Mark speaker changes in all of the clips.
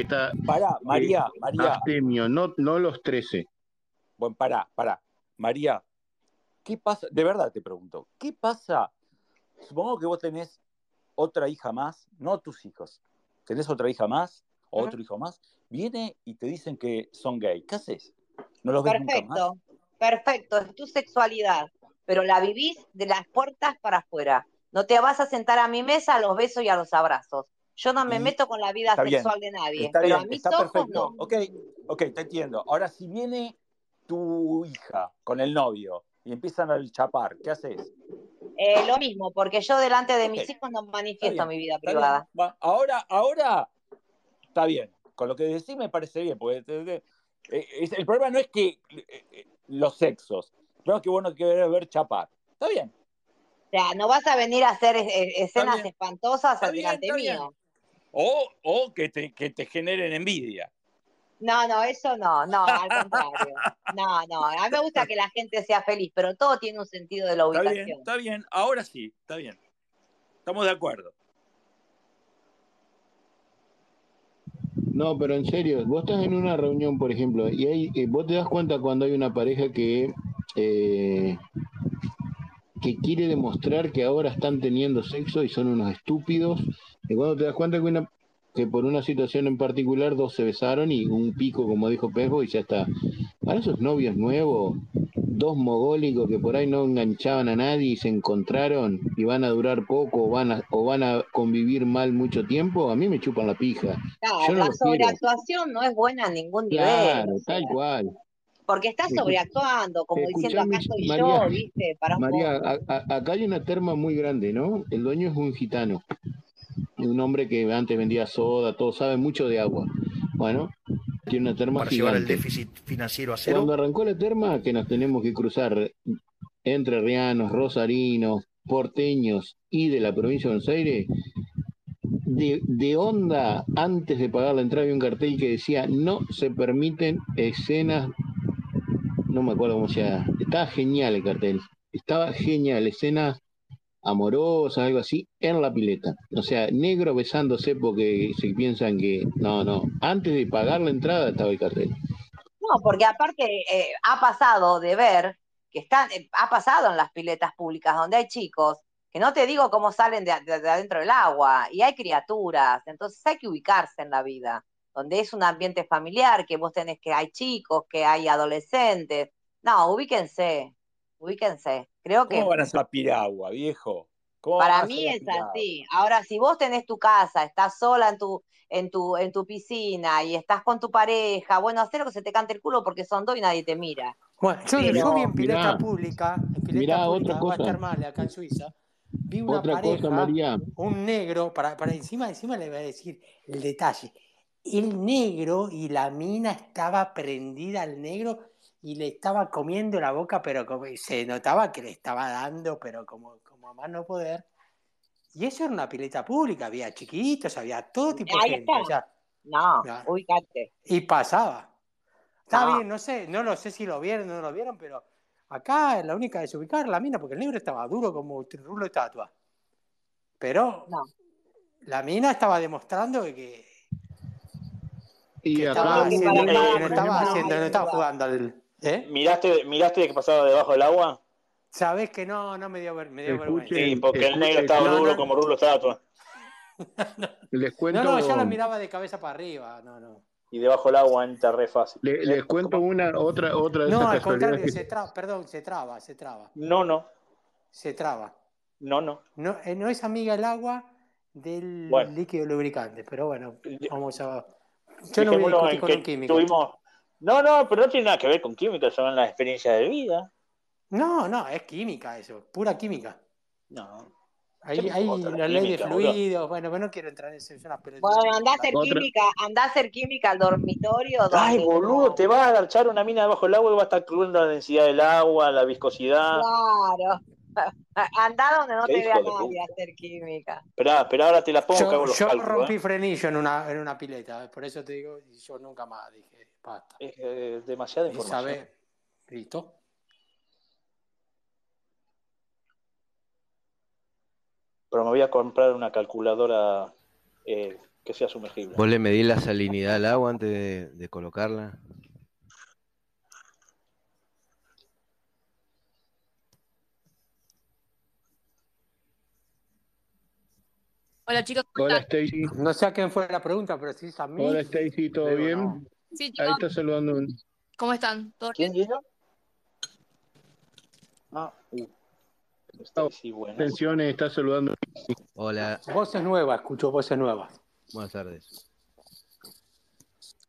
Speaker 1: Arteta.
Speaker 2: Pará, María,
Speaker 1: eh,
Speaker 2: María.
Speaker 1: Artemio, no, no los 13.
Speaker 2: Bueno, pará, pará. María, ¿qué pasa? De verdad te pregunto, ¿qué pasa? Supongo que vos tenés otra hija más, no tus hijos. Tenés otra hija más, o
Speaker 3: Ujú.
Speaker 2: otro hijo más, viene y te dicen que son gay. ¿Qué haces? ¿No los ves nunca más?
Speaker 3: Perfecto, perfecto, es tu sexualidad, pero la vivís de las puertas para afuera. No te vas a sentar a mi mesa a los besos y a los abrazos. Yo no me
Speaker 2: Y-
Speaker 3: meto con la vida
Speaker 2: está bien,
Speaker 3: sexual de nadie,
Speaker 2: Está
Speaker 3: pero a
Speaker 2: bien,
Speaker 3: mis
Speaker 2: está
Speaker 3: ojos
Speaker 2: perfecto.
Speaker 3: no.
Speaker 2: Ok, ok, te entiendo. Ahora, si viene tu hija con el novio y empiezan a chapar, ¿qué haces?
Speaker 3: Eh, lo mismo, porque yo delante de mis
Speaker 2: Ok.
Speaker 3: hijos no manifiesto
Speaker 2: Está bien,
Speaker 3: mi vida
Speaker 2: Está bien,
Speaker 3: privada.
Speaker 2: va. Ahora, ahora está bien. Con lo que decís me parece bien, porque te- te- eh, es- el problema no es que eh, eh, los sexos, el problema es que vos no querés ver chapar. Está bien,
Speaker 3: O sea, no vas a venir a hacer eh, eh, escenas
Speaker 2: bien.
Speaker 3: espantosas
Speaker 2: Está bien,
Speaker 3: delante
Speaker 2: está bien.
Speaker 3: mío.
Speaker 2: O, o que, te, que te generen envidia.
Speaker 3: No, no, eso no, no, al contrario. No, no, a mí me gusta que la gente sea feliz, pero todo tiene un sentido de la
Speaker 2: Está
Speaker 3: ubicación.
Speaker 2: bien, está bien. Ahora sí, está bien. Estamos de acuerdo.
Speaker 1: No, pero en serio, vos estás en una reunión, por ejemplo, y hay, eh, vos te das cuenta cuando hay una pareja que, eh, que quiere demostrar que ahora están teniendo sexo y son unos estúpidos, y cuando te das cuenta que, una, que por una situación en particular dos se besaron y un pico, como dijo Pejo, y ya está. Para esos novios nuevos, dos mogólicos que por ahí no enganchaban a nadie y se encontraron y van a durar poco o van a, o van a convivir mal mucho tiempo, a mí me chupan la pija.
Speaker 3: Claro,
Speaker 1: Yo no
Speaker 3: la
Speaker 1: lo quiero.
Speaker 3: sobreactuación no es buena a ningún nivel,
Speaker 1: Claro,
Speaker 3: o sea,
Speaker 1: tal cual.
Speaker 3: porque estás
Speaker 1: Escu-
Speaker 3: sobreactuando, como diciendo
Speaker 1: escuchame,
Speaker 3: acá estoy
Speaker 1: María.
Speaker 3: yo, viste, para un
Speaker 1: María,
Speaker 3: poco.
Speaker 1: a- a- acá hay una terma muy grande, ¿no? El dueño es un gitano, un hombre que antes vendía soda, todo sabe mucho de agua. Bueno, tiene una terma
Speaker 4: para llevar el
Speaker 1: gigante.
Speaker 4: déficit financiero a cero.
Speaker 1: Cuando arrancó la terma, que nos tenemos que cruzar entre rianos, rosarinos, porteños y de la provincia de Buenos Aires, de, de onda, antes de pagar la entrada había un cartel que decía no se permiten escenas, no me acuerdo cómo se llama, estaba genial el cartel, estaba genial, escenas amorosas, algo así, en la pileta. O sea, negro besándose porque se piensan que, no, no, antes de pagar la entrada estaba el cartel.
Speaker 3: No, porque aparte eh, ha pasado de ver que están, eh, ha pasado en las piletas públicas donde hay chicos, que no te digo cómo salen de, de- de adentro del agua, y hay criaturas, entonces hay que ubicarse en la vida, donde es un ambiente familiar, que vos tenés que hay chicos, que hay adolescentes. No, ubíquense, ubíquense. Creo que
Speaker 2: ¿Cómo van a hacer la piragua, viejo? ¿Cómo van a
Speaker 3: Para
Speaker 2: hacer
Speaker 3: mí
Speaker 2: la
Speaker 3: es
Speaker 2: piragua?
Speaker 3: así. Ahora, si vos tenés tu casa, estás sola en tu, en tu, en tu piscina y estás con tu pareja, bueno, hacer lo que se te cante el culo porque son dos y nadie te mira.
Speaker 5: Bueno, yo,
Speaker 3: Pero-
Speaker 5: yo vi en pileta
Speaker 1: Mirá,
Speaker 5: pública, en pileta
Speaker 1: mirá,
Speaker 5: pública,
Speaker 1: otra
Speaker 5: va a
Speaker 1: cosa.
Speaker 5: estar mal acá en Suiza, vi una
Speaker 1: Otra
Speaker 5: pareja,
Speaker 1: cosa, María,
Speaker 5: un negro, para, para encima, encima le voy a decir el detalle. El negro y la mina estaba prendida al negro y le estaba comiendo la boca, pero como, se notaba que le estaba dando, pero como, como a más no poder. Y eso era una pileta pública, había chiquitos, había todo tipo de
Speaker 3: Ahí
Speaker 5: gente.
Speaker 3: está.
Speaker 5: o sea,
Speaker 3: No,
Speaker 5: Claro.
Speaker 3: ubicate.
Speaker 5: y pasaba. Está
Speaker 3: No.
Speaker 5: bien, no sé, no lo sé si lo vieron o no lo vieron, pero acá la única desubicar la mina, porque el negro estaba duro como un rulo de estatua. Pero
Speaker 3: No.
Speaker 5: la mina estaba demostrando que,
Speaker 1: y
Speaker 5: que
Speaker 1: acá
Speaker 5: estaba
Speaker 3: Creo que
Speaker 1: eh,
Speaker 5: haciendo,
Speaker 3: para
Speaker 5: que
Speaker 3: cada
Speaker 5: no
Speaker 3: uno
Speaker 5: estaba
Speaker 3: hay
Speaker 5: haciendo,
Speaker 3: un
Speaker 5: no estaba
Speaker 3: lugar.
Speaker 5: jugando al. ¿Eh?
Speaker 6: ¿Miraste, miraste que pasaba debajo del agua?
Speaker 5: Sabés que no, no me dio, ver- me dio vergüenza.
Speaker 1: Escuchen.
Speaker 6: Sí, porque el negro
Speaker 1: escuchen.
Speaker 6: estaba
Speaker 5: No,
Speaker 6: duro
Speaker 5: no.
Speaker 6: como rulo estatua.
Speaker 1: les cuento...
Speaker 5: No, no, yo la miraba de cabeza para arriba, no, no.
Speaker 6: Y debajo del agua entra re fácil.
Speaker 1: Le- les cuento una otra otra de
Speaker 5: No,
Speaker 1: esas
Speaker 5: al
Speaker 1: casualidades
Speaker 5: contrario,
Speaker 1: que
Speaker 5: se traba, perdón, se traba, se traba,
Speaker 6: No, no,
Speaker 5: se traba.
Speaker 6: no, no.
Speaker 5: No, eh, no es amiga el agua del
Speaker 6: Bueno.
Speaker 5: líquido lubricante, pero bueno, vamos a. Yo no voy a
Speaker 6: Dejémoslo
Speaker 5: discutir
Speaker 6: en
Speaker 5: con
Speaker 6: que
Speaker 5: un químico.
Speaker 6: tuvimos- No, no, pero no tiene nada que ver con química, son las experiencias de vida.
Speaker 5: No, no, es química eso, pura química.
Speaker 6: No. ¿Qué
Speaker 5: Hay,
Speaker 6: me
Speaker 5: hay
Speaker 6: importa la
Speaker 5: la ley de
Speaker 6: química, boludo?
Speaker 5: fluidos, bueno, pero no quiero entrar en eso, es una pelota.
Speaker 3: Bueno, andá a hacer
Speaker 1: Otra.
Speaker 3: química, andá a hacer química al dormitorio. Donde
Speaker 6: Ay, boludo, te va a agarchar una mina debajo del agua y va a estar calculando la densidad del agua, la viscosidad.
Speaker 3: Claro. Andá donde no
Speaker 6: Qué
Speaker 3: te
Speaker 6: hijo
Speaker 3: vea
Speaker 6: de
Speaker 3: nadie
Speaker 6: puta.
Speaker 3: a hacer química.
Speaker 6: Esperá, esperá, ahora te la pongo, que hago
Speaker 5: Yo,
Speaker 6: los
Speaker 5: yo
Speaker 6: cálculos,
Speaker 5: rompí
Speaker 6: ¿eh?
Speaker 5: frenillo en una, en una pileta, eh, por eso te digo, y yo nunca más dije, basta.
Speaker 6: Es eh, demasiada
Speaker 5: Y
Speaker 6: información.
Speaker 5: sabés, listo.
Speaker 6: Pero me voy a comprar una calculadora eh, que sea sumergible.
Speaker 4: ¿Vos le medís la salinidad al agua antes de, de colocarla?
Speaker 7: Hola chicos, ¿cómo
Speaker 1: Hola,
Speaker 7: están?
Speaker 1: Stacy.
Speaker 5: No sé a quién fue la pregunta, pero si es a mí.
Speaker 1: Hola, Stacy, ¿todo
Speaker 5: Creo
Speaker 1: bien?
Speaker 5: no.
Speaker 7: Sí,
Speaker 1: Ahí
Speaker 7: chicos,
Speaker 1: está saludando un...
Speaker 7: ¿cómo están? ¿Todo bien?
Speaker 6: ¿Quién llega? Ah, uh. Está sí, bueno.
Speaker 1: Atenciones, eh, está saludando.
Speaker 4: Hola,
Speaker 5: Voces nuevas, escucho voces nuevas.
Speaker 4: buenas tardes.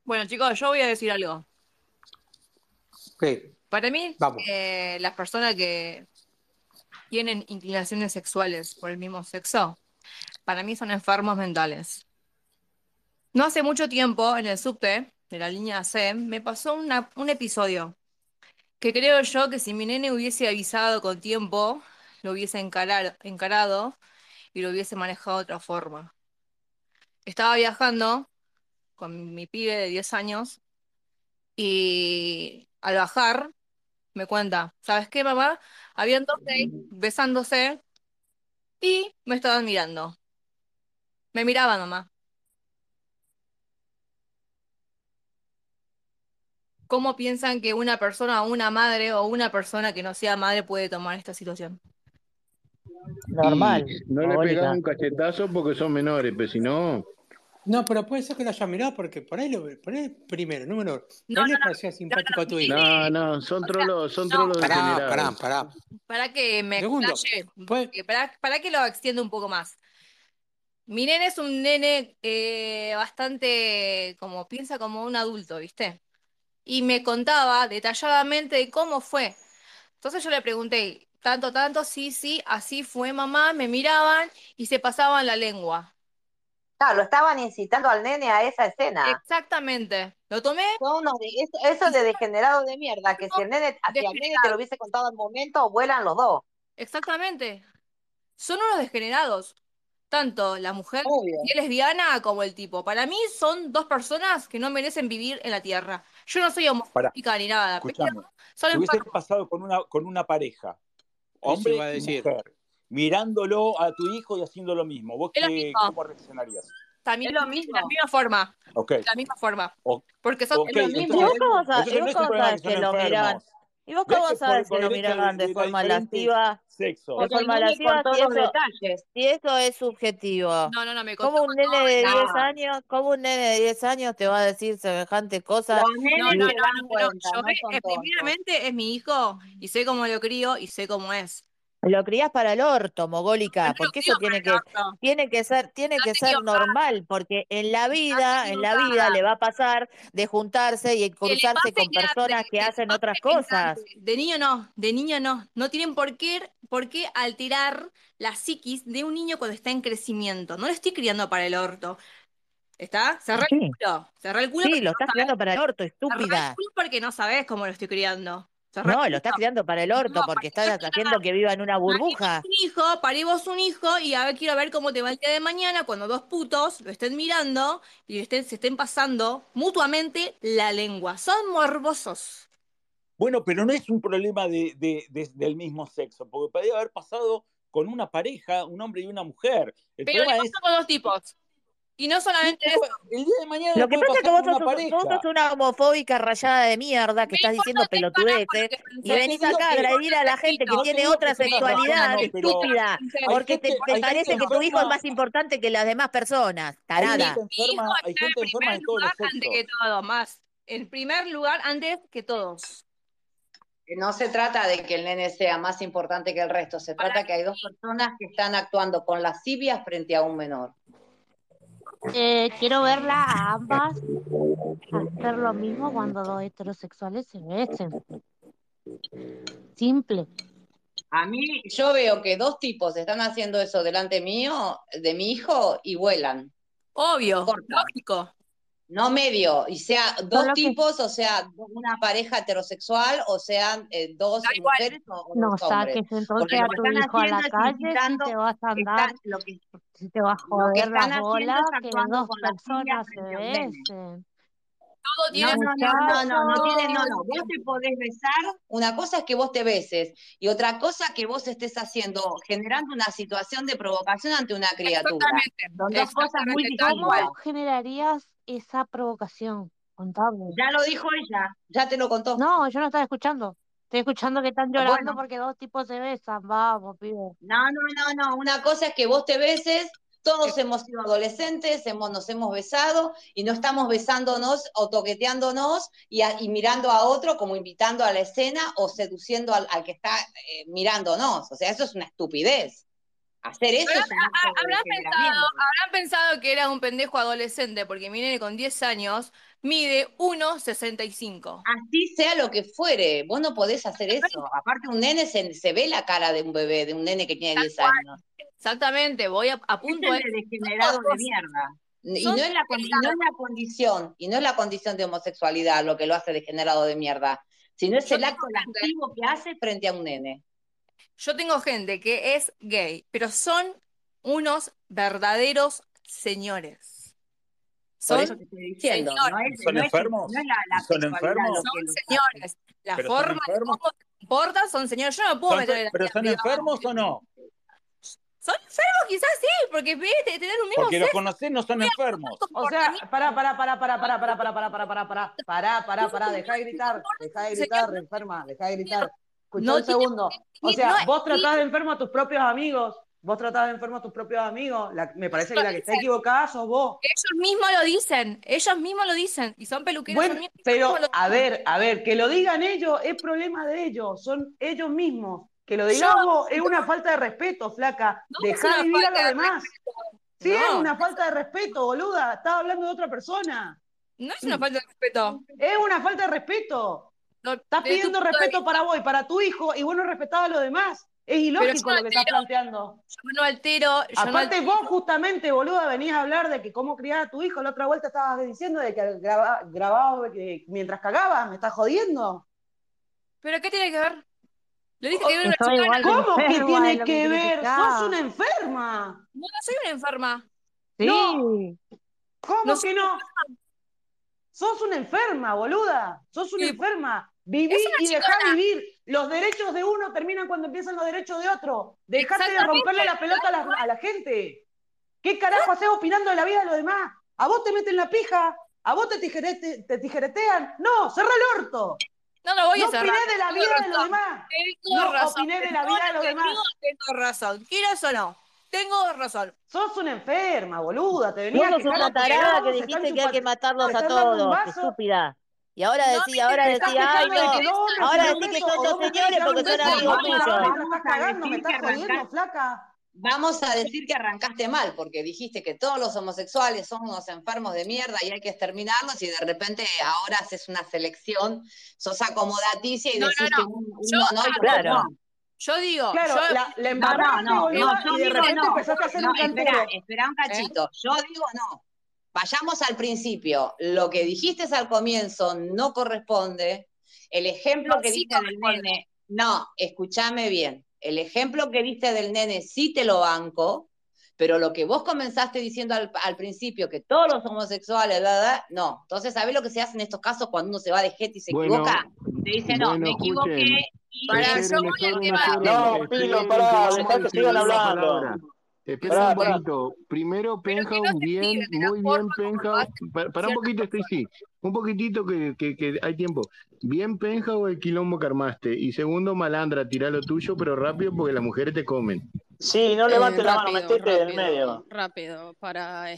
Speaker 7: Bueno chicos, yo voy a decir algo.
Speaker 5: Sí.
Speaker 7: Para mí,
Speaker 5: Vamos.
Speaker 7: eh, las personas que tienen inclinaciones sexuales por el mismo sexo, para mí son enfermos mentales. No hace mucho tiempo, en el subte de la línea C, me pasó una- un episodio que creo yo que si mi nene hubiese avisado con tiempo, lo hubiese encarar- encarado y lo hubiese manejado de otra forma. Estaba viajando con mi pibe de 10 años y al bajar me cuenta, ¿sabes qué, mamá? Habían dos gays besándose y me estaban mirando. Me miraba, mamá. ¿Cómo piensan que una persona, una madre o una persona que no sea madre puede tomar esta situación?
Speaker 5: Normal.
Speaker 1: Y no le
Speaker 5: Mónica.
Speaker 1: pegás un cachetazo porque son menores, pero si no,
Speaker 5: No, pero puede ser que lo haya mirado porque por ahí lo por ahí primero, número uno.
Speaker 7: No,
Speaker 5: No, le
Speaker 7: no, no,
Speaker 5: parecía simpático a tu hijo.
Speaker 1: no, no, son trolos, son trolos
Speaker 5: Pará,
Speaker 1: degenerados.
Speaker 5: pará, pará.
Speaker 7: Para que me
Speaker 5: Segundo,
Speaker 7: explaye,
Speaker 5: puede-
Speaker 7: eh, para, para que lo extienda un poco más. Mi nene es un nene eh, bastante como piensa como un adulto, ¿viste? Y me contaba detalladamente de cómo fue. Entonces yo le pregunté, tanto, tanto, sí, sí, así fue mamá, me miraban y se pasaban la lengua.
Speaker 3: Claro, lo estaban incitando al nene a esa escena.
Speaker 7: Exactamente. Lo tomé,
Speaker 3: Son unos de- eso, eso de degenerado de mierda, que si el nene, si al nene te lo hubiese contado al momento, vuelan los dos.
Speaker 7: exactamente. Son unos degenerados. Tanto la mujer
Speaker 3: Obvio.
Speaker 7: que es lesbiana como el tipo. Para mí son dos personas que no merecen vivir en la tierra. Yo no soy homofóbica ni nada, pero
Speaker 2: Escuchame,
Speaker 7: son
Speaker 2: si hubiese
Speaker 7: enfermos.
Speaker 2: pasado con una, con una pareja, hombre
Speaker 5: iba a
Speaker 2: y
Speaker 5: decir.
Speaker 2: mujer, mirándolo a tu hijo y haciendo lo mismo, ¿vos
Speaker 7: Es lo
Speaker 2: qué,
Speaker 7: mismo.
Speaker 2: cómo reaccionarías?
Speaker 7: También
Speaker 8: Es lo mismo.
Speaker 7: de la misma forma.
Speaker 2: Ok,
Speaker 7: De la misma forma.
Speaker 2: O-
Speaker 7: Porque son
Speaker 2: ok,
Speaker 8: lo mismo.
Speaker 2: entonces,
Speaker 8: ¿Y vos cómo sa-
Speaker 2: entonces
Speaker 8: y
Speaker 2: no
Speaker 8: vos
Speaker 2: es un
Speaker 8: cómo
Speaker 2: problema que
Speaker 8: sabes
Speaker 2: son
Speaker 8: que lo miran?
Speaker 2: enfermos.
Speaker 8: ¿Y vos
Speaker 2: No es
Speaker 8: cómo
Speaker 2: que
Speaker 8: sabes
Speaker 2: por-
Speaker 8: que lo
Speaker 2: por el hecho
Speaker 8: miraban
Speaker 2: de-
Speaker 8: de,
Speaker 2: de la
Speaker 8: forma
Speaker 2: diferente
Speaker 8: lasciva?
Speaker 2: Sexo.
Speaker 8: De
Speaker 3: Porque el
Speaker 8: forma
Speaker 3: nene
Speaker 8: lasciva,
Speaker 3: contó
Speaker 8: si
Speaker 3: los
Speaker 8: eso,
Speaker 3: detalles.
Speaker 8: si eso es subjetivo.
Speaker 7: No, no, no, me contó.
Speaker 8: ¿Cómo un nene de
Speaker 3: No,
Speaker 8: 10 años, cómo un nene de 10 años te va a decir semejante cosa?
Speaker 3: los
Speaker 7: No,
Speaker 3: nenes
Speaker 7: no, no,
Speaker 3: se dan
Speaker 7: no, no.
Speaker 3: cuenta,
Speaker 7: Yo
Speaker 3: no
Speaker 7: eh,
Speaker 3: son tontos.
Speaker 7: primeramente es mi hijo y sé cómo lo crío y sé cómo es.
Speaker 8: Lo criás para el orto,
Speaker 7: No
Speaker 8: mogólica,
Speaker 7: lo
Speaker 8: porque
Speaker 7: crío para
Speaker 8: eso tiene
Speaker 7: el
Speaker 8: que,
Speaker 7: orto.
Speaker 8: tiene que ser, tiene que
Speaker 7: Estás
Speaker 8: ser
Speaker 7: equivocada,
Speaker 8: normal, porque en la vida,
Speaker 7: estás
Speaker 8: en la vida
Speaker 7: equivocada.
Speaker 8: le va a pasar de juntarse y
Speaker 7: Que le
Speaker 8: cruzarse
Speaker 7: pase
Speaker 8: con personas
Speaker 7: grande,
Speaker 8: que
Speaker 7: que le
Speaker 8: hacen otras
Speaker 7: pase grande.
Speaker 8: cosas.
Speaker 7: De niño no, de niño no. No tienen por qué, por qué alterar la psiquis de un niño cuando está en crecimiento. No lo estoy criando para el orto. ¿Está? Cerrá el
Speaker 8: Sí,
Speaker 7: culo. Cerrá el culo
Speaker 8: sí,
Speaker 7: porque
Speaker 8: lo
Speaker 7: no
Speaker 8: estás
Speaker 7: sabés.
Speaker 8: criando para el orto,
Speaker 7: Cerrá el
Speaker 8: estúpida.
Speaker 7: culo porque no sabés cómo lo estoy criando. Cerrá
Speaker 8: No,
Speaker 7: el
Speaker 8: lo estás
Speaker 7: culo.
Speaker 8: criando para el
Speaker 7: No,
Speaker 8: orto, porque
Speaker 7: porque yo
Speaker 8: estás
Speaker 7: quiero
Speaker 8: haciendo que viva en una
Speaker 7: Parí vos
Speaker 8: burbuja.
Speaker 7: un hijo, parí vos un hijo y a ver, quiero ver cómo te va el día de mañana cuando dos putos lo estén mirando y le estén, se estén pasando mutuamente la lengua. Son morbosos.
Speaker 2: Bueno, pero no es un problema de- de- de- del mismo sexo, porque podría haber pasado con una pareja, un hombre y una mujer. El
Speaker 7: Pero le
Speaker 2: problema es,
Speaker 7: pasa con dos tipos. Y no solamente
Speaker 2: ¿qué
Speaker 7: eso.
Speaker 2: puede- el día de mañana
Speaker 8: Lo
Speaker 2: le
Speaker 8: que
Speaker 2: puede
Speaker 8: pasa es que
Speaker 2: pasar
Speaker 8: vos
Speaker 2: con
Speaker 8: sos,
Speaker 2: una
Speaker 8: vos sos
Speaker 2: pareja.
Speaker 8: una homofóbica rayada de mierda que
Speaker 7: Me
Speaker 8: estás
Speaker 7: importa
Speaker 8: diciendo
Speaker 7: tres carajos
Speaker 8: pelotudeces
Speaker 7: lo que
Speaker 8: y
Speaker 2: No
Speaker 7: pensás.
Speaker 2: te
Speaker 8: venís
Speaker 2: digo
Speaker 8: acá a
Speaker 2: que,
Speaker 8: agredir a la gente que
Speaker 7: No
Speaker 2: no te
Speaker 8: tiene
Speaker 2: digo
Speaker 8: otra
Speaker 2: que es una persona,
Speaker 8: sexualidad,
Speaker 2: no, pero
Speaker 8: estúpida,
Speaker 2: hay
Speaker 8: porque te,
Speaker 2: gente,
Speaker 8: te
Speaker 2: hay gente
Speaker 8: parece que tu hijo es
Speaker 2: enferma,
Speaker 8: más importante que las demás personas,
Speaker 2: hay
Speaker 8: tarada.
Speaker 2: gente
Speaker 7: Mi hijo
Speaker 2: enferma, hay
Speaker 7: está en
Speaker 2: gente enferma
Speaker 7: primer
Speaker 2: de todos los
Speaker 7: lugar antes
Speaker 2: sexos.
Speaker 7: que todo, más. En primer lugar antes que todos.
Speaker 3: No se trata de que el nene sea más importante que el resto, se
Speaker 7: Para
Speaker 3: trata que hay dos personas que están actuando con lascivias frente a un menor.
Speaker 9: Eh, quiero verla a ambas hacer lo mismo cuando dos heterosexuales se besen. Simple.
Speaker 3: A mí, yo veo que dos tipos están haciendo eso delante mío, de mi hijo, y vuelan.
Speaker 7: Obvio,
Speaker 3: Corta.
Speaker 7: lógico.
Speaker 3: No medio, y sea dos
Speaker 9: Solo que-
Speaker 3: tipos, o sea, una pareja heterosexual, o sean eh, dos
Speaker 7: Da igual.
Speaker 3: mujeres o, o
Speaker 9: No
Speaker 3: dos hombres.
Speaker 9: saques entonces
Speaker 3: Porque
Speaker 9: a
Speaker 3: lo que
Speaker 9: tu
Speaker 3: están
Speaker 9: hijo a la
Speaker 3: haciendo es
Speaker 9: calle si
Speaker 3: incitando,
Speaker 9: te vas a andar,
Speaker 3: están, lo, que,
Speaker 9: si te vas a
Speaker 3: lo que
Speaker 9: joder la
Speaker 3: están haciendo
Speaker 9: bola,
Speaker 3: es
Speaker 9: que
Speaker 3: actuando
Speaker 9: dos
Speaker 3: con lascivias
Speaker 9: personas se
Speaker 3: frente a un nene.
Speaker 9: besen.
Speaker 7: Todo tiene
Speaker 3: No, no, no, no, no, no tiene, no, no. Vos te podés besar. Una cosa es que vos te beses y otra cosa que vos estés haciendo, generando una situación de provocación ante una criatura.
Speaker 7: Exactamente.
Speaker 3: Son dos cosas muy
Speaker 7: Exactamente, tal
Speaker 3: distintas.
Speaker 7: cual.
Speaker 9: ¿Cómo generarías esa provocación? Contame.
Speaker 3: Ya lo dijo ella, ya te lo contó. No,
Speaker 9: No, yo no estaba escuchando. Estoy escuchando que están llorando
Speaker 3: Bueno.
Speaker 9: porque dos tipos se besan. Vamos, pibe.
Speaker 3: no, no, no. Una cosa es que vos te beses. Todos
Speaker 9: Eh.
Speaker 3: hemos sido adolescentes, hemos, nos hemos besado y no estamos besándonos o toqueteándonos y, a- y mirando a otro como invitando a la escena o seduciendo al, al que está eh, mirándonos. O sea, eso es una estupidez. Hacer eso es un acto de
Speaker 7: Habrán pensado,
Speaker 3: desesperamiento.
Speaker 7: habrán pensado que era un pendejo adolescente, porque mi nene con 10 años mide 1,65.
Speaker 3: Así sea lo que fuere, vos no podés hacer eso. Aparte, un nene se, se ve la cara de un bebé, de un nene que tiene
Speaker 7: Tal
Speaker 3: 10 años.
Speaker 7: Exactamente, voy a, a punto
Speaker 3: Este
Speaker 7: de...
Speaker 3: es de degenerado de mierda. Y no,
Speaker 7: Son
Speaker 3: es la, con- y no es la condición, y no es la condición de homosexualidad lo que lo hace degenerado de mierda, sino es
Speaker 7: Yo
Speaker 3: el acto
Speaker 7: tengo gente.
Speaker 3: activo que hace frente a un nene.
Speaker 7: Yo tengo gente que es gay, pero son unos verdaderos señores.
Speaker 3: Por
Speaker 7: Son,
Speaker 3: eso te estoy diciendo, no
Speaker 7: señores.
Speaker 3: es,
Speaker 2: ¿Son
Speaker 3: no es-
Speaker 2: enfermos?
Speaker 3: no es la, la
Speaker 2: ¿Y son
Speaker 3: sexualidad
Speaker 2: enfermos?
Speaker 3: lo
Speaker 7: son
Speaker 3: que los hace.
Speaker 7: señores. La
Speaker 2: ¿Pero son
Speaker 7: forma de
Speaker 2: enfermos?
Speaker 7: cómo se comportan son señores. Yo no me puedo
Speaker 2: Son-
Speaker 7: meter en la
Speaker 2: ¿Pero
Speaker 7: vida
Speaker 2: son
Speaker 7: privada.
Speaker 2: enfermos o no?
Speaker 7: Son enfermos quizás sí, porque ves, de tener un mismo
Speaker 2: Porque los
Speaker 7: sexo,
Speaker 2: conocés, no son enfermos.
Speaker 10: O sea, pará, pará, pará, pará, pará, pará, pará, pará, pará, pará, pará, pará, pará, pará, dejá de gritar, dejá de gritar, enferma, dejá de gritar. Escuchá
Speaker 7: No
Speaker 10: un
Speaker 7: tiene-
Speaker 10: segundo. O
Speaker 7: ni-
Speaker 10: sea,
Speaker 7: no es-
Speaker 10: vos tratás de enfermo a tus propios amigos, vos tratás de enfermo a tus propios amigos, La- me parece que la que está equivocada sos vos.
Speaker 7: ellos mismos lo dicen, ellos mismos lo dicen, y son peluqueros
Speaker 10: Bueno,
Speaker 7: también.
Speaker 10: pero
Speaker 7: ellos mismos lo
Speaker 10: a
Speaker 7: dicen.
Speaker 10: ver, a ver, que lo digan ellos es problema de ellos, son ellos mismos. Que lo digas
Speaker 7: Yo-
Speaker 10: vos es una falta de respeto, flaca.
Speaker 7: No es
Speaker 10: Dejá
Speaker 7: una
Speaker 10: vivir a los
Speaker 7: falta de
Speaker 10: demás.
Speaker 7: respeto.
Speaker 10: Sí, es
Speaker 7: No,
Speaker 10: una falta de respeto, boluda. Estaba hablando de otra persona.
Speaker 7: no es una falta de respeto.
Speaker 10: Es una falta de respeto.
Speaker 7: No,
Speaker 10: Estás
Speaker 7: desde tu
Speaker 10: pidiendo
Speaker 7: punto de
Speaker 10: respeto para vos y para tu hijo y vos no respetabas a los demás. Es ilógico
Speaker 7: yo
Speaker 10: lo que estás
Speaker 7: altero,
Speaker 10: planteando.
Speaker 7: vista, yo no altero, yo no
Speaker 10: Aparte,
Speaker 7: altero.
Speaker 10: vos justamente, boluda, venías a hablar de que cómo criar a tu hijo. La otra vuelta estabas diciendo de que graba- grababas eh, mientras cagabas. ¿Me estás jodiendo?
Speaker 7: ¿Pero qué tiene que ver? Le dije que era una
Speaker 9: Soy
Speaker 7: chica.
Speaker 9: Oh, igual de
Speaker 10: ¿Cómo que
Speaker 9: enferma, es
Speaker 10: tiene
Speaker 9: lo
Speaker 10: que ver?
Speaker 9: criticaba.
Speaker 10: ¡Sos una enferma!
Speaker 7: No, no soy una enferma.
Speaker 9: Sí.
Speaker 10: No. ¿Cómo
Speaker 7: No soy
Speaker 10: que no? Sos una enferma, boluda. Sos una
Speaker 7: Sí.
Speaker 10: enferma. Viví
Speaker 7: Es una
Speaker 10: y dejá
Speaker 7: chingona.
Speaker 10: vivir. Los derechos de uno terminan cuando empiezan los derechos de otro. Dejate de
Speaker 7: Exactamente.
Speaker 10: romperle la pelota a la, a la gente. ¿Qué carajo haces opinando de la vida de los demás? ¿A vos te meten la pija? ¿A vos te, tijerete- te tijeretean? No, cerrá el orto.
Speaker 7: No lo voy
Speaker 10: No
Speaker 7: a cerrar.
Speaker 10: opinés de la
Speaker 7: Tengo
Speaker 10: vida de los
Speaker 7: razón.
Speaker 10: demás.
Speaker 7: Tengo
Speaker 10: No
Speaker 7: razón.
Speaker 10: opinés de la vida de los
Speaker 7: Perdóname,
Speaker 10: demás.
Speaker 7: no tengo razón. Quieras o no, tengo razón.
Speaker 10: Sos una enferma, boluda. Te
Speaker 8: Vos
Speaker 10: venías a
Speaker 8: sos
Speaker 10: quejar
Speaker 8: una
Speaker 10: porque
Speaker 8: tarada
Speaker 10: todos
Speaker 8: que
Speaker 10: se están
Speaker 8: dijiste que hay que
Speaker 10: chupa- se
Speaker 8: matarlos a
Speaker 10: están dando un
Speaker 8: todos,
Speaker 10: vaso.
Speaker 8: estúpida. Y ahora
Speaker 7: No
Speaker 8: decís,
Speaker 7: me
Speaker 8: ahora
Speaker 10: Te
Speaker 7: interesa,
Speaker 10: estás
Speaker 8: decís, ay
Speaker 10: quejando de
Speaker 8: no,
Speaker 10: que dos hombres
Speaker 8: ahora
Speaker 10: se dieron
Speaker 8: decís
Speaker 10: un
Speaker 8: que
Speaker 10: beso
Speaker 8: son
Speaker 10: o dos mujeres se
Speaker 8: señores
Speaker 10: dieron
Speaker 8: porque
Speaker 10: un
Speaker 8: son
Speaker 10: beso.
Speaker 8: amigos
Speaker 10: Vamos a
Speaker 8: tuyos.
Speaker 10: trabajar, no estás cagando, me estás jodiendo, flaca.
Speaker 3: Vamos a decir que arrancaste mal, porque dijiste que todos los homosexuales son unos enfermos de mierda y hay que exterminarlos, y de repente ahora haces una selección, sos acomodaticia y
Speaker 7: No, no,
Speaker 3: decís
Speaker 7: no.
Speaker 3: que uno,
Speaker 7: Yo-
Speaker 3: uno no y otro
Speaker 8: Claro.
Speaker 3: no.
Speaker 7: Yo digo,
Speaker 10: Claro,
Speaker 7: yo
Speaker 10: la, la
Speaker 3: No, no,
Speaker 10: embarraste,
Speaker 3: no, no,
Speaker 10: boluda,
Speaker 3: yo
Speaker 10: y de
Speaker 3: digo
Speaker 10: repente
Speaker 3: no,
Speaker 10: empezaste a hacer
Speaker 3: no,
Speaker 10: un
Speaker 3: espera,
Speaker 10: cantero.
Speaker 3: espera un
Speaker 7: ¿eh?
Speaker 3: cachito, yo digo no. Vayamos al principio, lo que dijiste al comienzo no corresponde, el ejemplo
Speaker 7: No,
Speaker 3: que
Speaker 7: sí
Speaker 3: diste del
Speaker 7: corresponde.
Speaker 3: nene, no, escúchame bien, el ejemplo que diste del nene sí te lo banco, pero lo que vos comenzaste diciendo al, al principio, que todos los homosexuales, ¿verdad? No, entonces, ¿sabés lo que se hace en estos casos cuando uno se va de jeta y se
Speaker 1: Bueno,
Speaker 3: equivoca? Te dice, no,
Speaker 1: bueno,
Speaker 3: me
Speaker 1: escuchen.
Speaker 3: equivoqué y
Speaker 7: Pará,
Speaker 1: Esperen,
Speaker 7: yo
Speaker 1: esperen,
Speaker 7: voy al
Speaker 1: esperen,
Speaker 7: tema.
Speaker 1: esperen,
Speaker 6: No, Pilo,
Speaker 1: esperen
Speaker 6: pará,
Speaker 1: que
Speaker 6: dejá
Speaker 1: vamos a
Speaker 6: que sigan
Speaker 1: distribuir la
Speaker 6: hablando.
Speaker 1: palabra. Esperen
Speaker 6: Pará,
Speaker 1: un
Speaker 6: pará.
Speaker 1: poquito. Primero,
Speaker 7: Pero que
Speaker 1: Penhouse,
Speaker 7: no se
Speaker 1: bien,
Speaker 7: priven de la
Speaker 1: muy bien,
Speaker 7: forma como lo
Speaker 1: Penhouse.
Speaker 7: hacen
Speaker 1: Pa- Pará un
Speaker 7: ciertas
Speaker 1: poquito,
Speaker 7: personas.
Speaker 1: Stacy. Un poquitito que, que- que hay tiempo. Bien, Penhouse, el quilombo que armaste. Y segundo, malandra, tirá lo tuyo, pero rápido porque las mujeres te comen.
Speaker 6: Sí, no
Speaker 11: Eh,
Speaker 6: levantes la mano,
Speaker 11: rápido,
Speaker 6: metete en el
Speaker 11: rápido,
Speaker 6: medio.
Speaker 11: rápido, para... eh,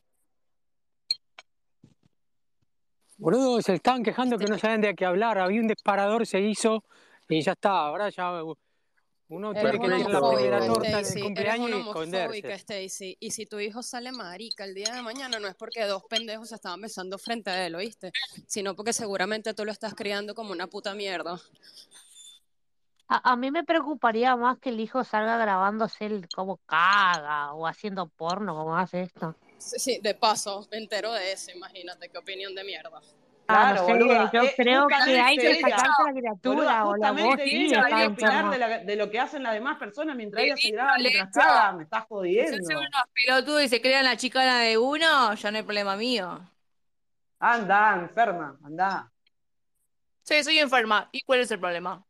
Speaker 5: Boludo, se estaban quejando que no saben de qué hablar. Había un disparador, se hizo y ya está. Ahora ya uno
Speaker 11: Eres
Speaker 5: tiene que
Speaker 11: una
Speaker 5: tirar la
Speaker 1: Perfecto.
Speaker 5: primera
Speaker 11: homofóbica,
Speaker 5: torta en el
Speaker 11: Stacy. Eres
Speaker 5: cumpleaños
Speaker 11: una
Speaker 5: y
Speaker 11: homofóbica,
Speaker 5: esconderse.
Speaker 11: Stacy. Y si tu hijo sale marica el día de mañana, no es porque dos pendejos se estaban besando frente a él, ¿oíste? Sino porque seguramente tú lo estás criando como una puta mierda.
Speaker 9: A, a mí me preocuparía más que el hijo salga grabándose el cómo caga o haciendo porno, como hace esto.
Speaker 11: Sí, sí, de paso, me entero de eso, imagínate, qué opinión de mierda.
Speaker 9: Ah,
Speaker 10: Claro,
Speaker 9: no sé,
Speaker 10: boluda,
Speaker 9: yo
Speaker 10: eh,
Speaker 9: creo que hay
Speaker 10: justamente
Speaker 9: que
Speaker 10: ella,
Speaker 9: sacarse la
Speaker 10: boluda,
Speaker 9: criatura o la voz
Speaker 10: justamente
Speaker 9: sí
Speaker 10: ella
Speaker 9: está
Speaker 10: viene a opinar
Speaker 9: enferma.
Speaker 10: de, la- de lo que hacen las demás personas mientras ella se
Speaker 7: Violento,
Speaker 10: graba mientras
Speaker 7: Lecho.
Speaker 10: caga. Me estás
Speaker 7: Si yo soy
Speaker 10: jodiendo.
Speaker 7: unos pelotudos y se crean la chicana de uno, ya no hay problema mío.
Speaker 10: Anda, enferma, anda.
Speaker 7: Sí, soy enferma. ¿Y cuál es el problema?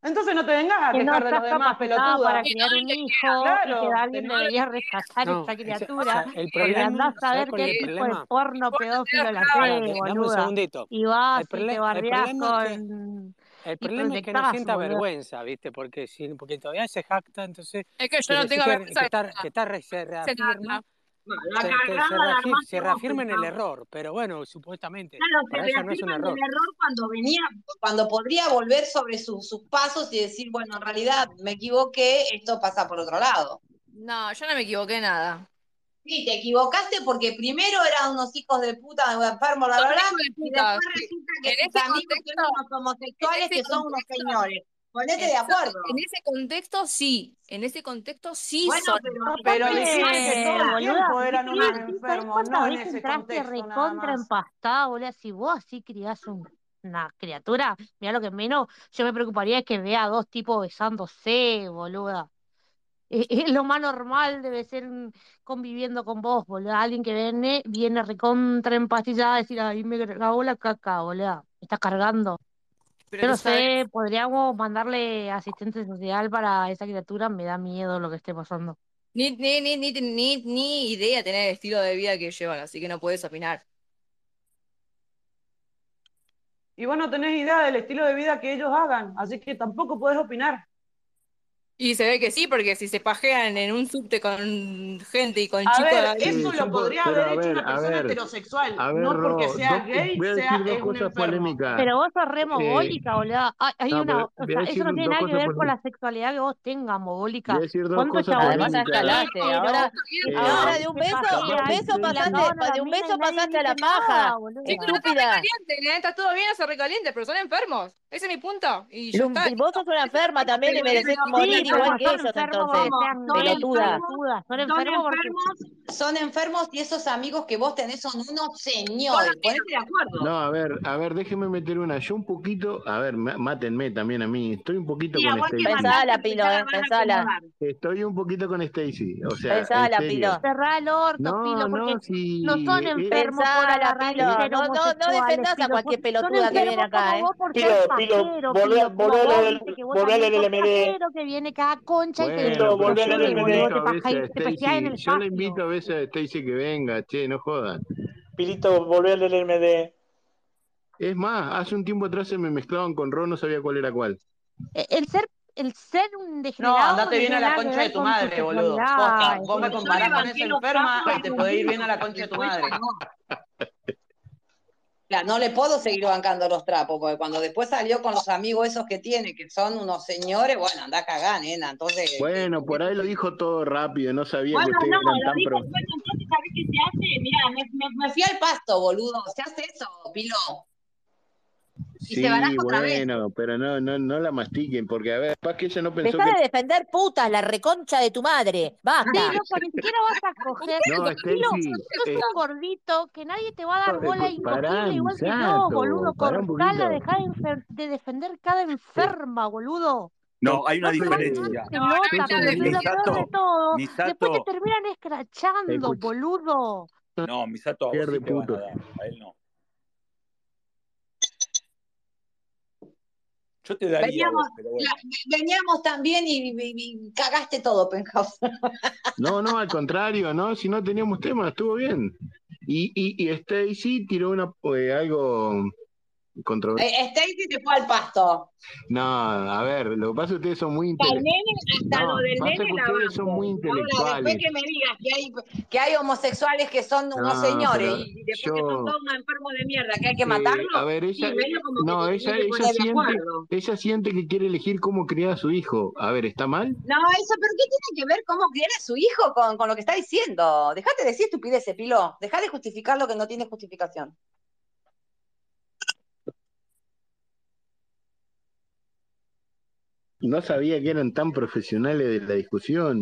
Speaker 10: Entonces no te vengas a
Speaker 9: Que no
Speaker 10: quejar de
Speaker 9: estás
Speaker 10: los demás,
Speaker 9: capacitada
Speaker 10: pelotuda.
Speaker 9: para criar un hijo y que alguien
Speaker 10: tenés-
Speaker 9: debería rescatar
Speaker 10: No,
Speaker 9: esta
Speaker 10: ese-
Speaker 9: criatura.
Speaker 10: o sea, el
Speaker 9: porque
Speaker 10: problema-
Speaker 9: andás a
Speaker 10: ¿sabes
Speaker 9: ver
Speaker 10: cuál
Speaker 9: qué
Speaker 10: es el
Speaker 9: tipo
Speaker 10: problema?
Speaker 9: de porno pedófilo la
Speaker 10: Espérate,
Speaker 9: haces,
Speaker 10: dame un
Speaker 9: boluda.
Speaker 10: segundito.
Speaker 9: Y vas
Speaker 10: El
Speaker 9: y
Speaker 10: prole-
Speaker 9: te
Speaker 10: el
Speaker 9: bardeás
Speaker 10: problema es que-
Speaker 9: con...
Speaker 10: El
Speaker 9: y
Speaker 10: problema es que no
Speaker 9: proyectás,
Speaker 10: sienta
Speaker 9: boluda.
Speaker 10: vergüenza, ¿viste? Porque, si, porque todavía se jacta, entonces.
Speaker 7: Es que yo
Speaker 10: quiere
Speaker 7: no
Speaker 10: decir
Speaker 7: tengo
Speaker 10: que, que
Speaker 7: vergüenza de
Speaker 10: está,
Speaker 7: nada.
Speaker 10: que está re- se
Speaker 7: Se
Speaker 10: reafirma.
Speaker 7: trata.
Speaker 10: Se, se- se reafir- se reafirma en el error, pero bueno, supuestamente,
Speaker 3: Claro, se
Speaker 10: para ella no es un
Speaker 3: reafirman del
Speaker 10: error.
Speaker 3: error cuando venía, cuando podría volver sobre su- sus pasos y decir, bueno, en realidad me equivoqué, esto pasa por otro lado.
Speaker 7: No, yo no me equivoqué nada.
Speaker 3: Sí, te equivocaste porque primero eran unos hijos de puta, enfermos, bla, bla,
Speaker 7: Son
Speaker 3: bla,
Speaker 7: hijos de
Speaker 3: y
Speaker 7: puta,
Speaker 3: después
Speaker 7: sí.
Speaker 3: resulta que
Speaker 7: En
Speaker 3: tus
Speaker 7: ese
Speaker 3: amigos son
Speaker 7: contexto-
Speaker 3: unos homosexuales
Speaker 7: en
Speaker 3: que
Speaker 7: ese
Speaker 3: son unos
Speaker 7: contexto-
Speaker 3: señores. Ponete de
Speaker 7: Exacto,
Speaker 3: acuerdo.
Speaker 7: En ese contexto sí, en ese contexto sí
Speaker 3: Bueno,
Speaker 7: son.
Speaker 3: pero
Speaker 10: Pero
Speaker 9: Aparte,
Speaker 10: decirle que todo el
Speaker 9: boluda,
Speaker 10: tiempo eran unos
Speaker 9: sí, sí, ¿sabes
Speaker 10: enfermos,
Speaker 9: cuántas
Speaker 10: no en
Speaker 9: veces
Speaker 10: ese
Speaker 9: entraste
Speaker 10: contexto nada
Speaker 9: recontra
Speaker 10: más.
Speaker 9: empastada, boluda? Si vos así criás un- una criatura, mira lo que menos yo me preocuparía es que vea a dos tipos besándose, boluda. Es, es lo más normal debe ser un- conviviendo con vos, boluda. Alguien que viene, viene recontra empastillada a decir, ahí me cagó la caca, boluda. Me está cargando.
Speaker 7: Pero
Speaker 9: Yo
Speaker 7: tú
Speaker 9: no
Speaker 7: sabes,
Speaker 9: sé, podríamos mandarle asistente social para esa criatura, me da miedo lo que esté pasando.
Speaker 7: ni, ni, ni, ni, ni, ni idea tener el estilo de vida que llevan, así que no puedes opinar.
Speaker 10: Y vos no tenés idea del estilo de vida que ellos hagan, así que tampoco podés opinar.
Speaker 7: Y se ve que sí, porque si se pajean en un subte con gente y con
Speaker 10: A
Speaker 7: chicos.
Speaker 10: ver,
Speaker 1: Sí,
Speaker 10: eso lo
Speaker 1: yo por-
Speaker 10: podría
Speaker 1: pero
Speaker 10: haber
Speaker 1: a
Speaker 10: hecho
Speaker 1: ver,
Speaker 10: una
Speaker 1: a
Speaker 10: persona
Speaker 1: ver,
Speaker 10: heterosexual,
Speaker 1: a ver,
Speaker 10: no porque
Speaker 1: Ro,
Speaker 10: sea
Speaker 1: do-
Speaker 10: gay,
Speaker 1: voy a
Speaker 10: sea
Speaker 1: decir dos
Speaker 10: es un
Speaker 1: cosas
Speaker 10: enfermo.
Speaker 1: polémicas.
Speaker 9: Pero vos sos re
Speaker 1: Eh,
Speaker 9: mogólica, boluda. Hay, hay
Speaker 1: no,
Speaker 9: una,
Speaker 1: pero
Speaker 9: o
Speaker 1: voy a
Speaker 9: sea, eso
Speaker 1: decir
Speaker 9: no tiene
Speaker 1: dos
Speaker 9: nada que
Speaker 1: cosas
Speaker 9: ver con
Speaker 1: polémicas.
Speaker 9: la sexualidad que vos tengas, mogólica.
Speaker 1: Voy a decir dos cosas
Speaker 9: ¿Cuántos chaboncitos
Speaker 8: Además
Speaker 1: polémicas.
Speaker 8: escalaste,
Speaker 9: heteros
Speaker 8: ahora,
Speaker 9: se
Speaker 1: Eh,
Speaker 8: ahora
Speaker 9: van,
Speaker 8: de un beso, de
Speaker 9: se
Speaker 8: un
Speaker 1: capaz
Speaker 9: pajean,
Speaker 8: beso
Speaker 9: se la
Speaker 8: pasaste,
Speaker 9: toman a
Speaker 8: pa-
Speaker 9: la
Speaker 8: de un
Speaker 9: mina
Speaker 8: beso
Speaker 9: y nadie
Speaker 8: pasaste a
Speaker 9: dice
Speaker 8: la
Speaker 9: nada,
Speaker 8: paja,
Speaker 7: Chicos,
Speaker 9: boluda.
Speaker 7: no se
Speaker 8: estúpida.
Speaker 7: recalienten, ¿eh? está todo bien, no se recalienten, pero son enfermos. Ese es mi punto. Y ya
Speaker 8: Lu-
Speaker 7: está,
Speaker 8: y Vos
Speaker 7: listo.
Speaker 8: sos una
Speaker 7: Ese es
Speaker 8: enferma
Speaker 7: mi
Speaker 8: también y
Speaker 7: punto.
Speaker 3: Pero,
Speaker 8: mereces morir
Speaker 3: pero
Speaker 8: igual que
Speaker 9: Sí, pero son
Speaker 8: ellos
Speaker 9: enfermos porque
Speaker 8: entonces,
Speaker 3: ¿cómo?
Speaker 9: sean
Speaker 3: Son
Speaker 9: gays,
Speaker 8: pelotuda.
Speaker 3: enfermos,
Speaker 9: pelotudas. Son
Speaker 3: son
Speaker 9: enfermos porque
Speaker 3: enfermos, son enfermos y esos amigos que vos tenés son unos
Speaker 7: Son
Speaker 3: señores.
Speaker 7: amigos.
Speaker 3: Ponete de acuerdo.
Speaker 1: No, a ver, a ver, déjeme meter una. Yo un poquito, a ver, ma- mátenme también a mí. Estoy un poquito
Speaker 3: Sí, a
Speaker 1: con este
Speaker 3: vos que
Speaker 1: Stacy.
Speaker 3: mataste,
Speaker 8: Pensala,
Speaker 3: pues
Speaker 8: Pilo,
Speaker 3: ya la
Speaker 8: eh,
Speaker 3: van a
Speaker 8: pensala.
Speaker 3: acomodar.
Speaker 1: Estoy un poquito con Stacy. O sea, en
Speaker 8: Pensala,
Speaker 1: serio.
Speaker 8: Pilo.
Speaker 9: cerrá el orto,
Speaker 1: No,
Speaker 9: Pilo, porque
Speaker 1: no, Eh,
Speaker 9: no son
Speaker 1: si es,
Speaker 9: enfermos por
Speaker 8: Pensala,
Speaker 9: agarrar y
Speaker 8: Pilo.
Speaker 1: es-
Speaker 9: ser
Speaker 8: No, no, no
Speaker 9: homosexuales,
Speaker 8: defendás a
Speaker 9: Pilo. por-
Speaker 8: cualquier
Speaker 9: son
Speaker 8: pelotuda que viene
Speaker 9: enfermos
Speaker 8: acá,
Speaker 9: como
Speaker 8: ¿eh?
Speaker 9: vos por
Speaker 6: Pilo,
Speaker 9: ser
Speaker 6: Pilo,
Speaker 9: pajero,
Speaker 6: volvé,
Speaker 9: Pilo. Como
Speaker 6: volvé a lo
Speaker 9: vos
Speaker 6: del,
Speaker 9: dices que vos
Speaker 6: volvé a lo
Speaker 9: también
Speaker 6: del
Speaker 9: sos
Speaker 6: MD.
Speaker 9: pajero, que viene cada concha y te
Speaker 1: Bueno,
Speaker 6: Pilo,
Speaker 1: pero
Speaker 6: volvé a lo
Speaker 1: yo
Speaker 6: del
Speaker 9: playé,
Speaker 1: le
Speaker 9: boludo.
Speaker 6: MD.
Speaker 1: invito
Speaker 9: Te,
Speaker 1: a veces
Speaker 9: pajeás
Speaker 1: a
Speaker 9: te pajeás en
Speaker 1: Stacy.
Speaker 9: el
Speaker 1: Yo le
Speaker 9: patio.
Speaker 1: invito a veces a Stacy que venga, che, no jodan.
Speaker 6: Pilito, volvé a lo del MD.
Speaker 1: Es más, hace un tiempo atrás se me mezclaban con Ron, no sabía cuál era cuál.
Speaker 9: E- El ser, el ser un
Speaker 10: No,
Speaker 9: degenerado no
Speaker 10: andate bien
Speaker 9: tiene
Speaker 10: a la
Speaker 9: nada que
Speaker 10: concha de
Speaker 9: ver
Speaker 10: tu
Speaker 9: con tu
Speaker 10: madre, boludo. Posta,
Speaker 9: sexualidad.
Speaker 10: vos
Speaker 9: Eso
Speaker 10: me
Speaker 9: no
Speaker 3: Yo
Speaker 10: comparás
Speaker 3: le
Speaker 10: con
Speaker 9: tiene.
Speaker 10: esa
Speaker 3: banqué los
Speaker 10: enferma
Speaker 3: cajos
Speaker 10: y
Speaker 3: a
Speaker 10: te
Speaker 3: tu
Speaker 10: podés ir bien
Speaker 3: amigo,
Speaker 10: a la concha de tu
Speaker 3: después
Speaker 10: madre.
Speaker 3: a vos. Claro, no le puedo seguir bancando los trapos, porque cuando después salió con los amigos esos que tiene, que son unos señores, bueno, anda a cagar, nena. Entonces, eh,
Speaker 1: Bueno, por ahí lo dijo todo rápido, no sabía que
Speaker 3: bueno, no,
Speaker 1: ustedes eran
Speaker 3: lo
Speaker 1: tan
Speaker 3: dijo,
Speaker 1: pro.
Speaker 3: bueno, entonces, ¿sabés qué se hace? Mira, me, me- me fui al pasto, boludo. Se hace eso, Pilo. Y se baraja
Speaker 1: Sí,
Speaker 3: otra vez.
Speaker 1: bueno, pero no, no, no la mastiquen, porque a ver, capaz que ella no pensó
Speaker 8: Dejá
Speaker 1: que.
Speaker 8: de defender putas, la reconcha de tu madre. Basta.
Speaker 9: Pilo, que ni siquiera vas a coger.
Speaker 7: Ustedes
Speaker 1: No,
Speaker 7: son
Speaker 9: Pilo,
Speaker 1: Stacy,
Speaker 9: sos
Speaker 1: eh,
Speaker 9: un gordito que nadie te va a dar bola,
Speaker 1: pará
Speaker 9: incogible
Speaker 1: un
Speaker 9: igual que yo, boludo.
Speaker 1: rato, pará un poquito.
Speaker 9: Cortala, dejá de, enfer- de defender cada
Speaker 1: Eh,
Speaker 9: enferma, boludo.
Speaker 2: No, hay
Speaker 9: No
Speaker 2: una
Speaker 9: se dan
Speaker 2: diferencia.
Speaker 9: de
Speaker 1: Totalmente,
Speaker 7: no
Speaker 9: pelota,
Speaker 7: está
Speaker 9: boludo. Y lo peor de
Speaker 2: Misato,
Speaker 9: todo, después te
Speaker 2: Misato,
Speaker 9: terminan escrachando,
Speaker 1: escucha,
Speaker 9: boludo.
Speaker 2: no, Misato, a vos sí
Speaker 1: pierde
Speaker 2: te van a
Speaker 1: puto.
Speaker 2: dar, a él no. Yo te daría a
Speaker 3: Veníamos,
Speaker 2: vos, pero
Speaker 3: la-
Speaker 2: bueno.
Speaker 3: veníamos también y, y- y cagaste todo, Penhouse.
Speaker 1: No, no, al contrario, no, si no teníamos tema, estuvo bien. Y, y, y Stacy tiró una, eh, algo controversial.
Speaker 3: Eh, Stacy se fue al pasto.
Speaker 1: No, a ver, lo que pasa es que ustedes son muy
Speaker 3: Al
Speaker 1: intelectuales.
Speaker 3: nene, hasta lo
Speaker 1: No,
Speaker 3: del
Speaker 1: pasa
Speaker 3: nene
Speaker 1: que
Speaker 3: la
Speaker 1: ustedes son muy
Speaker 3: banco. Ahora, después
Speaker 1: intelectuales.
Speaker 3: que me digas que hay, que hay homosexuales que son unos
Speaker 1: No,
Speaker 3: señores
Speaker 1: Ah, pero
Speaker 3: y, y después que son
Speaker 1: yo,
Speaker 3: todos unos enfermos de mierda que hay que
Speaker 1: eh, a
Speaker 3: matarlos,
Speaker 1: ver, ella,
Speaker 3: y medio como que
Speaker 1: no,
Speaker 3: te tenés
Speaker 1: ella,
Speaker 3: que
Speaker 1: ella
Speaker 3: poner de
Speaker 1: siente,
Speaker 3: acuerdo.
Speaker 1: ella siente que quiere elegir cómo criar a su hijo. A ver, ¿está mal?
Speaker 3: No, eso, pero ¿qué tiene que ver cómo criar a su hijo con, con lo que está diciendo? Dejate de decir estupideces, Pilo. Dejá de justificar lo que no tiene justificación.
Speaker 1: No sabía que eran tan profesionales de la discusión.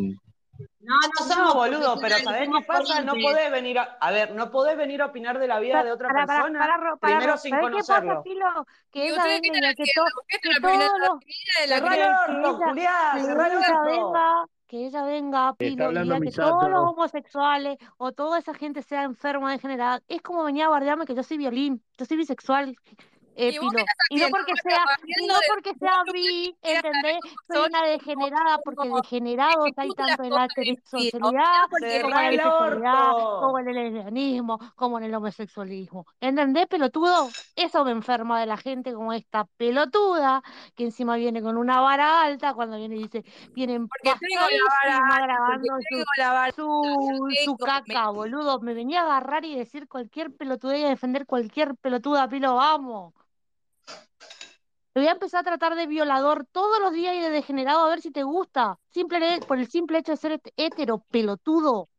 Speaker 3: No, no somos
Speaker 10: No, boludo, pero
Speaker 3: profesionales,
Speaker 10: ¿sabés qué
Speaker 3: somos
Speaker 10: pasa? No
Speaker 3: oyentes.
Speaker 10: podés venir a. A ver, no podés venir a opinar de la vida de otra
Speaker 9: Pará, pará,
Speaker 10: persona
Speaker 9: pará, Ro, pará,
Speaker 10: primero
Speaker 9: Ro.
Speaker 10: sin
Speaker 9: ¿Sabés
Speaker 10: conocerlo.
Speaker 9: ¿Qué pasa, Filo? Que
Speaker 11: Y
Speaker 9: ella
Speaker 11: ustedes
Speaker 9: venga
Speaker 11: quitan
Speaker 9: y que,
Speaker 11: el
Speaker 9: to-
Speaker 11: diálogo,
Speaker 9: que
Speaker 11: quitan la
Speaker 9: todos
Speaker 11: primera de la Cerrá el
Speaker 9: los- que- que
Speaker 10: orto,
Speaker 9: ella-
Speaker 10: Juliá,
Speaker 9: que
Speaker 10: cerrá el
Speaker 9: ella
Speaker 10: orto.
Speaker 9: venga, que ella venga, Pilo, y
Speaker 1: hablando
Speaker 9: diga que
Speaker 1: Misato.
Speaker 9: todos los homosexuales o toda esa gente sea enferma de general. Es como venía a bardearme que yo soy violín, yo soy bisexual. eh,
Speaker 11: Y vos
Speaker 9: Pilo,
Speaker 11: me estás
Speaker 9: y no
Speaker 11: haciendo,
Speaker 9: porque
Speaker 11: me estás
Speaker 9: sea, y
Speaker 11: bardeando
Speaker 9: no
Speaker 11: de-
Speaker 9: porque sea
Speaker 11: tú
Speaker 9: bi,
Speaker 11: quieras
Speaker 9: ¿entendés? Soy
Speaker 11: soy
Speaker 9: una degenerada porque degenerados
Speaker 11: discute
Speaker 9: hay
Speaker 11: las
Speaker 9: tanto en la
Speaker 11: cosas del
Speaker 9: heterosexualidad
Speaker 11: porque-
Speaker 9: como en la
Speaker 10: Cerrá el
Speaker 9: bisexualidad, como
Speaker 10: orto.
Speaker 9: en el lesbianismo, como en el homosexualismo. ¿Entendés, pelotudo? Eso me enferma de la gente como esta pelotuda que encima viene con una vara alta cuando viene y dice, vienen
Speaker 11: Porque tengo la vara
Speaker 9: pasadísima
Speaker 11: alta, porque
Speaker 9: grabando
Speaker 11: tengo
Speaker 9: su,
Speaker 11: la vara
Speaker 9: su,
Speaker 11: alta,
Speaker 9: su
Speaker 11: tengo-
Speaker 9: caca, boludo. Me venía a agarrar y decir cualquier pelotuda y a defender cualquier pelotuda, pilo, vamos. Te voy a empezar a tratar de violador todos los días y de degenerado a ver si te gusta. Simple, por el simple hecho de ser het- hetero, pelotudo.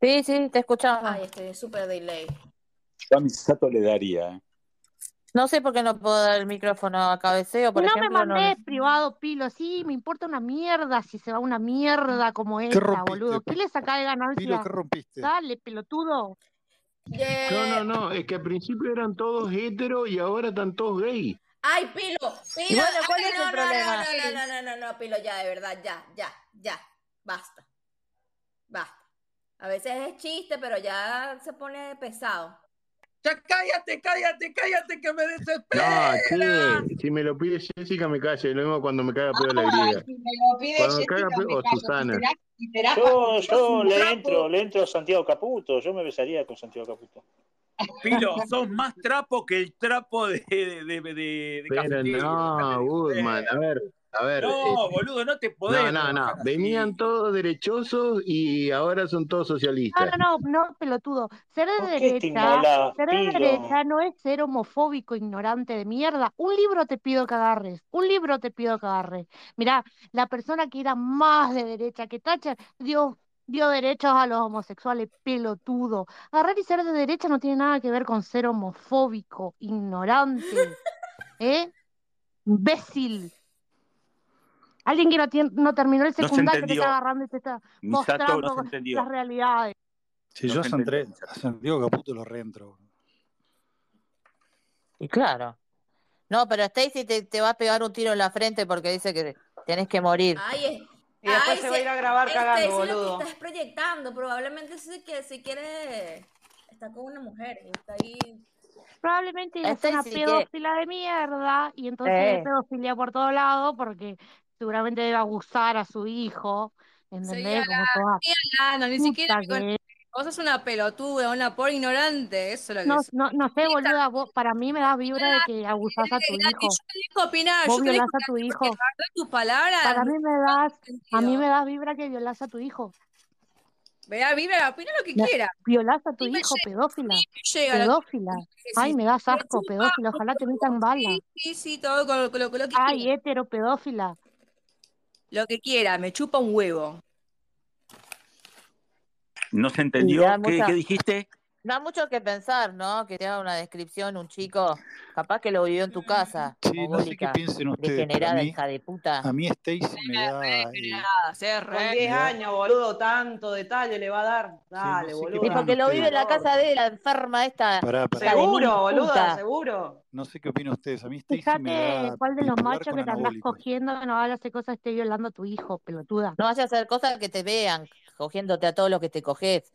Speaker 8: Sí, sí, te escuchamos.
Speaker 7: Ay, este súper delay.
Speaker 2: Yo a Misato le daría. ¿eh?
Speaker 8: No sé por qué no puedo dar el micrófono a cabeceo, por
Speaker 9: No me
Speaker 8: ejemplo.
Speaker 9: mandé
Speaker 8: No...
Speaker 9: privado, Pilo. Sí, me importa una mierda si se va una mierda como esta,
Speaker 12: rompiste,
Speaker 9: boludo. ¿Qué le saca de ganancia?
Speaker 12: Pilo, ¿qué rompiste?
Speaker 9: Dale, pelotudo.
Speaker 1: No, no, no, es que al principio eran todos heteros y ahora están todos gay.
Speaker 13: Ay, Pilo,
Speaker 8: Y
Speaker 13: Pilo,
Speaker 8: bueno, ¿cuál
Speaker 13: ay,
Speaker 8: es
Speaker 13: no,
Speaker 8: el
Speaker 13: no,
Speaker 8: problema?
Speaker 13: no, no, no, no, no, no, Pilo, ya, de verdad, ya, ya, ya, basta, basta. A veces es chiste, pero ya se pone pesado.
Speaker 14: Ya cállate, cállate, cállate, que me
Speaker 1: No,
Speaker 14: desespera.
Speaker 1: che, si me lo pide Jessica me callo, lo mismo cuando me caga pedo la griega.
Speaker 3: Si me lo pide
Speaker 1: Cuando me
Speaker 3: Jessica,
Speaker 1: caga
Speaker 3: me
Speaker 1: pedo, o
Speaker 3: callo.
Speaker 1: Susana.
Speaker 3: Si será- si será
Speaker 6: Yo,
Speaker 3: fastidioso
Speaker 6: yo
Speaker 3: un
Speaker 6: le
Speaker 3: rato.
Speaker 6: entro, le entro a Santiago Caputo, yo me besaría con Santiago Caputo.
Speaker 14: Pilo, sos más trapo que el trapo de, de, de, de, de
Speaker 1: Pero
Speaker 14: cafetero.
Speaker 1: no, Goodman, a ver, a ver.
Speaker 14: No,
Speaker 1: eh,
Speaker 14: boludo, no te podés.
Speaker 1: no, no, no,
Speaker 14: manejar así.
Speaker 1: venían todos derechosos y ahora son todos
Speaker 9: No,
Speaker 1: socialistas.
Speaker 9: no, no, no, pelotudo. Ser de
Speaker 6: ¿Por qué este te
Speaker 9: derecha,
Speaker 6: inmolás,
Speaker 9: ser de
Speaker 6: Pilo?
Speaker 9: derecha no es ser homofóbico, ignorante de mierda. Un libro te pido que agarres, un libro te pido que agarres. Mirá, la persona que era más de derecha que Thatcher dio, dio derechos a los homosexuales, pelotudo. Agarrar y ser de derecha no tiene nada que ver con ser homofóbico, ignorante, ¿eh? Imbécil. Alguien que no, tien- no terminó el
Speaker 2: se
Speaker 9: secundario que te
Speaker 2: entendió.
Speaker 9: está agarrando y te está
Speaker 2: Misato no se
Speaker 9: mostrando
Speaker 2: entendió.
Speaker 9: las realidades.
Speaker 12: Si
Speaker 2: No
Speaker 12: yo a
Speaker 2: se
Speaker 12: Santre- a Santiago Caputo lo reentro.
Speaker 8: Y claro. No, pero Stacy te, te va a pegar un tiro en la frente porque dice que tenés que morir.
Speaker 13: Ay, es-
Speaker 10: Y después
Speaker 13: ay,
Speaker 10: se va a ir a grabar
Speaker 13: este
Speaker 10: cagando,
Speaker 13: es lo
Speaker 10: boludo.
Speaker 13: que estás proyectando, probablemente sí que si quiere está con una mujer y está ahí.
Speaker 9: Probablemente es
Speaker 8: Stacy,
Speaker 9: una
Speaker 8: ¿qué?
Speaker 9: pedófila de mierda y entonces
Speaker 8: Eh.
Speaker 9: hay pedofilia por todo lado porque seguramente debe abusar a su hijo, ¿entendés? Como toda
Speaker 7: no, ni siquiera
Speaker 9: puta
Speaker 7: me
Speaker 9: que
Speaker 7: conoces. Vos sos una pelotuda, una por ignorante, eso es lo que
Speaker 9: no,
Speaker 7: sos.
Speaker 9: no, no sé, boluda, vos, para mí me da vibra de que abusás a tu
Speaker 7: Gratis,
Speaker 9: hijo,
Speaker 7: Yo te dejo opinar,
Speaker 9: vos
Speaker 7: yo te dejo
Speaker 9: violás a tu
Speaker 7: opinar porque
Speaker 9: hijo,
Speaker 7: la verdad tus palabras
Speaker 9: para
Speaker 7: no
Speaker 9: mí me das,
Speaker 7: tienen
Speaker 9: a mí
Speaker 7: sentido.
Speaker 9: me da vibra que violás a tu hijo,
Speaker 7: Verá, vibra, opina lo que
Speaker 9: Me-
Speaker 7: quiera.
Speaker 9: violás a tu
Speaker 7: Y me
Speaker 9: hijo,
Speaker 7: llega,
Speaker 9: pedófila,
Speaker 7: sí, me llega lo que
Speaker 9: pedófila,
Speaker 7: que
Speaker 9: ay,
Speaker 7: decís.
Speaker 9: me das
Speaker 7: Me
Speaker 9: asco,
Speaker 7: chupa
Speaker 9: pedófila,
Speaker 7: un
Speaker 9: ojalá te
Speaker 7: huevo.
Speaker 9: metan bala,
Speaker 7: Sí, sí, sí, todo con lo, con lo- con lo que quiera.
Speaker 9: ay, hetero, pedófila.
Speaker 7: Lo que quiera, me chupa un huevo.
Speaker 2: ¿No se
Speaker 8: Y
Speaker 2: entendió?
Speaker 8: da
Speaker 2: ¿Qué,
Speaker 8: mucha,
Speaker 2: qué dijiste?
Speaker 8: da mucho que pensar, ¿no? Que te haga una descripción un chico, capaz que lo vivió en tu casa,
Speaker 12: Sí, no sé qué
Speaker 8: mogólica,
Speaker 12: piensen ustedes, pero a
Speaker 8: degenerada,
Speaker 12: mí,
Speaker 8: hija de puta.
Speaker 12: a mí Stacy me da... eh,
Speaker 7: Ah, se re-
Speaker 10: Con 10
Speaker 12: me da-
Speaker 10: años, boludo, tanto detalle le va a dar. Dale,
Speaker 12: sé qué
Speaker 8: Y
Speaker 10: boluda.
Speaker 12: opinan
Speaker 8: porque lo vive en la
Speaker 10: Por
Speaker 8: casa
Speaker 10: favor.
Speaker 8: de la enferma esta,
Speaker 12: Pará, pará.
Speaker 8: hija de mil
Speaker 10: Seguro, boluda,
Speaker 8: puta.
Speaker 10: seguro.
Speaker 12: No sé qué opinan ustedes. A mí Stacy me
Speaker 9: Fíjate
Speaker 12: da
Speaker 9: cuál de los
Speaker 12: bipolar
Speaker 9: machos
Speaker 12: con
Speaker 9: que te andás
Speaker 12: anabólicos.
Speaker 9: cogiendo que no vaya a hacer cosas esté violando a tu hijo, pelotuda.
Speaker 8: No vayas a hacer cosas que te vean, cogiéndote a todos los que te coges,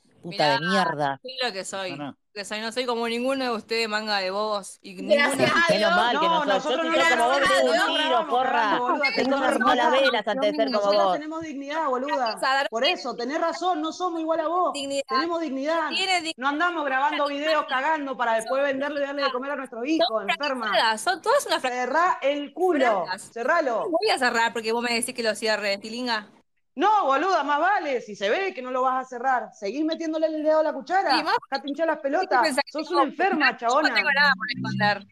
Speaker 7: Mirá,
Speaker 8: puta de mierda.
Speaker 7: soy lo que soy.
Speaker 12: Susana,
Speaker 7: Lo que soy, no soy como ninguno de ustedes, manga de bobos. Y
Speaker 13: Gracias
Speaker 7: ninguna.
Speaker 13: a
Speaker 8: Menos
Speaker 13: Dios.
Speaker 8: mal que
Speaker 10: No,
Speaker 8: no sos. Yo
Speaker 10: nosotros
Speaker 8: si
Speaker 10: no
Speaker 8: soy como vos,
Speaker 10: grabamos
Speaker 8: me pego un
Speaker 10: cagando,
Speaker 8: tiro,
Speaker 10: grabamos
Speaker 8: forra.
Speaker 10: cagando, boluda.
Speaker 8: Me
Speaker 10: Tenés
Speaker 8: como
Speaker 10: razón.
Speaker 8: hermano las
Speaker 9: Nosotros
Speaker 8: velas antes de ser como
Speaker 10: Nosotros
Speaker 8: vos.
Speaker 10: tenemos dignidad, boluda.
Speaker 7: Gracias a Dios,
Speaker 10: Por eso, tenés razón, no somos igual a vos.
Speaker 7: dignidad.
Speaker 10: Tenemos dignidad.
Speaker 7: Tiene dignidad.
Speaker 10: No andamos grabando videos cagando para después venderle y darle de comer a nuestro
Speaker 7: Son
Speaker 10: hijo, enferma.
Speaker 7: fracasadas, son todas unas
Speaker 10: Cerrá el culo,
Speaker 7: fracasadas. No
Speaker 10: cerralo.
Speaker 7: voy a cerrar porque vos me decís que lo cierre, tilinga.
Speaker 10: No, boluda, más vale. Si se ve que no lo vas a cerrar, seguís metiéndole el dedo a la
Speaker 7: Y
Speaker 10: cuchara.
Speaker 7: más-
Speaker 10: Dejá te hinchar las
Speaker 7: ¿Qué te
Speaker 10: pelotas.
Speaker 7: pensás que
Speaker 10: Sos una
Speaker 7: tengo que opinar?
Speaker 10: enferma,
Speaker 7: Yo no tengo
Speaker 10: chabona.
Speaker 7: nada por esconder.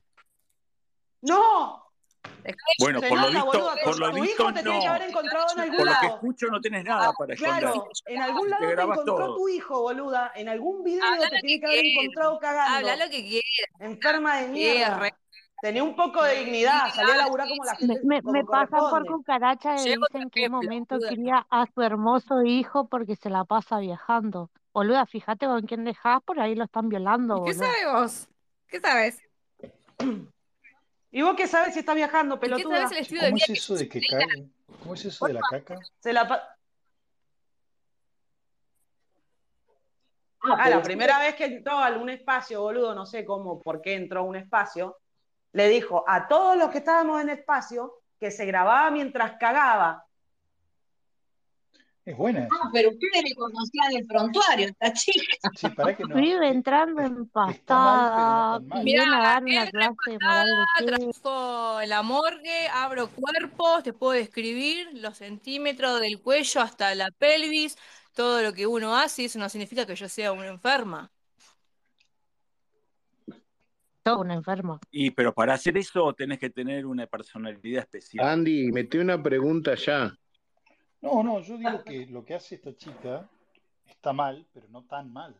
Speaker 10: ¡No!
Speaker 14: Bueno, por lo
Speaker 10: Fernanda,
Speaker 14: visto,
Speaker 10: boluda,
Speaker 14: por lo
Speaker 10: tu
Speaker 14: visto
Speaker 10: hijo te tiene que haber
Speaker 14: no.
Speaker 10: encontrado en algún
Speaker 14: Por lo que
Speaker 10: lado.
Speaker 14: escucho no tenés nada para esconder.
Speaker 10: Claro, en algún lado
Speaker 14: te
Speaker 10: te,
Speaker 14: grabas
Speaker 10: encontró
Speaker 14: todo.
Speaker 10: tu hijo, boluda. En algún video
Speaker 7: Habla
Speaker 10: te
Speaker 7: lo
Speaker 10: tiene
Speaker 7: que
Speaker 10: que haber
Speaker 7: quieras.
Speaker 10: encontrado cagando.
Speaker 7: Habla lo que quieras.
Speaker 10: Enferma de
Speaker 7: Sí,
Speaker 10: mierda.
Speaker 7: re-
Speaker 10: Tenía un poco de dignidad, salía a laburar como la
Speaker 9: Me,
Speaker 10: gente,
Speaker 9: me,
Speaker 10: como
Speaker 9: me pasan por
Speaker 10: corresponde.
Speaker 9: cucaracha y
Speaker 10: Llevo
Speaker 9: dicen qué momento
Speaker 10: boluda.
Speaker 9: cría a su hermoso hijo porque se la pasa viajando. Boluda, fíjate con quién dejás, por ahí lo están violando,
Speaker 7: ¿Qué
Speaker 9: boluda.
Speaker 7: sabes vos? ¿Qué sabes?
Speaker 10: ¿Y vos qué sabes si está viajando,
Speaker 7: ¿Y qué
Speaker 10: pelotuda?
Speaker 7: sabes el estilo de
Speaker 15: ¿Cómo
Speaker 7: vida
Speaker 15: es
Speaker 7: que
Speaker 15: eso de que caga? ¿Cómo es eso de la caca?
Speaker 10: Se la pa-
Speaker 15: Ah,
Speaker 10: Ah,
Speaker 15: pero
Speaker 10: la
Speaker 15: sí.
Speaker 10: primera vez que entró a algún espacio, boludo, no sé cómo, por qué entró a un espacio, le dijo a todos los que estábamos en el espacio que se grababa mientras cagaba.
Speaker 15: Es buena.
Speaker 3: Ah, pero ustedes le conocían el prontuario, esta chica.
Speaker 15: Sí, para que no.
Speaker 9: Vive entrando
Speaker 15: mal,
Speaker 7: Ah,
Speaker 9: empastada,
Speaker 15: pero no tan mal.
Speaker 9: viene a
Speaker 7: Mirá,
Speaker 9: dar una clase de moral de
Speaker 7: Ah,
Speaker 9: qué.
Speaker 7: trabajo en la morgue, abro cuerpos, te puedo describir los centímetros del cuello hasta la pelvis, todo lo que uno hace, y eso no significa que yo sea una enferma.
Speaker 9: Todo un enfermo.
Speaker 2: Y pero para hacer eso tenés que tener una personalidad especial.
Speaker 1: Andy, metí una pregunta ya.
Speaker 15: No, no, yo digo que lo que hace esta chica está mal, pero no tan mal.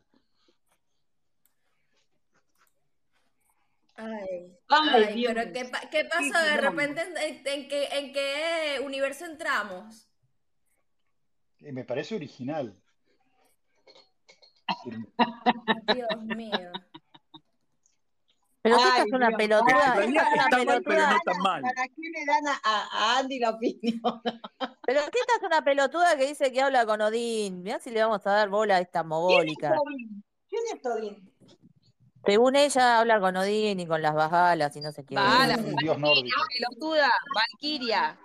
Speaker 13: Ay,
Speaker 15: Ay,
Speaker 13: ay,
Speaker 15: Dios.
Speaker 13: pero ¿qué, pa- qué
Speaker 15: Qué
Speaker 13: pasa de
Speaker 15: drama.
Speaker 13: repente? ¿En, en- en qué, en qué universo entramos?
Speaker 15: Eh, Me parece original. Pero-
Speaker 13: Dios mío.
Speaker 9: Pero si
Speaker 3: Ay,
Speaker 9: sos una
Speaker 3: Dios,
Speaker 9: pelotuda,
Speaker 3: para-
Speaker 9: si sos una
Speaker 3: ¿para qué le
Speaker 9: pelotuda.
Speaker 3: dan a- ¿Para qué le dan a, a- a Andy la opinión?
Speaker 8: Pero es que esta es una pelotuda que dice que habla con Odín. Mirá si le vamos a dar bola a esta
Speaker 3: ¿Quién es
Speaker 8: mogólica.
Speaker 3: Todín? ¿Quién es Todín?
Speaker 8: Según ella, habla con Odín y con las bajalas y no sé qué.
Speaker 7: Bala,
Speaker 15: Un dios nórdico.
Speaker 7: pelotuda, Valquiria.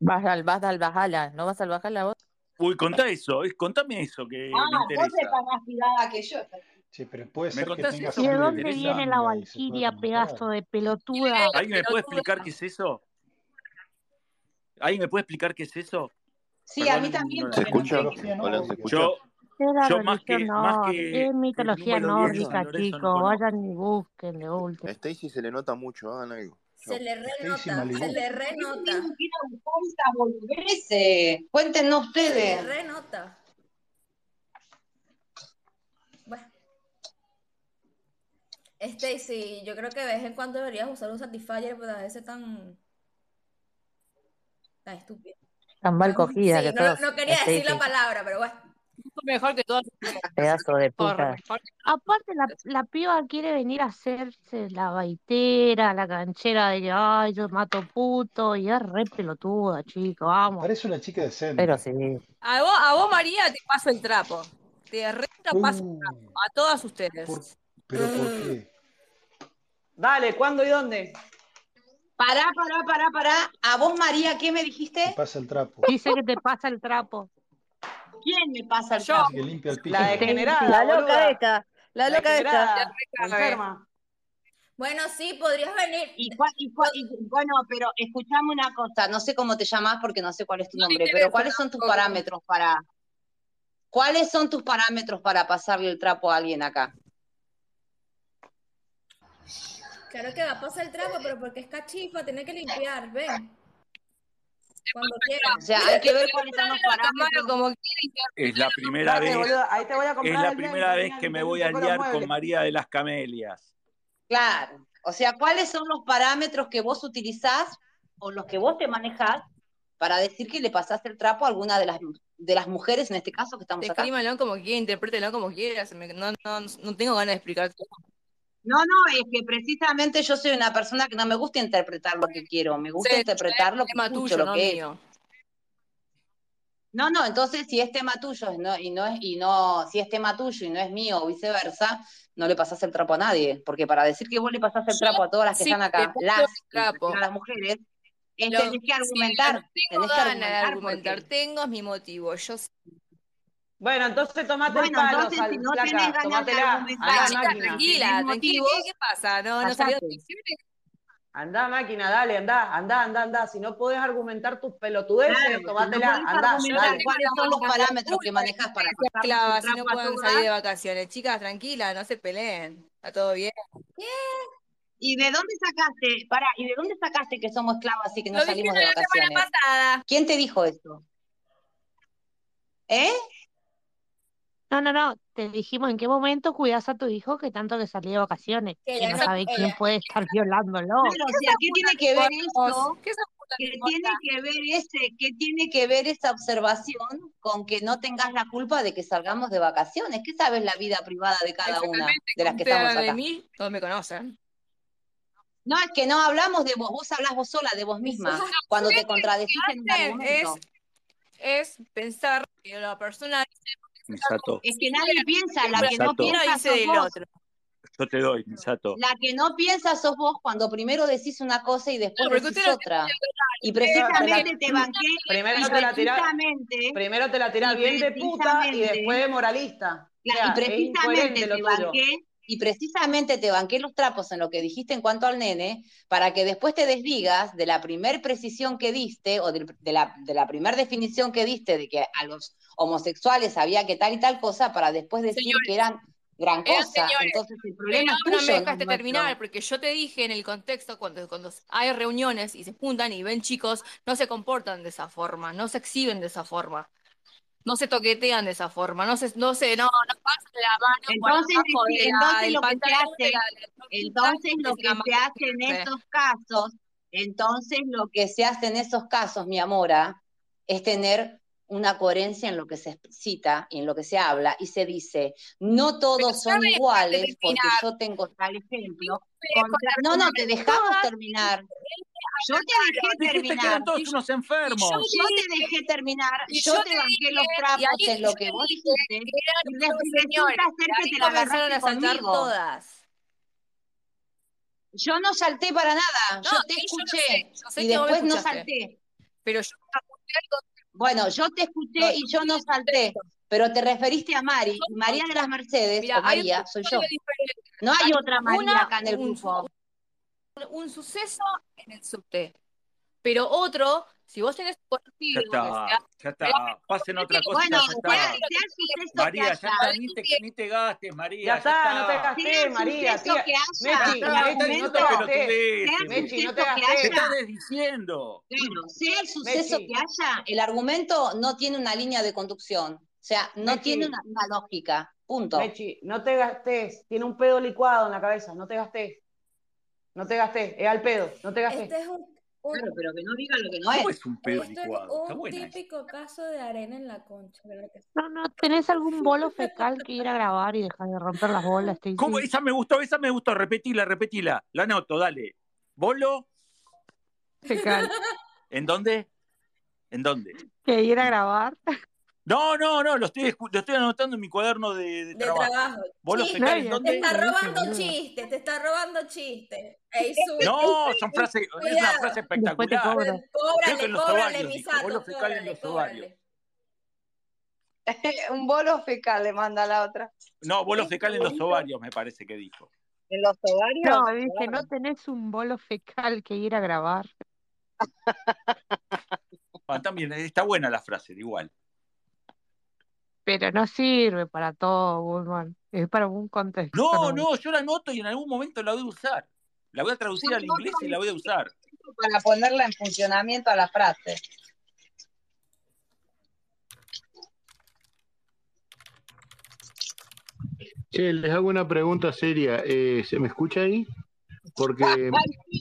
Speaker 8: Vas al, vas al bajala, ¿no vas al bajala vos?
Speaker 2: Uy, contá eso, es- contame eso que me
Speaker 3: Ah, vos
Speaker 2: interesa.
Speaker 3: estás más tirada que yo.
Speaker 15: Sí, pero puede
Speaker 2: ¿Me
Speaker 15: ser que
Speaker 2: contás
Speaker 15: tenga
Speaker 2: eso
Speaker 9: ¿Y de
Speaker 2: que me
Speaker 9: dónde viene
Speaker 2: interesa?
Speaker 15: familia
Speaker 9: la
Speaker 15: y se pueda
Speaker 9: valquiria, pedazo
Speaker 15: comunicar.
Speaker 9: de pelotuda?
Speaker 2: ¿Alguien me puede explicar qué es eso? ¿Alguien me puede explicar qué es eso?
Speaker 3: Sí, a
Speaker 2: Perdón
Speaker 3: mí
Speaker 2: mi
Speaker 3: también,
Speaker 2: ignorancia.
Speaker 16: ¿Se escucha?
Speaker 15: Mitología
Speaker 16: Hola, ¿se
Speaker 15: nórdica.
Speaker 16: escucha?
Speaker 2: Yo,
Speaker 9: Es la
Speaker 2: yo más
Speaker 9: religión
Speaker 2: que, más
Speaker 9: nórdica,
Speaker 2: que
Speaker 9: es
Speaker 2: el
Speaker 9: mitología
Speaker 2: número 10 de
Speaker 9: nórdica,
Speaker 2: San Lorenzo no
Speaker 9: chicos.
Speaker 2: conozco.
Speaker 9: Vayan y busquen de última.
Speaker 16: A Stacy se le nota mucho, hagan algo.
Speaker 13: Se
Speaker 16: Chau.
Speaker 13: le
Speaker 15: Stacy
Speaker 13: renota, se
Speaker 15: Malibu.
Speaker 13: le
Speaker 3: ¿Por qué
Speaker 13: renota,
Speaker 3: tuvieron que ir a buscar esas boludeces? Cuéntenos
Speaker 13: se le
Speaker 3: ustedes.
Speaker 13: renota. Bueno, Stacy, yo creo que de vez en cuando deberías usar un Satisfyer para ese tan, tan estúpido.
Speaker 8: Tan mal
Speaker 13: Tan-
Speaker 8: cogida
Speaker 13: sí,
Speaker 8: que
Speaker 13: no, lo-
Speaker 8: sos, este,
Speaker 13: no quería decir la
Speaker 8: Stacy,
Speaker 13: palabra, pero bueno.
Speaker 7: Mejor que todas
Speaker 8: pedazo de puta.
Speaker 9: Aparte, la, la piba quiere venir a hacerse la baitera, la canchera de ay, yo mato puto, y es re pelotuda, chicos, vamos.
Speaker 15: Parece una chica
Speaker 8: Pero
Speaker 15: decente.
Speaker 8: sí.
Speaker 7: A vos, a vos, María, te paso el trapo. Te reto paso el
Speaker 15: Uh,
Speaker 7: trapo. A todas
Speaker 15: ¿por-
Speaker 7: ustedes.
Speaker 15: ¿Pero por qué?
Speaker 10: Dale, ¿cuándo y dónde?
Speaker 3: Pará, pará, pará, pará. A vos, María, ¿qué me dijiste?
Speaker 15: Te pasa el trapo.
Speaker 9: Dice que te pasa el trapo.
Speaker 3: ¿Quién me pasa el
Speaker 15: Dice
Speaker 3: trapo?
Speaker 15: que limpia el piso.
Speaker 10: La degenerada,
Speaker 8: La loca
Speaker 10: boluda.
Speaker 8: esta, la
Speaker 10: La
Speaker 8: loca esta.
Speaker 10: degenerada, la enferma.
Speaker 13: Bueno, sí, podrías venir.
Speaker 3: Y, cua- y cua- y- bueno, pero escuchame una cosa, no sé cómo te llamás porque no sé cuál es tu nombre, pero ¿cuáles son tus parámetros para ¿Cuáles son tus parámetros para pasarle el trapo a alguien acá?
Speaker 13: Claro que va a pasar el trapo, pero porque es cachifa, tiene que limpiar, ven, cuando
Speaker 3: O
Speaker 13: quieras.
Speaker 3: sea, hay que ver cuáles son los parámetros.
Speaker 7: Como quieras.
Speaker 2: Es la primera
Speaker 10: Date,
Speaker 2: vez,
Speaker 10: boluda, ahí te voy a
Speaker 2: es
Speaker 10: comprar
Speaker 2: la
Speaker 10: el
Speaker 2: primera
Speaker 10: blender,
Speaker 2: vez
Speaker 10: mira,
Speaker 2: que me
Speaker 10: limpiame un
Speaker 2: voy a
Speaker 10: poco los
Speaker 2: liar con
Speaker 10: muebles.
Speaker 2: María de las Camelias.
Speaker 3: Claro. O sea, ¿cuáles son los parámetros que vos utilizás o los que vos te manejás para decir que le pasaste el trapo a alguna de las, de las mujeres, en este caso, que estamos acá?
Speaker 7: Descríbanlo como quieras, interprétenlo como quieras. me- No, no, no tengo ganas de explicar todo.
Speaker 3: No, no, es que precisamente yo soy una persona que no me gusta interpretar lo que quiero, me gusta
Speaker 7: Sé,
Speaker 3: interpretar lo que
Speaker 7: tema
Speaker 3: escucho,
Speaker 7: tuyo,
Speaker 3: lo
Speaker 7: no
Speaker 3: que es.
Speaker 7: mío.
Speaker 3: No, no, entonces si es tema tuyo y no, y no es, y no, si es tema tuyo y no es mío o viceversa, no le pasás el trapo a nadie, porque para decir que vos le pasás el
Speaker 7: Yo
Speaker 3: trapo a todas las que
Speaker 7: sí
Speaker 3: están
Speaker 7: te
Speaker 3: acá,
Speaker 7: paso
Speaker 3: las,
Speaker 7: el
Speaker 3: en
Speaker 7: trapo.
Speaker 3: particular las mujeres, es,
Speaker 7: Lo-
Speaker 3: tenés que
Speaker 7: si no
Speaker 3: argumentar,
Speaker 7: tengo
Speaker 3: tenés que
Speaker 7: ganas de
Speaker 3: argumentar
Speaker 7: argumentar,
Speaker 3: porque,
Speaker 7: tengo mi motivo. Yo sé.
Speaker 10: Bueno, entonces tomate el
Speaker 3: bueno,
Speaker 10: palo,
Speaker 3: entonces si
Speaker 10: sal,
Speaker 3: no tenés
Speaker 10: flaca,
Speaker 3: ganas de
Speaker 10: tomátela,
Speaker 3: argumentar
Speaker 7: Ay,
Speaker 10: andá
Speaker 7: chica,
Speaker 3: porque
Speaker 10: máquina,
Speaker 7: tranquila,
Speaker 3: tenés
Speaker 7: tranquila. ¿Qué,
Speaker 3: motivos,
Speaker 7: qué pasa? No, no salieron
Speaker 3: callate.
Speaker 7: elecciones.
Speaker 10: andá máquina, dale, andá, andá, andá, andá. Si no podés argumentar tus
Speaker 3: Claro,
Speaker 10: pelotudeces,
Speaker 3: si no
Speaker 10: tomátela,
Speaker 3: podés
Speaker 10: andá,
Speaker 7: Yo
Speaker 3: argumentar
Speaker 10: dale.
Speaker 7: tengo
Speaker 3: cuáles son
Speaker 7: la,
Speaker 3: los
Speaker 7: la, la
Speaker 3: parámetros que
Speaker 7: culpa de
Speaker 3: manejás para
Speaker 7: ser
Speaker 3: pasarnos el
Speaker 7: esclavas si no
Speaker 3: trapo a
Speaker 7: puedan
Speaker 3: todas
Speaker 7: salir de vacaciones. Chicas, tranquila, no se peleen. Está todo bien.
Speaker 13: ¿Qué?
Speaker 3: ¿y de dónde sacaste? Pará, ¿y de dónde sacaste que somos esclavas y que no
Speaker 7: Lo
Speaker 3: salimos de
Speaker 7: dijeron la semana
Speaker 3: vacaciones? ¿Quién te dijo eso? ¿Eh?
Speaker 9: No, no, no. Te dijimos en qué momento cuidas a tu hijo que tanto que salía de vacaciones.
Speaker 3: Que
Speaker 9: Que,
Speaker 3: ya
Speaker 9: no
Speaker 3: no-
Speaker 9: sabe quién
Speaker 3: ella-
Speaker 9: puede estar violándolo.
Speaker 3: Claro, o sea, ¿qué tiene que ver eso?
Speaker 7: ¿Qué
Speaker 3: tiene que ver ese, qué tiene que ver esa observación con que no tengas la culpa de que salgamos de vacaciones? ¿Qué sabes la vida privada de cada una de las que
Speaker 7: Ustedes
Speaker 3: estamos
Speaker 7: hablan de
Speaker 3: acá?
Speaker 7: mí, todos me conocen.
Speaker 3: No, es que no hablamos de vos, vos hablas vos sola, de vos misma,
Speaker 7: Exacto.
Speaker 3: cuando te
Speaker 7: Ustedes lo
Speaker 3: contradecís en un
Speaker 7: hacen
Speaker 3: argumento.
Speaker 7: Es pensar que la persona dice,
Speaker 2: Misato,
Speaker 3: Es que nadie piensa, la que no
Speaker 2: Exacto.
Speaker 3: piensa
Speaker 7: Dice
Speaker 3: sos
Speaker 7: del
Speaker 3: vos.
Speaker 7: otro.
Speaker 2: yo te doy, Misato.
Speaker 3: La que no piensa sos vos cuando primero decís una cosa y después
Speaker 10: porque
Speaker 3: decís
Speaker 10: usted no
Speaker 3: otra. Y
Speaker 10: Primero te la-
Speaker 3: precisamente te banqué,
Speaker 10: Primero
Speaker 3: y
Speaker 10: te la tirás,
Speaker 3: Este precisamente,
Speaker 10: primero te la tirás
Speaker 3: y
Speaker 10: bien de puta y
Speaker 3: precisamente-
Speaker 10: después de moralista. O
Speaker 3: La-
Speaker 10: sea,
Speaker 3: y
Speaker 10: es incoherente lo
Speaker 3: precisamente te
Speaker 10: tuyo.
Speaker 3: banqué, y precisamente te banqué los trapos en lo que dijiste en cuanto al nene, para que después te desdigas de la primer precisión que diste, o del- de, la, de la primer definición que diste de que a los homosexuales había que tal y tal cosa, para después decir que eran gran
Speaker 7: Eran
Speaker 3: cosa.
Speaker 7: señores.
Speaker 3: Entonces el
Speaker 7: Pero
Speaker 3: problema es
Speaker 7: no me
Speaker 3: tuyo, no es
Speaker 7: dejaste
Speaker 3: nuestro.
Speaker 7: terminar, porque yo te dije en el contexto, cuando, cuando hay reuniones y se juntan y ven chicos, no se comportan de esa forma, no se exhiben de esa forma, no se toquetean de esa forma, no se, no, se, no, no pasan la mano por
Speaker 3: Entonces,
Speaker 7: abajo de
Speaker 3: deci-
Speaker 7: la-
Speaker 3: entonces
Speaker 7: del
Speaker 3: lo que se
Speaker 7: pantalón, de
Speaker 3: hace,
Speaker 7: la, de la troquita,
Speaker 3: entonces lo
Speaker 7: de la
Speaker 3: que se
Speaker 7: mano.
Speaker 3: hace en esos casos, entonces lo que se hace en esos casos, mi amora, es tener una coherencia en lo que se cita y en lo que se habla y se dice, no todos son iguales porque yo tengo tal ejemplo. contra- No, no, te dejamos terminar. Yo te dejé
Speaker 14: Dijiste que
Speaker 3: terminar.
Speaker 14: eran todos unos
Speaker 3: Yo
Speaker 14: enfermos.
Speaker 3: te dejé terminar,
Speaker 7: Y
Speaker 3: yo
Speaker 7: yo
Speaker 3: te
Speaker 7: te
Speaker 3: banqué los
Speaker 7: dije, y
Speaker 3: trapos
Speaker 7: ahí
Speaker 3: en lo
Speaker 7: yo
Speaker 3: que vos
Speaker 7: dije
Speaker 3: dijiste
Speaker 7: que eran
Speaker 3: y re-
Speaker 7: unos señores.
Speaker 3: resulta ser que
Speaker 7: Ahí
Speaker 3: te la
Speaker 7: comenzaron
Speaker 3: agarraste
Speaker 7: a saltar
Speaker 3: conmigo.
Speaker 7: todas.
Speaker 3: Yo no salté para nada,
Speaker 7: No,
Speaker 3: yo te
Speaker 7: sí, yo lo
Speaker 3: escuché
Speaker 7: sé, yo sé
Speaker 3: y
Speaker 7: que vos me
Speaker 3: después no
Speaker 7: escuchaste.
Speaker 3: salté.
Speaker 7: Pero yo
Speaker 3: Bueno, yo te escuché
Speaker 7: No,
Speaker 3: y yo no salté, pero te referiste a Mari, y María de las Mercedes
Speaker 7: Mira,
Speaker 3: o
Speaker 7: hay un
Speaker 3: María soy yo.
Speaker 7: código diferente.
Speaker 3: No hay otra María
Speaker 7: Una,
Speaker 3: acá en el
Speaker 7: un,
Speaker 3: grupo.
Speaker 7: un- un suceso en el subte. Pero otro, si vos tenés un
Speaker 14: Ya
Speaker 7: colectivo que
Speaker 14: está,
Speaker 7: sea.
Speaker 14: ya está. Pasen otra cosa,
Speaker 3: Bueno,
Speaker 14: ya está.
Speaker 3: sea, sea el suceso que
Speaker 14: María, ya
Speaker 3: haya,
Speaker 14: está, ni te, ni te gastes, María.
Speaker 10: Ya está, no te
Speaker 3: sea
Speaker 10: gastes,
Speaker 3: el
Speaker 10: María.
Speaker 3: suceso
Speaker 10: tía. este
Speaker 3: que haya,
Speaker 10: Mechi,
Speaker 3: el
Speaker 14: Ya está,
Speaker 10: Mechi,
Speaker 14: no
Speaker 10: no
Speaker 14: te
Speaker 10: te
Speaker 3: argumento,
Speaker 10: gastes.
Speaker 3: sea
Speaker 14: pelotudees,
Speaker 3: el
Speaker 10: Mechi,
Speaker 14: güey.
Speaker 10: no te
Speaker 3: suceso que
Speaker 14: Te
Speaker 10: gastes.
Speaker 14: estás
Speaker 3: haya,
Speaker 14: desdiciendo.
Speaker 3: Claro, sea el suceso
Speaker 10: Mechi,
Speaker 3: que haya, el argumento no tiene una línea de conducción, o sea, no tiene
Speaker 10: Mechi,
Speaker 3: una, una lógica, punto.
Speaker 10: Mechi, no te gastes. Tiene un pedo licuado en la cabeza, no te gastes. No te gastes, es al pedo, no te gastes.
Speaker 13: Este es un, un-
Speaker 3: Claro, pero que no diga lo que no
Speaker 14: ¿Cómo
Speaker 3: es.
Speaker 14: es un pedo
Speaker 13: esto es
Speaker 14: licuado? Está
Speaker 13: un
Speaker 14: buena esa.
Speaker 13: típico caso de arena en la concha, ¿verdad que sí?
Speaker 9: No, no. ¿Tenés algún bolo fecal que ir a grabar y dejar de romper las bolas,
Speaker 14: ¿Cómo?
Speaker 9: Stacy?
Speaker 14: Esa me gustó, esa me gustó. Repetila, repetila. La anoto, dale. ¿Bolo?
Speaker 9: Fecal.
Speaker 14: ¿En dónde? ¿En dónde?
Speaker 9: Que ir a grabar.
Speaker 14: No, no, no, lo estoy, escu- lo estoy anotando en mi cuaderno de, de
Speaker 13: De
Speaker 14: trabajo.
Speaker 13: trabajo.
Speaker 14: ¿Bolo
Speaker 13: Chiste.
Speaker 14: fecal en
Speaker 9: Claro,
Speaker 13: Te
Speaker 14: dónde?
Speaker 13: está
Speaker 9: chiste, viste,
Speaker 13: robando
Speaker 9: boluda.
Speaker 13: chistes, te está robando chistes. Ey, sube.
Speaker 14: No, son frases, es una
Speaker 13: Cuidado.
Speaker 14: frase
Speaker 9: Después te
Speaker 14: espectacular.
Speaker 9: cobro.
Speaker 14: Creo que
Speaker 13: Cóbrale,
Speaker 14: en los
Speaker 13: cóbrale,
Speaker 14: ovarios dijo,
Speaker 13: Misato,
Speaker 14: bolo fecal en
Speaker 13: cóbrale,
Speaker 14: los ovarios.
Speaker 13: cóbrale.
Speaker 3: Un bolo fecal le manda la otra.
Speaker 14: No, bolo
Speaker 13: Este
Speaker 14: fecal en los
Speaker 13: bonito.
Speaker 14: ovarios me parece que dijo.
Speaker 3: ¿En los ovarios?
Speaker 9: No, dije, no
Speaker 3: Claro.
Speaker 9: tenés un bolo fecal que ir a grabar.
Speaker 14: Ah, también está buena la frase, igual.
Speaker 9: Pero no sirve para todo, Guzmán. Es para un contexto
Speaker 14: No,
Speaker 9: nomás.
Speaker 14: no, yo la anoto y en algún momento la voy a usar. La voy a traducir
Speaker 3: Porque
Speaker 14: al
Speaker 3: vos
Speaker 14: inglés y la voy a usar.
Speaker 3: tenés para ponerla en funcionamiento a la frase.
Speaker 1: Che, les hago una pregunta seria. eh, ¿Se me escucha ahí? Porque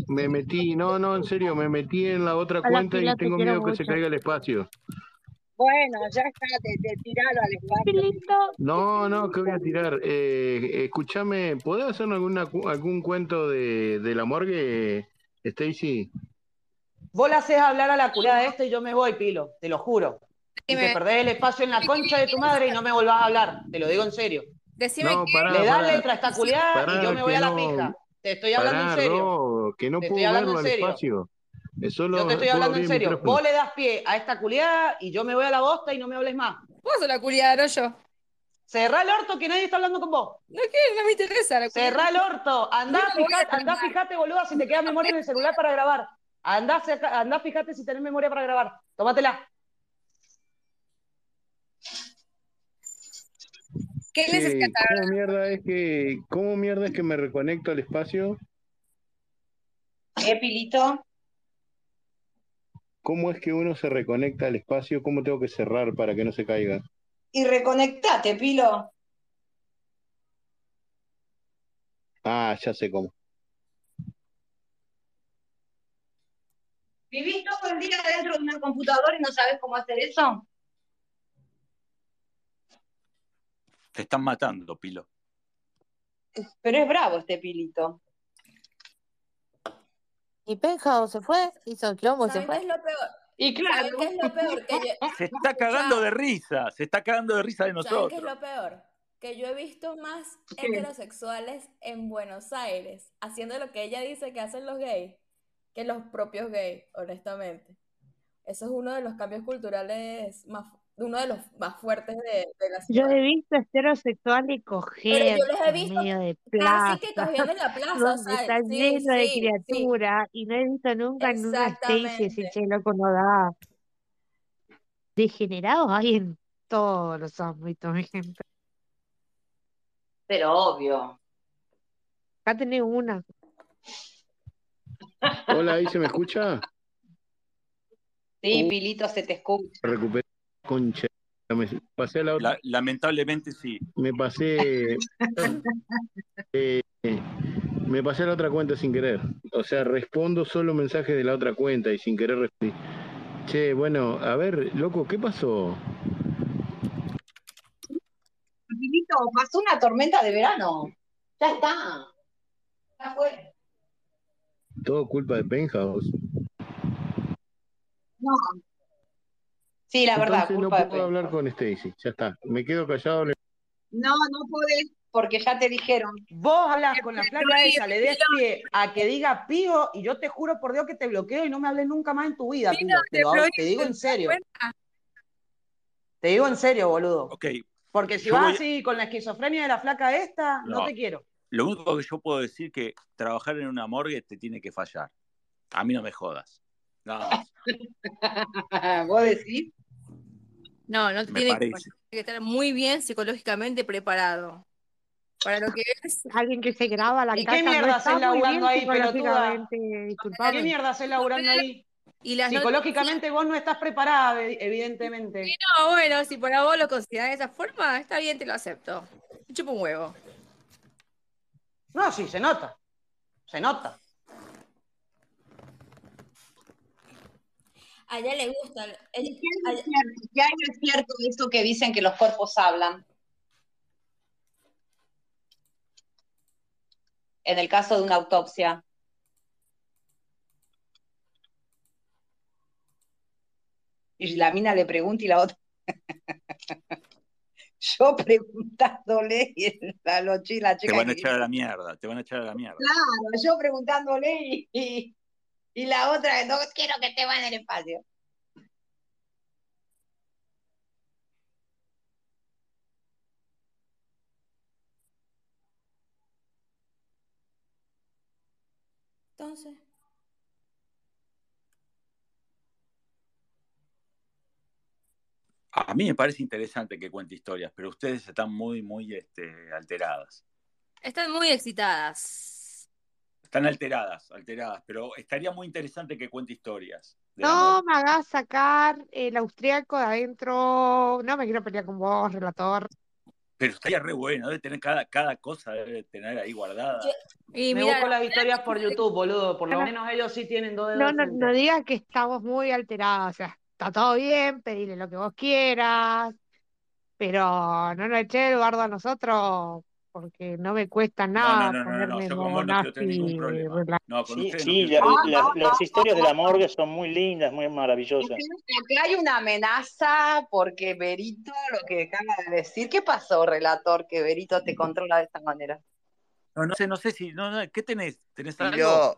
Speaker 1: me metí, no, no, en serio, me metí en la otra
Speaker 9: A la
Speaker 1: cuenta y
Speaker 9: pila te
Speaker 1: tengo
Speaker 9: quiero
Speaker 1: miedo que se
Speaker 9: mucho.
Speaker 1: caiga el espacio.
Speaker 3: Bueno, ya está, te, te tiralo al
Speaker 9: Qué
Speaker 3: espacio.
Speaker 9: lindo, qué
Speaker 1: No, no, que voy a
Speaker 9: lindo.
Speaker 1: tirar. Eh, escúchame, ¿podés hacer alguna, cu- algún cuento de, de la morgue, Stacy?
Speaker 10: Vos la haces hablar a la curada esta y yo me voy, Pilo, te lo juro. Y te perdés el espacio en la concha de tu madre y no me volvás a hablar, te lo digo en serio.
Speaker 7: Decime
Speaker 1: No,
Speaker 7: que.
Speaker 10: Le
Speaker 1: pará,
Speaker 10: das
Speaker 1: pará,
Speaker 10: letra a esta culiada y yo
Speaker 1: pará,
Speaker 10: me voy
Speaker 1: que
Speaker 10: a la
Speaker 1: no,
Speaker 10: pija. Te estoy hablando en
Speaker 1: pará,
Speaker 10: serio,
Speaker 1: Ro, que no
Speaker 10: te estoy
Speaker 1: puedo
Speaker 10: hablando en
Speaker 1: verlo al
Speaker 10: serio.
Speaker 1: espacio. Eh,
Speaker 10: Yo te
Speaker 1: Solo
Speaker 10: estoy
Speaker 1: puedo
Speaker 10: hablando en
Speaker 1: abrir el
Speaker 10: serio.
Speaker 1: micrófono.
Speaker 10: Vos le das pie a esta culiada y yo me voy a la bosta y no me hables más.
Speaker 7: Vos sos la culiada, no yo.
Speaker 10: Cerrá el orto que nadie está hablando con vos.
Speaker 7: No quiero, no me interesa la culiada.
Speaker 10: Cerrá el orto. Andá,
Speaker 7: Mira, voy a
Speaker 10: fijate, andá,
Speaker 7: terminar.
Speaker 10: fijate, boluda, si te queda memoria en el celular para grabar. Andá, saca- andá, fijate si tenés memoria para grabar. Tómatela.
Speaker 7: ¿Qué necesitas?
Speaker 1: Che, ¿cómo mierda es que, cómo mierda es que me reconecto al espacio?
Speaker 3: ¿Eh, Pilito?
Speaker 1: ¿Cómo es que uno se reconecta al espacio? ¿Cómo tengo que cerrar para que no se caiga?
Speaker 3: Y reconectate, Pilo.
Speaker 1: Ah, ya sé cómo.
Speaker 3: ¿Vivís todo el día dentro de una computadora y no sabes cómo hacer eso?
Speaker 2: Te están matando, Pilo.
Speaker 3: Pero es bravo este Pilito.
Speaker 8: Y Penjao se fue, hizo quilombo y se
Speaker 13: ¿Saben qué
Speaker 8: fue.
Speaker 13: es lo peor?
Speaker 3: Y
Speaker 13: claro. ¿Saben qué es lo peor? Que yo,
Speaker 2: Se está cagando de risa, se está cagando de risa de
Speaker 13: ¿Saben qué es
Speaker 2: nosotros.
Speaker 13: lo peor? Que yo he visto más
Speaker 3: ¿Qué?
Speaker 13: heterosexuales en Buenos Aires haciendo lo que ella dice que hacen los gays que los propios gays, honestamente. Eso es uno de los cambios culturales más, uno de los más fuertes de, de la
Speaker 9: Yo
Speaker 13: ciudad.
Speaker 9: he visto heterosexuales
Speaker 13: Pero
Speaker 9: coger
Speaker 13: yo los he
Speaker 9: en
Speaker 13: visto
Speaker 9: medio de
Speaker 13: casi
Speaker 9: plaza,
Speaker 13: que cogiendo en la plaza, o
Speaker 9: donde
Speaker 13: sea,
Speaker 9: está
Speaker 13: sí,
Speaker 9: lleno de
Speaker 13: sí, sí,
Speaker 9: criaturas y no he visto nunca en una especie si
Speaker 13: exactamente.
Speaker 9: che loco no da. Degenerados hay en todos los ámbitos, mi gente.
Speaker 3: Pero obvio.
Speaker 9: Acá tenés una.
Speaker 1: Hola, ahí se me escucha.
Speaker 3: Sí, Pilito, se te escucha.
Speaker 1: Recuperé concha. Me pasé a la otra.
Speaker 2: La- lamentablemente sí.
Speaker 1: Me pasé. eh, me pasé a la otra cuenta sin querer. O sea, respondo solo mensajes de la otra cuenta y sin querer respondí. Che, bueno, a ver, loco, ¿qué pasó?
Speaker 3: Pilito, pasó una tormenta de verano. Ya está. Ya fue.
Speaker 1: Todo culpa de Penthouse.
Speaker 3: No. Sí, la verdad,
Speaker 1: Entonces no
Speaker 3: culpa de
Speaker 1: puedo hablar con Stacy. Ya está. Me quedo callado. le-
Speaker 3: No, no podés, porque ya te dijeron.
Speaker 10: Vos hablas con la flaca
Speaker 3: Pero-
Speaker 10: esa, le des pie a que diga pío y yo te juro por Dios que te bloqueo y no me hables nunca más en tu vida, pío. Te, lo- te digo en serio. Te digo en serio, boludo.
Speaker 2: Ok,
Speaker 10: Porque si
Speaker 2: Yo voy-
Speaker 10: vas así con la esquizofrenia de la flaca esta, no,
Speaker 2: No.
Speaker 10: te quiero.
Speaker 2: lo único que yo puedo decir que trabajar en una morgue te tiene que fallar. A mí no me jodas. Nada más,
Speaker 3: ¿Vos decís?
Speaker 7: No, no te
Speaker 2: me
Speaker 7: tiene que,
Speaker 2: parece.
Speaker 7: que estar muy bien psicológicamente preparado para lo que es.
Speaker 9: Alguien que se graba la
Speaker 7: ¿Y qué
Speaker 9: caca no
Speaker 7: mierda hacés
Speaker 9: está muy bien
Speaker 7: laburando ahí, pelotuda?
Speaker 9: psicológicamente, disculpame.
Speaker 10: ¿Qué mierda haces laburando ahí?
Speaker 7: Y las
Speaker 10: Psicológicamente vos no estás preparada, ev- evidentemente.
Speaker 7: Y no, bueno, si por vos lo considerás de esa forma, está bien, te lo acepto. Te chupo un huevo.
Speaker 10: No, sí, se nota. Se nota.
Speaker 13: A ella le gusta. ella- a ella-
Speaker 3: Ya no es cierto eso que dicen que los cuerpos hablan. En el caso de una autopsia. Y la mina le pregunta y la otra. Yo preguntándole y la, lo chi- la
Speaker 2: Te
Speaker 3: chica
Speaker 2: van a
Speaker 3: que dice,
Speaker 2: echar a la mierda, te van a echar a la mierda.
Speaker 3: Claro, yo preguntándole y, y- y la otra, no quiero que te van el espacio.
Speaker 13: Entonces,
Speaker 2: A mí me parece interesante que cuente historias, pero ustedes están muy, muy este, alteradas.
Speaker 7: Están muy excitadas.
Speaker 2: Están alteradas, alteradas, pero estaría muy interesante que cuente historias. del amor.
Speaker 9: No me hagas sacar el austriaco de adentro. No me quiero pelear con vos, relator.
Speaker 2: Pero estaría re bueno, debe tener cada, cada cosa, debe tener ahí guardada.
Speaker 10: Me busco las historias por YouTube, boludo. Por lo menos ellos sí tienen dos dedos
Speaker 9: No,
Speaker 10: de
Speaker 9: no,
Speaker 10: frente.
Speaker 9: no digas que estamos muy alterados. O sea, está todo bien, pedile lo que vos quieras, pero no nos eché el bardo a nosotros, porque no me cuesta
Speaker 2: No,
Speaker 5: Ah,
Speaker 2: no,
Speaker 9: nada
Speaker 2: no, no, no, no,
Speaker 9: ponerme
Speaker 2: yo con vos no quiero tener ningún
Speaker 9: mogonazi.
Speaker 2: problema. No, con
Speaker 6: Sí,
Speaker 2: ustedes no quiero
Speaker 6: sí, la-
Speaker 2: tener ningún
Speaker 6: la-
Speaker 2: problema.
Speaker 6: las historias de la morgue son muy lindas, muy maravillosas.
Speaker 3: Acá hay una amenaza porque Berito, lo que acaba de decir, ¿qué pasó, relator, que Berito te controla de esta manera?
Speaker 2: No, no sé, no sé si, no, no, ¿qué tenés? ¿Tenés algo?
Speaker 16: Pilo,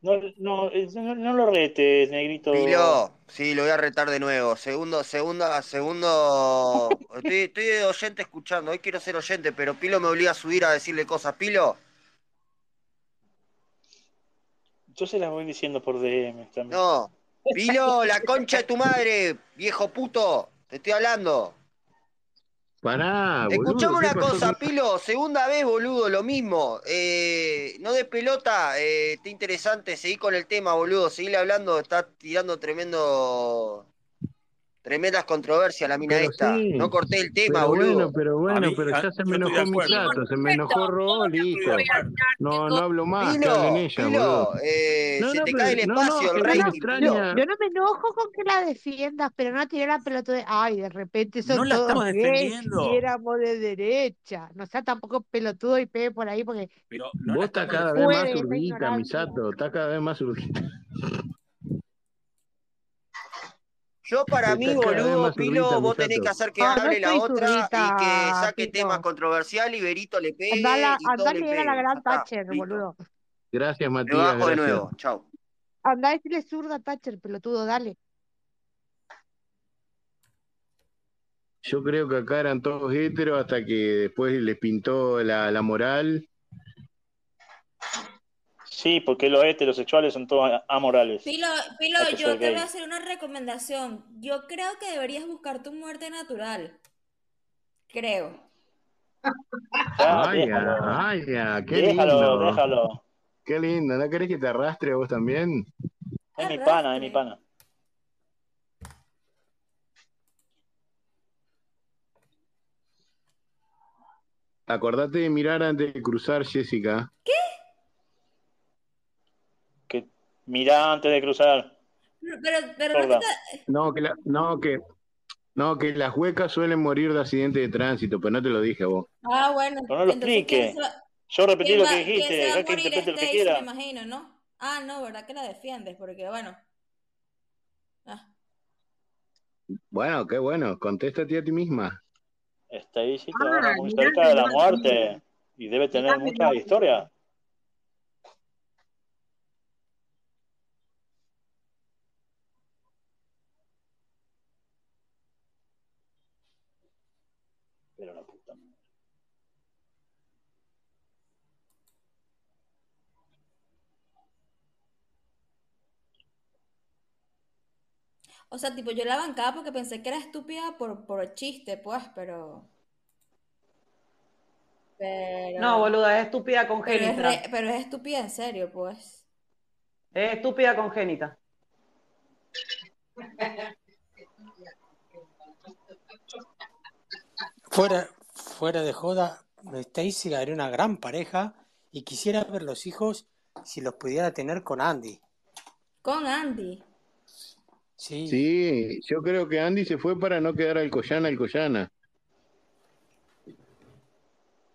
Speaker 6: No, no, eh, no, no lo retes, negrito.
Speaker 16: Pilo, sí, lo voy a retar de nuevo. Segundo, segunda, segundo. Estoy, estoy de oyente escuchando, hoy quiero ser oyente, pero Pilo me obliga a subir a decirle cosas. Pilo,
Speaker 6: Yo se las voy diciendo por DM también.
Speaker 16: no. Pilo, la concha de tu madre, viejo puto, te estoy hablando.
Speaker 1: Pará, boludo.
Speaker 16: Escuchame
Speaker 1: ¿qué
Speaker 16: una
Speaker 1: pasó
Speaker 16: cosa,
Speaker 1: con-
Speaker 16: Pilo, segunda vez, boludo, lo mismo. Eh, no de pelota, eh, está interesante, seguí con el tema, boludo, seguíle hablando, está tirando tremendo... Tremendas controversias la mina
Speaker 1: Pero
Speaker 16: esta.
Speaker 1: sí,
Speaker 16: No corté el tema,
Speaker 1: pero
Speaker 16: boludo.
Speaker 1: bueno, pero bueno, pero ya se me
Speaker 16: estoy de
Speaker 1: enojó mi
Speaker 16: acuerdo.
Speaker 1: gato, se me enojó Robo, listo. No, no hablo más, que
Speaker 16: Pilo,
Speaker 1: hablen ella,
Speaker 16: Pilo,
Speaker 1: boludo.
Speaker 16: eh,
Speaker 1: No,
Speaker 16: se
Speaker 1: no,
Speaker 16: te
Speaker 1: pero-
Speaker 16: cae el
Speaker 1: no, no,
Speaker 16: espacio, el
Speaker 1: que me
Speaker 16: rating, Pilo.
Speaker 1: extraña.
Speaker 9: Yo no me enojo con que la defiendas, pero no tirar la pelota de, ay, de repente son
Speaker 14: No la
Speaker 9: todos
Speaker 14: estamos
Speaker 9: gays
Speaker 14: defendiendo.
Speaker 9: y éramos de derecha. No sea tampoco pelotudo y pegue por ahí porque
Speaker 14: Pero no
Speaker 1: Vos
Speaker 14: la
Speaker 1: estás
Speaker 14: estamos
Speaker 1: cada vez más
Speaker 9: puede, esa
Speaker 1: zurdita,
Speaker 9: ignorancia.
Speaker 1: Misato, estás cada vez más zurdita.
Speaker 16: Yo para mí,
Speaker 1: Estás cada vez
Speaker 16: boludo,
Speaker 1: más zurdita,
Speaker 16: Pilo, vos tenés que
Speaker 1: Misato.
Speaker 16: hacer que
Speaker 9: Ah, No, no
Speaker 16: hable la
Speaker 9: soy
Speaker 16: otra y que
Speaker 9: zurrita,
Speaker 16: saque temas
Speaker 9: Pito.
Speaker 16: controversiales y Berito le
Speaker 9: Andá, a
Speaker 16: pegue
Speaker 9: la,
Speaker 16: y
Speaker 9: andá
Speaker 16: todo
Speaker 9: a
Speaker 16: le
Speaker 9: leer a la
Speaker 16: peguen. Ya
Speaker 9: gran
Speaker 16: está,
Speaker 9: Thatcher,
Speaker 16: listo.
Speaker 9: boludo.
Speaker 1: Gracias,
Speaker 16: Me
Speaker 1: Matías,
Speaker 16: bajo de
Speaker 1: gracias.
Speaker 16: nuevo, chao.
Speaker 9: Andá a decirle zurda a Thatcher, pelotudo, dale.
Speaker 1: Yo creo que acá eran todos héteros hasta que después les pintó la, la moral.
Speaker 6: Sí, porque los heterosexuales son todos a- amorales.
Speaker 13: Pilo, Pilo,
Speaker 6: Hay que
Speaker 13: yo
Speaker 6: ser
Speaker 13: te voy a
Speaker 6: gay.
Speaker 13: hacer una recomendación. Yo creo que deberías buscar tu muerte natural. Creo.
Speaker 16: Ah,
Speaker 6: Ya,
Speaker 1: Ay, ya,
Speaker 6: déjalo.
Speaker 1: ay, ya, qué
Speaker 6: Déjalo,
Speaker 1: lindo.
Speaker 6: déjalo.
Speaker 1: Qué lindo. ¿No querés que te arrastre a vos también?
Speaker 6: Es mi pana, es mi pana.
Speaker 1: Acordate de mirar antes de cruzar, Jessica.
Speaker 6: Que mirá antes de cruzar,
Speaker 13: Pero, pero no te
Speaker 6: sorda.
Speaker 13: está...
Speaker 1: No, que la- no, que, no, que las huecas suelen morir de accidente de tránsito, pero no te lo dije a vos.
Speaker 13: Ah, bueno.
Speaker 6: Pero no lo
Speaker 13: Entonces, ¿quién se
Speaker 6: explique.
Speaker 13: va,
Speaker 6: Yo repetí
Speaker 13: quién
Speaker 6: lo
Speaker 13: va,
Speaker 6: que
Speaker 13: quién se
Speaker 6: dijiste,
Speaker 13: va a
Speaker 6: deja que
Speaker 13: morir?
Speaker 6: interprete lo que
Speaker 13: Stacy, me
Speaker 6: quiera.
Speaker 13: imagino, ¿no? Ah, no, ¿verdad que la defiendes? Porque, bueno. ah.
Speaker 1: Bueno, qué bueno. Contéstate a ti misma.
Speaker 6: Stacy está ahora
Speaker 9: Ah,
Speaker 6: muy
Speaker 9: mirá,
Speaker 6: cerca de la
Speaker 9: mirá,
Speaker 6: muerte y debe tener
Speaker 9: mirá, mirá.
Speaker 6: mucha historia. Pero la puta madre.
Speaker 13: O sea, tipo, yo la bancaba porque pensé que era estúpida por, por chiste, pues, pero... Pero...
Speaker 10: No, boluda, es estúpida
Speaker 13: Pero es,
Speaker 10: congénita.
Speaker 13: re- pero es estúpida en serio, pues.
Speaker 10: Es estúpida congénita.
Speaker 5: Fuera, fuera de joda, Stacy era una gran pareja y quisiera ver los hijos si los pudiera tener con Andy.
Speaker 13: Con Andy.
Speaker 5: Sí,
Speaker 1: Sí, yo creo que Andy se fue para no quedar al Collana, al Collana.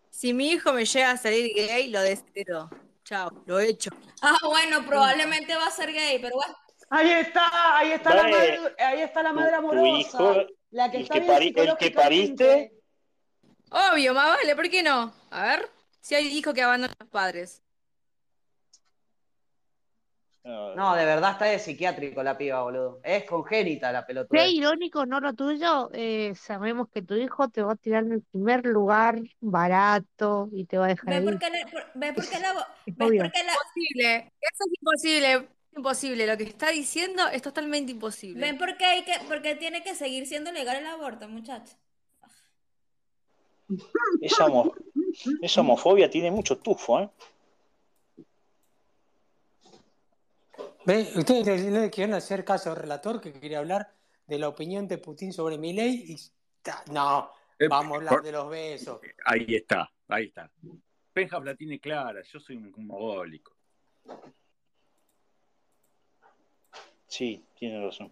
Speaker 7: Si mi hijo me llega a salir gay, lo decido. Chao, lo he hecho.
Speaker 13: Ah, bueno, probablemente va a ser gay, pero bueno.
Speaker 10: Ahí está, ahí está la
Speaker 6: Dale,
Speaker 10: madre, ahí está la
Speaker 6: tu,
Speaker 10: madre
Speaker 6: tu hijo,
Speaker 10: amorosa, la que
Speaker 6: el
Speaker 10: está
Speaker 6: que,
Speaker 10: bien
Speaker 6: pari- el que
Speaker 10: psicológicamente.
Speaker 6: pariste,
Speaker 7: Obvio, más vale, ¿por qué no? A ver, si hay hijos que abandonan a los padres.
Speaker 2: Ah.
Speaker 10: No, de verdad está de psiquiátrico la piba, boludo. Es congénita la
Speaker 9: Qué
Speaker 10: pelotudez.
Speaker 9: irónico, no lo tuyo. eh, sabemos que tu hijo te va a tirar en el primer lugar, barato, y te va a dejar
Speaker 13: Ve por
Speaker 9: ahí.
Speaker 13: qué, la- por- ve por qué la... bo-
Speaker 9: Es
Speaker 13: ¿Ves por
Speaker 9: obvio.
Speaker 13: qué la...
Speaker 7: Imposible, eso es imposible, es imposible. Lo que está diciendo es totalmente imposible.
Speaker 13: ¿Ven por qué, hay que, por qué tiene que seguir siendo legal el aborto, muchacho?
Speaker 6: esa, homo- esa homofobia tiene mucho tufo, ¿eh?
Speaker 5: Ve, Ustedes le- le quieren hacer caso al relator que quería hablar de la opinión de Putin sobre Milei y ta- no,
Speaker 14: Eh,
Speaker 5: vamos a hablar
Speaker 14: por-
Speaker 5: de los besos.
Speaker 14: Ahí está, ahí está. Penjas la tiene clara, yo soy un mogólico.
Speaker 6: Sí, tiene razón.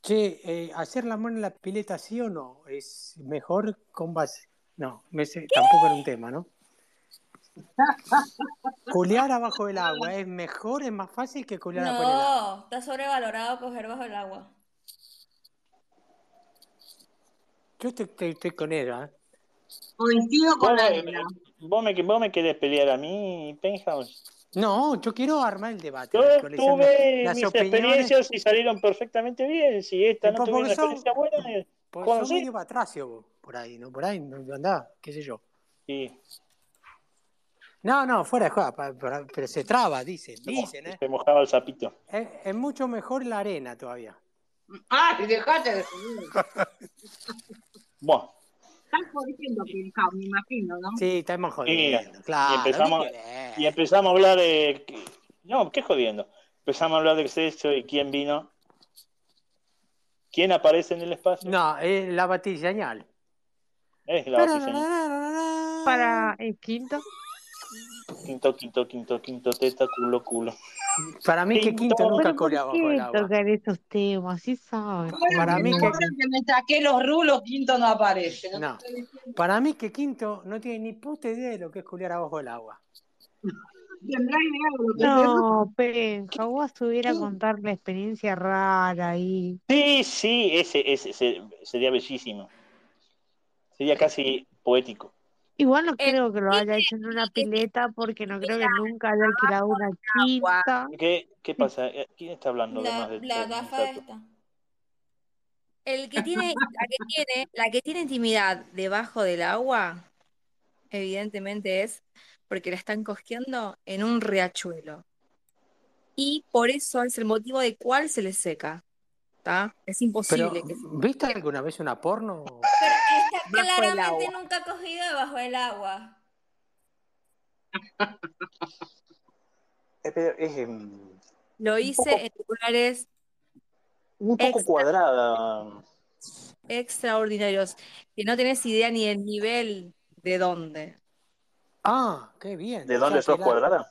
Speaker 5: Che, eh, hacer la mano en la pileta sí o no es mejor con base. No, me sé- tampoco era un tema, ¿no? Culear abajo del agua es mejor, es más fácil que culear afuera del agua.
Speaker 13: No, está sobrevalorado coger bajo el agua.
Speaker 5: Yo estoy, estoy- estoy con ella. ¿eh?
Speaker 3: Coincido con
Speaker 6: Bueno, eh,
Speaker 3: Ángela.
Speaker 6: vos me, vos me querés pelear a mí, Penthouse.
Speaker 5: No, yo quiero armar el debate,
Speaker 6: Yo
Speaker 5: actualizar la-
Speaker 6: tuve
Speaker 5: las
Speaker 6: mis
Speaker 5: opiniones.
Speaker 6: experiencias y salieron perfectamente bien. Si esta
Speaker 5: Eh,
Speaker 6: no
Speaker 5: po-
Speaker 6: tuve
Speaker 5: Porque
Speaker 6: una
Speaker 5: son,
Speaker 6: experiencia buena, eh,
Speaker 5: pues son
Speaker 6: conocí.
Speaker 5: medio batracio vos, por ahí, ¿no? Por ahí, no andá, qué sé yo.
Speaker 6: Sí.
Speaker 5: No, no, fuera de juego, pa- pa- pero se traba, dicen, dicen, ¿eh?
Speaker 6: Se mojaba el sapito.
Speaker 5: Es, es mucho mejor la arena todavía.
Speaker 3: Ay, dejate de
Speaker 6: Bueno.
Speaker 3: Estás jodiendo, Pincao, me imagino, ¿no?
Speaker 5: Sí, estamos
Speaker 6: Y,
Speaker 5: jodiendo, claro.
Speaker 6: y empezamos,
Speaker 5: ¿viste?
Speaker 6: y empezamos a hablar de. No, ¿qué jodiendo? Empezamos a hablar de sexo y quién vino. ¿Quién aparece en el espacio?
Speaker 5: No, es la batiseñal.
Speaker 6: Es la oficina.
Speaker 9: Para el quinto.
Speaker 6: Quinto, quinto, quinto, quinto, teta, culo, culo.
Speaker 5: Para mí que Quinto nunca
Speaker 9: Pero ¿por
Speaker 5: coreaba bajo
Speaker 9: qué
Speaker 5: el agua.
Speaker 9: tocar estos temas? Sí saben.
Speaker 5: Para mí que...
Speaker 3: que me saqué los rulos, Quinto no aparece. ¿no?
Speaker 5: No. Para mí que Quinto no tiene ni puta idea de lo que es culiar abajo del agua.
Speaker 3: Tendrá idea de lo que
Speaker 9: No, penca, vos estuviera a contar la experiencia rara ahí.
Speaker 6: Sí, sí, ese, ese, ese- sería bellísimo. Sería casi poético.
Speaker 9: Igual
Speaker 3: Eh,
Speaker 9: no creo que lo haya hecho en una pileta porque no creo que nunca haya alquilado una quinta.
Speaker 6: ¿Qué, qué pasa? Eh, ¿Quién está hablando
Speaker 13: La,
Speaker 6: además de
Speaker 13: la
Speaker 6: todo?
Speaker 13: gafa esta.
Speaker 7: El que tiene, la que tiene, la que tiene intimidad debajo del agua, evidentemente es porque la están cogiendo en un riachuelo. Y por eso es el motivo de cuál se le seca. ¿tá? Es
Speaker 5: Pero,
Speaker 7: imposible que se
Speaker 5: ¿viste alguna vez una porno?
Speaker 13: Esta
Speaker 7: bajo el
Speaker 13: claramente
Speaker 7: agua.
Speaker 13: nunca ha cogido debajo del agua.
Speaker 6: Eh, pero es, em,
Speaker 7: Lo hice en lugares
Speaker 6: un poco cuadrada.
Speaker 7: extraordinarios, que no tenés idea ni el nivel de dónde.
Speaker 5: Ah, qué bien.
Speaker 6: ¿De dónde sos cuadrada?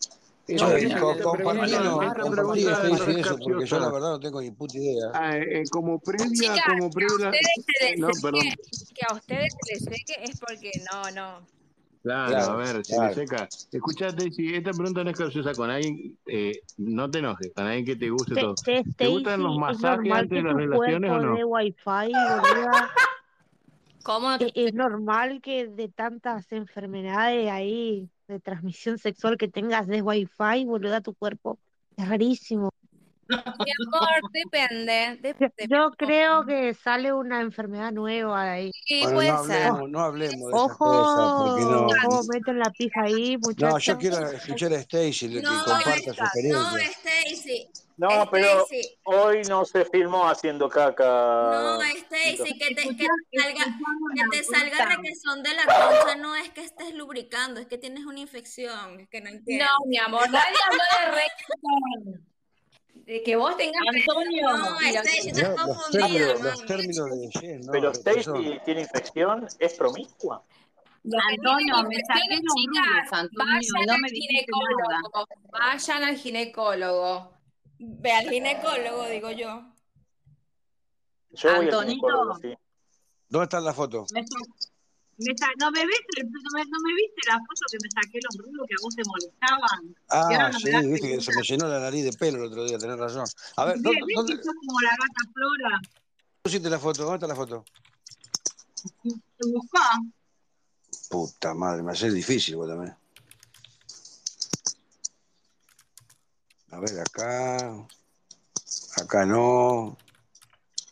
Speaker 5: Eso, No, esa-
Speaker 17: co-
Speaker 5: esa
Speaker 17: compartir,
Speaker 5: pregunta-
Speaker 17: no,
Speaker 5: esa
Speaker 17: compartir
Speaker 5: pregunta
Speaker 17: sí,
Speaker 5: me
Speaker 17: sí,
Speaker 5: parece
Speaker 17: eso, porque yo la
Speaker 5: capciosa.
Speaker 17: verdad no tengo ni puta idea.
Speaker 14: Ah, eh, como previa,
Speaker 7: Chicas,
Speaker 14: como
Speaker 7: que a
Speaker 14: previa. la-
Speaker 7: ustedes se les
Speaker 14: No, perdón.
Speaker 7: seque, que a ustedes se les seque es porque no, no.
Speaker 1: Claro, a
Speaker 17: Claro,
Speaker 1: ver, se le
Speaker 17: claro.
Speaker 1: seca. Escuchate, si esta pregunta no es capciosa con alguien, eh, no te enojes, con alguien que te guste
Speaker 9: Che,
Speaker 1: todo.
Speaker 9: che,
Speaker 1: ¿Te gustan los
Speaker 9: Stacy, es
Speaker 1: masajes
Speaker 9: normal
Speaker 1: antes
Speaker 9: que
Speaker 1: de las
Speaker 9: tu
Speaker 1: relaciones o
Speaker 9: cuerpo
Speaker 1: no?
Speaker 9: dé wifi, boluda.
Speaker 7: ¿Cómo
Speaker 9: E- Es normal que de tantas enfermedades ahí, de transmisión sexual que tengas, des wifi, boluda, tu cuerpo. Es rarísimo.
Speaker 7: Mi amor, depende.
Speaker 9: Yo,
Speaker 7: depende.
Speaker 9: yo creo que sale una enfermedad nueva ahí.
Speaker 7: Sí,
Speaker 17: Bueno, no
Speaker 7: puede ser.
Speaker 17: hablemos, no hablemos de esas cosas, porque no.
Speaker 9: Ojo, ¿cómo meten la pija ahí,
Speaker 17: No, yo
Speaker 9: muchachos?
Speaker 17: quiero escuchar a Stacy lo que
Speaker 13: No,
Speaker 17: comparta su
Speaker 13: no,
Speaker 17: experiencia.
Speaker 13: Stacy.
Speaker 6: No, pero
Speaker 13: Stacy.
Speaker 6: hoy no se filmó haciendo
Speaker 13: No,
Speaker 6: caca.
Speaker 13: Stacy, que te, que te salga, que te
Speaker 3: escuchá
Speaker 13: salga
Speaker 3: una
Speaker 13: requesón de la concha no es que estés lubricando, es que tienes una infección, es que no
Speaker 7: No,
Speaker 13: entiendo.
Speaker 7: mi amor, nadie habló de recto. De que vos tengas
Speaker 3: Antonio.
Speaker 13: No,
Speaker 7: y lo-
Speaker 13: Stacy, estás
Speaker 17: Yo, los
Speaker 13: confundida,
Speaker 17: términos, los
Speaker 13: mami.
Speaker 17: términos de Jen, no,
Speaker 6: Pero
Speaker 17: de persona.
Speaker 6: Stacy tiene infección, es promiscua.
Speaker 7: Los que
Speaker 3: Antonio,
Speaker 7: tienen
Speaker 3: me saqué
Speaker 7: infecciones,
Speaker 3: los rulos,
Speaker 7: chicas,
Speaker 3: Antonio, y
Speaker 7: vayan
Speaker 3: no
Speaker 7: al
Speaker 3: me dijiste nada.
Speaker 7: ginecólogo. Vayan al ginecólogo.
Speaker 13: Ve al ginecólogo, digo yo.
Speaker 6: Yo voy al
Speaker 3: Antonito,
Speaker 6: ginecólogo, sí.
Speaker 17: ¿Dónde está la foto?
Speaker 3: me sa- me sa- no, me viste, el- no, me, no me viste la foto que me saqué los rulos que a vos te molestaban. Y ahora
Speaker 17: Ah,
Speaker 3: no me das
Speaker 17: sí, viste que se
Speaker 3: pelota.
Speaker 17: me llenó la nariz de pelo el otro día, tenés razón. A ver, ¿dónde,
Speaker 3: Ve- ¿Ves
Speaker 17: dónde
Speaker 3: que sos como la gata Flora?
Speaker 17: pusiste la foto? ¿Dónde está la foto?
Speaker 3: Te buscá.
Speaker 17: Puta madre, me haces difícil vos también. A ver, acá, acá no,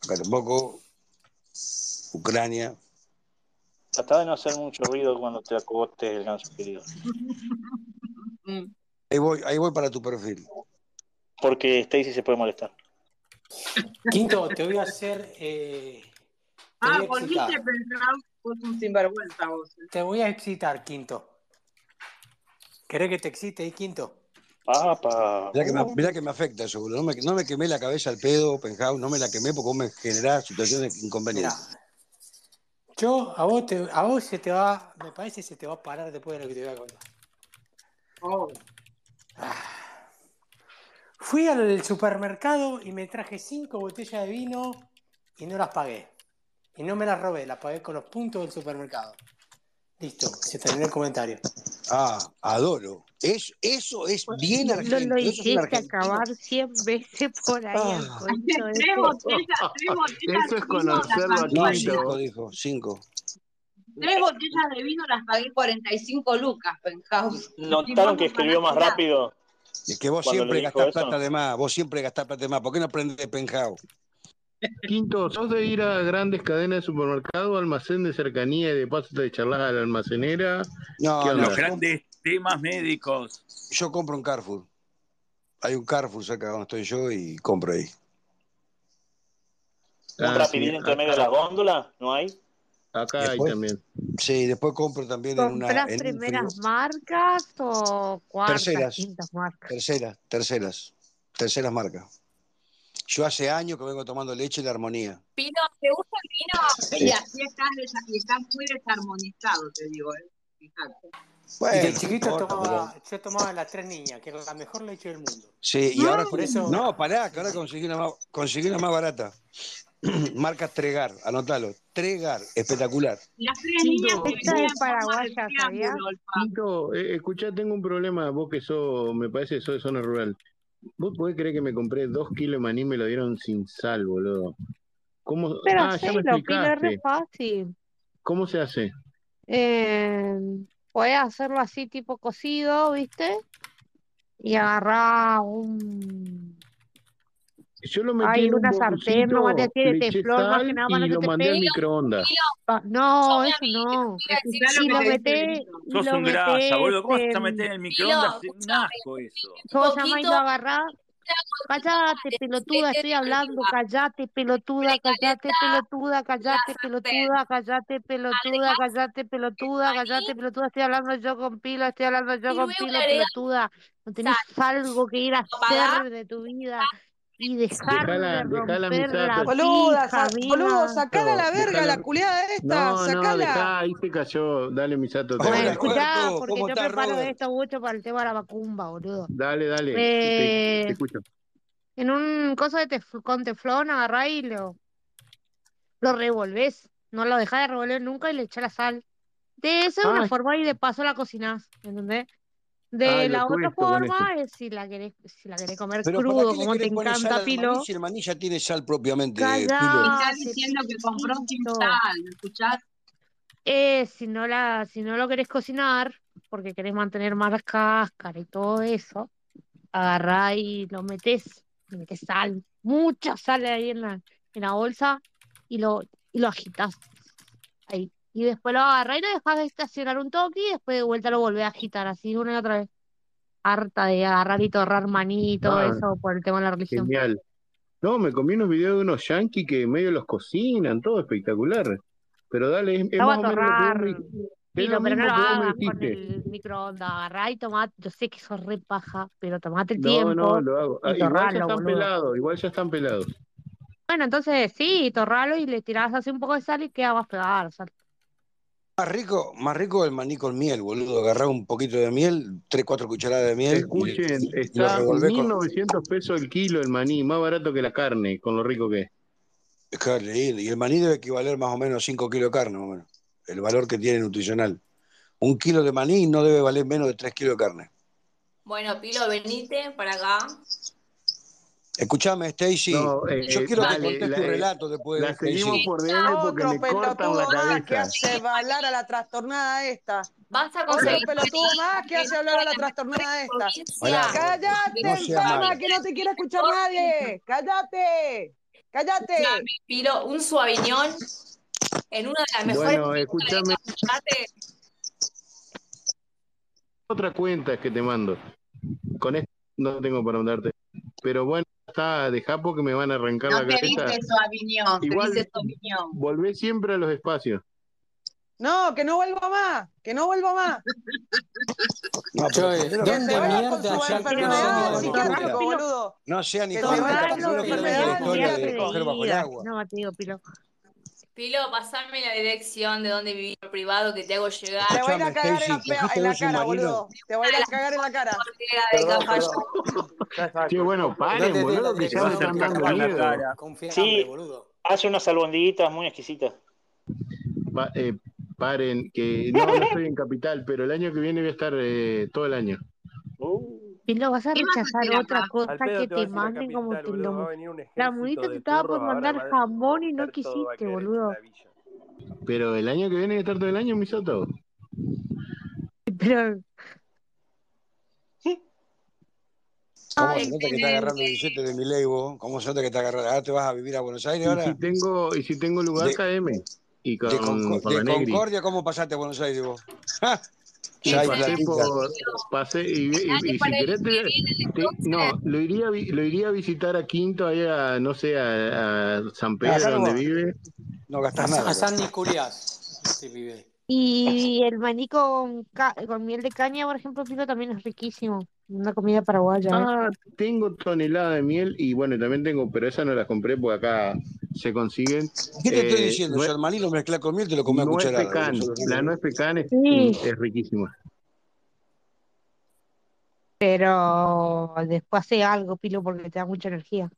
Speaker 17: acá tampoco, Ucrania.
Speaker 6: Tratá de no hacer mucho ruido cuando te acostes el ganso querido.
Speaker 17: Ahí voy, ahí voy para tu perfil.
Speaker 6: Porque Stacy se puede molestar.
Speaker 5: Quinto, te voy a hacer. eh, te voy
Speaker 3: Ah,
Speaker 5: a
Speaker 3: volviste
Speaker 5: excitar.
Speaker 3: pensado, vos un sinvergüenza vos.
Speaker 5: Te voy a excitar, Quinto. ¿Querés que te excite ahí, Quinto?
Speaker 6: Papa.
Speaker 17: Mirá que, me, mirá que me afecta eso, boludo. No me, no me quemé la cabeza al pedo, Penhouse, no me la quemé porque vos me generás situaciones inconvenientes.
Speaker 5: Yo, a vos, te, a vos se te va. Me parece que se te va a parar después de lo que te voy a contar.
Speaker 3: Oh,
Speaker 5: Fui al supermercado y me traje cinco botellas de vino y no las pagué. Y no me las robé, las pagué con los puntos del supermercado. Listo, se terminó el comentario.
Speaker 17: Ah, adoro. Es, eso es bien
Speaker 9: No lo
Speaker 17: argentino, eso es un
Speaker 9: hiciste
Speaker 17: argentino.
Speaker 9: acabar 100 veces por ahí al
Speaker 17: Ah.
Speaker 9: coito
Speaker 3: tres
Speaker 9: ese.
Speaker 3: botellas, tres botellas
Speaker 1: Eso
Speaker 3: de
Speaker 1: es
Speaker 3: vino las
Speaker 1: conocerlo a
Speaker 3: pagué
Speaker 17: No,
Speaker 3: 40.
Speaker 17: cinco
Speaker 1: Quinto.
Speaker 17: dijo, cinco.
Speaker 3: Tres botellas de vino las pagué 45 lucas, Penhouse. Y vos
Speaker 6: ¿Notaron que
Speaker 3: no
Speaker 6: escribió más
Speaker 3: pagaste nada.
Speaker 6: rápido
Speaker 17: Es que vos
Speaker 6: cuando le
Speaker 17: siempre
Speaker 6: dijo
Speaker 17: gastás
Speaker 6: eso?
Speaker 17: plata de más, vos siempre gastás plata de más. ¿Por qué no aprendés de Penhouse?
Speaker 1: Quinto, ¿sos de ir a grandes cadenas de supermercado, almacén de cercanía y de paso te charlas a la almacenera? ¿Qué
Speaker 17: No, no,
Speaker 14: Los
Speaker 17: yo,
Speaker 1: onda?
Speaker 17: comp-
Speaker 14: grandes Temas médicos.
Speaker 17: Yo compro en Carrefour. Hay un Carrefour cerca de donde estoy yo y compro ahí.
Speaker 6: ¿Un
Speaker 17: Ah,
Speaker 6: rapidín
Speaker 17: sí,
Speaker 6: entre
Speaker 17: acá-
Speaker 6: medio de la góndola? ¿No hay?
Speaker 1: Acá
Speaker 17: Después-
Speaker 1: hay también.
Speaker 17: Sí, después compro también en una.
Speaker 9: ¿Compras
Speaker 17: en un
Speaker 9: primeras
Speaker 17: frigo-
Speaker 9: marcas o cuartas,
Speaker 17: Terceras.
Speaker 9: quintas marcas?
Speaker 17: Terceras, terceras. Terceras marcas. Yo hace años que vengo tomando leche de armonía.
Speaker 18: Pino, ¿te gusta el vino?
Speaker 17: Sí.
Speaker 18: Y así estás, desa- y estás muy desarmonizado, te digo, ¿eh? Fíjate.
Speaker 17: Bueno,
Speaker 5: de chiquito
Speaker 17: no importa,
Speaker 5: tomaba,
Speaker 17: pero-
Speaker 5: Ah, yo tomaba las tres niñas, que era la mejor leche del mundo.
Speaker 17: Sí, y ahora.
Speaker 5: Por eso,
Speaker 17: No, pará, que ahora conseguí una más, conseguí una más barata. Marca Tregar, anótalo. Tregar, espectacular.
Speaker 18: Las tres
Speaker 9: Quinto.
Speaker 18: niñas que
Speaker 9: Esta
Speaker 18: venían
Speaker 9: es
Speaker 18: forma de
Speaker 9: paraguaya, ¿sabías?
Speaker 18: triángulo, Ah, el
Speaker 1: Quinto, eh, escuchá, tengo un problema, vos que sos, me parece que sos de zona rural. Vos podés creer que me compré dos kilos de maní y me lo dieron sin sal, boludo. ¿Cómo?
Speaker 9: Pero
Speaker 1: Ah, ya me
Speaker 9: hacelo, Pino, es re
Speaker 1: explicaste.
Speaker 9: fácil.
Speaker 1: ¿Cómo se hace?
Speaker 9: Eh, podés hacerlo así tipo cocido, ¿viste? Y agarrar un...
Speaker 1: Yo lo metí
Speaker 9: Hay
Speaker 1: en un
Speaker 9: una sartén, nomás te
Speaker 1: bolsito,
Speaker 9: tiene
Speaker 1: le eché
Speaker 9: teflón, este más que
Speaker 1: sal
Speaker 9: nada, para
Speaker 1: y
Speaker 9: que
Speaker 1: lo
Speaker 9: te
Speaker 1: mandé al
Speaker 9: pegue.
Speaker 1: microondas.
Speaker 9: Pa- Ah, No, eso no.
Speaker 18: Escuchá lo
Speaker 9: Y
Speaker 18: que
Speaker 9: lo
Speaker 18: te dice
Speaker 9: metés,
Speaker 18: Benito.
Speaker 9: y
Speaker 14: Sos
Speaker 9: lo
Speaker 14: un grasa, boludo.
Speaker 9: metés
Speaker 14: ¿Cómo vas a meter
Speaker 9: en...
Speaker 14: en el microondas? Es un asco eso.
Speaker 9: ¿Cómo se llama? Y lo agarrás. Cállate, pelotuda, estoy hablando. Cállate, pelotuda, cállate, pelotuda, cállate, pelotuda, cállate, pelotuda, cállate, pelotuda, cállate, pelotuda. Estoy hablando yo con pila, estoy hablando yo con pila, pelotuda. No tenés algo que ir a hacer de tu vida y dejar de
Speaker 1: Dejala, dejala
Speaker 9: romper
Speaker 1: mitad.
Speaker 9: la
Speaker 10: Boluda,
Speaker 9: pija,
Speaker 10: sa- boludo,
Speaker 9: amiga.
Speaker 10: sacala a la verga,
Speaker 1: Dejala.
Speaker 10: la culiada esta,
Speaker 1: No, no,
Speaker 10: sacala.
Speaker 1: dejá, ahí se cayó. Dale, Misato, te
Speaker 9: Bueno,
Speaker 1: agradezco.
Speaker 9: escuchá,
Speaker 17: Roberto?
Speaker 9: porque
Speaker 17: ¿Cómo
Speaker 9: yo
Speaker 17: estás,
Speaker 9: preparo
Speaker 17: Robert?
Speaker 9: esto mucho para el tema de la vacumba, boludo.
Speaker 1: Dale, dale, te, te
Speaker 9: Eh,
Speaker 1: escucho.
Speaker 9: en un coso de tef- con teflón agarrá y lo, lo revolvés. No lo dejás de revolver nunca y le echás la sal. De esa es una
Speaker 1: Ah,
Speaker 9: forma y de paso la cocinás, ¿entendés?
Speaker 1: ah,
Speaker 9: De
Speaker 1: lo
Speaker 9: la otra
Speaker 1: tuve esto con eso.
Speaker 9: forma es si la querés, si la querés comer
Speaker 17: Pero ¿para
Speaker 9: crudo,
Speaker 17: qué le
Speaker 9: como te
Speaker 17: querés poner sal
Speaker 9: encanta,
Speaker 17: al maní
Speaker 9: Pilo.
Speaker 17: si el maní ya tiene sal propiamente, Pilo?
Speaker 18: Está
Speaker 9: Callate,
Speaker 18: diciendo que compró sin
Speaker 9: Pilito.
Speaker 18: sal, ¿me escuchás?
Speaker 9: Eh, si no la, si no lo querés cocinar, porque querés mantener más la cáscara y todo eso, agarrá y lo metés, le metés sal, mucha sal ahí en la, en la bolsa y lo, y lo agitás ahí. Y después lo agarrás y lo dejás estacionar un toque y después de vuelta lo volvés a agitar así una y otra vez. Harta de agarrar y torrar maní y todo
Speaker 1: Ah,
Speaker 9: eso por el tema de la religión.
Speaker 1: genial. No, me comí unos videos de unos yanquis que medio los cocinan, todo espectacular. Pero dale, es, es
Speaker 9: Lo va
Speaker 1: más
Speaker 9: a
Speaker 1: o menos lo que vos me
Speaker 9: torrar,
Speaker 1: dijiste. Es lo
Speaker 9: Pilo, pero no lo
Speaker 1: mismo que vos me
Speaker 9: hagas con
Speaker 1: dijiste.
Speaker 9: el microondas. Agarrá y tomate, yo sé que sos re paja, pero tomate el
Speaker 1: No, no,
Speaker 9: tiempo
Speaker 1: lo hago. Ah,
Speaker 9: y
Speaker 1: igual ya
Speaker 9: torralo,
Speaker 1: están
Speaker 9: boludo.
Speaker 1: pelados, igual ya están pelados.
Speaker 9: Bueno, entonces sí, torralo y le tirás así un poco de sal y queda más pegada la sal.
Speaker 17: Más rico, más rico el maní con miel, boludo. Agarrá un poquito de miel, tres, cuatro cucharadas de miel y, le-
Speaker 1: Escuchen,
Speaker 17: y lo
Speaker 1: está
Speaker 17: revolvés con.
Speaker 1: 1900 pesos el kilo el maní, más barato que la carne, con lo rico que es.
Speaker 17: Dejá de leer. Y el maní debe equivaler más o menos 5 kilos de carne, más o menos. El valor que tiene nutricional. Un kilo de maní no debe valer menos de 3 kilos de carne.
Speaker 18: Bueno, Pilo, venite para acá.
Speaker 17: Escuchame, Stacy.
Speaker 1: No,
Speaker 17: Yo
Speaker 1: eh,
Speaker 17: quiero que
Speaker 1: dale,
Speaker 17: contés
Speaker 1: la,
Speaker 17: tu
Speaker 1: eh,
Speaker 17: relato después,
Speaker 1: la seguimos
Speaker 17: Stacy.
Speaker 1: por DM porque
Speaker 10: Otro
Speaker 1: me cortan la
Speaker 10: pelotudo más que
Speaker 1: cabeza.
Speaker 10: hace hablar a la trastornada esta.
Speaker 18: Vas a
Speaker 10: Otro
Speaker 18: conseguir
Speaker 10: pelotudo más que hace hablar a la trastornada esta.
Speaker 17: Pará,
Speaker 18: provincia
Speaker 17: Roberto.
Speaker 10: ¡Cállate,
Speaker 17: No seas
Speaker 10: enferma,
Speaker 17: malo.
Speaker 10: que no te quiere escuchar nadie! ¡Cállate! ¡Cállate!
Speaker 18: Pilo, un suaviñón en una de las mejores
Speaker 1: Bueno,
Speaker 18: fiestas de
Speaker 1: escúchame
Speaker 18: Cafayate.
Speaker 1: otra cuenta que te mando. Con esto no tengo para mandarte. Pero bueno, está, dejá porque me van a arrancar
Speaker 18: No
Speaker 1: la
Speaker 18: te
Speaker 1: cabeza.
Speaker 18: dice suaviñón, te
Speaker 1: Igual,
Speaker 18: dice suaviñón.
Speaker 1: volvé siempre a los espacios.
Speaker 10: No, que no vuelva más, que no vuelva más.
Speaker 17: No, pero
Speaker 5: yo, eh,
Speaker 17: ¿por qué lo
Speaker 10: Que se
Speaker 5: ¿dónde
Speaker 10: vaya con
Speaker 5: mierda
Speaker 10: su
Speaker 5: ya
Speaker 10: enfermedad
Speaker 5: conocemos
Speaker 10: al
Speaker 5: a
Speaker 10: psiquiátrico,
Speaker 5: Nicola?
Speaker 9: Pilo,
Speaker 10: boludo.
Speaker 17: No sea
Speaker 10: Que se
Speaker 17: Nicola,
Speaker 10: vaya
Speaker 17: te
Speaker 10: con
Speaker 9: torralo
Speaker 17: juro que
Speaker 10: su
Speaker 9: y
Speaker 17: no
Speaker 9: le
Speaker 17: quiero la
Speaker 10: enfermedad al
Speaker 17: historia de
Speaker 9: de
Speaker 10: psiquiátrico.
Speaker 17: coger bajo el
Speaker 9: ida.
Speaker 17: agua.
Speaker 9: No, Mateo, Pilo.
Speaker 18: Pilo, pasame la dirección de donde vivís por privado que te hago llegar
Speaker 10: Te va a ir a
Speaker 17: Escuchame,
Speaker 10: cagar en
Speaker 17: Stacy,
Speaker 10: la, pea-
Speaker 17: ¿trajiste
Speaker 10: en
Speaker 17: un
Speaker 10: la cara,
Speaker 17: submarino?
Speaker 10: boludo. Te va a ir
Speaker 18: a
Speaker 10: a
Speaker 18: la
Speaker 10: cagar en la cara.
Speaker 18: frontera de
Speaker 6: Perdón, perdón.
Speaker 18: Cafayate.
Speaker 6: Ya está.
Speaker 1: Che, bueno, paren,
Speaker 5: ¿Dónde tiene la
Speaker 1: boludo, que ya
Speaker 5: dirección
Speaker 1: me
Speaker 5: de
Speaker 1: están
Speaker 5: donde
Speaker 1: dando
Speaker 5: trabaja?
Speaker 14: en la
Speaker 1: miedo.
Speaker 14: cara.
Speaker 5: Con fiambre,
Speaker 6: Sí,
Speaker 5: boludo.
Speaker 6: hace unas albondiguitas muy exquisitas.
Speaker 1: Pa- eh, paren, que no, no estoy en Capital, pero el año que viene voy a estar eh, todo el año.
Speaker 6: Uh.
Speaker 9: Pilo, vas a
Speaker 18: ¿Qué vas a
Speaker 9: rechazar
Speaker 18: hacer
Speaker 9: otra
Speaker 18: acá?
Speaker 9: cosa
Speaker 19: Al pedo
Speaker 9: que
Speaker 19: te vas
Speaker 9: te
Speaker 19: a ir a
Speaker 9: manden como
Speaker 19: capital,
Speaker 9: te
Speaker 19: boludo.
Speaker 9: lo...
Speaker 19: Va
Speaker 9: mu-
Speaker 19: a venir un
Speaker 9: La
Speaker 19: ejército
Speaker 9: monita te
Speaker 19: de
Speaker 9: estaba por
Speaker 19: turros, ahora
Speaker 9: mandar
Speaker 19: van a
Speaker 9: jamón y no
Speaker 19: estar todo va a
Speaker 9: quisiste,
Speaker 19: quedar hecho
Speaker 9: boludo.
Speaker 19: una villa.
Speaker 1: Pero el año que viene voy a estar todo el año, Misato.
Speaker 9: Pero,
Speaker 17: ¿Cómo
Speaker 9: ay,
Speaker 17: se nota que está agarrando
Speaker 18: Excelente.
Speaker 17: billete de mi leibo? ¿Cómo se nota que está agarrando? Ahora te vas a vivir a Buenos Aires
Speaker 1: Y si
Speaker 17: ahora.
Speaker 1: tengo, y si tengo lugar,
Speaker 17: De,
Speaker 1: KM. Y
Speaker 17: de,
Speaker 1: con,
Speaker 17: Conco-
Speaker 1: con
Speaker 17: de
Speaker 1: la Negri.
Speaker 17: Concordia, ¿cómo pasaste a Buenos Aires vos? Ja,
Speaker 1: Sí,
Speaker 17: Ya hay
Speaker 1: pasé
Speaker 17: platica.
Speaker 1: por- pasé y,
Speaker 9: Ah,
Speaker 1: y- y si querés te- te- no, lo iría a vi- lo iría a visitar a Quinto allá, no sé, a, a San Pedro
Speaker 5: salvo-
Speaker 1: donde vive.
Speaker 17: No
Speaker 5: A, a San Nicolás. Este pibe.
Speaker 9: Y el maní con, ca- con miel de caña, por ejemplo, pico también es riquísimo. Una comida paraguaya. ¿eh?
Speaker 1: Ah, tengo tonelada de miel y bueno, también tengo, pero esa no la compré porque acá se consiguen.
Speaker 17: ¿Qué te estoy
Speaker 1: Eh,
Speaker 17: diciendo?
Speaker 1: nue-
Speaker 17: Si al maní lo mezclas con miel, te lo comes a
Speaker 1: nuez
Speaker 17: cucharada.
Speaker 1: pecan,
Speaker 17: boludo.
Speaker 1: la nuez pecan es,
Speaker 9: Sí.
Speaker 1: es riquísima.
Speaker 9: Pero después hace algo, Pilo, porque te da mucha energía.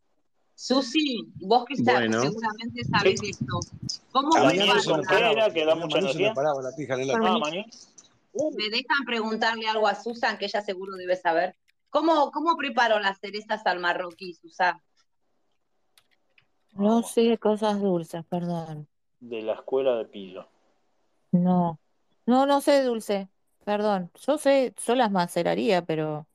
Speaker 3: Susi, vos que sa-
Speaker 17: Bueno.
Speaker 3: seguramente sabés de esto, ¿cómo
Speaker 17: El maní es una
Speaker 3: preparan?
Speaker 17: parábola.
Speaker 6: que da
Speaker 17: El
Speaker 6: mucha
Speaker 17: maní es una
Speaker 6: energía.
Speaker 17: parábola, pija, en el
Speaker 3: Ah,
Speaker 17: acto.
Speaker 3: maní.
Speaker 6: ¿eh?
Speaker 3: Uh. Me dejan preguntarle algo a Susan, que ella seguro debe saber. ¿Cómo, cómo preparan las cerezas al marroquí, Susan?
Speaker 8: No sé cosas dulces, perdón.
Speaker 6: De la escuela de Pilo.
Speaker 8: No. No, no sé dulce, perdón. Yo sé, yo las maceraría, pero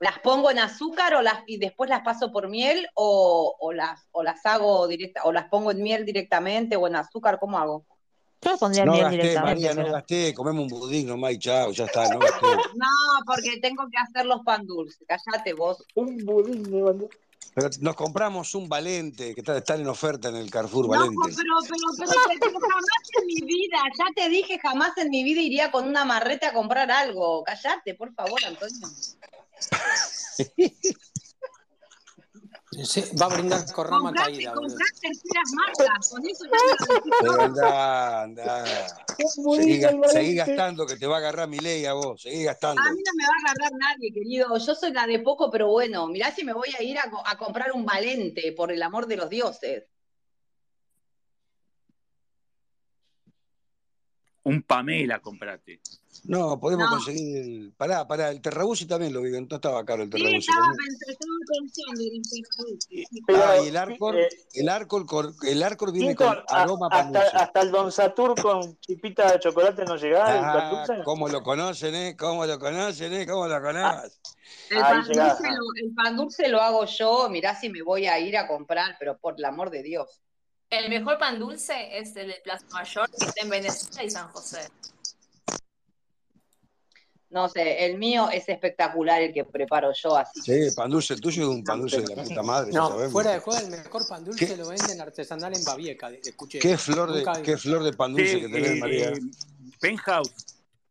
Speaker 3: ¿Las pongo en azúcar o las, y después las paso por miel o, o las, o las hago directa, o las pongo en miel directamente o en azúcar? ¿Cómo hago?
Speaker 8: yo las pondría en
Speaker 17: No
Speaker 8: miel
Speaker 17: gasté,
Speaker 8: directamente,
Speaker 17: María, no
Speaker 8: pero.
Speaker 17: gasté. Comemos un budín nomás y chao, ya está, no gasté.
Speaker 3: No, porque tengo que hacer los pan dulces. Cállate vos.
Speaker 6: Un budín de
Speaker 17: Pero nos compramos un valente, que está, está en oferta en el Carrefour
Speaker 3: No,
Speaker 17: Valente.
Speaker 3: pero, pero, pero, pero jamás en mi vida, ya te dije, jamás en mi vida iría con una marreta a comprar algo. Cállate, por favor, Antonio.
Speaker 5: Se- va a brindar con rama
Speaker 3: Comprate,
Speaker 5: caída, boludo.
Speaker 3: comprate terceras marcas, con eso ya me lo decís
Speaker 17: Pero
Speaker 3: todo.
Speaker 17: andá, andá. Seguí, ga- seguí gastando, que te va a agarrar mi ley a vos. Seguí
Speaker 3: Ah, A
Speaker 17: gastando.
Speaker 3: mí no me va a agarrar nadie, querido. Yo soy la de poco, pero bueno, mirá si me voy a ir a, co- a comprar un valente, por el amor de los dioses.
Speaker 14: Un Pamela comprate.
Speaker 17: No, podemos
Speaker 3: No.
Speaker 17: conseguir. El... Pará, pará, el Terrabusi también lo viven. No estaba caro el
Speaker 3: Sí,
Speaker 17: Terrabusi.
Speaker 3: estaba
Speaker 17: también.
Speaker 3: pensando, estaba pensando en el
Speaker 17: Ah, y
Speaker 6: Pero,
Speaker 17: el Arcor,
Speaker 6: eh,
Speaker 17: el Arcor, cor- el Arcor viene
Speaker 6: Quinto,
Speaker 3: ah,
Speaker 17: con
Speaker 6: a-
Speaker 17: aroma
Speaker 6: hasta,
Speaker 17: panusa.
Speaker 6: hasta el Don Satur con chipita de chocolate no llegaba, el
Speaker 17: Ah,
Speaker 6: Panusa.
Speaker 17: cómo lo conocen, ¿eh? Cómo lo conocen, ¿eh? Cómo lo conocen.
Speaker 3: Ah, El
Speaker 6: Ahí
Speaker 3: pan,
Speaker 6: llegaba.
Speaker 3: dulce lo, el pan dulce lo hago yo, mirá si me voy a ir a comprar, pero por el amor de Dios.
Speaker 18: El mejor pan dulce es el de Plaza Mayor, que está en Venezuela y San José.
Speaker 3: No sé, el mío es espectacular el que preparo yo, así
Speaker 17: Sí,
Speaker 3: que
Speaker 17: pan dulce, el tuyo es un pan dulce de la puta madre, ya
Speaker 5: No,
Speaker 17: sabemos.
Speaker 5: fuera de juego, el mejor pan dulce lo venden artesanal en Babieca, de- escuché.
Speaker 17: Qué flor de,
Speaker 5: Nunca
Speaker 17: qué flor de pan dulce
Speaker 14: Che,
Speaker 17: que tenés,
Speaker 14: eh,
Speaker 17: María.
Speaker 14: eh, Penthouse,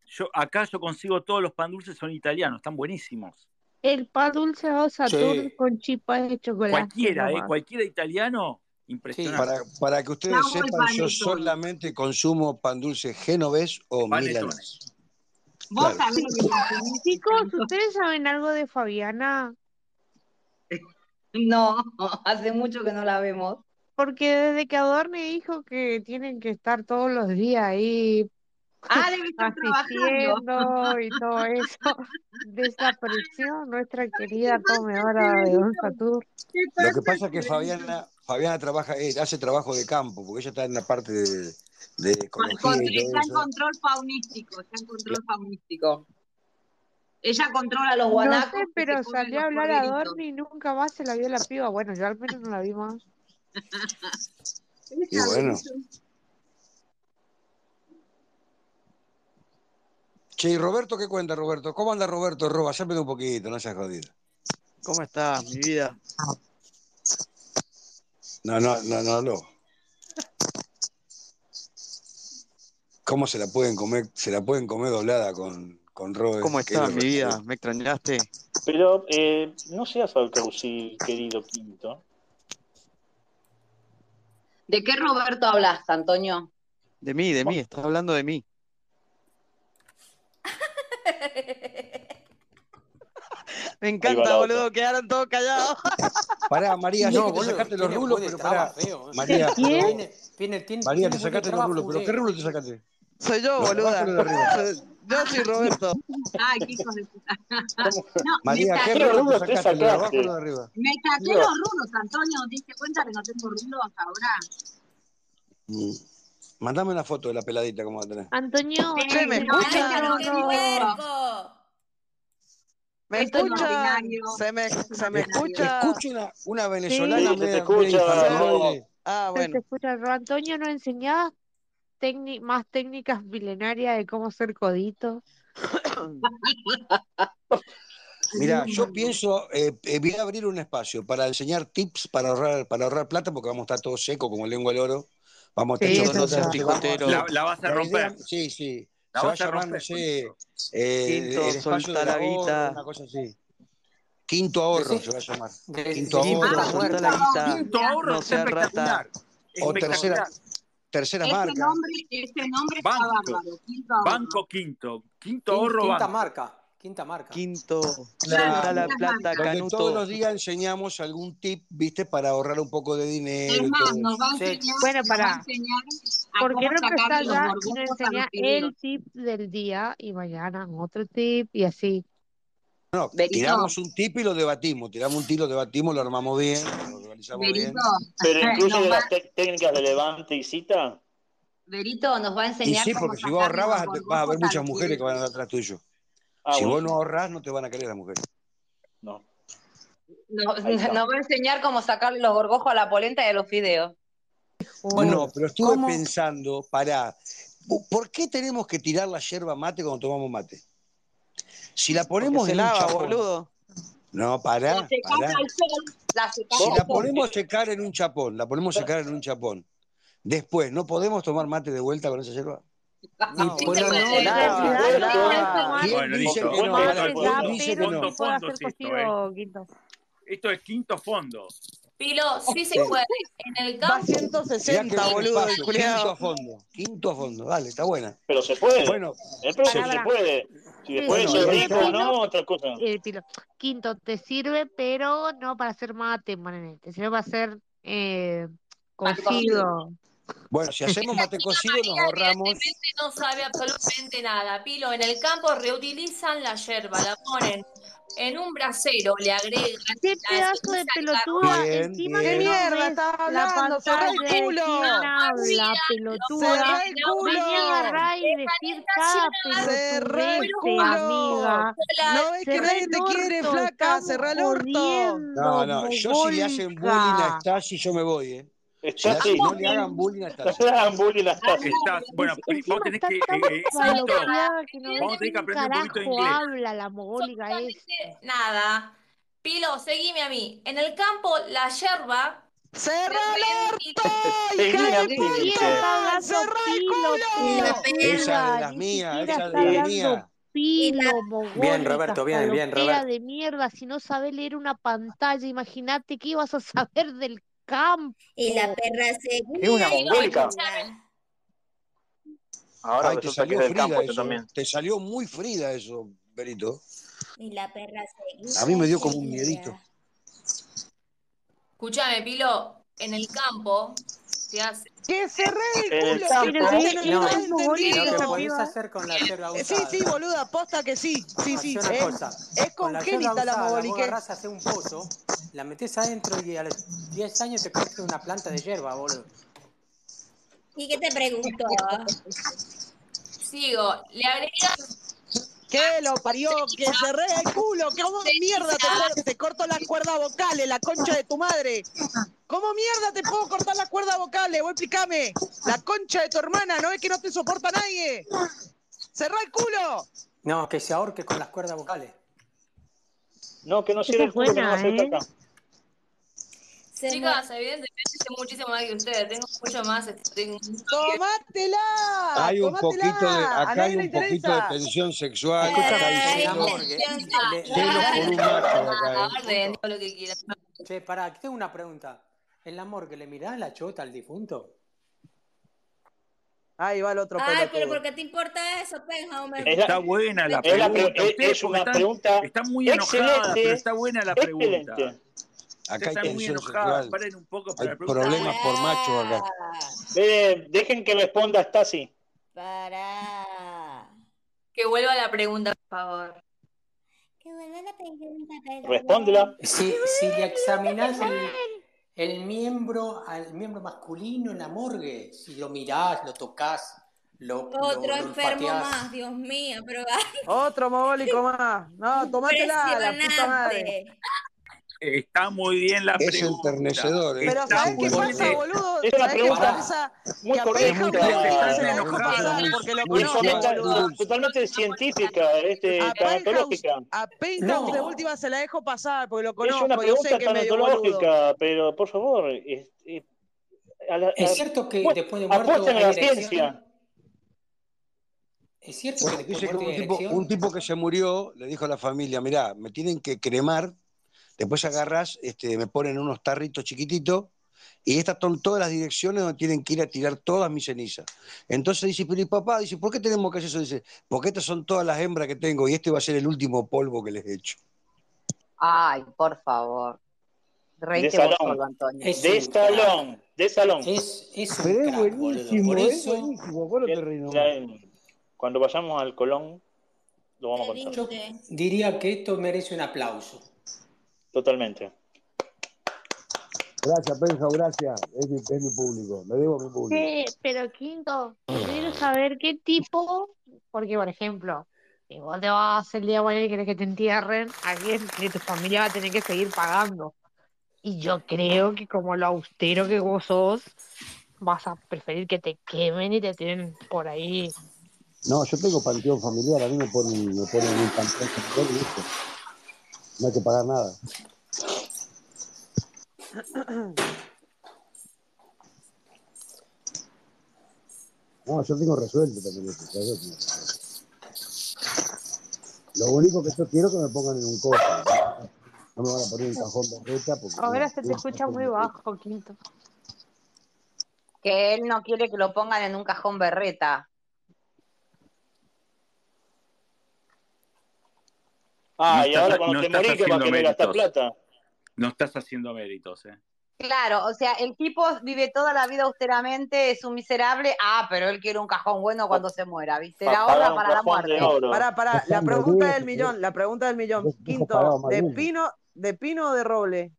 Speaker 14: yo, acá yo consigo todos los pan dulces, son italianos, están buenísimos.
Speaker 9: El pan dulce o Saturno
Speaker 14: Sí.
Speaker 9: con chipas de chocolate
Speaker 14: Cualquiera, eh,
Speaker 9: nomás.
Speaker 14: cualquiera italiano, impresionante.
Speaker 17: Para, para que
Speaker 3: yo
Speaker 17: ustedes
Speaker 3: hago el
Speaker 17: sepan, yo
Speaker 3: panetón.
Speaker 17: solamente consumo pan dulce genovés o
Speaker 14: Panetone.
Speaker 17: milanés.
Speaker 3: Vos
Speaker 17: Claro.
Speaker 3: sabés lo que consumís,
Speaker 9: Chicos,
Speaker 3: Ricardo.
Speaker 9: ¿ustedes saben algo de Fabiana?
Speaker 3: No, hace mucho que no la vemos.
Speaker 9: Porque desde que Adorne dijo que tienen que estar todos los días ahí
Speaker 3: Ah, debe estar trabajando.
Speaker 9: asistiendo y todo eso, desapareció nuestra
Speaker 3: ¿Qué
Speaker 9: querida
Speaker 3: pasa,
Speaker 9: comedora de
Speaker 3: Cleverito?
Speaker 9: Don Satur.
Speaker 3: ¿Qué
Speaker 17: Lo que
Speaker 3: pasa,
Speaker 17: pasa es que
Speaker 3: Cleverito?
Speaker 17: Fabiana, Fabiana trabaja, eh, hace trabajo de campo, porque ella está en la parte de, de
Speaker 3: Con-
Speaker 17: ecología
Speaker 3: con-
Speaker 17: y todo
Speaker 3: está en
Speaker 17: eso.
Speaker 3: control faunístico, está en control faunístico. Ella controla los
Speaker 9: No sé,
Speaker 3: guanacos que se
Speaker 9: pero
Speaker 3: comen
Speaker 9: salió a
Speaker 3: los
Speaker 9: hablar a
Speaker 3: corderitos.
Speaker 9: Adorne y nunca más se la vio la piba. Bueno, yo al menos no la vi más.
Speaker 17: Y
Speaker 3: Ella,
Speaker 17: bueno.
Speaker 3: bendito.
Speaker 17: Che, ¿y Roberto qué cuenta, Roberto? ¿Cómo anda Roberto? Roba, sápeme un poquito, no seas jodido.
Speaker 19: ¿Cómo estás, mi vida?
Speaker 17: No, no, no, no, no. ¿Cómo se la pueden comer? Se la pueden comer doblada con, con Robert,
Speaker 19: ¿Cómo
Speaker 17: que es
Speaker 19: estás,
Speaker 17: de
Speaker 19: mi vida?
Speaker 17: Rosario.
Speaker 19: ¿Me extrañaste?
Speaker 6: Pero eh, no seas alcaucil, querido Quinto.
Speaker 3: ¿De qué Roberto hablas, Antonio?
Speaker 19: De mí, de mí, estás hablando de mí. Me
Speaker 6: Ahí va
Speaker 19: encanta,
Speaker 6: la otra.
Speaker 19: boludo, quedaron todos callados.
Speaker 17: Pará, María, sé
Speaker 5: No,
Speaker 17: que te
Speaker 5: boludo,
Speaker 17: sacaste los
Speaker 5: tiene
Speaker 17: rulos,
Speaker 5: buen de
Speaker 17: pero
Speaker 5: traba
Speaker 17: pará.
Speaker 5: feo. eh.
Speaker 17: María, pero.
Speaker 5: Tiene, tiene, tiene, tiene
Speaker 17: María, te
Speaker 5: buen de
Speaker 17: sacaste los
Speaker 5: traba
Speaker 17: rulos, pero ¿qué
Speaker 5: fulero.
Speaker 17: rulo te sacaste?
Speaker 19: Soy yo,
Speaker 17: ¿Los de abajo
Speaker 19: boluda.
Speaker 17: o los de arriba?
Speaker 19: Soy- Yo soy Roberto.
Speaker 3: Ay, qué hijos de puta.
Speaker 6: ¿Cómo?
Speaker 3: No, me
Speaker 17: María, ¿qué
Speaker 3: saqué
Speaker 6: ¿Qué
Speaker 17: rulo te
Speaker 6: rulos te
Speaker 17: sacaste? ¿Los de abajo o los
Speaker 6: sacaste?
Speaker 17: de arriba?
Speaker 3: Me saqué
Speaker 6: Dios.
Speaker 3: los rulos, Antonio. ¿Te diste cuenta que no tengo rulos ahora? Este
Speaker 17: Mm. Mandame una foto de la peladita, ¿cómo la
Speaker 2: Ah,
Speaker 17: tenés?
Speaker 9: Antonio,
Speaker 19: Che,
Speaker 9: no
Speaker 19: ¿me
Speaker 3: Sí, no,
Speaker 9: tenés
Speaker 3: no
Speaker 19: escuchan?
Speaker 3: tengo
Speaker 18: ¡Claro, qué
Speaker 3: rulos.
Speaker 18: puerco!
Speaker 19: ¿Me
Speaker 3: Es un
Speaker 19: escuchan?
Speaker 3: ordinario.
Speaker 19: ¿Se me,
Speaker 3: Es un
Speaker 19: se me
Speaker 3: ordinario.
Speaker 19: escucha?
Speaker 17: Escucho una, una venezolana
Speaker 9: Sí,
Speaker 6: Sí, se te
Speaker 17: media, media
Speaker 6: escucha, Rob.
Speaker 17: infantiloide.
Speaker 19: Ah,
Speaker 9: se te
Speaker 19: bueno.
Speaker 9: escucha. Ro. Antonio, ¿no enseñás técni- más técnicas milenarias de cómo hacer coditos?
Speaker 17: Mira, yo pienso, eh, eh, voy a abrir un espacio para enseñar tips para ahorrar, para ahorrar plata, porque vamos a estar todos secos como lengua al oro. Vamos a
Speaker 2: Sí,
Speaker 17: estar
Speaker 2: eso
Speaker 17: todos
Speaker 2: es verdad.
Speaker 17: picoteros.
Speaker 2: La- la vas a romper.
Speaker 17: idea- sí, sí.
Speaker 2: La
Speaker 17: se va a
Speaker 2: vas a
Speaker 17: llamar,
Speaker 2: romper,
Speaker 17: no sé, eh,
Speaker 2: Quinto,
Speaker 17: el espacio
Speaker 2: soltá
Speaker 17: del
Speaker 2: la
Speaker 17: ahorro,
Speaker 2: guita.
Speaker 17: una cosa así. Quinto ahorro
Speaker 2: Decí-
Speaker 17: se va a llamar.
Speaker 2: de-
Speaker 17: Quinto
Speaker 2: Quinto,
Speaker 17: ahorro.
Speaker 2: soltá la guita. Ah, Quinto ahorro
Speaker 17: No
Speaker 2: está
Speaker 17: sea rata.
Speaker 2: espectacular.
Speaker 17: O tercera,
Speaker 2: Espectacular.
Speaker 17: terceras
Speaker 2: Ese
Speaker 17: marcas.
Speaker 3: nombre, ese nombre está
Speaker 2: Banco.
Speaker 3: bárbaro. Quinto ahorro.
Speaker 2: Banco quinto. Quinto
Speaker 5: Quin-
Speaker 2: ahorro
Speaker 5: quinta
Speaker 2: banco.
Speaker 5: marca, quinta marca.
Speaker 17: Quinto,
Speaker 5: Claro, Soltá la plata,
Speaker 17: donde
Speaker 5: Canuto.
Speaker 17: todos los días enseñamos algún tip, viste, para ahorrar un poco de dinero
Speaker 3: Es
Speaker 17: y
Speaker 3: más,
Speaker 17: todo
Speaker 3: nos
Speaker 17: eso.
Speaker 3: va a enseñar,
Speaker 9: Bueno,
Speaker 3: nos va a
Speaker 9: pará.
Speaker 3: enseñar a
Speaker 9: ¿Por qué
Speaker 3: cómo
Speaker 9: no
Speaker 3: sacarle
Speaker 9: empezás
Speaker 3: los
Speaker 9: ya y nos
Speaker 3: borbotos a los
Speaker 9: enseñás
Speaker 3: piberos.
Speaker 9: el tip del día y mañana otro tip y así?
Speaker 17: No, tiramos un tip y lo debatimos, tiramos un tip, lo debatimos, lo armamos bien, lo organizamos bien.
Speaker 6: Pero incluye
Speaker 3: nos
Speaker 6: de
Speaker 3: va,
Speaker 6: las tec- técnicas de levante y cita.
Speaker 3: Berito nos va a
Speaker 17: Y
Speaker 3: enseñar
Speaker 17: sí,
Speaker 3: cómo
Speaker 17: porque si vos
Speaker 3: sacarle los
Speaker 17: ahorrabas, te- vas a
Speaker 3: borbotos
Speaker 17: ver
Speaker 3: a
Speaker 17: muchas
Speaker 3: los
Speaker 17: mujeres que
Speaker 3: piberos.
Speaker 17: van a andar atrás tuyo.
Speaker 6: Ah,
Speaker 17: si vos no
Speaker 6: buenísimo.
Speaker 17: ahorrás, no te van a querer las mujeres.
Speaker 6: No.
Speaker 3: Nos,
Speaker 17: Ahí está.
Speaker 3: nos va a enseñar cómo sacarle los gorgojos a la polenta y a los fideos.
Speaker 17: No, pero estuve pensando, pará, ¿por qué tenemos que tirar la yerba mate cuando tomamos mate? Si la
Speaker 10: Porque
Speaker 17: ponemos
Speaker 10: se
Speaker 17: en un
Speaker 10: lava,
Speaker 17: chapón.
Speaker 10: boludo.
Speaker 17: No,
Speaker 3: La
Speaker 17: pará,
Speaker 3: secás
Speaker 17: pará.
Speaker 3: al sol, la secás
Speaker 17: Si
Speaker 3: al
Speaker 17: la
Speaker 3: sol.
Speaker 17: ponemos a secar en un chapón, la ponemos a secar en un chapón. Después, ¿no podemos tomar mate de vuelta con esa yerba?
Speaker 5: Y
Speaker 3: Sí
Speaker 5: poner-
Speaker 3: se
Speaker 5: no,
Speaker 3: puede,
Speaker 5: no,
Speaker 3: se
Speaker 5: no,
Speaker 9: Universidad
Speaker 3: puede.
Speaker 9: se puede tomar
Speaker 17: dice
Speaker 2: Bueno, listo.
Speaker 17: que no?
Speaker 2: Esto
Speaker 17: Pará,
Speaker 2: es
Speaker 9: mate
Speaker 17: ¿quién
Speaker 9: ya,
Speaker 2: fondo,
Speaker 17: dice que
Speaker 9: Ah, pero
Speaker 2: fondo,
Speaker 9: se
Speaker 17: no?
Speaker 9: puede
Speaker 2: fondo
Speaker 9: hacer
Speaker 2: es esto, ¿eh?
Speaker 9: cocido, Quinto.
Speaker 2: Esto es quinto fondo.
Speaker 7: Pilo, sí se
Speaker 17: Sí.
Speaker 7: puede. En el
Speaker 10: Va
Speaker 7: campo.
Speaker 17: Mirá qué
Speaker 10: 160,
Speaker 17: buen
Speaker 10: boludo, el
Speaker 17: espacio, quinto
Speaker 10: culiao.
Speaker 17: a fondo, quinto a fondo, dale, está buena.
Speaker 6: Pero se puede.
Speaker 17: Bueno,
Speaker 6: Eh, pero si
Speaker 9: Pará,
Speaker 6: se
Speaker 9: pará.
Speaker 6: puede. Si
Speaker 9: Te
Speaker 6: después
Speaker 17: bueno,
Speaker 6: eso es
Speaker 17: y ahí
Speaker 9: sirve,
Speaker 6: rico o
Speaker 17: está.
Speaker 9: Pilo.
Speaker 6: no, otra cosa.
Speaker 9: eh, Pilo. Quinto, te sirve, pero no para hacer mate, ponele, Te sirve para hacer eh,
Speaker 3: Mate cocido.
Speaker 9: cocido.
Speaker 17: Bueno, si hacemos
Speaker 7: Esta
Speaker 17: mate
Speaker 7: chica
Speaker 17: cocido nos
Speaker 7: María
Speaker 17: ahorramos.
Speaker 7: realmente no sabe absolutamente nada. Pilo, en el campo reutilizan la yerba, la ponen en un brasero, le agregan
Speaker 9: Qué
Speaker 7: la
Speaker 9: pedazo
Speaker 7: ceniza de carbón.
Speaker 9: de pelotuda,
Speaker 17: Bien,
Speaker 9: encima
Speaker 10: ¿Qué
Speaker 9: que
Speaker 17: bien.
Speaker 9: no
Speaker 10: mierda
Speaker 9: ves
Speaker 10: estás
Speaker 9: la
Speaker 10: hablando? ¡Cerrá el
Speaker 9: pantalla de quién
Speaker 10: culo!
Speaker 9: habla,
Speaker 7: María, lo
Speaker 9: pelotuda.
Speaker 10: ¡Cerrá el
Speaker 7: ponen,
Speaker 10: culo!
Speaker 2: Eh,
Speaker 9: Venía a agarrar y decir cada
Speaker 7: la
Speaker 10: ¡Cerrá el
Speaker 9: pelotudez,
Speaker 10: culo!
Speaker 9: amiga.
Speaker 10: ¿No ves que
Speaker 9: Cerrá
Speaker 10: nadie
Speaker 9: el
Speaker 10: te quiere,
Speaker 9: orto,
Speaker 10: flaca?
Speaker 9: estamos
Speaker 10: ¡Cerrá el orto!
Speaker 9: jodiendo,
Speaker 17: No, no, yo si le hacen bullying a
Speaker 9: mogolca.
Speaker 17: Stasi, yo me voy, ¿eh? Si, le hacen-
Speaker 6: Stasi,
Speaker 17: no le hagan bullying a
Speaker 6: no
Speaker 17: Stasi.
Speaker 6: le hagan bullying a Stasi.
Speaker 2: Estás, bueno,
Speaker 9: Es-
Speaker 2: pri- vos
Speaker 9: encima
Speaker 2: tenés
Speaker 9: está
Speaker 2: que, eh,
Speaker 9: tan
Speaker 2: eh, Quinto,
Speaker 9: falopeada que no
Speaker 2: vamos
Speaker 9: ves
Speaker 2: a tener que
Speaker 9: un
Speaker 2: aprender un poquito de
Speaker 9: carajo
Speaker 2: inglés.
Speaker 9: habla la mogólica esta.
Speaker 7: nada. Pilo, seguime a mí. En el campo, la yerba se
Speaker 10: ¡Cerrá el orto, hija
Speaker 7: reutiliza.
Speaker 6: Seguí a
Speaker 10: de
Speaker 6: mí,
Speaker 9: Siquiera
Speaker 6: dice.
Speaker 9: está
Speaker 10: puta!
Speaker 9: hablando
Speaker 10: ¡Cerrá el
Speaker 9: pilo, pilo,
Speaker 10: culo!
Speaker 17: Esa de
Speaker 9: peluda.
Speaker 17: las
Speaker 9: Ni
Speaker 17: mías,
Speaker 9: siquiera
Speaker 17: esa
Speaker 9: está
Speaker 17: de las
Speaker 9: hablando
Speaker 17: mías.
Speaker 9: pilo,
Speaker 5: Bien,
Speaker 9: mogólica,
Speaker 5: Roberto, bien, bien,
Speaker 9: falopera
Speaker 5: Roberto.
Speaker 9: de mierda. Si no sabés leer una pantalla, imagínate qué ibas a saber del campo.
Speaker 15: perra se
Speaker 6: Es una mongólica.
Speaker 15: cuela.
Speaker 6: Ahora
Speaker 17: Ay, te
Speaker 6: resulta que es
Speaker 17: salió
Speaker 6: del campo
Speaker 17: Frida eso.
Speaker 6: este
Speaker 17: eh.
Speaker 6: también.
Speaker 17: Te salió muy Frida eso, Berito.
Speaker 15: Y la perra
Speaker 17: A mí
Speaker 15: seguía
Speaker 17: me
Speaker 15: y
Speaker 17: dio como un miedito.
Speaker 15: seguía.
Speaker 7: Escúchame, Pilo, en el campo se hace.
Speaker 10: ¡Que cerré el
Speaker 5: Eh,
Speaker 6: En
Speaker 10: culo! Si
Speaker 9: Pero
Speaker 6: el campo,
Speaker 9: te
Speaker 10: te
Speaker 9: dije
Speaker 10: lo
Speaker 9: que es
Speaker 5: No,
Speaker 10: estás
Speaker 9: muy mogólica
Speaker 5: lo que
Speaker 9: esa
Speaker 10: entendiendo.
Speaker 5: podés
Speaker 9: piba.
Speaker 5: hacer con la yerba
Speaker 10: Eh, Sí, sí,
Speaker 5: usada.
Speaker 10: boluda, aposta que sí, sí,
Speaker 5: Hacé
Speaker 10: sí.
Speaker 5: una
Speaker 10: Es,
Speaker 5: cosa.
Speaker 10: es
Speaker 5: Con la yerba
Speaker 10: congénita la
Speaker 5: usada, vos
Speaker 10: mogoliquez.
Speaker 5: agarrás, hacés un pozo, la metés adentro y a los 10 años te crece una planta de yerba, boludo.
Speaker 15: ¿Y qué te preguntó?
Speaker 7: Sigo, le agregan
Speaker 10: Que lo parió, que
Speaker 7: ceniza,
Speaker 10: cerré el culo, que cómo mierda te,
Speaker 7: ceniza,
Speaker 10: cor- te corto las cuerdas vocales, la concha de tu madre. ¿Cómo mierda te puedo cortar las cuerdas vocales? Vos explícame. La concha de tu hermana, no es que no te soporta nadie. Cerrá el culo.
Speaker 5: No, que se ahorque con las cuerdas vocales.
Speaker 6: No, que no cierre
Speaker 9: Esa es
Speaker 6: el culo, que no
Speaker 9: buena,
Speaker 6: acepta
Speaker 9: ¿eh?
Speaker 6: acá.
Speaker 15: Se me...
Speaker 7: Chicas, evidentemente sé muchísimo más que ustedes. Tengo mucho más. este, Tengo mucho que-
Speaker 10: ¡Tomátela!
Speaker 17: Hay un poquito de,
Speaker 10: ¡Tomátela! A
Speaker 17: acá hay
Speaker 10: nadie le
Speaker 17: un poquito de
Speaker 10: interesa.
Speaker 17: tensión sexual,
Speaker 15: Eh,
Speaker 5: Escuchame,
Speaker 17: acá hay
Speaker 5: sin
Speaker 15: Ay,
Speaker 17: celos,
Speaker 5: amor, que
Speaker 15: tensión
Speaker 5: le, le
Speaker 17: celos
Speaker 15: sexual.
Speaker 5: mirás
Speaker 17: por
Speaker 5: el
Speaker 17: un
Speaker 5: culo
Speaker 17: mate
Speaker 5: y.
Speaker 17: acá, ¿eh?
Speaker 7: Ah, orden,
Speaker 5: Punto.
Speaker 7: todo lo que quieran.
Speaker 5: Che, pará, que tengo una pregunta. ¿En la morgue le mirás la chota al difunto?
Speaker 10: Ahí va el otro
Speaker 15: Ay, pero ¿por
Speaker 10: pelotudo.
Speaker 15: qué te importa eso, pues, Penjammer?
Speaker 6: Es la,
Speaker 2: Está buena la
Speaker 6: es, la pre-
Speaker 2: pregunta.
Speaker 6: es-
Speaker 2: Ustedes
Speaker 6: es
Speaker 2: porque
Speaker 6: una
Speaker 2: están,
Speaker 6: pregunta
Speaker 2: están muy enojadas, pero
Speaker 6: excelente,
Speaker 2: está buena la pregunta.
Speaker 6: excelente.
Speaker 17: Acá
Speaker 2: Ustedes
Speaker 17: hay
Speaker 2: están muy
Speaker 17: tensión
Speaker 2: enojadas.
Speaker 17: sexual,
Speaker 2: Paren un poco,
Speaker 17: hay
Speaker 2: pero la pregunta está
Speaker 17: problemas
Speaker 2: buena.
Speaker 17: por macho acá.
Speaker 15: Pará.
Speaker 6: Eh, dejen que responda Stasi.
Speaker 15: Pará.
Speaker 7: Que vuelva la pregunta, por favor.
Speaker 15: Que vuelva la pregunta,
Speaker 6: Respóndela.
Speaker 15: perdón.
Speaker 5: Si, si le examinás el, el miembro al miembro masculino en la morgue, si lo mirás, lo tocas, lo, lo,
Speaker 15: Otro
Speaker 5: lo
Speaker 15: enfermo más,
Speaker 5: olfateás.
Speaker 15: Dios mío, pero
Speaker 17: Oh,
Speaker 10: Otro mogólico más. No, tomátela, la puta madre.
Speaker 15: impresionante.
Speaker 14: Está muy bien la
Speaker 17: Es
Speaker 14: pregunta.
Speaker 17: enternecedor, ¿eh?
Speaker 14: Está
Speaker 17: Pero ¿sabés
Speaker 14: muy
Speaker 17: qué
Speaker 14: bien.
Speaker 17: pasa, boludo?
Speaker 6: Es una
Speaker 17: ¿Sabés qué
Speaker 6: pregunta
Speaker 17: pasa?
Speaker 6: muy
Speaker 17: Que
Speaker 6: correcta,
Speaker 17: apeja una vez
Speaker 6: muy
Speaker 17: que se la deja pasar, porque lo
Speaker 6: muy
Speaker 17: conoce,
Speaker 6: correcta,
Speaker 17: boludo.
Speaker 6: totalmente científica, este,
Speaker 19: Ah,
Speaker 17: Apeja
Speaker 6: tanatológica.
Speaker 19: A Penthouse
Speaker 6: No.
Speaker 19: de última se la dejo pasar porque lo
Speaker 6: Es
Speaker 19: conozco.
Speaker 6: una
Speaker 19: y yo sé
Speaker 6: pregunta
Speaker 19: que es medio boludo.
Speaker 6: tanatológica, pero por favor. Es, es- a la-
Speaker 5: Es
Speaker 6: a-
Speaker 5: cierto que
Speaker 6: apu-
Speaker 5: después de muerto
Speaker 6: apuesten a la
Speaker 5: hay erección.
Speaker 6: ciencia.
Speaker 5: Es cierto
Speaker 17: Bueno,
Speaker 5: que después de
Speaker 17: dice que
Speaker 5: muerto
Speaker 17: un
Speaker 5: hay
Speaker 17: tipo,
Speaker 5: erección.
Speaker 17: un tipo que se murió le dijo a la familia, mirá, me tienen que cremar, después agarras, este, me ponen unos tarritos chiquititos y estas son todas las direcciones donde tienen que ir a tirar todas mis cenizas. Entonces dice, pero y papá, dice, ¿por qué tenemos que hacer eso? Dice, porque estas son todas las hembras que tengo y este va a ser el último polvo que les he hecho.
Speaker 3: Ay, por favor.
Speaker 6: De
Speaker 3: Reíte vos
Speaker 6: salón.
Speaker 3: solo, Antonio.
Speaker 6: De salón. De salón.
Speaker 5: Es, es
Speaker 17: Pero
Speaker 5: un
Speaker 17: es
Speaker 5: crack, boludo.
Speaker 17: buenísimo,
Speaker 5: Por
Speaker 17: es
Speaker 5: eso.
Speaker 17: buenísimo, vos no te reís nomás.
Speaker 6: La- cuando vayamos al Colón, lo vamos a contar.
Speaker 5: Yo diría que esto merece un aplauso.
Speaker 6: Totalmente.
Speaker 17: Gracias, Penjo, gracias. Es mi, es mi público, me debo a mi público.
Speaker 9: ¿Qué? Pero Quinto, yo quiero saber qué tipo, porque por ejemplo, si vos te vas el día de mañana y querés que te entierren, alguien de tu familia va a tener que seguir pagando. Y yo creo que como lo austero que vos sos, vas a preferir que te quemen y te tienen por ahí.
Speaker 17: No, yo tengo panteón familiar, a mí me ponen, me ponen un panteón familiar y listo. No hay que pagar nada. No, yo tengo resuelto también eso. ya veo que me resuelto. Lo único que yo quiero es que me pongan en un coche. ¿no? No me van a poner en un cajón de reta porque.
Speaker 9: Ahora se te escucha muy bajo, Quinto.
Speaker 3: Que él no quiere que lo pongan en un cajón berreta.
Speaker 6: Ah,
Speaker 14: No
Speaker 6: y
Speaker 14: estás-
Speaker 6: ahora cuando
Speaker 14: no
Speaker 6: te
Speaker 14: estás
Speaker 6: morís, que va a
Speaker 14: haciendo
Speaker 6: querer gastar
Speaker 14: méritos.
Speaker 6: plata.
Speaker 14: No estás haciendo méritos, ¿eh?
Speaker 3: Claro, o sea, el tipo vive toda la vida austeramente, es un miserable. Ah, pero él quiere un cajón bueno cuando se muera, ¿viste?
Speaker 19: Pa-
Speaker 3: La ahorra
Speaker 19: pagar un
Speaker 3: para la
Speaker 19: cajón de
Speaker 3: muerte.
Speaker 19: oro. Pará, pará, la pregunta del millón, la pregunta del millón.
Speaker 17: pagado
Speaker 19: Quinto,
Speaker 17: más
Speaker 19: ¿de
Speaker 17: bien.
Speaker 19: pino, de pino o de roble?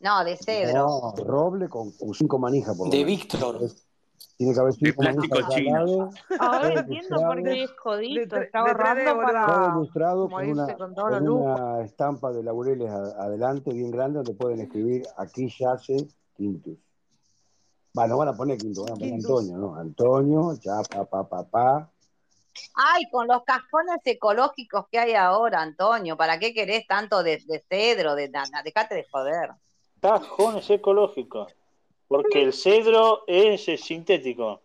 Speaker 3: No, de cedro.
Speaker 17: No, roble con con cinco manijas por lo
Speaker 5: De
Speaker 17: menos.
Speaker 5: Víctor.
Speaker 17: Tiene que haber cinco
Speaker 14: plástico
Speaker 17: manijas de
Speaker 14: chino.
Speaker 17: lado,
Speaker 9: Ahora
Speaker 17: todo
Speaker 9: entiendo por
Speaker 17: lustrado,
Speaker 9: qué es jodito,
Speaker 19: tre-
Speaker 9: está
Speaker 19: de tres D,
Speaker 9: ahorrando
Speaker 19: boludo.
Speaker 17: todo
Speaker 9: para
Speaker 17: lustrado con
Speaker 9: morirse
Speaker 17: una,
Speaker 9: con todos los
Speaker 17: con
Speaker 9: lujos.
Speaker 17: una estampa de laureles a- adelante, bien grande, donde pueden escribir aquí yace Quintus. Bueno, van a poner Quintus, van a poner
Speaker 19: Quintus.
Speaker 17: Antonio, ¿no? Antonio, ya, pa, pa, pa, pa.
Speaker 3: Ay, con los cajones ecológicos que hay ahora, Antonio, ¿para qué querés tanto de, de cedro? De, na- na- dejate de joder.
Speaker 6: Cajones ecológicos. Porque el cedro es eh, sintético.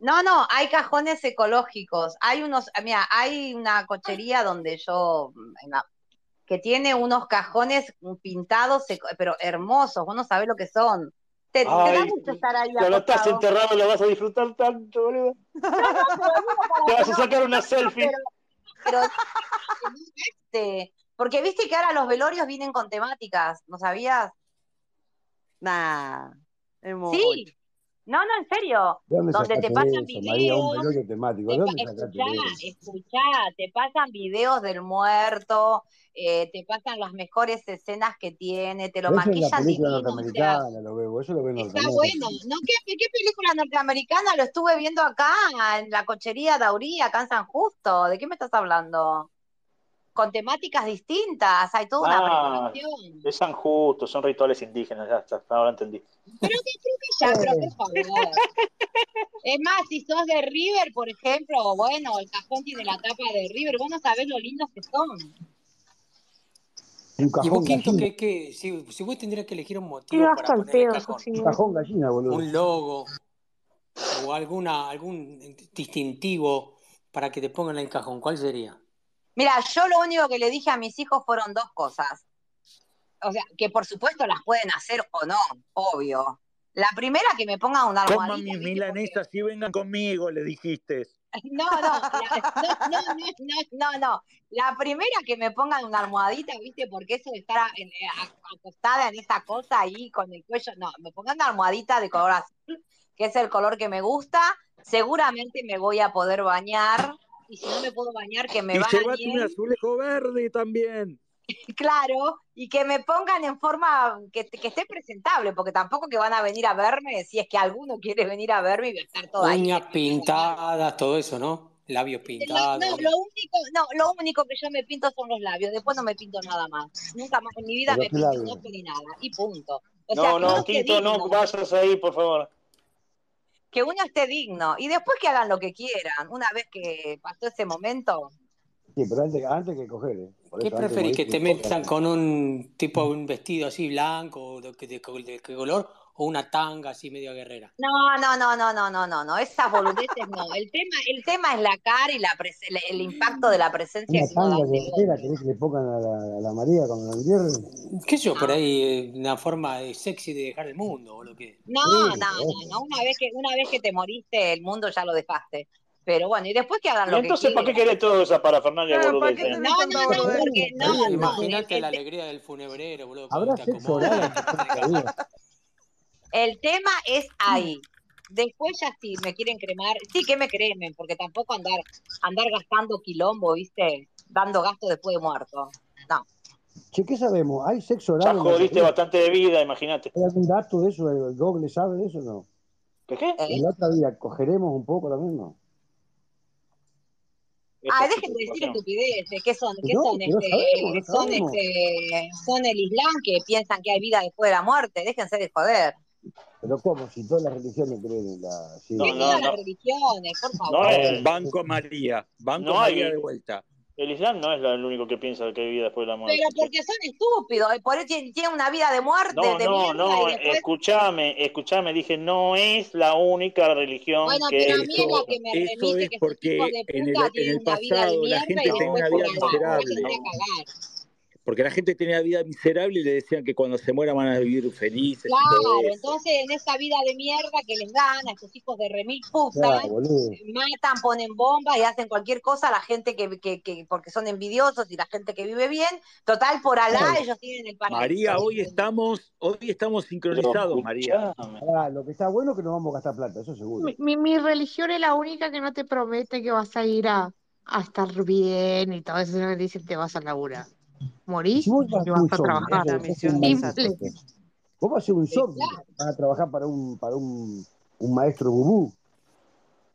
Speaker 3: No, no, hay cajones ecológicos. Hay unos, ah, mira, hay una cochería donde yo, mm, en la- que tiene unos cajones pintados, eco- pero hermosos, vos no sabés lo que son. Te, te da
Speaker 6: Ay,
Speaker 3: gusto estar ahí
Speaker 6: cuando estás
Speaker 3: acostado.
Speaker 6: enterrado lo vas a disfrutar tanto, boludo. Te vas a sacar una selfie.
Speaker 3: Pero, pero este, porque viste que ahora los velorios vienen con temáticas, ¿no sabías?
Speaker 19: Nah, es mucho.
Speaker 3: Sí, no, no, en serio,
Speaker 17: ¿De dónde
Speaker 3: donde te
Speaker 17: sacaste
Speaker 3: pasan
Speaker 17: eso, María? Un
Speaker 3: videos,
Speaker 17: velorio temático.
Speaker 3: te
Speaker 17: ¿De
Speaker 3: pa-
Speaker 17: dónde sacaste
Speaker 3: escuchá,
Speaker 17: eso?
Speaker 3: escuchá, te pasan videos del muerto, eh, te pasan las mejores escenas que tiene, te lo
Speaker 17: Pero eso es en la
Speaker 3: maquillan
Speaker 17: película
Speaker 3: divino, o sea,
Speaker 17: norteamericana, lo veo, eso lo veo en
Speaker 3: está
Speaker 17: norteamericana.
Speaker 3: bueno. ¿No? ¿Qué, qué película norteamericana lo estuve viendo acá, en la cochería Daurí, acá en San Justo? ¿De qué me estás hablando? Con temáticas distintas, hay toda una
Speaker 6: Ah,
Speaker 3: preparación.
Speaker 6: es San Justo, son rituales indígenas, ya está, ahora entendí.
Speaker 3: Pero que creo que ya, pero por favor. Es más, si sos de River, por ejemplo, bueno, el cajón tiene la tapa de River, vos no sabés lo lindos que son.
Speaker 17: Un
Speaker 5: Y vos,
Speaker 17: cajón
Speaker 5: Quinto,
Speaker 17: gallina.
Speaker 5: que, que si, si vos tendrías que elegir un
Speaker 9: Qué
Speaker 5: motivo
Speaker 9: asco
Speaker 5: para
Speaker 9: al
Speaker 5: poner el
Speaker 9: pedo, sos
Speaker 5: cajón,
Speaker 17: Un
Speaker 9: igual.
Speaker 17: cajón gallina, boludo.
Speaker 5: un logo o alguna, algún distintivo para que te pongan en el cajón, ¿cuál sería?
Speaker 3: Mira, yo lo único que le dije a mis hijos fueron dos cosas. O sea, que por supuesto las pueden hacer o no, obvio. La primera, que me pongan una
Speaker 14: Coman
Speaker 3: almohadita,
Speaker 14: mis
Speaker 3: ¿viste?
Speaker 14: milanesas y vengan conmigo, le dijiste.
Speaker 3: No, no, la- no, no, no, no, no, no. La primera que me pongan una almohadita, ¿viste? Porque eso de estar a- en- eh, a- acostada en esa cosa ahí con el cuello, no, me pongan una almohadita de color azul, que es el color que me gusta, seguramente me voy a poder bañar, y si no me puedo bañar, que me
Speaker 14: Y llévate un
Speaker 3: bañen,
Speaker 14: azulejo verde también.
Speaker 3: claro, y que me pongan en forma que, que esté presentable, porque tampoco que van a venir a verme, si es que alguno quiere venir a verme y voy a estar toda ahí.
Speaker 5: Uñas pintadas, todo eso, ¿no? labios
Speaker 3: Lo- no,
Speaker 5: pintados.
Speaker 3: lo único, no, lo único que yo me pinto son los labios, después no me pinto nada más. Nunca más en mi vida
Speaker 17: Pero
Speaker 3: me
Speaker 17: qué
Speaker 3: pinto
Speaker 17: labios.
Speaker 3: un ojo ni nada, y punto. O sea,
Speaker 6: No,
Speaker 3: que uno
Speaker 6: no,
Speaker 3: esté
Speaker 6: Tito, no
Speaker 3: digno,
Speaker 6: vayas ahí, por favor.
Speaker 3: que uno esté digno, y después que hagan lo que quieran, una vez que pasó ese momento,
Speaker 17: Sí, pero antes, antes que coger, ¿eh? Por
Speaker 5: ¿Qué
Speaker 17: eso, antes de
Speaker 5: preferís? ¿Que
Speaker 17: morirte,
Speaker 5: te metan con un tipo un vestido así blanco, de, de- de- de qué color, o una tanga así medio guerrera?
Speaker 3: No, no, no, no, no, no, no, no, esas boludeces no. El tema, el tema es la cara y la pres- el, el impacto de la presencia
Speaker 17: Una
Speaker 3: que uno da
Speaker 17: tanga
Speaker 3: ante
Speaker 17: de
Speaker 3: el
Speaker 17: bandera, ¿querés que le pongan a la, a la María cuando la entierren?
Speaker 5: ¿Qué sé yo? Por ahí eh, una forma de sexy de dejar el mundo o lo que.
Speaker 3: No, no, no,
Speaker 17: eh.
Speaker 3: no. Una vez que, una vez que te moriste, el mundo ya lo dejaste. Pero bueno, y después que hagan
Speaker 6: Y
Speaker 3: lo que
Speaker 6: entonces, ¿para qué
Speaker 3: quieran.
Speaker 6: querés todo esa parafernalia,
Speaker 3: Claro,
Speaker 6: boludo?
Speaker 3: Ah, ¿para qué tenés No, tanta no, no, boludez? porque no,
Speaker 5: María,
Speaker 3: no,
Speaker 5: Imagínate
Speaker 3: el- el-
Speaker 5: la alegría del funebrero, boludo, cuando
Speaker 17: ¿Habrá
Speaker 5: te
Speaker 17: sexo
Speaker 5: acomodas.
Speaker 17: oral?
Speaker 3: El tema es ahí. Después ya si me quieren cremar, sí que me cremen, porque tampoco andar, andar gastando quilombo, ¿viste? Dando gasto después de muerto. No.
Speaker 17: Che, ¿qué sabemos? ¿Hay sexo oral?
Speaker 6: Ya
Speaker 17: en la
Speaker 6: jodiste
Speaker 17: película?
Speaker 6: bastante de vida, imagínate.
Speaker 17: ¿Hay algún dato de eso? ¿El Google sabe de eso o no?
Speaker 6: ¿Qué qué?
Speaker 3: Eh,
Speaker 17: En la otra vida, ¿cogeremos un poco también? No.
Speaker 3: Ay, ah, dejen de decir estupideces, ¿qué son? ¿Qué
Speaker 17: No,
Speaker 3: son
Speaker 17: que no
Speaker 3: este,
Speaker 17: sabemos, no
Speaker 3: son
Speaker 17: sabemos.
Speaker 3: este, son el Islam que piensan que hay vida después de la muerte, déjense de joder.
Speaker 17: Pero ¿cómo? Si todas las religiones creen en la... sí.
Speaker 3: Que todas las religiones, por favor.
Speaker 2: Banco María, Banco
Speaker 6: No hay-
Speaker 2: María de vuelta.
Speaker 6: El Islam no es la- el único que piensa que hay vida después de la muerte.
Speaker 3: Pero porque son estúpidos, y por eso tienen tienen una vida de muerte,
Speaker 6: No,
Speaker 3: de
Speaker 6: no,
Speaker 3: mierda,
Speaker 6: no,
Speaker 3: y después
Speaker 6: escúchame, escúchame, dije, no es la única religión
Speaker 3: Bueno,
Speaker 6: que
Speaker 3: pero a mí es la
Speaker 6: eso.
Speaker 3: que me
Speaker 2: Eso
Speaker 3: remite
Speaker 2: es
Speaker 3: que estos hijos
Speaker 2: porque
Speaker 3: de
Speaker 2: en el,
Speaker 3: puta
Speaker 2: en
Speaker 3: tienen
Speaker 2: el
Speaker 3: una vida de
Speaker 2: pasado la
Speaker 3: mierda y
Speaker 2: gente tenía
Speaker 3: después
Speaker 2: una vida
Speaker 3: por la, déjense
Speaker 2: miserable.
Speaker 3: de cagar.
Speaker 2: Porque la gente tenía una vida miserable y le decían que cuando se mueran van a vivir felices y todo
Speaker 3: Claro,
Speaker 2: eso.
Speaker 3: entonces en esa vida de mierda que les dan a estos hijos de remil puta,
Speaker 17: Claro, boludo.
Speaker 3: matan, ponen bombas y hacen cualquier cosa a la gente que, que, que- porque son envidiosos y la gente que vive bien, total por Alá ellos tienen el paraíso.
Speaker 2: María,
Speaker 3: ¿sí?
Speaker 2: hoy estamos, hoy estamos sincronizados, María.
Speaker 17: Pará, Ah, lo que está bueno es que no vamos a gastar plata, eso seguro.
Speaker 9: Mi, mi- mi religión es la única que no te promete que vas a ir a, a estar bien y todo eso, sino que te dicen te vas a laburar.
Speaker 17: Si
Speaker 9: Morís
Speaker 17: vos vas
Speaker 9: y
Speaker 17: a
Speaker 9: vas
Speaker 17: un
Speaker 9: a
Speaker 17: zombie,
Speaker 9: trabajar.
Speaker 17: eso es un
Speaker 9: Simple.
Speaker 17: maldito. Vos vas a ser un zombie, vas a trabajar para un, para un, un maestro bubú.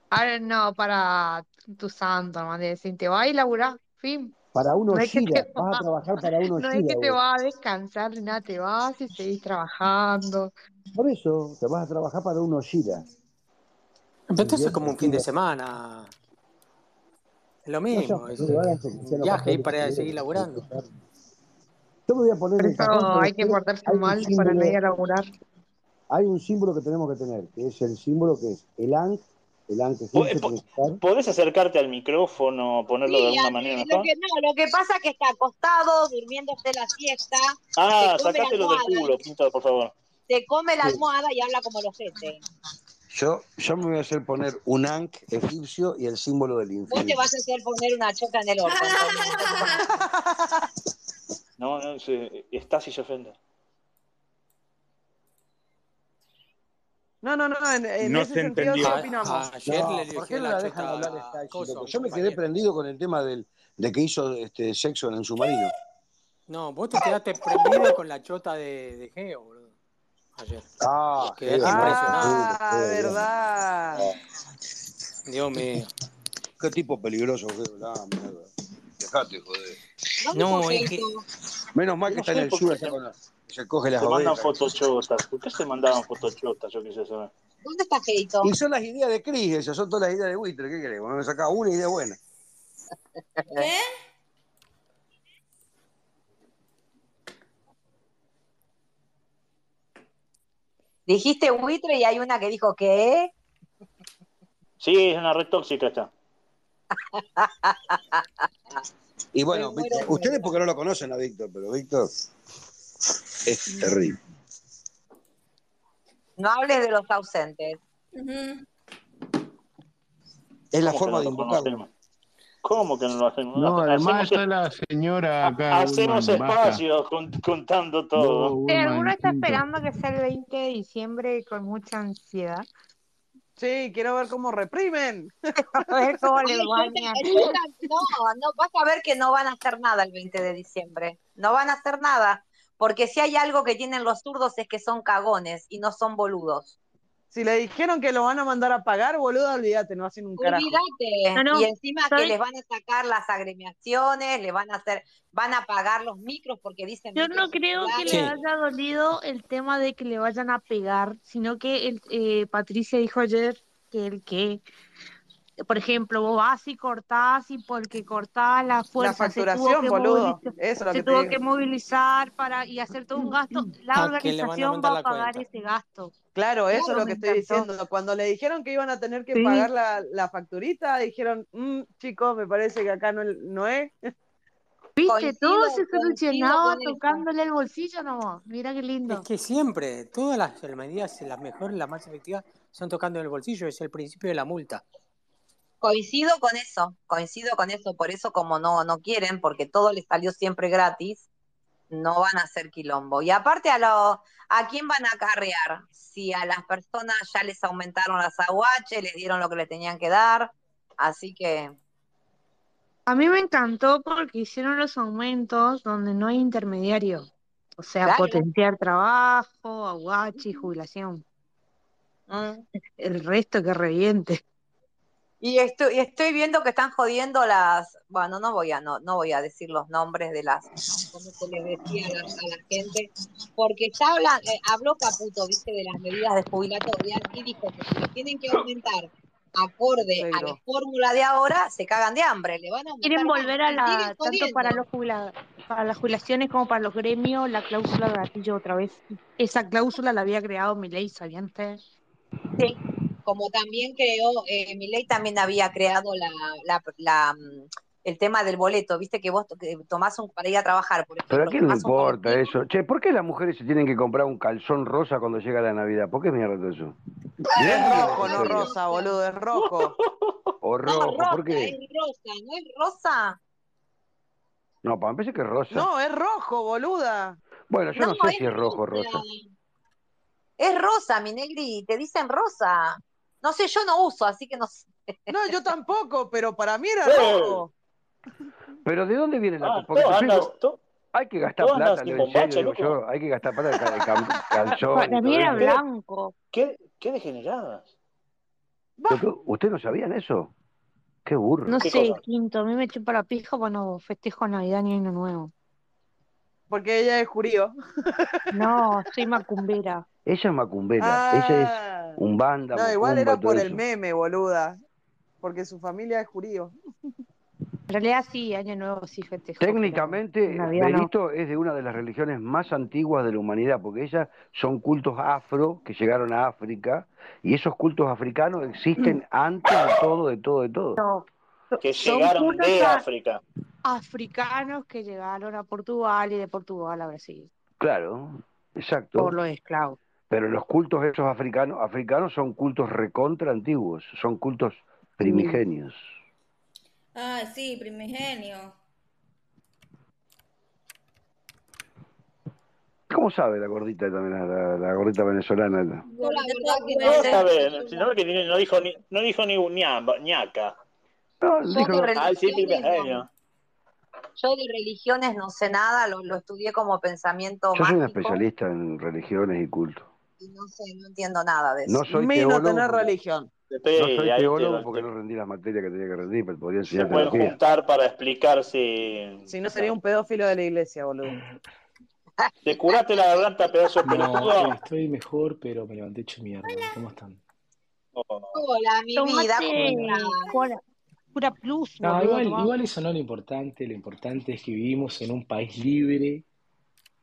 Speaker 9: Ahora no, para tu santo, nomás de decir, te vas a ir a laburar, fin.
Speaker 17: Para uno
Speaker 9: No es que
Speaker 17: Oshira,
Speaker 9: te
Speaker 17: vas a
Speaker 9: va,
Speaker 17: trabajar para uno
Speaker 9: no es
Speaker 17: Oshira,
Speaker 9: que te
Speaker 17: vos.
Speaker 9: vas a descansar ni nada, te vas y seguís trabajando.
Speaker 17: Por eso te vas a trabajar para uno Oshira.
Speaker 5: Pero entonces es como un fin de
Speaker 17: Oshira.
Speaker 5: semana. Es lo
Speaker 17: No seas
Speaker 5: mismo, es
Speaker 17: boludo, háganse
Speaker 5: un
Speaker 17: cristiano
Speaker 5: viaje ahí
Speaker 17: católico.
Speaker 5: para seguir
Speaker 17: boludo.
Speaker 5: laburando.
Speaker 17: Yo me voy a poner
Speaker 9: Por
Speaker 17: el 14
Speaker 9: eso
Speaker 17: de
Speaker 9: hay que
Speaker 17: octubre,
Speaker 9: portarse
Speaker 17: hay un
Speaker 9: mal para no ir
Speaker 17: símbolo
Speaker 9: a laburar.
Speaker 17: hay un símbolo que tenemos que tener, que es el símbolo que es el ANC, el ANC
Speaker 6: Eh,
Speaker 17: siempre tiene que estar.
Speaker 6: ¿Podés acercarte al micrófono, ponerlo de
Speaker 3: Sí,
Speaker 6: alguna
Speaker 3: Ale,
Speaker 6: manera
Speaker 3: lo
Speaker 6: mejor?
Speaker 3: que no, lo que pasa es que está acostado, durmiéndose la siesta, se
Speaker 6: Ah,
Speaker 3: come la
Speaker 6: sacátelo del
Speaker 3: almohada,
Speaker 6: culo, Pinto, por favor.
Speaker 3: se come la
Speaker 17: Sí.
Speaker 3: almohada y habla como los peces.
Speaker 17: Yo, yo me voy a hacer poner un ANC egipcio y el símbolo del
Speaker 3: Vos te
Speaker 17: infinito.
Speaker 3: vas a hacer poner una choca en el orto. Antonio.
Speaker 6: No, no, se, Stasi se ofende.
Speaker 19: No, no, no, en, en
Speaker 2: No
Speaker 19: ese
Speaker 2: se
Speaker 19: sentido sí
Speaker 2: entendió.
Speaker 19: opinamos.
Speaker 5: ayer le
Speaker 17: ¿por
Speaker 5: eligió
Speaker 17: qué no
Speaker 5: la
Speaker 17: la
Speaker 5: chota
Speaker 17: dejan hablar
Speaker 5: a
Speaker 17: esta
Speaker 5: Coso, a mi
Speaker 17: Yo me quedé
Speaker 5: compañero.
Speaker 17: prendido con el tema del, de que hizo este, sexo en el submarino.
Speaker 5: No, vos te quedaste prendido con la chota de, de Geo, boludo, ayer.
Speaker 17: Ah,
Speaker 5: Quedaste
Speaker 17: Geo,
Speaker 5: impresionado.
Speaker 19: Ah, verdad.
Speaker 5: Dios mío.
Speaker 17: Qué tipo peligroso, Geo. La mierda. Dejate, joder.
Speaker 3: ¿Dónde está
Speaker 5: No, es que.
Speaker 3: Keiko?
Speaker 17: Menos mal que
Speaker 6: No
Speaker 17: está en
Speaker 6: sé
Speaker 17: el
Speaker 6: por
Speaker 17: sur,
Speaker 6: qué
Speaker 17: allá
Speaker 6: se,
Speaker 17: con la- se coge las
Speaker 6: se mandan
Speaker 17: ovejas.
Speaker 6: fotochotas. ¿Por qué se mandaban fotochotas? Yo quise saber.
Speaker 3: ¿Dónde está Keito?
Speaker 17: Y son las ideas de Cris, esas son todas las ideas de Buitre. ¿Qué queremos? Me sacaba una idea buena.
Speaker 13: ¿Qué?
Speaker 3: Dijiste buitre y hay una que dijo que
Speaker 6: Sí, es una red tóxica esta.
Speaker 17: Y
Speaker 3: me
Speaker 17: bueno,
Speaker 3: muero
Speaker 17: Víctor,
Speaker 3: de
Speaker 17: ustedes
Speaker 3: verdad.
Speaker 17: porque no lo conocen a Víctor, pero Víctor es terrible.
Speaker 3: No hables de los ausentes.
Speaker 13: Ujú.
Speaker 17: Es la
Speaker 6: ¿Cómo que
Speaker 17: forma
Speaker 6: no
Speaker 17: de
Speaker 6: lo
Speaker 17: invocarlo.
Speaker 6: conocemos? ¿Cómo que no lo hacemos?
Speaker 1: No, además
Speaker 6: Hacemos,
Speaker 1: está la señora acá,
Speaker 6: hacemos
Speaker 1: Burman, basta.
Speaker 6: espacios con- contando
Speaker 1: No,
Speaker 6: todo.
Speaker 9: Si alguno
Speaker 1: Burman,
Speaker 9: está
Speaker 1: punto.
Speaker 9: esperando que sea el 20 de diciembre con mucha ansiedad,
Speaker 19: Sí, quiero ver cómo reprimen.
Speaker 9: a ver cómo
Speaker 3: Ay,
Speaker 9: les
Speaker 3: yo,
Speaker 9: van a...
Speaker 3: ta- yo ta- no, no, vas a ver que no van a hacer nada el 20 de diciembre. No van a hacer nada. Porque si hay algo que tienen los zurdos es que son cagones y no son boludos.
Speaker 10: Si le dijeron que lo van a mandar a pagar, boludo, olvídate, no hacen un carajo.
Speaker 3: Olvídate.
Speaker 10: No, no,
Speaker 3: y encima
Speaker 10: ¿sabes?
Speaker 3: que les van a sacar las agremiaciones, les van a hacer, van a pagar los micros porque dicen.
Speaker 9: Yo no creo que le haya dolido el tema de que le vayan a pegar, sino que el, eh, Patricia dijo ayer que el que, por ejemplo, vos vas y cortás y porque cortás la fuerza se tuvo
Speaker 10: facturación,
Speaker 9: que
Speaker 10: boludo.
Speaker 9: movilizar,
Speaker 10: Eso es lo
Speaker 9: se
Speaker 10: que te
Speaker 9: tuvo
Speaker 10: digo.
Speaker 9: que movilizar para y hacer todo un gasto. La
Speaker 10: Mm, ¿A quién le van a
Speaker 9: organización
Speaker 10: aumentar
Speaker 9: va
Speaker 10: la
Speaker 9: a pagar
Speaker 10: cuenta?
Speaker 9: ese gasto.
Speaker 10: Claro, eso es
Speaker 9: Claro,
Speaker 10: lo
Speaker 9: me
Speaker 10: que estoy
Speaker 9: encantó.
Speaker 10: diciendo. Cuando le dijeron que iban a tener que
Speaker 9: Sí.
Speaker 10: pagar la, la facturita, dijeron, "Mm, chicos, me parece que acá no, no es.
Speaker 9: Viste, todo se
Speaker 10: Coincido,
Speaker 9: solucionaba
Speaker 10: coincido con eso.
Speaker 9: tocándole el bolsillo nomás. Mira qué lindo.
Speaker 5: Es que siempre, todas las medidas, las mejores, las más efectivas, son tocando en el bolsillo, es el principio de la multa.
Speaker 3: Coincido con eso, coincido con eso. Por eso, como no, no quieren, porque todo les salió siempre gratis, no van a hacer quilombo. Y aparte, a, lo, ¿a quién van a acarrear? Si a las personas ya les aumentaron las aguaches, les dieron lo que les tenían que dar. Así que,
Speaker 9: A mí me encantó porque hicieron los aumentos donde no hay intermediario. O sea,
Speaker 3: Claro.
Speaker 9: potenciar trabajo, aguachi, jubilación.
Speaker 3: mm.
Speaker 9: El resto que reviente.
Speaker 3: Y estoy, y estoy viendo que están jodiendo las, bueno, no voy a, no, no voy a decir los nombres de las, como se les decía a la, a la gente, porque ya habla, eh, habló Caputo, viste, de las medidas de jubilatorias y dijo que si lo tienen que aumentar acorde a la
Speaker 9: Negro.
Speaker 3: fórmula de ahora, se cagan de hambre, le van a aumentar
Speaker 9: Quieren
Speaker 3: más.
Speaker 9: volver a
Speaker 3: Y siguen
Speaker 9: la, tanto para
Speaker 3: jodiendo.
Speaker 9: los jubila- para las jubilaciones como para los gremios, la cláusula de gatillo otra vez. Esa cláusula la había creado Milei, ¿sabían ustedes?
Speaker 3: Sí, como también creó, eh, Milei también había creado la, la- la, mm, el tema del boleto, viste que vos to- que tomás un, para ir a trabajar, por
Speaker 17: ¿Pero a
Speaker 3: ejemplo,
Speaker 17: quién le
Speaker 3: tomás un
Speaker 17: importa
Speaker 3: colectivo.
Speaker 17: eso? Che, ¿por qué las mujeres se tienen que comprar un calzón rosa cuando llega la Navidad? ¿Por qué mierda eso? Mirá
Speaker 10: Es
Speaker 17: si
Speaker 10: rojo, no
Speaker 17: necesario.
Speaker 10: rosa, boludo, es rojo.
Speaker 17: O
Speaker 3: No,
Speaker 17: rojo, ¿por
Speaker 3: rosa, eh.
Speaker 17: qué?
Speaker 3: es rosa, ¿no es rosa?
Speaker 17: No, para empezar que es rosa.
Speaker 10: No, es rojo, boluda.
Speaker 17: Bueno, yo
Speaker 3: No,
Speaker 17: no sé
Speaker 3: es
Speaker 17: si es rojo o rosa.
Speaker 3: rosa. Es rosa, mi negri, te dicen rosa. No sé, yo no uso, así que no sé.
Speaker 10: No, yo tampoco, pero para mí era
Speaker 3: Eh.
Speaker 10: rojo.
Speaker 17: Pero ¿de dónde viene la
Speaker 10: Ah,
Speaker 17: Porque
Speaker 10: todas
Speaker 17: yo
Speaker 10: andan-
Speaker 17: digo, hay que gastar
Speaker 6: todas
Speaker 17: plata,
Speaker 6: andan
Speaker 17: lo
Speaker 6: sin
Speaker 17: en
Speaker 6: bombacha,
Speaker 17: serio, digo
Speaker 6: loco.
Speaker 17: yo, hay que gastar plata en ca- cam- calzón y
Speaker 9: Para mí
Speaker 17: todo
Speaker 9: era
Speaker 17: eso.
Speaker 9: blanco.
Speaker 6: ¿Qué, qué degeneradas?
Speaker 17: Loco, ¿Ustedes no sabían eso? Qué burro.
Speaker 9: No sé, quinto, a mí me chupa la pija cuando festejo Navidad ni Año Nuevo.
Speaker 10: Porque ella es jurío.
Speaker 9: No, soy macumbera.
Speaker 17: Ella es macumbera, ella es
Speaker 10: Ah.
Speaker 17: un banda,
Speaker 10: No,
Speaker 17: macumba
Speaker 10: igual
Speaker 17: y
Speaker 10: era
Speaker 17: todo
Speaker 10: por el
Speaker 17: eso.
Speaker 10: meme, boluda. Porque su familia es jurío.
Speaker 9: En realidad sí, Año Nuevo sí festejo, pero
Speaker 17: Técnicamente,
Speaker 9: Navidad no.
Speaker 17: Berito es de una de las religiones más antiguas de la humanidad, porque ellas son cultos afro que llegaron a África, y esos cultos africanos existen antes de todo, de todo, de todo.
Speaker 6: Que
Speaker 9: Mm. Son
Speaker 6: llegaron
Speaker 9: cultos
Speaker 6: de
Speaker 9: a-
Speaker 6: África.
Speaker 9: africanos que llegaron a Portugal y de Portugal a Brasil
Speaker 17: Claro,
Speaker 9: por
Speaker 17: exacto.
Speaker 9: los esclavos.
Speaker 17: Pero los cultos esos africanos, africanos son cultos recontra antiguos, son cultos
Speaker 9: Sí.
Speaker 17: primigenios.
Speaker 20: Ah, sí, primigenio.
Speaker 17: ¿Cómo sabe la gordita también, la, la gordita venezolana?
Speaker 3: Yo la verdad que no
Speaker 6: No
Speaker 3: sé,
Speaker 6: está
Speaker 3: porque
Speaker 6: bien,
Speaker 3: yo,
Speaker 6: si no, que ni- no dijo ni, no dijo ni Ah, ñamba- ñaca.
Speaker 17: No,
Speaker 3: yo de
Speaker 6: Ay, sí,
Speaker 3: religiones no,
Speaker 6: primigenio.
Speaker 3: yo de religiones no sé nada, lo, lo estudié como pensamiento
Speaker 17: Yo soy un
Speaker 3: mágico
Speaker 17: especialista en religiones y cultos.
Speaker 3: y no sé, no entiendo nada de
Speaker 17: No
Speaker 3: eso.
Speaker 17: soy
Speaker 10: Menos
Speaker 17: teólogo
Speaker 10: tener
Speaker 17: porque
Speaker 10: religión.
Speaker 17: no soy
Speaker 6: Sí, ahí te
Speaker 17: teólogo
Speaker 6: lo-
Speaker 17: porque no rendí las materias que tenía que rendir, pero podría
Speaker 6: se
Speaker 17: enseñar
Speaker 6: pueden
Speaker 17: teología.
Speaker 6: juntar para explicar si...
Speaker 10: Si no sería un pedófilo de la iglesia, boludo.
Speaker 6: Te curaste la garganta, pedazo de
Speaker 5: No,
Speaker 6: pelotudo.
Speaker 5: eh, estoy mejor, pero me levanté hecho mierda. ¿Cómo están?
Speaker 3: Hola, mi vida, ¿cómo
Speaker 9: Tomate
Speaker 5: Hola.
Speaker 3: estás?
Speaker 9: cura, cura plus,
Speaker 5: No,
Speaker 9: boludo,
Speaker 5: igual,
Speaker 9: tomá.
Speaker 5: igual eso no es lo importante. Lo importante es que vivimos en un país libre,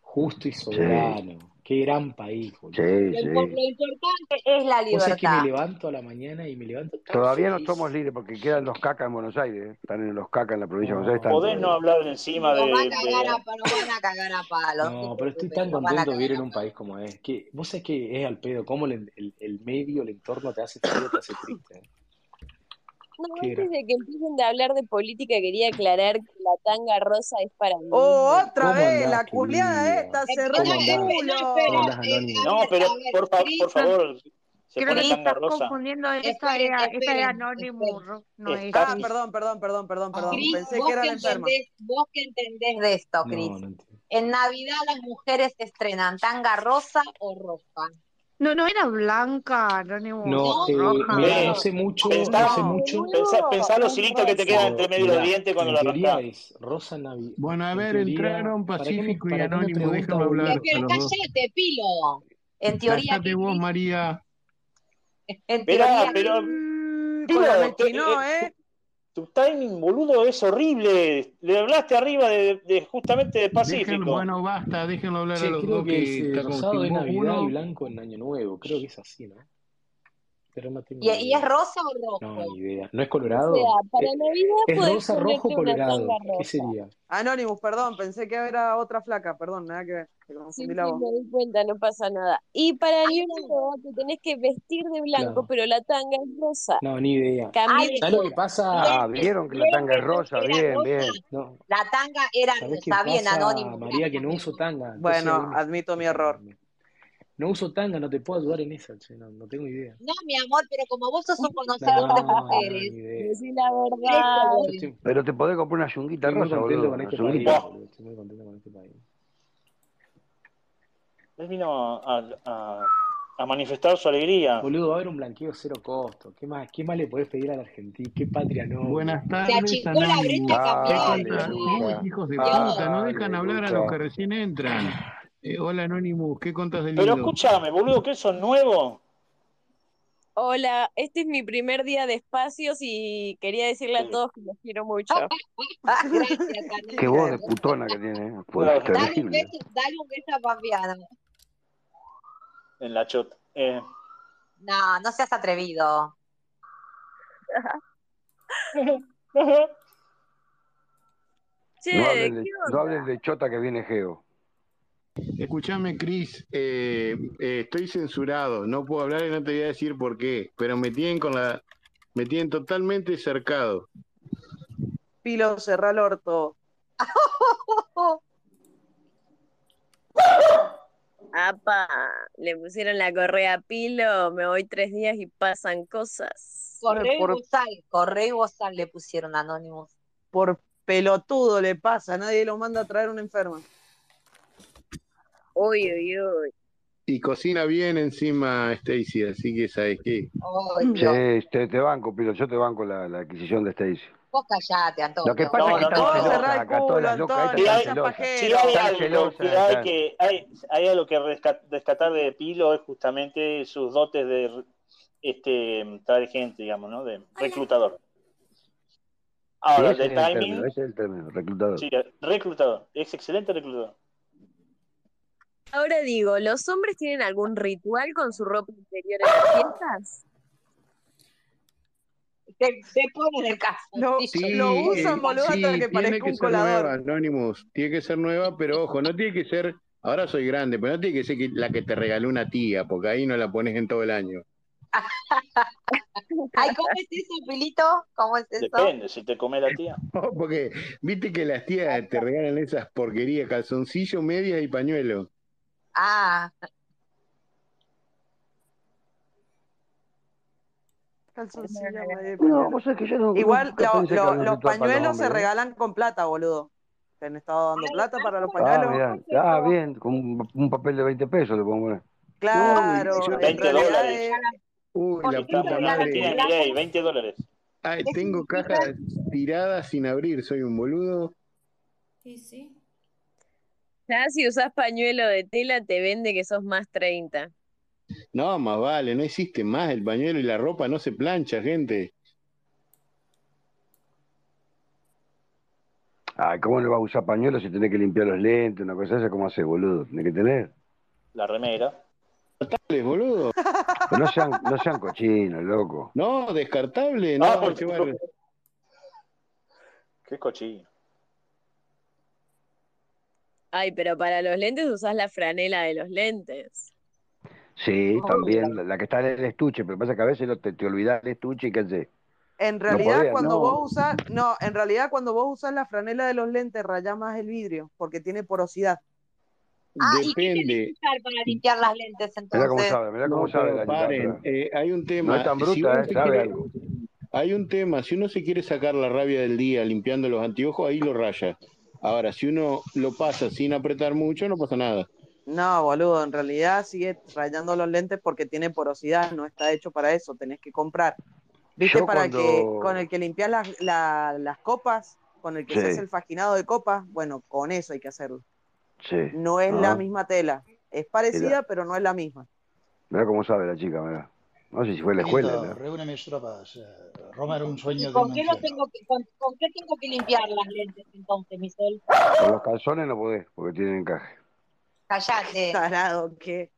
Speaker 5: justo y
Speaker 17: Sí,
Speaker 5: soberano. Qué gran país, boludo.
Speaker 17: sí,
Speaker 3: Lo, impor-
Speaker 17: sí.
Speaker 3: lo importante es la
Speaker 5: Vos sabés que me
Speaker 3: libertad.
Speaker 5: levanto a la mañana y me levanto tan
Speaker 17: Todavía no somos
Speaker 5: feliz.
Speaker 17: libres porque quedan los cacas en Buenos Aires. ¿eh? Están en los cacas en la provincia de Buenos Aires,
Speaker 5: No,
Speaker 17: están
Speaker 6: Podés no
Speaker 17: todavía.
Speaker 6: hablar encima
Speaker 3: Nos van
Speaker 6: de...
Speaker 3: a cagar
Speaker 6: de-
Speaker 3: a, pa- nos van a cagar a palo, no te
Speaker 5: No, pero estoy
Speaker 3: preocupes,
Speaker 5: tan
Speaker 3: nos van a
Speaker 5: contento de
Speaker 3: cagar
Speaker 5: vivir en
Speaker 3: a
Speaker 5: un
Speaker 3: palo.
Speaker 5: país como es. Que, vos sabés que es al pedo, cómo el, el- el medio, el entorno te hace frío, te hace triste. ¿eh?
Speaker 6: No,
Speaker 5: Qué
Speaker 6: antes
Speaker 5: gran.
Speaker 6: de que empiecen a hablar de política, quería aclarar que la tanga rosa es para mí.
Speaker 10: Oh, otra
Speaker 5: ¿Cómo
Speaker 10: vez,
Speaker 5: andás,
Speaker 10: la culiada
Speaker 5: querida?
Speaker 10: esta cerró
Speaker 5: ¿Cómo
Speaker 10: el
Speaker 3: Esperá,
Speaker 5: andás?
Speaker 3: espe- no,
Speaker 5: ¿Cómo
Speaker 3: espera,
Speaker 10: culo.
Speaker 5: andás,
Speaker 3: eh,
Speaker 5: Anónimo?
Speaker 3: a
Speaker 6: No,
Speaker 3: ver,
Speaker 6: pero
Speaker 3: a ver,
Speaker 6: por, fa- por
Speaker 3: Cris,
Speaker 6: favor, se
Speaker 9: Creo
Speaker 6: pone
Speaker 9: que
Speaker 3: Cris,
Speaker 6: tanga
Speaker 9: estás
Speaker 6: rosa.
Speaker 9: confundiendo, esta
Speaker 3: esperen,
Speaker 9: era, esta era
Speaker 3: esperen,
Speaker 9: anónimo,
Speaker 3: esperen.
Speaker 9: ro- no es
Speaker 6: Está
Speaker 10: Ah,
Speaker 9: Cris.
Speaker 10: perdón, perdón, perdón, perdón, perdón.
Speaker 3: Cris,
Speaker 10: Pensé que
Speaker 3: vos
Speaker 10: era
Speaker 3: que
Speaker 10: la enferma.
Speaker 3: entendés, vos que entendés de esto,
Speaker 5: No,
Speaker 3: Cris.
Speaker 5: no entiendo.
Speaker 3: En Navidad las mujeres estrenan tanga rosa o roja.
Speaker 9: No, no era blanca, no, no,
Speaker 11: No,
Speaker 5: este,
Speaker 11: eh,
Speaker 9: roja.
Speaker 11: mirá, no sé mucho, no sé mucho.
Speaker 6: Pensá, pensá los hilitos que te quedan entre medio de los
Speaker 11: Mirá,
Speaker 6: dientes cuando
Speaker 11: en
Speaker 6: lo
Speaker 11: teoría
Speaker 6: arrancás.
Speaker 11: es Rosa Navi.
Speaker 1: Bueno, a
Speaker 11: en
Speaker 1: ver,
Speaker 11: teoría-
Speaker 1: entraron
Speaker 11: ¿para qué me-
Speaker 1: Pacífico y
Speaker 11: para qué me
Speaker 1: Anónimo,
Speaker 11: preguntan,
Speaker 1: déjame
Speaker 11: boludo?
Speaker 1: hablar a
Speaker 3: Pero
Speaker 1: los dos.
Speaker 3: cállate, Pilo. En teoría,
Speaker 1: Cállate vos, María.
Speaker 3: en
Speaker 6: Mirá,
Speaker 3: teoría.
Speaker 6: pero.
Speaker 3: mm, con la
Speaker 6: Tío, te- eh, Tu timing, boludo, es horrible. Le hablaste arriba de, de- justamente de
Speaker 1: Déjenlo,
Speaker 6: Pacífico.
Speaker 1: bueno, basta, déjenlo hablar a
Speaker 11: Che,
Speaker 1: los
Speaker 11: creo
Speaker 1: dos
Speaker 11: que,
Speaker 1: que,
Speaker 11: es eh,
Speaker 1: está
Speaker 11: rosado en
Speaker 1: confirmó
Speaker 11: Navidad y
Speaker 1: uno.
Speaker 11: blanco en Año Nuevo. Creo que es así, ¿no? Pero no tengo
Speaker 3: ¿Y,
Speaker 11: ni
Speaker 3: y es
Speaker 11: idea.
Speaker 3: rosa o
Speaker 11: No,
Speaker 3: rojo?
Speaker 11: ni idea. ¿No es
Speaker 3: O sea,
Speaker 11: colorado?
Speaker 3: para
Speaker 11: Eh,
Speaker 3: Navidad
Speaker 11: Es
Speaker 3: puedes
Speaker 11: rosa, rojo,
Speaker 3: ponerte una tanga
Speaker 11: colorado. ¿Qué
Speaker 3: rosa.
Speaker 11: sería?
Speaker 10: Anonymous, perdón, pensé que era otra flaca, perdón, nada que ver, te
Speaker 7: Sí,
Speaker 10: confundí la
Speaker 7: sí,
Speaker 10: voz.
Speaker 7: me doy cuenta, no pasa nada. Y para el libro te tenés que vestir de blanco,
Speaker 11: Claro.
Speaker 7: pero la tanga es rosa.
Speaker 11: No, ni idea.
Speaker 7: Cambié
Speaker 3: Ay,
Speaker 17: ¿Sabes lo que pasa? Ah, vieron que la tanga es rosa, bien, bien.
Speaker 11: No,
Speaker 3: La tanga era
Speaker 11: ¿sabés qué
Speaker 3: rosa, bien,
Speaker 11: pasa,
Speaker 3: Anónimo.
Speaker 11: María? Que no uso tanga. Entonces ahí
Speaker 10: Bueno,
Speaker 11: me-
Speaker 10: admito mi error.
Speaker 11: No uso tanga, no te puedo ayudar en esa, che, no, no tengo idea.
Speaker 3: No, mi amor, pero como vos sos un conocedor de
Speaker 11: No, no,
Speaker 3: mujeres,
Speaker 11: ni idea.
Speaker 7: Decí la
Speaker 3: a eso
Speaker 11: Yo
Speaker 7: verdad.
Speaker 11: estoy,
Speaker 17: Pero te podés comprar una yunguita
Speaker 11: estoy muy
Speaker 17: rosa,
Speaker 11: contento
Speaker 17: boludo.
Speaker 11: con
Speaker 17: Una
Speaker 11: este
Speaker 17: yunguita.
Speaker 11: país, boludo. Estoy muy contento con este país.
Speaker 6: Él vino a, a- a manifestar su alegría.
Speaker 11: Boludo, va a haber un blanqueo cero costo. ¿Qué más, qué más le podés pedir a la Argentina? ¿Qué patria no?
Speaker 1: Buenas
Speaker 11: boludo?
Speaker 3: Se
Speaker 1: tardes,
Speaker 3: achicó la brecha
Speaker 1: Anónimos. Ah,
Speaker 10: Ah,
Speaker 1: ¿Qué
Speaker 3: cambial,
Speaker 1: contra? Uy,
Speaker 3: boludo.
Speaker 1: hijos de
Speaker 3: Dios.
Speaker 1: puta, no dejan hablar a los que
Speaker 17: Aleluya.
Speaker 1: recién entran. Eh, hola, Anónimos, ¿qué contas del
Speaker 6: Pero
Speaker 1: lindo?
Speaker 6: escúchame, boludo, que eso es nuevo.
Speaker 7: Hola, este es mi primer día de espacios y quería decirle a todos que los quiero mucho.
Speaker 3: Gracias,
Speaker 17: Qué
Speaker 3: Anónimo.
Speaker 17: voz de putona que tiene, ¿eh?
Speaker 6: Claro.
Speaker 17: Pues,
Speaker 3: Dale un
Speaker 17: terrible.
Speaker 3: beso, dale un beso a Pambiana.
Speaker 6: En la chota. Eh,
Speaker 3: No, no seas atrevido.
Speaker 17: No
Speaker 7: Che,
Speaker 17: hables
Speaker 7: ¿qué
Speaker 17: de, no hables de chota que viene Geo.
Speaker 1: Escúchame, Cris, eh, eh, estoy censurado, no puedo hablar y no te voy a decir por qué, pero me tienen con la, me tienen totalmente cercado.
Speaker 10: Pilo, cerrá el orto.
Speaker 7: Apa, le pusieron la correa a Pilo, me voy tres días y pasan
Speaker 10: Eh,
Speaker 7: cosas.
Speaker 3: Correo y
Speaker 10: Por,
Speaker 3: bozal, correo y bozal le pusieron Anónimos.
Speaker 10: por pelotudo le pasa, nadie lo manda a traer una enferma.
Speaker 7: Uy, uy, uy.
Speaker 1: Y cocina bien encima Stacy, así que sabes qué.
Speaker 3: Ay, Dios.
Speaker 17: Sí, te, te banco, pero yo este te banco la, la adquisición de Stacy.
Speaker 3: Vos callate,
Speaker 17: Lo que
Speaker 3: Antonio.
Speaker 17: pasa es
Speaker 6: no,
Speaker 17: que
Speaker 6: no,
Speaker 17: están
Speaker 6: no, no.
Speaker 17: celosas acá, todas las locas estas
Speaker 6: Si
Speaker 17: están
Speaker 6: hay,
Speaker 17: celosas.
Speaker 6: si hay
Speaker 17: Están
Speaker 6: algo
Speaker 17: celosas,
Speaker 6: que hay
Speaker 17: están.
Speaker 6: que hay, hay algo que resca- rescatar de Pilo es justamente sus dotes de este traer gente, digamos, ¿no? De reclutador.
Speaker 11: Ah,
Speaker 17: Sí,
Speaker 6: Ahora,
Speaker 17: ese
Speaker 6: de
Speaker 17: es el término,
Speaker 6: timing,
Speaker 17: ese es el término, reclutador.
Speaker 6: sí, reclutador, es excelente reclutador.
Speaker 7: Ahora digo, ¿los hombres tienen algún ritual con su ropa interior en las fiestas?
Speaker 3: Te, te ponen el
Speaker 10: Lo,
Speaker 3: calzoncillo.
Speaker 10: lo
Speaker 1: Sí,
Speaker 10: usan,
Speaker 1: eh,
Speaker 10: boludo, hasta
Speaker 1: sí,
Speaker 10: que
Speaker 1: tiene
Speaker 10: parezca
Speaker 1: que
Speaker 10: un
Speaker 1: ser
Speaker 10: colador.
Speaker 1: nueva, Anonymous. Tiene que ser nueva, pero ojo, no tiene que ser. Ahora soy grande, pero no tiene que ser que- la que te regaló una tía, porque ahí no la pones en todo el año.
Speaker 3: Ay, ¿cómo es eso, Pilito? ¿Cómo es eso?
Speaker 6: Depende, si te come la tía.
Speaker 1: No, porque viste que las tías te regalan esas porquerías, calzoncillo, medias y pañuelo.
Speaker 3: Ah,
Speaker 10: Calzoncillo, medio y
Speaker 17: No,
Speaker 10: pañuelo.
Speaker 17: vos sabés que yo no,
Speaker 10: Igual
Speaker 17: nunca
Speaker 10: lo-
Speaker 17: pensé que
Speaker 10: lo-
Speaker 17: había un
Speaker 10: los
Speaker 17: ritual para los
Speaker 10: pañuelos se
Speaker 17: hombres, ¿eh?
Speaker 10: regalan con plata, boludo. Te han estado dando plata para los
Speaker 17: Ah,
Speaker 10: pañuelos.
Speaker 17: mirá, ah, bien, con un, un papel de 20 pesos le pongo. ¿eh?
Speaker 1: Uy, yo-
Speaker 10: Claro, en
Speaker 6: 20
Speaker 10: realidad
Speaker 6: dólares.
Speaker 10: es...
Speaker 1: uy,
Speaker 3: ¿por
Speaker 1: la
Speaker 3: qué
Speaker 6: Estamos
Speaker 1: puta
Speaker 6: en
Speaker 3: regalan
Speaker 1: madre.
Speaker 6: Argentina,
Speaker 3: con plata?
Speaker 6: Milei, 20 dólares.
Speaker 1: Ay,
Speaker 3: ¿Qué
Speaker 1: tengo
Speaker 3: significa?
Speaker 1: cajas tiradas sin abrir, soy un boludo.
Speaker 21: Sí, sí.
Speaker 7: Ya si usás pañuelo de tela te vende que sos más 30.
Speaker 1: No, más vale, no existe más el pañuelo y la ropa no se plancha, gente.
Speaker 17: Ay, ¿cómo no vas a usar pañuelos si tenés que limpiar los lentes, una cosa esa? ¿Cómo haces, boludo? Tenés que tener.
Speaker 6: La remera.
Speaker 1: Descartables, boludo.
Speaker 17: Pero no sean, no sean cochinos, loco.
Speaker 1: No, descartable,
Speaker 6: Ah,
Speaker 1: no,
Speaker 6: por-
Speaker 1: che, vale.
Speaker 6: qué cochino.
Speaker 7: Ay, pero para los lentes usás la franela de los lentes.
Speaker 17: Sí,
Speaker 10: Obvio.
Speaker 17: también, la, la que está en el estuche, pero pasa que a veces no te, te olvidás del estuche y qué sé.
Speaker 10: En
Speaker 17: No
Speaker 10: realidad,
Speaker 17: podés,
Speaker 10: cuando
Speaker 17: no.
Speaker 10: vos usás, no, en realidad cuando vos usás la franela de los lentes, rayás más el vidrio, porque tiene porosidad.
Speaker 3: Ah, ¿y qué tenés que
Speaker 1: Depende.
Speaker 3: usar para limpiar las lentes
Speaker 17: Mirá cómo
Speaker 3: entonces?
Speaker 17: sabe, mirá cómo
Speaker 1: No,
Speaker 17: sabe
Speaker 1: pero
Speaker 17: la
Speaker 1: paren,
Speaker 17: chilatra.
Speaker 1: eh, hay un
Speaker 17: No es
Speaker 1: tema,
Speaker 17: tan
Speaker 1: si uno
Speaker 17: bruta, ¿eh?
Speaker 1: se
Speaker 17: Sabe
Speaker 1: quiere,
Speaker 17: algo.
Speaker 1: hay un tema, si uno se quiere sacar la rabia del día limpiando los anteojos, ahí lo raya. Ahora, si uno lo pasa sin apretar mucho, no pasa nada.
Speaker 10: No, boludo, en realidad sigue rayando los lentes porque tiene porosidad, no está hecho para eso, tenés que comprar. ¿Viste
Speaker 17: Yo
Speaker 10: para el que
Speaker 17: cuando-
Speaker 10: con el que limpias las, la- las copas? Con el que se
Speaker 17: Sí.
Speaker 10: hace el faginado de copas, bueno, con eso hay que hacerlo.
Speaker 17: Sí.
Speaker 10: No es
Speaker 17: Ajá.
Speaker 10: la misma tela, es parecida,
Speaker 17: Mira.
Speaker 10: pero no es la misma.
Speaker 17: Mirá cómo sabe la chica, mirá. No sé si fue a la escuela.
Speaker 15: Quieto,
Speaker 17: ¿no?
Speaker 15: reúne mis tropas. eh, Roma era un sueño de
Speaker 3: ¿Con
Speaker 15: un
Speaker 3: qué, no
Speaker 15: anciano.
Speaker 3: tengo que, con, con qué tengo que limpiar las lentes entonces, mi sol?
Speaker 17: Con los calzones no podés, porque tienen encaje.
Speaker 3: Callate.
Speaker 10: Tarado, que.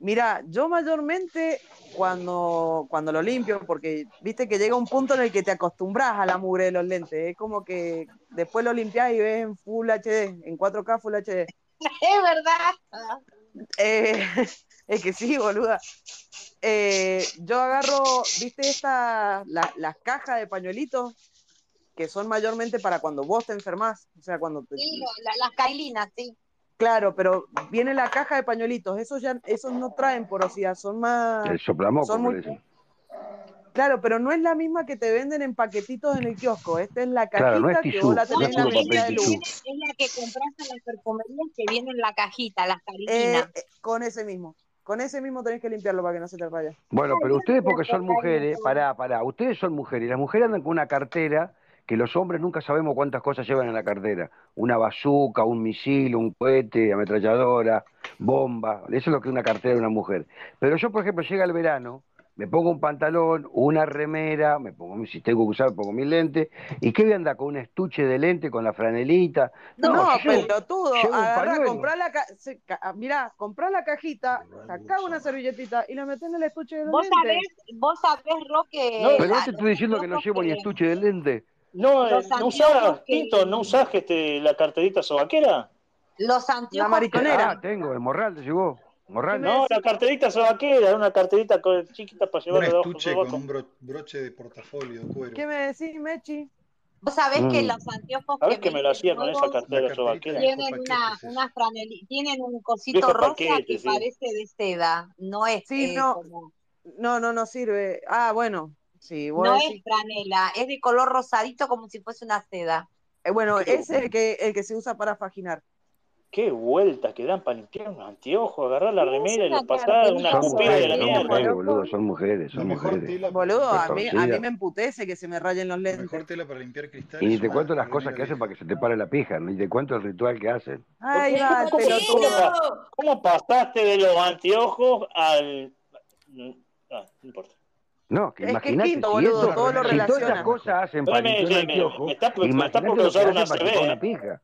Speaker 10: Mira, yo mayormente cuando, cuando lo limpio, porque viste que llega un punto en el que te acostumbras a la mugre de los lentes, es como que después lo limpias y ves en Full HD, en 4K Full HD.
Speaker 3: Es
Speaker 10: Ah,
Speaker 3: verdad.
Speaker 10: Eh, es que sí, boluda. Eh, yo agarro, viste, esta, la- las cajas de pañuelitos que son mayormente para cuando vos te enfermas, o sea, cuando te,
Speaker 3: Sí, lo- la- las cailinas, sí.
Speaker 10: Claro, pero viene la caja de pañuelitos, esos ya, esos no traen porosidad, son más.
Speaker 17: El soplamoco,
Speaker 10: Ah. son
Speaker 17: que
Speaker 10: muy-
Speaker 17: le dicen.
Speaker 10: Claro, pero no es la misma que te venden en paquetitos en el kiosco. Esta es la cajita
Speaker 17: Claro, no es
Speaker 10: que
Speaker 17: tisú,
Speaker 10: vos la
Speaker 17: no es
Speaker 10: tenés en la
Speaker 17: puro
Speaker 10: medida
Speaker 17: papel
Speaker 10: de
Speaker 17: tisú.
Speaker 10: luz.
Speaker 3: Es la que compras en las perfumerías que viene en la cajita, las
Speaker 10: Eh,
Speaker 3: cailinas.
Speaker 10: eh, con ese mismo. Con ese mismo tenés que limpiarlo para que no se te raya.
Speaker 17: Bueno, pero ustedes porque son
Speaker 10: Ay,
Speaker 17: mujeres,
Speaker 10: no.
Speaker 17: pará, pará, ustedes son mujeres, y las mujeres andan con una cartera que los hombres nunca sabemos cuántas cosas llevan en la cartera. Una bazuca, un misil, un cohete, ametralladora, bomba, eso es lo que es una cartera de una mujer. Pero yo, por ejemplo, llega el verano, me pongo un pantalón, una remera, me pongo, si tengo que usar, me pongo mis lentes, ¿y qué voy a andar con un estuche de lente, con la franelita?
Speaker 10: No,
Speaker 17: yo llevo-
Speaker 10: pelotudo,
Speaker 17: llevo un
Speaker 10: agarrá,
Speaker 17: pañuelo.
Speaker 10: comprá la, ca se- ca- ah, mirá, comprá la cajita, sacá una servilletita y la metés en el estuche de los
Speaker 3: Vos sabés,
Speaker 10: lentes.
Speaker 3: vos sabés,
Speaker 10: Eh,
Speaker 3: Roque,
Speaker 17: No, pero no
Speaker 3: la-
Speaker 17: te estoy diciendo que no llevo ni estuche de lente.
Speaker 6: No, eh,
Speaker 3: Los
Speaker 6: no
Speaker 3: anteojos
Speaker 6: usás,
Speaker 3: que-
Speaker 6: Tito, no usás este, la carterita sobaquera.
Speaker 3: los anteojos.
Speaker 17: Ah, tengo, el morral te llegó. Morral.
Speaker 6: No, la carterita sobaquera, era una carterita co- chiquita para
Speaker 15: Un
Speaker 6: llevarlo debajo del
Speaker 15: estuche con
Speaker 6: sobaco.
Speaker 15: un bro- broche de portafolio de cuero.
Speaker 10: ¿Qué me decís, Mechi?
Speaker 3: Vos sabés que
Speaker 15: Mm.
Speaker 3: los anteojos
Speaker 6: A
Speaker 3: que
Speaker 6: ver qué me lo
Speaker 3: venden
Speaker 6: hacía con esa
Speaker 3: nuevos
Speaker 6: cartera
Speaker 15: La carterita
Speaker 6: sobaquera.
Speaker 15: de viejo
Speaker 3: tienen
Speaker 15: paquete.
Speaker 3: una, una franeli- tienen un cosito
Speaker 6: Viejo
Speaker 3: rosa
Speaker 6: paquete,
Speaker 3: que
Speaker 6: sí.
Speaker 3: parece de seda,
Speaker 17: Mm.
Speaker 3: no es
Speaker 10: Sí,
Speaker 3: eh,
Speaker 10: no,
Speaker 3: como-
Speaker 10: no, no, no sirve. Ah, bueno, sí, vos
Speaker 3: no es
Speaker 10: decís.
Speaker 3: franela, es de color rosadito como si fuese una seda.
Speaker 10: Eh, bueno,
Speaker 6: Qué-
Speaker 10: ese es el que, el que se usa para faginar.
Speaker 6: Qué vueltas que dan para limpiar unos anteojos, agarrar la remera y
Speaker 10: una
Speaker 6: los pasás,
Speaker 10: carterita
Speaker 6: una
Speaker 17: Son
Speaker 6: escupida de la
Speaker 17: mujeres, son
Speaker 6: mierda.
Speaker 17: mujeres, boludo, son mujeres, son mujeres.
Speaker 10: Boludo, a mí, a mí
Speaker 17: Retorcida.
Speaker 10: me emputece que se me rayen los lentes.
Speaker 15: Mejor tela para limpiar cristales.
Speaker 17: Y ni te cuento las cosas que hacen para que se te pare la pija, ni te cuento el ritual que hacen.
Speaker 10: Ahí va el
Speaker 6: ¿Cómo- cómo
Speaker 10: pelotudo.
Speaker 6: pa- ¿Cómo pasaste de los anteojos al. Ah, no importa.
Speaker 17: No, que
Speaker 6: Es que
Speaker 17: imagínate.
Speaker 6: es quinto,
Speaker 17: si
Speaker 6: boludo,
Speaker 17: eso-
Speaker 6: todo lo
Speaker 17: si todas
Speaker 6: relaciona.
Speaker 17: esas cosas hacen para
Speaker 6: Espérame,
Speaker 17: limpiar un
Speaker 6: Jaime,
Speaker 17: anteojo,
Speaker 6: me está- me está por
Speaker 17: imagínate lo
Speaker 6: cruzar
Speaker 17: que
Speaker 6: una
Speaker 17: hacen para
Speaker 6: CB,
Speaker 17: quitar
Speaker 6: ¿eh?
Speaker 17: una pija.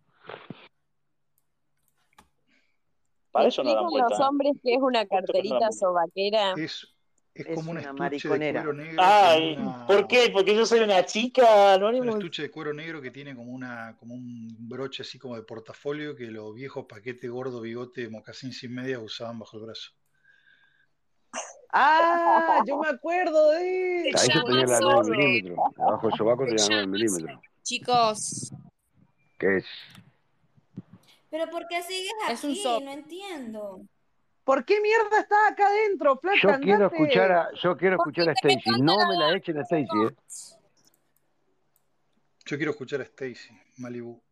Speaker 6: Para
Speaker 22: ¿Me
Speaker 6: eso no dan
Speaker 22: explican
Speaker 6: vuelta.
Speaker 22: los
Speaker 6: ¿eh?
Speaker 22: hombres que es una carterita
Speaker 6: vuelta.
Speaker 22: sobaquera?
Speaker 15: Es, es como un estuche de
Speaker 10: mariconera.
Speaker 15: cuero negro.
Speaker 6: Ay,
Speaker 15: con una-
Speaker 6: ¿por qué? Porque yo soy una chica,
Speaker 15: un
Speaker 6: Anónimo.
Speaker 15: estuche de cuero negro que tiene como una, como un broche así como de portafolio que los viejos paquetes gordo, bigote, mocasín sin medias usaban bajo el brazo.
Speaker 10: Ah, yo me acuerdo de
Speaker 17: Ahí
Speaker 10: eso,
Speaker 17: yo tenía la
Speaker 10: boludo.
Speaker 17: 9
Speaker 6: eh.
Speaker 17: milímetros. Abajo del sobaco tenía la 9 milímetros.
Speaker 7: Chicos,
Speaker 17: Que es.
Speaker 23: Pero ¿por qué sigues
Speaker 7: Es un
Speaker 23: aquí?
Speaker 7: so-
Speaker 23: No entiendo.
Speaker 10: ¿Por qué mierda está acá adentro, flaca?
Speaker 17: Yo quiero
Speaker 10: Andate.
Speaker 17: escuchar a, yo quiero escuchar a Stacy. No me la echen a Stacy, ¿eh?
Speaker 15: Yo quiero escuchar a Stacy, Malibu.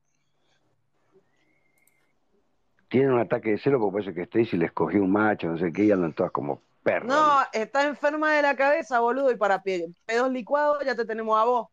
Speaker 17: Tienen un ataque de celo porque parece que Stacy les cogió un macho, no sé qué, y andan todas como perros.
Speaker 10: No, está enferma de la cabeza, boludo, y para pie- pedos licuados ya te tenemos a vos.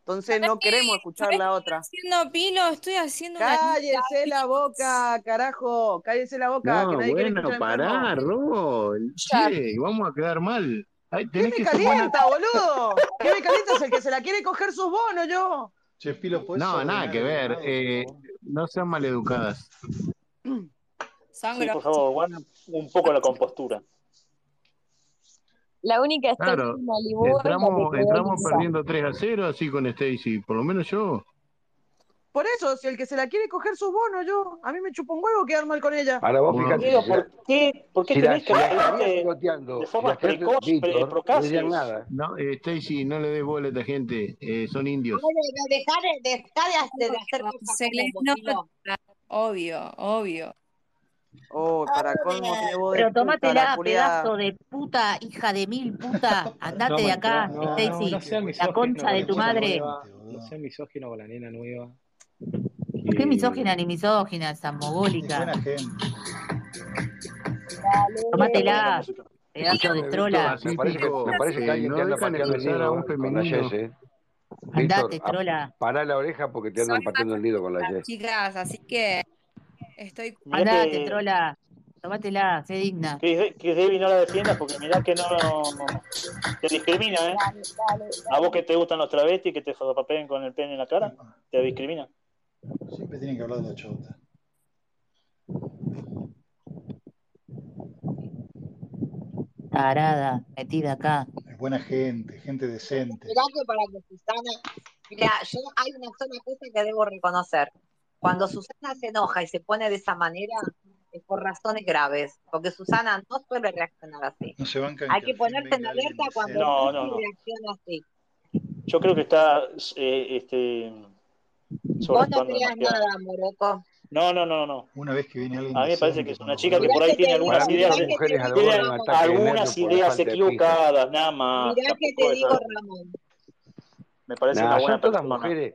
Speaker 10: Entonces no queremos escuchar la otra.
Speaker 7: haciendo pilo, estoy haciendo una
Speaker 10: Cállese la boca, carajo. Cállese la boca, que
Speaker 1: No,
Speaker 10: nadie quiere
Speaker 1: bueno,
Speaker 10: escuchar
Speaker 1: pará,
Speaker 10: enfermo.
Speaker 1: Robo. Che, vamos a quedar mal. Ay,
Speaker 10: ¿Qué
Speaker 1: tenés que
Speaker 10: me
Speaker 1: ser buena-
Speaker 10: calienta, boludo? ¿Qué me calienta? Es el que se la quiere coger sus bonos, yo.
Speaker 15: Che, Pilo, ¿puedes
Speaker 1: No, nada
Speaker 15: ordenar
Speaker 1: que
Speaker 15: el
Speaker 1: ver.
Speaker 15: helado, por
Speaker 1: eh, no sean maleducadas.
Speaker 6: Sí, por favor, guarda un poco la compostura.
Speaker 22: La única Stacy
Speaker 1: Claro.
Speaker 22: Malibu es la que
Speaker 1: Entramos,
Speaker 22: quedó
Speaker 1: entramos
Speaker 22: lisa.
Speaker 1: perdiendo 3 a 0 así con Stacy, por lo menos yo.
Speaker 10: Por eso, si el que se la quiere coger sus bonos, yo. A mí me chupa un huevo quedar mal con ella.
Speaker 17: Ahora vos
Speaker 1: Bueno.
Speaker 17: fijate.
Speaker 6: Digo,
Speaker 17: si la-
Speaker 6: ¿por qué, por qué
Speaker 17: si la-
Speaker 6: tenés
Speaker 17: si
Speaker 6: que
Speaker 17: la
Speaker 6: hablar
Speaker 17: estarías
Speaker 6: de,
Speaker 17: piloteando,
Speaker 6: de
Speaker 17: si la
Speaker 6: formas
Speaker 17: estarías
Speaker 6: precoces, pre-
Speaker 17: Víctor, no dirían
Speaker 6: procaces?
Speaker 17: nada.
Speaker 1: No, eh, Stacy, no le des bola a esta gente. eh, son indios.
Speaker 3: Dejar, dejar de, hacer- de hacer cosas
Speaker 7: Se les
Speaker 3: como vos, Pilo.
Speaker 7: nota. Obvio, obvio.
Speaker 10: Oh, para colmo tiene voz de puta,
Speaker 8: Pero
Speaker 10: la
Speaker 8: tómatela,
Speaker 10: culiada.
Speaker 8: pedazo de puta, hija de mil puta. Andate de acá,
Speaker 11: No, no,
Speaker 8: Stacy.
Speaker 11: no seas
Speaker 8: la
Speaker 11: misógino
Speaker 8: concha
Speaker 11: con
Speaker 8: de
Speaker 11: la
Speaker 8: tu
Speaker 11: chica
Speaker 8: madre.
Speaker 11: nueva. No seas misógino con la nena nueva.
Speaker 8: Qué
Speaker 11: que-
Speaker 8: misógina ni misógina, esa
Speaker 15: Es buena
Speaker 8: mogólica.
Speaker 15: gente.
Speaker 8: Tómatela.
Speaker 1: Escuchame,
Speaker 8: Pedazo de
Speaker 1: Víctor,
Speaker 8: trola.
Speaker 1: así
Speaker 4: Me parece que,
Speaker 1: tipo,
Speaker 4: me parece que
Speaker 1: eh,
Speaker 4: alguien
Speaker 1: no
Speaker 4: te anda
Speaker 1: dejan
Speaker 4: pateando el
Speaker 1: empezar
Speaker 4: nido
Speaker 1: a un
Speaker 4: con- con la
Speaker 1: femenino.
Speaker 4: yes, eh.
Speaker 8: Andate,
Speaker 4: Víctor, a-
Speaker 8: trola.
Speaker 4: Pará la oreja porque te andan pateando el nido con la yes.
Speaker 7: chicas, así que estoy.
Speaker 8: Andate, trola. Tómatela, sé digna.
Speaker 6: Que, que Debbie no la defienda porque mirá que no te discrimina, ¿eh? A vos que te gustan los travestis que te fotopapeen con el pene en la cara, te discrimina.
Speaker 15: Siempre tienen que hablar de la chota.
Speaker 8: Tarada, metida acá.
Speaker 15: Es buena gente, gente decente.
Speaker 3: Mirá que para que Susana. Mira, yo hay una sola cosa que debo reconocer. Cuando Susana se enoja y se pone de esa manera, es por razones graves, porque Susana no suele reaccionar así.
Speaker 15: No se bancan
Speaker 3: Hay
Speaker 15: que
Speaker 3: que
Speaker 15: al fin
Speaker 3: ponerte en
Speaker 15: venga alguien
Speaker 3: alerta cuando
Speaker 15: decente.
Speaker 6: No, no, no.
Speaker 3: reacciona así.
Speaker 6: Yo creo que está eh, este,
Speaker 3: Vos no
Speaker 6: sobreactuando
Speaker 3: creas
Speaker 6: demasiado.
Speaker 3: nada, Moroco.
Speaker 6: No, no, no, no.
Speaker 15: Una vez que viene alguien
Speaker 6: A mí me parece que
Speaker 15: decente,
Speaker 6: es una
Speaker 15: no,
Speaker 6: chica que
Speaker 15: boludo.
Speaker 6: por ahí
Speaker 3: que te
Speaker 6: tiene
Speaker 3: digo,
Speaker 4: Para
Speaker 6: algunas
Speaker 4: mí
Speaker 6: ideas,
Speaker 4: las
Speaker 3: mirá que
Speaker 4: mujeres al
Speaker 3: te
Speaker 4: borde
Speaker 6: tiene
Speaker 4: de
Speaker 3: digo,
Speaker 4: un ataque de
Speaker 3: Ramón.
Speaker 4: nervios por
Speaker 6: algunas
Speaker 4: la
Speaker 6: ideas
Speaker 4: falta de pija.
Speaker 6: equivocadas, nada más.
Speaker 3: Mirá que te
Speaker 6: Tampoco es
Speaker 3: digo,
Speaker 6: algo.
Speaker 3: Ramón.
Speaker 6: Me parece una
Speaker 4: Nah,
Speaker 6: buena
Speaker 4: son todas
Speaker 6: persona.
Speaker 4: mujeres,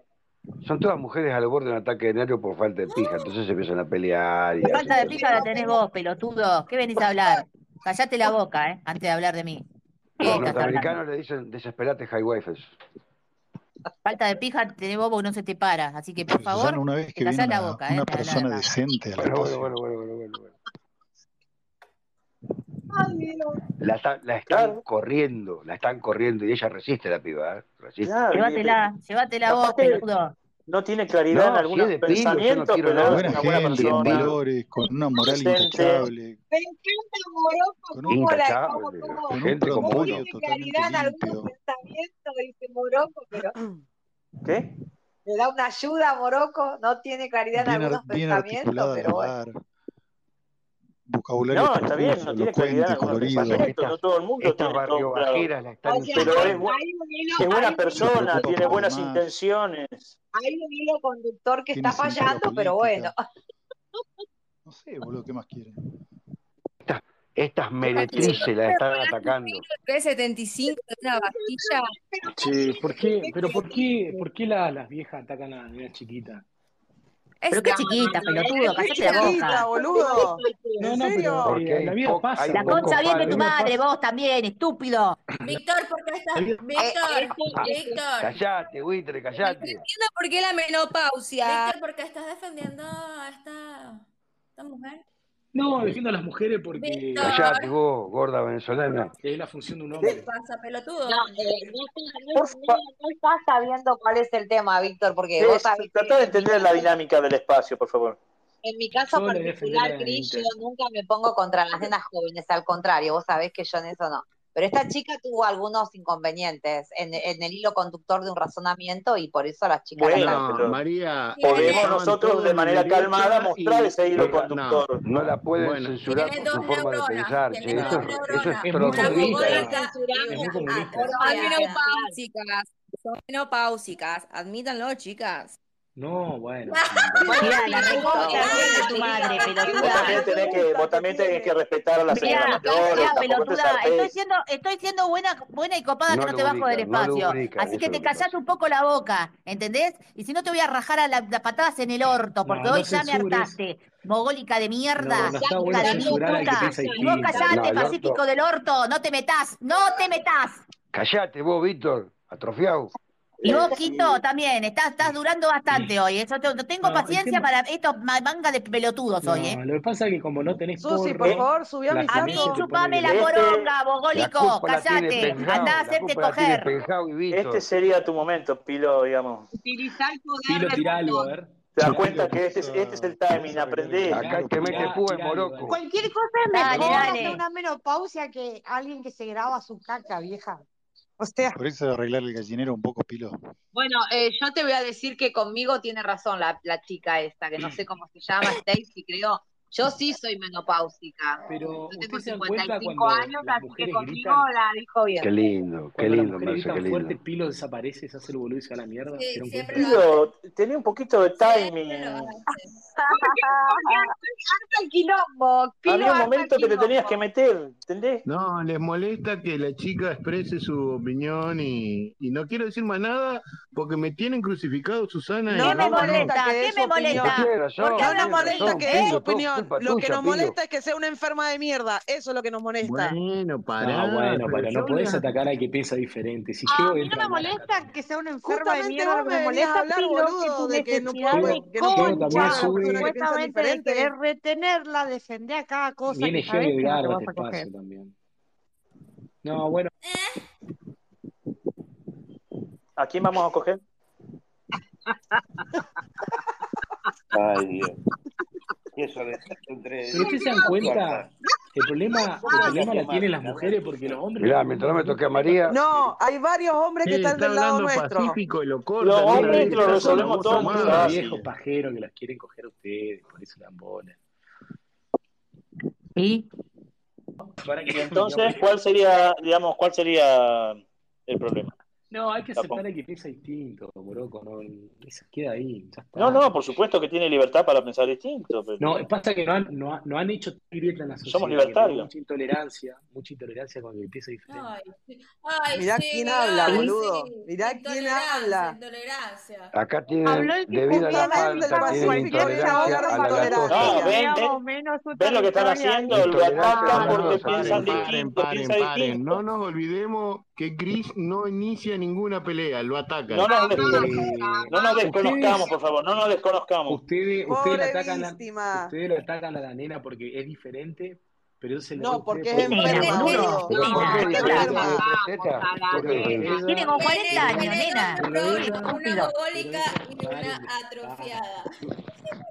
Speaker 4: son todas mujeres al borde de un ataque de nervios por falta de pija. Entonces se empiezan a pelear y
Speaker 8: La
Speaker 4: hacen
Speaker 8: falta de
Speaker 4: cosas.
Speaker 8: pija la tenés vos, pelotudo. ¿Qué venís a hablar? Callate la boca, ¿eh? Antes de hablar de mí. ¿Qué
Speaker 4: Los
Speaker 8: estás hablando?
Speaker 4: norteamericanos le dicen desesperate high wifes.
Speaker 8: Falta de pija tenés vos porque no se te para. Así que, por
Speaker 15: Pero Susana,
Speaker 8: favor,
Speaker 15: una vez
Speaker 8: te
Speaker 15: que viene
Speaker 8: callás la
Speaker 15: una,
Speaker 8: boca,
Speaker 15: una
Speaker 8: ¿eh? De hablar
Speaker 15: persona
Speaker 8: acá.
Speaker 15: decente al
Speaker 4: Bueno, bueno,
Speaker 15: espacio,
Speaker 4: bueno, bueno, bueno, bueno, bueno.
Speaker 3: Ay, Dios.
Speaker 4: La, ta- la están
Speaker 6: Claro,
Speaker 4: corriendo, la están corriendo y ella resiste la piba, ¿eh? resiste.
Speaker 6: claro. y-
Speaker 8: Llévatela, llévatela vos,
Speaker 6: Aparte,
Speaker 8: pelotudo.
Speaker 6: no tiene claridad en
Speaker 4: No, si es
Speaker 6: algunos
Speaker 4: de pilo, yo no
Speaker 6: pensamientos,
Speaker 4: quiero
Speaker 6: pero
Speaker 4: nada
Speaker 6: es
Speaker 15: buena
Speaker 6: una
Speaker 4: de
Speaker 6: buena
Speaker 15: gente,
Speaker 4: pilo,
Speaker 15: con
Speaker 6: persona,
Speaker 4: pilo,
Speaker 15: valores, con una moral
Speaker 6: decente.
Speaker 15: intachable,
Speaker 3: Me encanta Moroco,
Speaker 15: con un,
Speaker 3: cómo la, cómo,
Speaker 4: intachable,
Speaker 3: cómo.
Speaker 15: con un
Speaker 4: gente como
Speaker 3: No
Speaker 4: uno.
Speaker 15: cromolio
Speaker 3: tiene
Speaker 15: totalmente
Speaker 3: claridad en algunos
Speaker 15: limpio.
Speaker 3: pensamientos, dice Moroco, pero
Speaker 6: ¿Qué?
Speaker 3: le da una ayuda a Moroco. No tiene claridad en
Speaker 15: bien, ar-
Speaker 3: algunos
Speaker 15: bien
Speaker 3: pensamientos,
Speaker 15: articulada al
Speaker 3: pero bueno.
Speaker 15: hablar, vocabulario
Speaker 6: No, está bien,
Speaker 15: profuso,
Speaker 6: no tiene claridad en
Speaker 15: elocuente,
Speaker 6: algunos
Speaker 15: colorido.
Speaker 6: pensamientos,
Speaker 4: Estas,
Speaker 6: no todo el mundo
Speaker 4: estas
Speaker 6: tiene todo
Speaker 4: barrio
Speaker 6: claro.
Speaker 4: bajeras la están
Speaker 3: O sea, hay,
Speaker 6: Pero es,
Speaker 4: insultando.
Speaker 6: bu-
Speaker 3: hay un hilo,
Speaker 6: es
Speaker 3: hay
Speaker 6: buena
Speaker 3: un
Speaker 15: Se
Speaker 3: hilo
Speaker 6: persona,
Speaker 15: preocupa
Speaker 6: tiene
Speaker 15: por los
Speaker 6: buenas
Speaker 15: demás,
Speaker 6: intenciones.
Speaker 3: hay un hilo conductor que
Speaker 15: tiene
Speaker 3: está
Speaker 15: sentido
Speaker 3: fallando, pero bueno.
Speaker 15: política. No sé, boludo, ¿qué más quieren?
Speaker 4: Estas, estas
Speaker 7: Chicas, si yo
Speaker 4: meretrices la
Speaker 7: me
Speaker 4: están
Speaker 7: regalaste un
Speaker 4: atacando.
Speaker 7: kilo de 75 de una vajilla,
Speaker 11: Che, ¿por qué? ¿Pero por qué, por qué la- las viejas atacan a las niñas chiquitas?
Speaker 7: es
Speaker 8: Pero qué chiquita, pelotudo,
Speaker 10: ¡Qué
Speaker 8: callate la
Speaker 10: chiquita,
Speaker 8: boca.
Speaker 10: boludo!
Speaker 11: No,
Speaker 10: ¿En
Speaker 11: no, pero
Speaker 10: serio?
Speaker 11: eh,
Speaker 4: Porque
Speaker 11: la
Speaker 4: hay,
Speaker 11: vida
Speaker 4: po- hay
Speaker 11: pasa,
Speaker 8: La
Speaker 11: boludo.
Speaker 4: pocos
Speaker 8: concha bien de
Speaker 11: La
Speaker 8: tu
Speaker 4: padres.
Speaker 11: vida
Speaker 8: madre,
Speaker 11: pasa.
Speaker 8: vos también, estúpido.
Speaker 18: Víctor, ¿por qué estás?
Speaker 11: La-
Speaker 18: Víctor,
Speaker 4: Ah,
Speaker 18: Víctor,
Speaker 4: callate, buitre, callate.
Speaker 7: entiendo por qué la menopausia.
Speaker 18: Víctor, ¿por qué estás defendiendo a esta, esta mujer?
Speaker 11: No, defiendo a las mujeres porque
Speaker 18: Víctor,
Speaker 4: Callate vos, gorda venezolana.
Speaker 11: es la función de un
Speaker 18: ¿qué te
Speaker 11: hombre.
Speaker 18: pasa,
Speaker 3: No,
Speaker 18: pelotudo?
Speaker 3: eh, no, está- no,
Speaker 6: Por
Speaker 3: no,
Speaker 6: fa-
Speaker 3: no estás sabiendo cuál es el tema, Víctor, porque vos
Speaker 6: es
Speaker 3: sabés que
Speaker 6: tratar de
Speaker 3: en mi
Speaker 6: entender la
Speaker 3: caso,
Speaker 6: dinámica del espacio, por favor.
Speaker 3: en mi caso
Speaker 11: Yo la voy a defender
Speaker 3: particular,
Speaker 11: a
Speaker 3: Cris, yo
Speaker 11: Inter.
Speaker 3: nunca me pongo contra las nenas jóvenes, al contrario, vos sabés que yo en eso no. Pero esta chica tuvo algunos inconvenientes en, en el hilo conductor de un razonamiento y por eso las chicas la
Speaker 6: Bueno,
Speaker 3: atacan.
Speaker 1: No,
Speaker 6: pero
Speaker 1: María,
Speaker 18: Tiene,
Speaker 6: podemos
Speaker 1: estaban
Speaker 6: nosotros
Speaker 1: todos en
Speaker 6: de
Speaker 1: el
Speaker 6: manera calmada
Speaker 1: derecha
Speaker 6: mostrar
Speaker 1: y,
Speaker 6: ese hilo
Speaker 1: y no,
Speaker 6: conductor.
Speaker 4: No la pueden
Speaker 1: bueno,
Speaker 4: censurar
Speaker 18: tiene
Speaker 4: por
Speaker 18: dos
Speaker 4: su forma de
Speaker 18: neuronas,
Speaker 4: pensar,
Speaker 18: tiene
Speaker 4: che.
Speaker 18: dos
Speaker 4: Eso
Speaker 11: No,
Speaker 4: es, eso
Speaker 18: neuronas,
Speaker 4: es
Speaker 11: es muy
Speaker 18: una
Speaker 4: troglodita, eso.
Speaker 11: comunista.
Speaker 18: mogólica
Speaker 3: Censurar
Speaker 18: y
Speaker 11: Es
Speaker 18: una
Speaker 11: muy comunista
Speaker 18: ata.
Speaker 3: por
Speaker 7: Son
Speaker 3: manera de hablar.
Speaker 7: menopáusicas, son menopáusicas, admítanlo, chicas.
Speaker 11: No, bueno, mandá.
Speaker 8: Mirá, la
Speaker 3: Ay, vos
Speaker 8: reconcha
Speaker 3: mirá,
Speaker 8: bien de tu
Speaker 3: mirá,
Speaker 8: madre,
Speaker 3: mirá la
Speaker 6: Vos
Speaker 8: pelotuda.
Speaker 6: también tenés que, vos
Speaker 10: pregunta que
Speaker 6: también tenés que
Speaker 10: tiene.
Speaker 6: respetar a las señoras
Speaker 8: Mirá,
Speaker 6: mayores,
Speaker 8: callá,
Speaker 6: tampoco te
Speaker 8: pelotuda. Estoy
Speaker 6: zarpes.
Speaker 8: siendo, estoy siendo buena, buena y copada que
Speaker 4: No
Speaker 8: no te bajo del
Speaker 4: lubrican, no
Speaker 8: espacio.
Speaker 4: lubrican,
Speaker 8: Así
Speaker 4: eso
Speaker 8: que
Speaker 4: es
Speaker 8: te
Speaker 4: lo que
Speaker 8: callás
Speaker 4: pasa.
Speaker 8: un poco la boca, ¿entendés? Y si no te voy a rajar a la- las patadas en el orto, porque
Speaker 11: No, no
Speaker 8: hoy ya me
Speaker 11: censures.
Speaker 8: hartaste, mogólica de
Speaker 11: No,
Speaker 8: mierda,
Speaker 11: no está
Speaker 8: hija
Speaker 11: bueno
Speaker 8: de mil
Speaker 11: censurar al que
Speaker 8: puta.
Speaker 11: piensa
Speaker 8: Y vos
Speaker 11: distinto,
Speaker 8: callate,
Speaker 4: No, el
Speaker 11: boludo.
Speaker 8: pacífico
Speaker 4: orto.
Speaker 8: del orto, no te metás, no te metás.
Speaker 4: Callate vos, Víctor, atrofiado.
Speaker 8: Y vos, Quito, también, estás, estás durando bastante hoy. Eso te- no tengo
Speaker 11: No, el
Speaker 8: paciencia
Speaker 11: tema.
Speaker 8: para estos ma- manga de pelotudos hoy, ¿eh?
Speaker 11: No, lo que pasa es que como no tenés
Speaker 10: Susi, por
Speaker 11: porro,
Speaker 10: favor, subí a
Speaker 11: la
Speaker 10: mi
Speaker 8: A mí,
Speaker 11: función
Speaker 10: saco.
Speaker 11: te pone
Speaker 8: chupame la
Speaker 11: violento.
Speaker 6: Este,
Speaker 8: poronga,
Speaker 4: La
Speaker 8: bogólico.
Speaker 4: culpa la tiene
Speaker 8: Ah, Callate, andá a
Speaker 4: Penjao, la
Speaker 8: hacerte
Speaker 4: culpa la tiene
Speaker 8: coger.
Speaker 4: Penjao y
Speaker 6: este
Speaker 4: Víctor.
Speaker 6: sería tu momento, Pilo, digamos.
Speaker 3: Utilizar el poder
Speaker 11: Pilo,
Speaker 3: del
Speaker 11: tira algo, a
Speaker 3: botón.
Speaker 11: ver.
Speaker 6: Te das
Speaker 11: Tira
Speaker 15: Pilo
Speaker 6: cuenta
Speaker 11: algo.
Speaker 6: que este es, este es
Speaker 15: empieza,
Speaker 6: el timing,
Speaker 15: empieza a recargar el
Speaker 6: aprendí.
Speaker 4: Acá
Speaker 11: Claro,
Speaker 15: dinero,
Speaker 4: te mete
Speaker 15: Pilo.
Speaker 11: tira,
Speaker 4: púa el
Speaker 11: tira algo, dale.
Speaker 4: moroco.
Speaker 12: Cualquier cosa es
Speaker 8: Dale,
Speaker 12: mejor ante
Speaker 8: dale.
Speaker 12: una menopausia que alguien que se graba su caca, vieja. O
Speaker 15: ¿Te
Speaker 12: sea,
Speaker 15: podés arreglar el gallinero un poco, Pilo?
Speaker 3: Bueno, eh, yo te voy a decir que conmigo tiene razón la, la chica esta, que no sé cómo se llama, Stacy, creo. Yo sí soy menopáusica.
Speaker 11: Pero
Speaker 3: Yo tengo
Speaker 11: ustedes se dan cuenta
Speaker 3: 55
Speaker 11: cuando
Speaker 3: años,
Speaker 11: las
Speaker 3: así que
Speaker 11: mujeres
Speaker 3: conmigo
Speaker 11: gritan,
Speaker 3: la dijo bien.
Speaker 4: Qué lindo, qué
Speaker 11: cuando las
Speaker 4: lindo,
Speaker 11: mujeres
Speaker 4: Marce, qué
Speaker 11: gritan fuerte,
Speaker 4: lindo.
Speaker 11: Pilo desaparece, se hace el boludo y se va a la mierda. ¿Se
Speaker 18: Sí,
Speaker 11: dieron
Speaker 18: siempre
Speaker 11: cuenta?
Speaker 18: lo hace,
Speaker 6: Pilo, tenía un poquito de
Speaker 18: siempre lo
Speaker 6: timing.
Speaker 18: hace.
Speaker 3: ¿Por qué? ¿Por qué?
Speaker 12: harta el quilombo. Pilo
Speaker 6: Había un
Speaker 12: harta
Speaker 6: momento
Speaker 12: el
Speaker 6: que te tenías
Speaker 12: quilombo.
Speaker 6: que meter, ¿entendés?
Speaker 1: No, les molesta que la chica exprese su opinión y, y no quiero decir más nada porque me tienen crucificado Susana.
Speaker 10: No
Speaker 1: y
Speaker 10: me
Speaker 1: Rafa,
Speaker 10: molesta, ¿qué me molesta?
Speaker 1: Yo quiero, yo,
Speaker 10: Porque
Speaker 1: yo
Speaker 10: no nos
Speaker 1: quiero,
Speaker 10: molesta
Speaker 1: yo,
Speaker 10: que dé
Speaker 1: Pilo,
Speaker 10: su
Speaker 1: todo
Speaker 10: opinión.
Speaker 1: culpa
Speaker 10: Lo que
Speaker 1: tuya,
Speaker 10: nos
Speaker 1: Pilo.
Speaker 10: molesta es que sea una enferma de mierda. Eso es lo que nos molesta.
Speaker 1: Bueno, pará.
Speaker 11: Ah, bueno, pero no
Speaker 1: yo
Speaker 11: puedes
Speaker 1: la-
Speaker 11: atacar al que piensa diferente. Si
Speaker 12: A
Speaker 11: yo
Speaker 12: mí no
Speaker 11: entro
Speaker 12: me
Speaker 11: a hablar acá,
Speaker 12: molesta que sea una enferma de
Speaker 10: Justamente
Speaker 12: mierda,
Speaker 10: vos
Speaker 12: lo que
Speaker 10: me
Speaker 12: me
Speaker 10: venías a
Speaker 12: molesta,
Speaker 10: hablar,
Speaker 12: Pilo, es tu
Speaker 10: boludo, de que no
Speaker 12: necesidad
Speaker 10: puedo,
Speaker 12: de
Speaker 11: Teo-
Speaker 10: que no puedo
Speaker 11: Teo también
Speaker 10: escuchar a
Speaker 12: concha,
Speaker 11: sube,
Speaker 10: las personas que piensan
Speaker 12: supuestamente de
Speaker 10: diferente.
Speaker 12: querer retenerla, defender a cada cosa que
Speaker 11: viene Geo a
Speaker 12: sabes que no
Speaker 11: delgar
Speaker 12: te
Speaker 11: a
Speaker 12: vas
Speaker 11: este
Speaker 12: a coger.
Speaker 11: espacio también. No, bueno,
Speaker 6: ¿A quién vamos a coger?
Speaker 14: Ay, Dios. Qué soledad entre
Speaker 11: pero ustedes se dan cuenta, el problema, el problema la tienen las mujeres porque los hombres.
Speaker 4: Mirá, mientras no me toque a María.
Speaker 10: No, hay varios hombres que
Speaker 11: Sí,
Speaker 10: están
Speaker 11: está
Speaker 10: del lado
Speaker 11: hablando
Speaker 10: nuestro.
Speaker 11: pacífico
Speaker 1: y lo
Speaker 11: cortan
Speaker 6: Los
Speaker 11: de una
Speaker 6: hombres
Speaker 11: vez.
Speaker 6: lo
Speaker 11: Pero son-
Speaker 6: resolvemos todo
Speaker 11: Son
Speaker 6: muy
Speaker 11: unos viejos
Speaker 6: fácil.
Speaker 11: pajeros que las quieren coger a ustedes, por eso le dan bola.
Speaker 8: ¿Y?
Speaker 11: Para
Speaker 6: Y
Speaker 11: que
Speaker 6: entonces, ¿cuál sería, digamos, cuál sería el problema?
Speaker 11: No, hay que
Speaker 6: Tampoco.
Speaker 11: aceptar al que piensa distinto, moroco. No, eso queda ahí, ya está.
Speaker 6: No, no, por supuesto que tiene libertad para pensar distinto,
Speaker 11: No,
Speaker 6: pero
Speaker 11: pasa que no han, no, ha- no han hecho tan grieta en la
Speaker 6: somos
Speaker 11: sociedad, que tenemos
Speaker 6: libertarios.
Speaker 11: mucha intolerancia, mucha intolerancia con el que piensa diferente.
Speaker 13: Ay, ay,
Speaker 10: Mirá
Speaker 13: sí,
Speaker 10: quién habla,
Speaker 13: ay,
Speaker 10: boludo.
Speaker 13: sí.
Speaker 10: Mirá quién
Speaker 13: Intolerancia,
Speaker 10: habla.
Speaker 13: intolerancia.
Speaker 4: Acá
Speaker 17: Eh,
Speaker 12: Habló
Speaker 4: tienen,
Speaker 12: el que
Speaker 4: debido a la
Speaker 10: Justamente del
Speaker 4: falta, tienen
Speaker 10: Pacífico viene a
Speaker 4: intolerancia
Speaker 10: hablar de
Speaker 4: a la
Speaker 6: No,
Speaker 4: lactosa.
Speaker 10: intolerancia.
Speaker 6: ven, ven,
Speaker 12: Veamos menos su
Speaker 6: ven lo que están
Speaker 12: territorio y
Speaker 6: haciendo, lo
Speaker 4: Intolerancia a la
Speaker 6: atacan
Speaker 1: Paren,
Speaker 6: porque
Speaker 4: lactosa
Speaker 1: paren,
Speaker 6: piensan
Speaker 4: tienen.
Speaker 1: paren,
Speaker 6: distinto,
Speaker 1: paren,
Speaker 6: piensa
Speaker 1: paren. No
Speaker 6: distinto.
Speaker 1: nos olvidemos que Chris no inicia ninguna pelea, lo
Speaker 6: No
Speaker 1: atacan.
Speaker 10: Ah,
Speaker 6: nos, descono-
Speaker 11: Eh,
Speaker 6: no nos desconozcamos,
Speaker 11: ustedes,
Speaker 6: por favor, no nos desconozcamos.
Speaker 11: ustedes, ustedes la
Speaker 10: Pobre
Speaker 11: atacan, a-
Speaker 10: víctima.
Speaker 11: ustedes la atacan a la nena porque es diferente, pero eso se lo da a
Speaker 10: No,
Speaker 11: ustedes
Speaker 10: porque es Ah,
Speaker 11: por
Speaker 8: Nena,
Speaker 10: enferma,
Speaker 8: boludo.
Speaker 10: boludo.
Speaker 4: Pero ¿por
Speaker 8: Nena,
Speaker 4: qué es
Speaker 10: Porque es
Speaker 8: boludo.
Speaker 4: diferente de
Speaker 10: enferma.
Speaker 4: Beteta? ¿Por qué?
Speaker 8: Tiene
Speaker 11: Ella,
Speaker 8: como 40
Speaker 13: Belén,
Speaker 8: años,
Speaker 13: Belén es
Speaker 11: ella,
Speaker 8: nena.
Speaker 13: una
Speaker 11: pero
Speaker 13: pro-
Speaker 11: ella,
Speaker 13: una
Speaker 8: Tranquilo.
Speaker 11: pero
Speaker 13: alcohólica
Speaker 11: ella,
Speaker 13: y una
Speaker 11: paren, paren.
Speaker 13: atrofiada.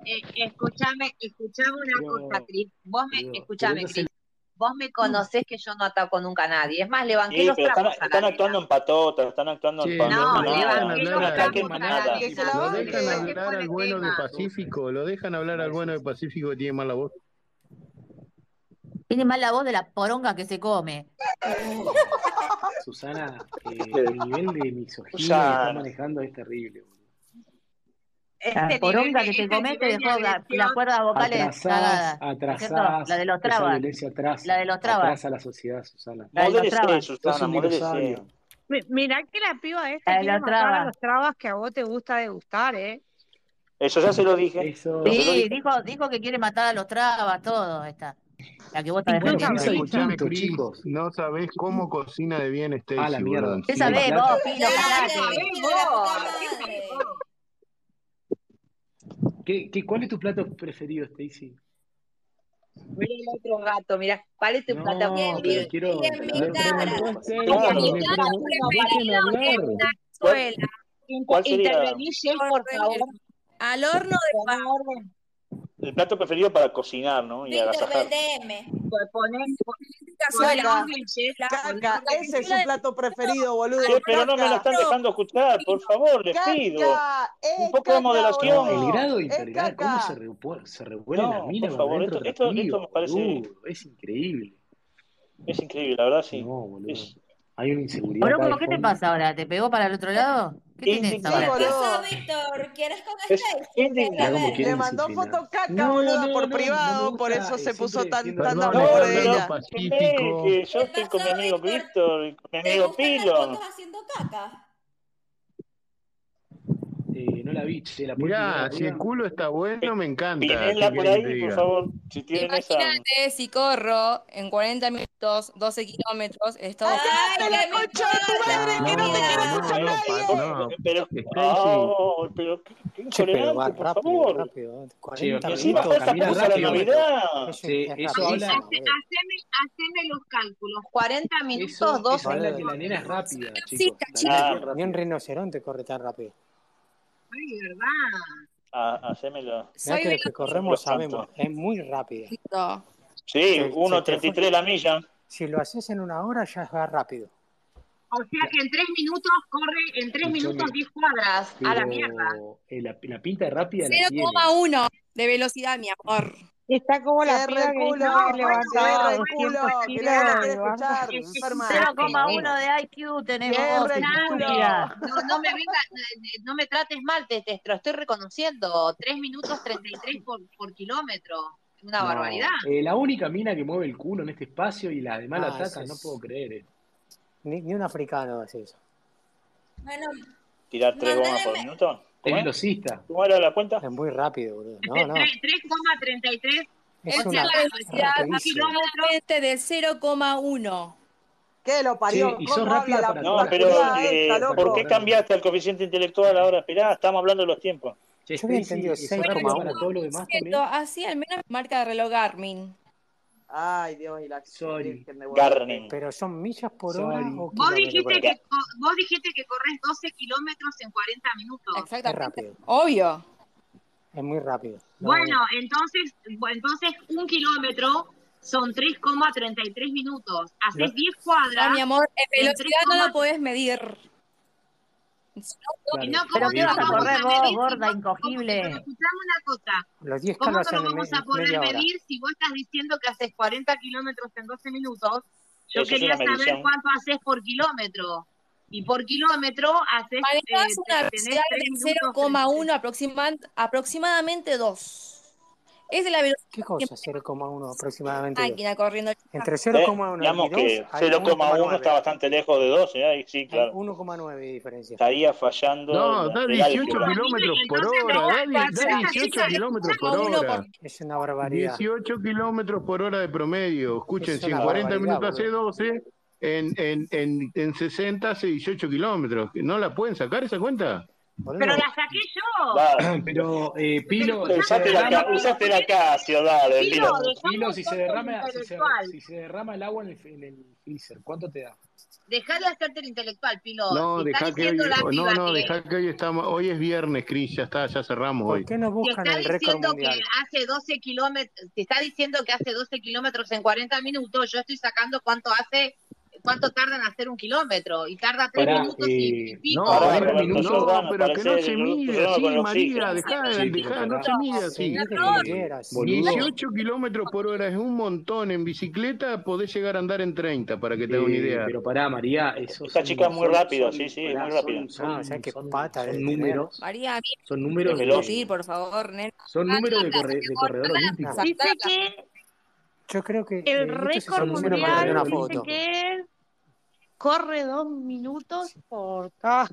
Speaker 3: Eh, escuchame, escuchame una cosa,
Speaker 11: Pero,
Speaker 3: Cris. Vos me,
Speaker 11: pero, pero
Speaker 3: escuchame,
Speaker 11: ella se
Speaker 3: Cris. Vos me conocés que yo no ataco nunca a nadie. Es más, le banqué
Speaker 6: Sí,
Speaker 3: los
Speaker 6: pero están,
Speaker 3: trapos a la
Speaker 6: están
Speaker 3: nena.
Speaker 6: actuando en patota, están actuando en,
Speaker 1: Che,
Speaker 6: pa-
Speaker 1: lo,
Speaker 6: en
Speaker 3: No,
Speaker 1: lo
Speaker 3: le
Speaker 1: dejan
Speaker 6: manada.
Speaker 3: banqué
Speaker 1: hablar
Speaker 3: los
Speaker 1: a,
Speaker 6: Ataquen
Speaker 3: trapos a la
Speaker 6: manada.
Speaker 10: Que se
Speaker 3: nena.
Speaker 10: la
Speaker 1: lo
Speaker 3: Usted
Speaker 1: dejan
Speaker 3: se
Speaker 10: banque.
Speaker 3: me
Speaker 1: hablar
Speaker 3: pone
Speaker 1: al bueno de
Speaker 3: tema.
Speaker 1: Pacífico, lo dejan hablar al bueno de Pacífico que tiene mala voz.
Speaker 8: Tiene más la voz de la poronga que se come.
Speaker 11: Susana, eh, el nivel de misoginia que está
Speaker 6: Susana.
Speaker 11: manejando es terrible. boludo.
Speaker 8: La
Speaker 3: Este nivel de,
Speaker 8: poronga que se
Speaker 3: este
Speaker 8: come te
Speaker 3: nivel de
Speaker 8: dejó la- las
Speaker 3: agresión,
Speaker 8: cuerdas vocales
Speaker 11: Atrasás,
Speaker 8: cagadas. ¿No es cierto? La
Speaker 11: atrasás,
Speaker 8: de los
Speaker 11: esa
Speaker 8: trabas.
Speaker 11: violencia
Speaker 8: La
Speaker 11: atrasa,
Speaker 8: de los trabas.
Speaker 11: atrasa a la sociedad, Susana.
Speaker 8: La de los
Speaker 6: Modérese,
Speaker 8: trabas.
Speaker 11: Sos
Speaker 6: Susana,
Speaker 11: un
Speaker 6: modérese.
Speaker 11: dinosaurio.
Speaker 12: Mi- Mirá que la piba esta
Speaker 8: La de
Speaker 12: quiere
Speaker 8: los
Speaker 12: matar a
Speaker 8: trabas.
Speaker 12: los trabas que a vos te gusta degustar, ¿eh?
Speaker 6: Eso ya se lo dije, se
Speaker 11: Eso.
Speaker 6: lo
Speaker 8: Sí,
Speaker 6: dije.
Speaker 8: dijo, dijo que quiere matar a los trabas, todo esta. La que vos estás
Speaker 11: Bueno,
Speaker 8: defendiendo.
Speaker 11: piensa
Speaker 12: Escúchame.
Speaker 1: Escuchame,
Speaker 11: distinto,
Speaker 1: Chris,
Speaker 11: chicos.
Speaker 1: no sabés cómo cocina de bien este
Speaker 11: A Ah, la
Speaker 1: Stacy,
Speaker 11: mierda.
Speaker 1: boludo.
Speaker 8: ¿Qué
Speaker 11: Sí,
Speaker 8: sabés
Speaker 11: claro.
Speaker 8: vos, Pilo?
Speaker 13: Dale,
Speaker 8: Callate.
Speaker 13: hijo de la puta
Speaker 3: vos, ¿qué sabés
Speaker 13: madre.
Speaker 3: vos?
Speaker 11: ¿Qué, qué, cuál es tu plato preferido, Stacy?
Speaker 3: Mira el otro gato, mira, ¿cuál es tu plata
Speaker 13: Y en
Speaker 11: No,
Speaker 13: mi,
Speaker 11: pero
Speaker 3: preferida?
Speaker 13: y
Speaker 11: quiero
Speaker 13: en mi
Speaker 11: saber
Speaker 1: Pero
Speaker 13: cara,
Speaker 11: cuál es tu plato.
Speaker 3: Porque
Speaker 1: pregunten,
Speaker 3: mi
Speaker 6: Claro.
Speaker 1: le
Speaker 3: plato
Speaker 1: pregunten, dejen
Speaker 3: preferido es
Speaker 1: hablar.
Speaker 3: una
Speaker 6: ¿Cuál,
Speaker 3: cazuela. Inter-
Speaker 6: cuál sería
Speaker 3: intervení, Jess, por favor,
Speaker 13: Cordero. Al horno de
Speaker 3: poné
Speaker 13: paz.
Speaker 3: orden,
Speaker 6: el plato preferido para cocinar, ¿no? Y
Speaker 13: Víctor,
Speaker 6: agasajarse.
Speaker 13: BTM.
Speaker 3: po- Pues poné, po- poné
Speaker 13: Cazuela.
Speaker 10: Caca,
Speaker 3: orden, Jess,
Speaker 13: La
Speaker 3: poné
Speaker 10: caca.
Speaker 3: orden.
Speaker 10: Ese es su
Speaker 13: cazuela de
Speaker 10: plato preferido,
Speaker 6: Che,
Speaker 10: boludo.
Speaker 6: pero no me la
Speaker 10: Caca.
Speaker 6: están
Speaker 13: arroz,
Speaker 6: dejando escuchar, por favor, les pido.
Speaker 10: Caca.
Speaker 6: Un
Speaker 10: Es
Speaker 6: poco de
Speaker 10: caca,
Speaker 11: No, el
Speaker 6: moderación.
Speaker 11: grado
Speaker 10: boludo.
Speaker 11: de
Speaker 10: Es
Speaker 11: intolerancia, cómo se,
Speaker 10: caca.
Speaker 11: revuel- se revuelan las
Speaker 6: No, por
Speaker 11: minas por
Speaker 6: favor,
Speaker 11: dentro de
Speaker 6: esto,
Speaker 11: Uh, las
Speaker 6: esto, esto
Speaker 11: pibas,
Speaker 6: me parece,
Speaker 11: boludo. Es increíble.
Speaker 6: es increíble, la verdad, sí.
Speaker 11: No, boludo.
Speaker 6: Es
Speaker 11: Hay una inseguridad acá de
Speaker 8: Moroco, ¿qué te
Speaker 11: fondo.
Speaker 8: pasa ahora? ¿Te pegó para el otro lado? ¿Qué tenés
Speaker 10: Sí,
Speaker 8: ahora?
Speaker 6: indignante,
Speaker 13: ¿Qué pasó,
Speaker 10: boludo.
Speaker 13: Víctor? ¿Quieres con
Speaker 6: es
Speaker 13: Stacy? ¿Qué es la
Speaker 11: Mirá
Speaker 6: indignante.
Speaker 11: cómo
Speaker 10: Le
Speaker 11: quedan
Speaker 13: verga?
Speaker 10: mandó foto
Speaker 11: disciplinadas.
Speaker 10: caca,
Speaker 11: No,
Speaker 10: boluda,
Speaker 11: no,
Speaker 10: por
Speaker 11: no, no me
Speaker 10: privado. Por
Speaker 11: gusta.
Speaker 10: eso
Speaker 11: eh,
Speaker 10: se puso
Speaker 11: siempre
Speaker 10: tan,
Speaker 11: tiendo a
Speaker 10: tan
Speaker 11: atacar a
Speaker 1: Perdón,
Speaker 10: dame
Speaker 11: las
Speaker 6: No,
Speaker 10: por
Speaker 1: Fernando
Speaker 6: pero
Speaker 10: ella.
Speaker 6: entendés
Speaker 1: Pacífico.
Speaker 6: que yo
Speaker 13: ¿Qué
Speaker 6: estoy con mi
Speaker 13: pasó,
Speaker 6: amigo
Speaker 13: Víctor?
Speaker 6: Víctor y con mi
Speaker 13: ¿Te
Speaker 6: amigo
Speaker 13: gustan las fotos
Speaker 6: Pilo.
Speaker 13: haciendo caca?
Speaker 11: Eh, no la vi, che, la puedo mirar
Speaker 1: Mirá, si el
Speaker 11: arriba.
Speaker 1: culo está bueno, me encanta. ¿Qué
Speaker 6: Pinela por
Speaker 1: querés que te
Speaker 6: ahí, por
Speaker 1: diga?
Speaker 6: favor, si tienen esa...
Speaker 7: Imagínate si corro en 40 minutos, 12 kilómetros, Estados
Speaker 10: ¡Cállate
Speaker 13: ¡Ay,
Speaker 10: la
Speaker 13: que me
Speaker 10: concha de tu madre que no te quiere
Speaker 13: importa!
Speaker 1: No, no, no,
Speaker 10: escuchar
Speaker 1: pa-
Speaker 10: nadie!
Speaker 6: Por-
Speaker 1: no.
Speaker 6: Pero,
Speaker 1: Stacy,
Speaker 6: oh, pero qué, qué
Speaker 5: Che, pero va
Speaker 6: intolerante, por
Speaker 5: rápido, va
Speaker 6: favor.
Speaker 5: rápido.
Speaker 11: Che,
Speaker 5: 40
Speaker 6: Y
Speaker 11: camina,
Speaker 6: encima
Speaker 5: minutos,
Speaker 6: falta
Speaker 11: camina
Speaker 6: poco para
Speaker 5: kilómetros.
Speaker 11: rápido.
Speaker 6: Navidad.
Speaker 5: Eso
Speaker 11: Che,
Speaker 5: es
Speaker 11: eso
Speaker 5: rapidísimo,
Speaker 11: habla,
Speaker 3: Hace-
Speaker 5: boludo.
Speaker 3: haceme, haceme los cálculos, 40 minutos,
Speaker 11: eso,
Speaker 3: 12
Speaker 11: eso habla que
Speaker 5: Boludo,
Speaker 11: la nena es
Speaker 5: ni,
Speaker 11: rápida, chicos.
Speaker 7: cita,
Speaker 11: La nena es
Speaker 7: chicos.
Speaker 11: bien
Speaker 6: Ah,
Speaker 5: ni un
Speaker 11: rápida.
Speaker 5: rinoceronte corre tan rápido.
Speaker 3: Ay, ¿verdad?
Speaker 6: ah, hacémelo,
Speaker 5: Mirá que los que
Speaker 7: Soy
Speaker 6: haceme los
Speaker 5: corremos sabemos,
Speaker 6: cantos.
Speaker 5: es muy rápido.
Speaker 7: velocito.
Speaker 6: Sí,
Speaker 5: Se- se te fue-
Speaker 6: 1.33 la milla.
Speaker 5: si lo haces en una hora, ya va rápido.
Speaker 3: O sea que en tres minutos corre, en tres minutos
Speaker 11: Escúchame,
Speaker 3: 10 cuadras, a la mierda.
Speaker 11: pero eh, la, la pinta de rápida la tiene.
Speaker 7: 0,1 de velocidad, mi amor.
Speaker 12: Está como la
Speaker 10: Cierre
Speaker 12: piba
Speaker 10: el
Speaker 12: que dijo
Speaker 10: culo,
Speaker 12: que
Speaker 3: bueno,
Speaker 12: levantaba
Speaker 10: cierre
Speaker 3: bueno,
Speaker 10: el
Speaker 12: 200
Speaker 10: culo, que nadie te
Speaker 12: kilos
Speaker 10: quiere
Speaker 12: de barra.
Speaker 10: escuchar,
Speaker 3: es, es
Speaker 10: enferma.
Speaker 3: exacto.
Speaker 8: 0,1
Speaker 5: Bueno,
Speaker 8: de IQ tenemos vos,
Speaker 10: Cierre el
Speaker 3: Exacto.
Speaker 8: estúpida.
Speaker 10: culo.
Speaker 3: No, no me venga, no me trates mal, te, te lo estoy reconociendo. Tres minutos 33 por, por kilómetro.
Speaker 7: Una barbaridad.
Speaker 11: Eh, la única mina que mueve el culo en este espacio y la demás la
Speaker 5: Ah, eso
Speaker 11: atacan,
Speaker 5: es-
Speaker 11: no puedo creer. eh.
Speaker 5: Ni, ni un africano hace eso.
Speaker 24: Bueno,
Speaker 6: Tirar tres gomas por
Speaker 24: Mándale-
Speaker 6: minuto. ¿Cómo es?
Speaker 5: velocista.
Speaker 6: ¿Cómo era la cuenta?
Speaker 5: Es muy rápido, boludo. No, no.
Speaker 7: 3,33
Speaker 5: Es
Speaker 7: es
Speaker 5: una
Speaker 7: la velocidad
Speaker 5: porquería.
Speaker 7: a kilómetro de 0,1.
Speaker 10: ¿Qué lo parió?
Speaker 5: Che, y
Speaker 10: ¿Cómo
Speaker 5: sos
Speaker 10: habla
Speaker 5: rápida
Speaker 10: la
Speaker 5: para
Speaker 6: No,
Speaker 5: todas
Speaker 6: pero
Speaker 10: culiada
Speaker 6: eh,
Speaker 10: esta, loco?
Speaker 6: ¿por qué cambiaste el coeficiente intelectual ahora? Esperá, estamos hablando de los tiempos.
Speaker 5: Yo había entendido
Speaker 11: Stacy,
Speaker 7: Bueno,
Speaker 5: 6,1.
Speaker 11: para todos los demás también.
Speaker 7: Cierto, así al menos marca de reloj Garmin.
Speaker 10: Ay, Dios, y la
Speaker 11: Sorry.
Speaker 10: que me vuelve.
Speaker 6: Garmin.
Speaker 5: Pero son millas por
Speaker 11: Sorry.
Speaker 5: hora o
Speaker 11: Vos
Speaker 5: kilómetros por hora.
Speaker 3: vos dijiste que corres 12 kilómetros en 40 minutos.
Speaker 5: Es
Speaker 7: Exactamente.
Speaker 5: rápido.
Speaker 7: Obvio.
Speaker 5: Es muy rápido. No,
Speaker 3: Bueno, entonces, bueno, entonces un kilómetro son 3,33 minutos. Haces
Speaker 5: No.
Speaker 3: 10
Speaker 7: No,
Speaker 3: cuadras.
Speaker 7: mi amor, en
Speaker 3: en
Speaker 7: velocidad no
Speaker 3: 3,3.
Speaker 7: la podés medir.
Speaker 5: claro, lo
Speaker 3: No, ¿cómo
Speaker 9: Pero
Speaker 3: que
Speaker 9: qué
Speaker 5: dije,
Speaker 9: vas a
Speaker 3: vamos
Speaker 9: correr
Speaker 3: a
Speaker 9: vos,
Speaker 3: medir?
Speaker 9: gorda,
Speaker 3: Pero
Speaker 9: incogible.
Speaker 3: escuchame una cosa.
Speaker 5: Los 10 K
Speaker 3: ¿Cómo no
Speaker 5: los
Speaker 3: lo
Speaker 5: hacen en, me-
Speaker 3: vamos a
Speaker 5: en
Speaker 3: poder
Speaker 5: media hora.
Speaker 3: medir si vos estás diciendo que haces 40 kilómetros en 12 minutos? Yo
Speaker 6: Eso es
Speaker 3: quería
Speaker 6: una
Speaker 3: saber
Speaker 6: medición.
Speaker 3: cuánto haces por kilómetro. Y por kilómetro haces,
Speaker 7: Manejás
Speaker 3: eh,
Speaker 7: una
Speaker 3: te- tenés
Speaker 7: velocidad
Speaker 3: 3
Speaker 7: de
Speaker 3: minutos este.
Speaker 7: 0,1 aproximan- aproximadamente 2. Esa es la velocidad
Speaker 5: ¿Qué
Speaker 7: que
Speaker 5: cosa?
Speaker 7: tiene
Speaker 5: 0,1
Speaker 7: una
Speaker 5: aproximadamente.
Speaker 7: máquina corriendo.
Speaker 5: Entre
Speaker 6: Eh,
Speaker 5: 0,1 y
Speaker 6: digamos
Speaker 5: 2
Speaker 6: que
Speaker 5: hay
Speaker 6: 0,1
Speaker 5: 1,9.
Speaker 6: está bastante lejos de 2, ¿eh? Ahí Sí,
Speaker 5: Hay
Speaker 6: claro.
Speaker 5: 1,9 de diferencia.
Speaker 6: Estaría fallando
Speaker 1: No,
Speaker 6: la-
Speaker 1: da
Speaker 6: el
Speaker 1: 18
Speaker 6: álgebra.
Speaker 1: kilómetros por
Speaker 3: Entonces me
Speaker 1: hora, da,
Speaker 3: voy a
Speaker 7: Esa,
Speaker 1: die- da
Speaker 3: esa-
Speaker 1: 18
Speaker 7: esa es
Speaker 1: kilómetros por
Speaker 7: 0,1 por
Speaker 1: hora.
Speaker 5: Es una barbaridad.
Speaker 1: 18 kilómetros por hora de promedio. Escuchen,
Speaker 5: Es
Speaker 1: si en
Speaker 5: una
Speaker 1: 40
Speaker 5: barbaridad,
Speaker 1: minutos hace
Speaker 5: boludo.
Speaker 1: 12, en, en, en, en 60 hace 18 kilómetros. ¿No la pueden sacar esa cuenta?
Speaker 3: Pero
Speaker 5: Boludo,
Speaker 3: la saqué yo.
Speaker 6: Dale.
Speaker 11: Pero, eh, Pilo,
Speaker 6: Pero
Speaker 11: si se
Speaker 6: usaste la,
Speaker 11: derrama,
Speaker 6: ca- usaste la Casio, dale,
Speaker 3: Pilo,
Speaker 6: pilo.
Speaker 3: dejame
Speaker 11: Pilo,
Speaker 3: de
Speaker 11: si se
Speaker 3: hacerte el
Speaker 11: derrama, si se,
Speaker 3: intelectual.
Speaker 11: si se derrama el agua en el, en el freezer, ¿cuánto te da?
Speaker 3: Dejá de hacerte el intelectual, Pilo.
Speaker 1: No,
Speaker 3: Te está
Speaker 1: dejá que
Speaker 3: diciendo
Speaker 1: hoy,
Speaker 3: la piba
Speaker 1: no, no,
Speaker 3: que
Speaker 1: dejá que hoy estamos, hoy es viernes, Cris, ya está, ya cerramos
Speaker 5: ¿por
Speaker 1: hoy.
Speaker 5: qué no
Speaker 3: te
Speaker 5: buscan
Speaker 3: está
Speaker 5: el récord
Speaker 3: diciendo que
Speaker 5: mundial?
Speaker 3: hace 12 kilómetros, te está diciendo que hace 12 kilómetros en 40 minutos, yo estoy sacando cuánto hace, cuánto tarda en hacer un kilómetro, y tarda 3
Speaker 11: Pará,
Speaker 3: minutos y, y
Speaker 11: eh,
Speaker 1: No, Pará,
Speaker 11: ¿40
Speaker 6: Pará,
Speaker 1: pero,
Speaker 6: Roberto
Speaker 11: minutos?
Speaker 6: Giordano,
Speaker 1: no, Ah, pero
Speaker 6: para
Speaker 1: que no
Speaker 6: hacer
Speaker 1: se
Speaker 6: el
Speaker 1: mide
Speaker 6: problema con
Speaker 1: así,
Speaker 6: el oxígeno.
Speaker 1: María, dejá,
Speaker 11: Che, pero
Speaker 1: dejá, no
Speaker 11: pará.
Speaker 1: se mide
Speaker 5: Se
Speaker 1: así.
Speaker 5: mide como
Speaker 11: Eh,
Speaker 5: quieras, se mide.
Speaker 11: boludo,
Speaker 1: 18 kilómetros por hora es un montón. En bicicleta podés llegar a andar en 30, para que te hagas una
Speaker 11: eh,
Speaker 1: idea.
Speaker 11: pero pará, María, esos
Speaker 6: Esta
Speaker 11: son,
Speaker 6: chica es muy
Speaker 11: son,
Speaker 6: rápida,
Speaker 11: son,
Speaker 6: sí, sí, es
Speaker 11: pará,
Speaker 6: muy rápida.
Speaker 11: son,
Speaker 5: No, o sea,
Speaker 11: son,
Speaker 5: qué
Speaker 11: son,
Speaker 5: pata eh,
Speaker 11: son
Speaker 5: debe tener.
Speaker 11: números,
Speaker 7: María,
Speaker 11: son
Speaker 6: Es
Speaker 11: números
Speaker 6: veloz.
Speaker 7: discutir,
Speaker 11: de,
Speaker 7: por favor, nena.
Speaker 11: son números de,
Speaker 7: Sacala,
Speaker 11: corre- de corredor
Speaker 5: No,
Speaker 11: olímpico.
Speaker 7: sacala,
Speaker 9: Dice
Speaker 7: sacala.
Speaker 9: que
Speaker 5: yo creo que
Speaker 9: el
Speaker 5: eh, estos se
Speaker 9: récord
Speaker 11: Son números
Speaker 5: solucionan
Speaker 11: de
Speaker 5: para ver
Speaker 9: mundial
Speaker 11: corredor
Speaker 5: una
Speaker 9: dice
Speaker 5: foto.
Speaker 11: olímpico.
Speaker 9: que él corre dos minutos por cada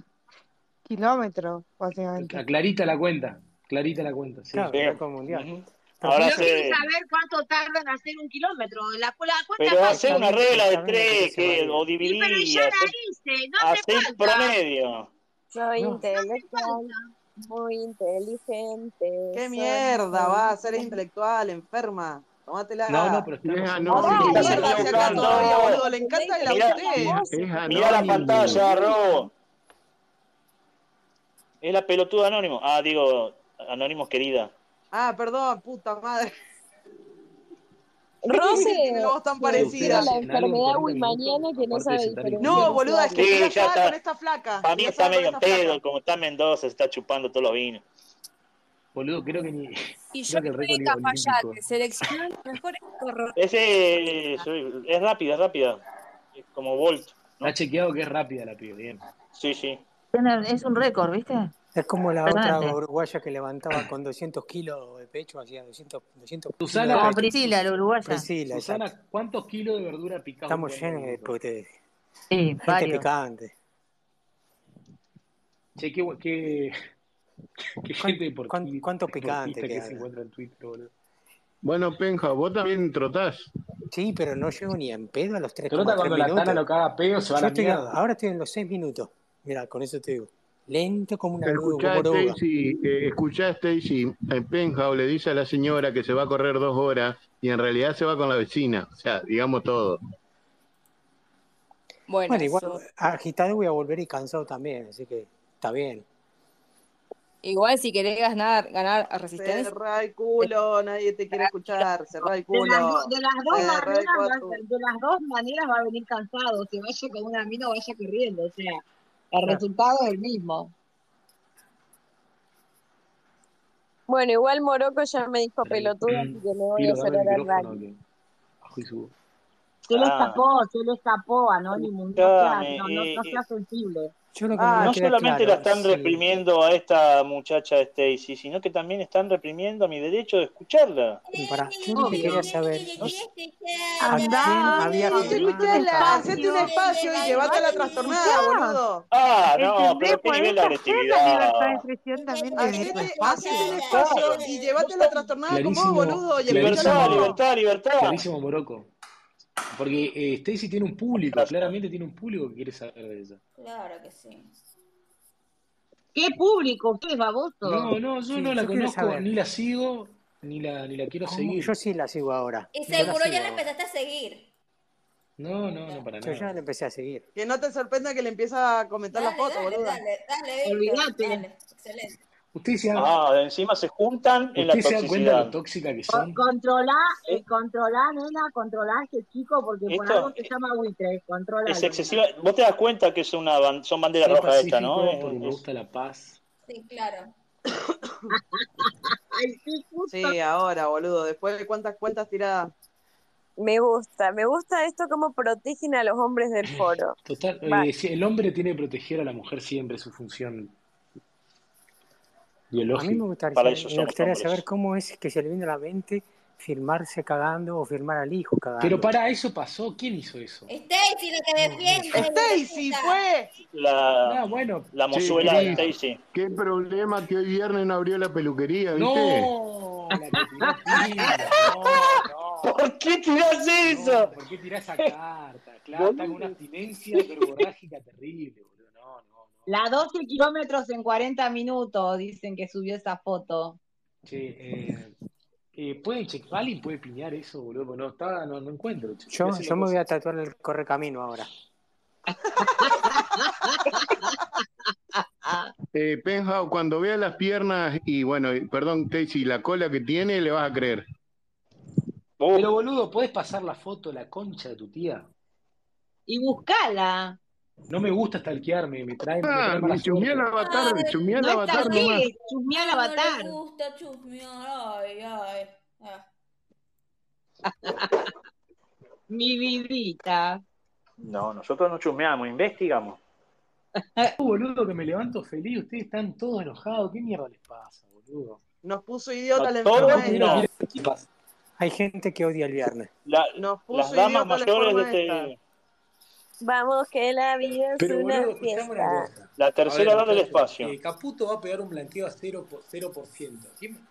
Speaker 9: kilómetro, básicamente.
Speaker 11: Está clarita la cuenta, clarita la cuenta, sí.
Speaker 5: Claro,
Speaker 6: Sí.
Speaker 5: el récord mundial.
Speaker 6: Ujú.
Speaker 5: Pero
Speaker 6: Ahora
Speaker 3: Yo
Speaker 5: fíjate,
Speaker 3: quiero
Speaker 6: hace.
Speaker 3: saber cuánto tarda en hacer un kilómetro, la, la cuenta
Speaker 6: Pero hace
Speaker 3: falla.
Speaker 5: está
Speaker 6: una
Speaker 5: bien,
Speaker 6: regla de
Speaker 5: está bien lo que
Speaker 6: tres
Speaker 5: dice
Speaker 6: que,
Speaker 5: María.
Speaker 6: o
Speaker 3: Y pero
Speaker 6: dividir,
Speaker 3: ya la
Speaker 6: hace,
Speaker 3: hice, no hace
Speaker 6: hace el
Speaker 3: falta,
Speaker 6: promedio.
Speaker 25: Soy
Speaker 5: No,
Speaker 25: intelectual,
Speaker 3: falta.
Speaker 25: muy inteligente.
Speaker 10: ¿Qué
Speaker 25: Soy
Speaker 10: mierda va a ser intelectual, enferma? Tómatela.
Speaker 11: No, no, pero
Speaker 1: Y
Speaker 11: están,
Speaker 1: es
Speaker 11: son
Speaker 10: No
Speaker 11: números
Speaker 10: se
Speaker 11: de
Speaker 6: Estás
Speaker 10: acuerda si
Speaker 11: corredor.
Speaker 10: acá
Speaker 6: equivocando.
Speaker 10: todavía, boludo. Le encanta el
Speaker 6: Mira,
Speaker 10: auté.
Speaker 1: es, es
Speaker 6: mira la
Speaker 1: anónimo.
Speaker 6: pantalla, Ro. Es la pelotuda anónimo. Ah, digo, anónimo querida.
Speaker 10: Ah, perdón, puta madre.
Speaker 25: Rose
Speaker 10: Tiene la voz tan
Speaker 11: Che,
Speaker 25: eh, tiene
Speaker 11: ¿ustedes
Speaker 10: parecida.
Speaker 25: la
Speaker 11: hacen algo en
Speaker 25: enfermedad
Speaker 11: 40
Speaker 25: wilmaniana
Speaker 11: minutos
Speaker 25: que no
Speaker 11: aparte de
Speaker 25: sabe
Speaker 11: sentar y
Speaker 10: No,
Speaker 11: comer?
Speaker 10: boluda, es que
Speaker 25: diferenciar.
Speaker 10: te la
Speaker 6: Sí, ya
Speaker 10: sabe con
Speaker 6: está.
Speaker 10: esta flaca.
Speaker 6: Para
Speaker 10: Te
Speaker 6: mí
Speaker 10: la
Speaker 6: está
Speaker 10: sabe con
Speaker 6: medio en
Speaker 10: esta
Speaker 6: pedo,
Speaker 10: flaca.
Speaker 6: como está Mendoza, se está chupando todos los vinos.
Speaker 11: Boludo, creo que ni,
Speaker 7: Y yo,
Speaker 11: creo que el récord
Speaker 7: Mónica Fayate,
Speaker 11: olímpico.
Speaker 7: seleccionando los mejores corredores.
Speaker 6: Ese es, es rápida, es rápida. Es como Volt,
Speaker 11: Está
Speaker 6: ¿no?
Speaker 11: chequeado que es rápida la piba, bien.
Speaker 6: Sí, sí.
Speaker 8: Tiene- Es un récord, ¿viste?
Speaker 5: es como la otra
Speaker 8: Impresionante.
Speaker 5: uruguaya que levantaba con 200 kilos de pecho, hacía 200, 200 kilos de
Speaker 11: Susana,
Speaker 8: Como
Speaker 5: pecho.
Speaker 8: Priscila, la uruguaya.
Speaker 5: Priscila, exacto.
Speaker 11: Susana, ¿cuántos kilos de verdura picás en
Speaker 5: Estamos
Speaker 11: 40
Speaker 5: llenos de,
Speaker 11: minutos?
Speaker 5: pute-
Speaker 8: Sí,
Speaker 5: gente
Speaker 8: varios.
Speaker 5: picante.
Speaker 11: Che, qué, bu- qué, qué
Speaker 5: ¿Cuán-
Speaker 11: gente
Speaker 5: cuán-
Speaker 11: deporti-
Speaker 5: ¿Cuánto picante
Speaker 11: deportista
Speaker 5: que
Speaker 11: que se
Speaker 5: habla?
Speaker 11: encuentra en Twitter, boludo.
Speaker 1: Bueno, Penja, vos también trotás.
Speaker 5: Sí, pero no llego ni en pedo a los
Speaker 11: Trota
Speaker 5: 3,3
Speaker 11: cuando la Tana
Speaker 5: minutos.
Speaker 11: lo caga a pedo, se va a
Speaker 5: Yo
Speaker 11: la
Speaker 5: estoy, a-
Speaker 11: mierda.
Speaker 5: ahora estoy en los 6 minutos. Mira, con eso te digo. Lento como una oru-
Speaker 1: Escuchá,
Speaker 5: oruga.
Speaker 1: Stacy, eh, escuchá, Stacy, eh, Penja o le dice a la señora que se va a correr dos horas y en realidad se va con la vecina. O sea, digamos todo.
Speaker 7: Bueno,
Speaker 5: Bueno, igual
Speaker 7: eso.
Speaker 5: agitado voy a volver y cansado también, así que está bien.
Speaker 7: Igual si querés ganar, ganar a resistencia,
Speaker 10: Cerrá el culo, nadie te quiere escuchar. Cerrá el
Speaker 3: De las, do-
Speaker 10: culo.
Speaker 3: de las dos
Speaker 10: Cerrá el
Speaker 3: maneras va,
Speaker 10: culo.
Speaker 3: de las dos maneras va a venir cansado, si vaya con una mina o vaya corriendo, o sea, el
Speaker 5: Claro.
Speaker 3: resultado es el mismo.
Speaker 25: Bueno, igual Morocco ya me dijo
Speaker 11: Dale.
Speaker 25: pelotuda, así que me voy a
Speaker 11: Pilo, dame el
Speaker 25: cerrar el
Speaker 11: micrófono
Speaker 25: rally.
Speaker 11: que bajo y subo.
Speaker 3: Se le
Speaker 6: Ah,
Speaker 3: escapó, se le escapó, Anónimo, no seas,
Speaker 6: escúchame.
Speaker 3: no, no, no
Speaker 6: eh, eh,
Speaker 3: seas sensible.
Speaker 5: Yo lo que
Speaker 6: Ah,
Speaker 5: me
Speaker 6: no
Speaker 5: queda
Speaker 6: solamente
Speaker 5: claro
Speaker 6: la están
Speaker 5: es-
Speaker 6: reprimiendo a esta muchacha Stacy, sino que también están reprimiendo mi derecho de escucharla.
Speaker 5: Pará, yo lo que quería saber.
Speaker 10: Andá,
Speaker 5: ¿A quién había
Speaker 10: escuchala, hacete un espacio y llévate a la trastornada, boludo.
Speaker 6: Ah, no,
Speaker 10: Entendé,
Speaker 6: pero qué
Speaker 10: por
Speaker 6: nivel
Speaker 10: eso
Speaker 6: de
Speaker 10: fue la
Speaker 6: agresividad.
Speaker 10: libertad
Speaker 9: expresión
Speaker 10: también Hacete hacete un espacio y llévate a la trastornada con vos,
Speaker 11: Clarísimo,
Speaker 10: Ah, boludo. Y
Speaker 11: clarísimo,
Speaker 10: escuchala.
Speaker 6: libertad.
Speaker 11: Clarísimo, Moroco. Porque eh, Stacy tiene un público, claramente tiene un público que quiere saber de ella.
Speaker 20: Claro que sí.
Speaker 9: ¿Qué público? ¿Qué baboso?
Speaker 11: No, no, yo
Speaker 5: Sí,
Speaker 11: no la
Speaker 5: yo quiero
Speaker 11: conozco,
Speaker 5: saber.
Speaker 11: ni la sigo, ni la, ni la quiero
Speaker 5: ¿Cómo?
Speaker 11: seguir.
Speaker 5: Yo sí la sigo ahora.
Speaker 20: Y
Speaker 5: Yo la
Speaker 20: seguro
Speaker 5: sigo
Speaker 20: ya la
Speaker 5: ahora.
Speaker 20: empezaste a seguir.
Speaker 11: No, no, no, para
Speaker 5: Yo ya
Speaker 11: nada.
Speaker 5: la empecé a seguir.
Speaker 10: Que no te sorprenda que le empieza a comentar la foto,
Speaker 20: Dale,
Speaker 10: boluda.
Speaker 20: dale, dale, Víctor.
Speaker 10: Olvídate.
Speaker 20: Dale, excelente.
Speaker 11: Usted se da,
Speaker 6: Ah, encima se juntan en la
Speaker 11: usted se da cuenta
Speaker 6: toxicidad.
Speaker 11: lo tóxica que
Speaker 9: Con-
Speaker 11: son.
Speaker 9: Controlá, eh, controlá, nena, controlá a este chico porque por
Speaker 6: Esto-
Speaker 9: algo se llama buitre, controlalo.
Speaker 6: Es excesiva. Vos te das cuenta que es una ban- son banderas
Speaker 11: Soy
Speaker 6: rojas estas,
Speaker 11: pacífico
Speaker 6: ¿no? Es-
Speaker 11: porque me
Speaker 6: es-
Speaker 11: gusta la paz.
Speaker 20: Sí, claro.
Speaker 10: Sí, ahora, boludo. Después de cuántas cuentas tiradas.
Speaker 26: Me gusta, me gusta esto como protegen a los hombres del foro.
Speaker 11: Total,
Speaker 26: Va.
Speaker 11: eh, sí, el hombre tiene que proteger a la mujer siempre, es su función
Speaker 5: A mí
Speaker 11: biológica.
Speaker 5: me gustaría,
Speaker 11: Para
Speaker 5: saber,
Speaker 11: eso
Speaker 5: me
Speaker 11: son los
Speaker 5: gustaría
Speaker 11: hombres.
Speaker 5: saber cómo es que se le viene a la mente filmarse cagando o filmar al hijo
Speaker 11: Pero
Speaker 5: cagando.
Speaker 11: para eso pasó, ¿quién hizo eso?
Speaker 20: Stacy, la que defiende.
Speaker 10: Stacy fue.
Speaker 6: La,
Speaker 11: Ah, bueno.
Speaker 6: la
Speaker 27: Che,
Speaker 6: mozuela de
Speaker 27: Cris,
Speaker 6: Stacy.
Speaker 27: Qué problema que hoy viernes no abrió la peluquería, ¿viste?
Speaker 11: No, la que tiró Pila, no, no.
Speaker 6: ¿Por qué tirás eso?
Speaker 11: No, ¿por qué tirás esa carta? Claro, está con una abstinencia verborrágica terrible, boludo. No, no, no.
Speaker 3: La 12 kilómetros en 40 minutos, dicen que subió esa foto.
Speaker 11: Che, eh, eh, ¿pueden chequear? ¿Alguien puede piñar eso, boludo? Porque No, está, no, no encuentro. che, estoy
Speaker 5: Yo,
Speaker 11: haciendo
Speaker 5: yo me voy
Speaker 11: cosas.
Speaker 5: a tatuar el correcamino ahora.
Speaker 27: Eh, Penjao, cuando veas las piernas y, bueno, y- perdón, Stacy, la cola que tiene, le vas a creer.
Speaker 11: Pero, boludo, ¿podés pasar la foto, la concha de tu tía?
Speaker 3: Y buscala.
Speaker 11: No me gusta stalkearme, me trae, me
Speaker 27: Ah,
Speaker 11: trae mala
Speaker 27: me chumé el
Speaker 11: suerte.
Speaker 27: avatar, chumé el
Speaker 3: No
Speaker 27: avatar nomás.
Speaker 3: estalqué, chusmeé al
Speaker 20: Ay,
Speaker 3: avatar.
Speaker 20: No le gusta chusmear. Ay, ay. Ah.
Speaker 3: Mi vidita.
Speaker 6: No, nosotros no chusmeamos, investigamos.
Speaker 11: Yo, Uh, boludo, que me levanto feliz, ustedes están todos enojados. ¿Qué mierda les pasa, boludo?
Speaker 10: Nos puso idiota la eh.
Speaker 6: Todos
Speaker 10: enferma
Speaker 6: no.
Speaker 10: esta.
Speaker 5: Hay gente que odia el viernes.
Speaker 6: La-
Speaker 10: Nos
Speaker 6: las
Speaker 10: puso idiota la
Speaker 6: damas mayores de
Speaker 10: enferma
Speaker 6: este.
Speaker 10: esta.
Speaker 26: Vamos, que la vida es
Speaker 11: Pero
Speaker 26: una
Speaker 11: boludo, escuchame una
Speaker 26: fiesta.
Speaker 11: cosa.
Speaker 6: La
Speaker 11: A ver,
Speaker 6: tercera edad del
Speaker 11: muchachos,
Speaker 6: espacio.
Speaker 11: eh, Caputo va a pegar un blanqueo a 0%. por- 0%. ¿Quién-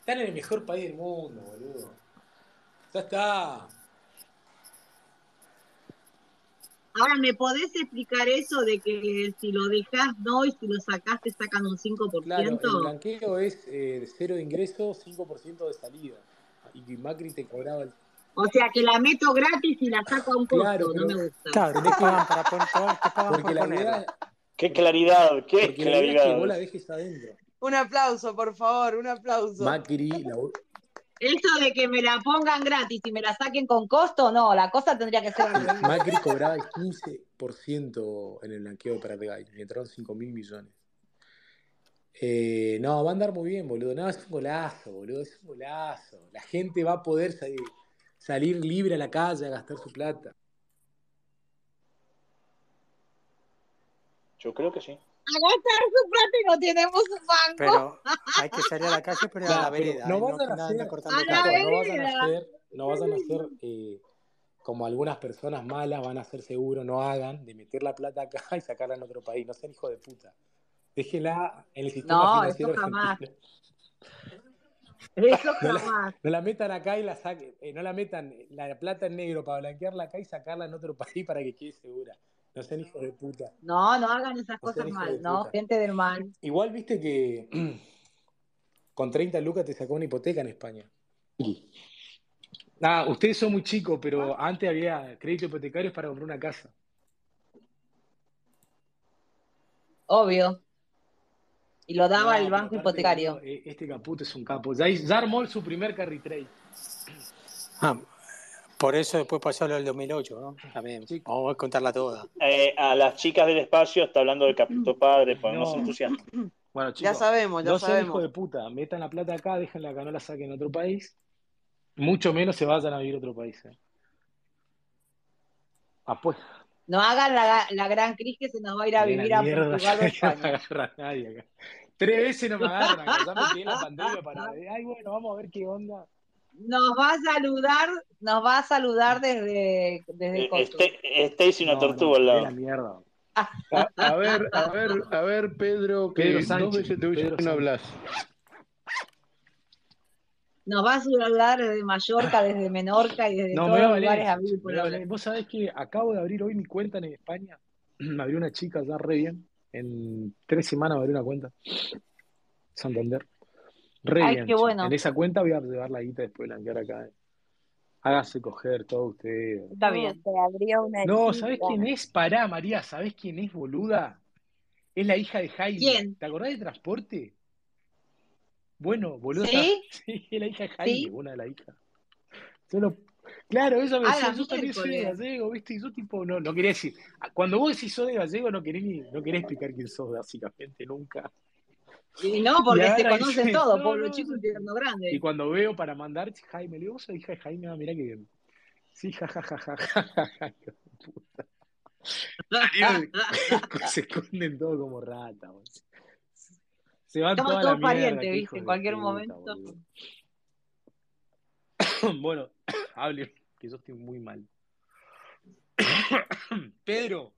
Speaker 11: Están en el mejor país del mundo, boludo. Ya está.
Speaker 3: Ahora, ¿me podés explicar eso de que si lo dejás no y si lo sacás te sacan un 5%?
Speaker 11: Claro, el blanqueo es eh, cero de ingreso, 5% de salida. Y que Macri te cobraba el...
Speaker 3: O sea, que la meto gratis y la saco a un costo,
Speaker 11: Claro,
Speaker 3: no
Speaker 11: pero-
Speaker 3: me gusta.
Speaker 5: Claro, tenés que van para poner todo, te pagan
Speaker 11: Porque
Speaker 5: por
Speaker 11: la idea,
Speaker 5: ponerla.
Speaker 6: Qué claridad, qué
Speaker 11: porque la idea es que vos la
Speaker 6: claridad.
Speaker 11: dejes adentro.
Speaker 10: Un aplauso, por favor, un aplauso.
Speaker 11: Macri, la...
Speaker 3: Eso de que me la pongan gratis y me la saquen con costo, no, la cosa tendría que ser al revés.
Speaker 11: Macri cobraba el 15% en el blanqueo de Paraguay. Le entraron 5 mil millones. Eh, no, va a andar muy bien, boludo. No, es un golazo, boludo. Es un golazo. La gente va a poder salir, salir libre a la calle a gastar su plata.
Speaker 6: Yo creo que sí.
Speaker 3: A gastar su plata y no tenemos un banco.
Speaker 5: Pero hay que salir a la calle, pero a la
Speaker 11: Nah, pero
Speaker 5: vereda.
Speaker 11: no
Speaker 5: eh,
Speaker 11: vayan
Speaker 5: no,
Speaker 11: a
Speaker 5: no
Speaker 11: hacer,
Speaker 5: anda cortando
Speaker 3: A la
Speaker 5: calle.
Speaker 11: Capo, no vayan a
Speaker 3: vereda.
Speaker 11: hacer, no vayan a hacer eh, como algunas personas malas van a hacer seguro, no hagan, de meter la plata acá y sacarla en otro país. No sean hijo de puta. Déjela en el sistema
Speaker 3: No, eso
Speaker 11: financiero
Speaker 3: jamás.
Speaker 11: argentino.
Speaker 3: Eso
Speaker 11: No la,
Speaker 3: jamás.
Speaker 11: no la metan acá y la saquen. eh, no la metan eh, la plata en negro para blanquearla acá y sacarla en otro país para que quede segura. No sean hijos de puta.
Speaker 3: No, no hagan esas
Speaker 11: No sean hijos
Speaker 3: cosas
Speaker 11: de
Speaker 3: mal, ¿no?
Speaker 11: puta.
Speaker 3: Gente del mal.
Speaker 11: Igual viste que con 30 lucas te sacó una hipoteca en España. Ah, ustedes son muy chicos, pero antes había crédito hipotecarios para comprar una casa.
Speaker 3: Obvio. Y lo daba el
Speaker 11: No, pero
Speaker 3: banco
Speaker 11: aparte, boludo,
Speaker 3: hipotecario.
Speaker 11: eh, este caputo es un capo. Ya, ya armó su primer carry trade.
Speaker 5: Ah, por eso después pasó lo del 2008, ¿no? También.
Speaker 11: Sí.
Speaker 5: Vamos a contarla toda.
Speaker 6: Eh, a las chicas del espacio está hablando del Caputo Padre, pero no, se
Speaker 11: No.
Speaker 6: entusiasmen.
Speaker 11: Bueno,
Speaker 10: Ya
Speaker 11: chicos,
Speaker 10: sabemos, ya
Speaker 11: no sean hijos
Speaker 10: sabemos.
Speaker 11: de puta. Metan la plata acá, déjenla acá, no la saquen en otro país. Mucho menos se vayan a vivir a otro país. Eh. Apuesta.
Speaker 3: No hagan la, la gran crisis que se nos va a ir a vivir a
Speaker 11: la mierda,
Speaker 3: Portugal o a
Speaker 11: ya no me
Speaker 3: España.
Speaker 11: agarra nadie acá. Tres veces no me agarran, acá, ya me quedé en la pandemia para. Ay, bueno, vamos a ver qué onda.
Speaker 3: Nos va a saludar, nos va a saludar desde, desde Coto.
Speaker 6: Este, Stacy una
Speaker 11: No,
Speaker 6: tortuga al
Speaker 11: no,
Speaker 6: lado.
Speaker 11: era mierda.
Speaker 6: Ah.
Speaker 1: A, a ver, a ver, a ver, Pedro, que
Speaker 11: Pedro
Speaker 1: dos
Speaker 11: Sánchez,
Speaker 1: veces te voy
Speaker 11: Pedro
Speaker 1: no hablas.
Speaker 3: Nos va a saludar desde Mallorca, desde Menorca y desde
Speaker 11: No, me
Speaker 3: todos
Speaker 11: va a
Speaker 3: los
Speaker 11: valer.
Speaker 3: lugares a
Speaker 11: me va a valer. Vos sabés que acabo de abrir hoy mi cuenta en España. Me abrió una chica ya re bien. En tres semanas me abrió una cuenta. Santander. Re
Speaker 3: Ay,
Speaker 11: bien.
Speaker 3: qué
Speaker 11: che.
Speaker 3: bueno.
Speaker 11: En esa cuenta voy a llevar la guita después de blanquear acá. eh. Hágase coger todo usted.
Speaker 3: Está bien.
Speaker 26: Te abrió una
Speaker 11: No,
Speaker 26: chica.
Speaker 11: ¿sabés quién es? Pará, María, ¿sabés quién es, boluda? Es la hija de Jaime. ¿Te acordás de transporte? Bueno, boluda.
Speaker 3: ¿Sí?
Speaker 11: Sí, es la hija de Jaime,
Speaker 3: ¿Sí?
Speaker 11: una de las hijas. Yo lo- Claro, eso me
Speaker 3: A
Speaker 11: decía,
Speaker 3: Ah, la
Speaker 11: yo también soy de
Speaker 3: miércoles.
Speaker 11: gallego, ¿viste? Y yo tipo, no, no quería decir. ah, Cuando vos decís sos de gallego, no querés, ni- no querés explicar quién sos, básicamente, nunca.
Speaker 3: Y no, porque
Speaker 11: Y
Speaker 3: se
Speaker 11: ahora
Speaker 3: conocen
Speaker 11: dice,
Speaker 3: todos,
Speaker 11: no,
Speaker 3: pueblo
Speaker 11: no,
Speaker 3: chico
Speaker 11: no.
Speaker 3: y tierno grande.
Speaker 11: Y cuando veo para mandar, Jaime, le digo, vos sos hija de Jaime, ah, mirá qué bien. Sí, ja, ja, ja, ja, ja, ja, ja, hijo de puta. Salieron- se esconden todo como rata, boludo. Se van
Speaker 3: Estamos
Speaker 11: toda la
Speaker 3: todos
Speaker 11: mierda,
Speaker 3: parientes,
Speaker 11: qué hijo
Speaker 3: ¿viste?
Speaker 11: de
Speaker 3: En cualquier
Speaker 11: puta,
Speaker 3: momento.
Speaker 11: boludo. Bueno, hable, que yo estoy muy mal. Pedro,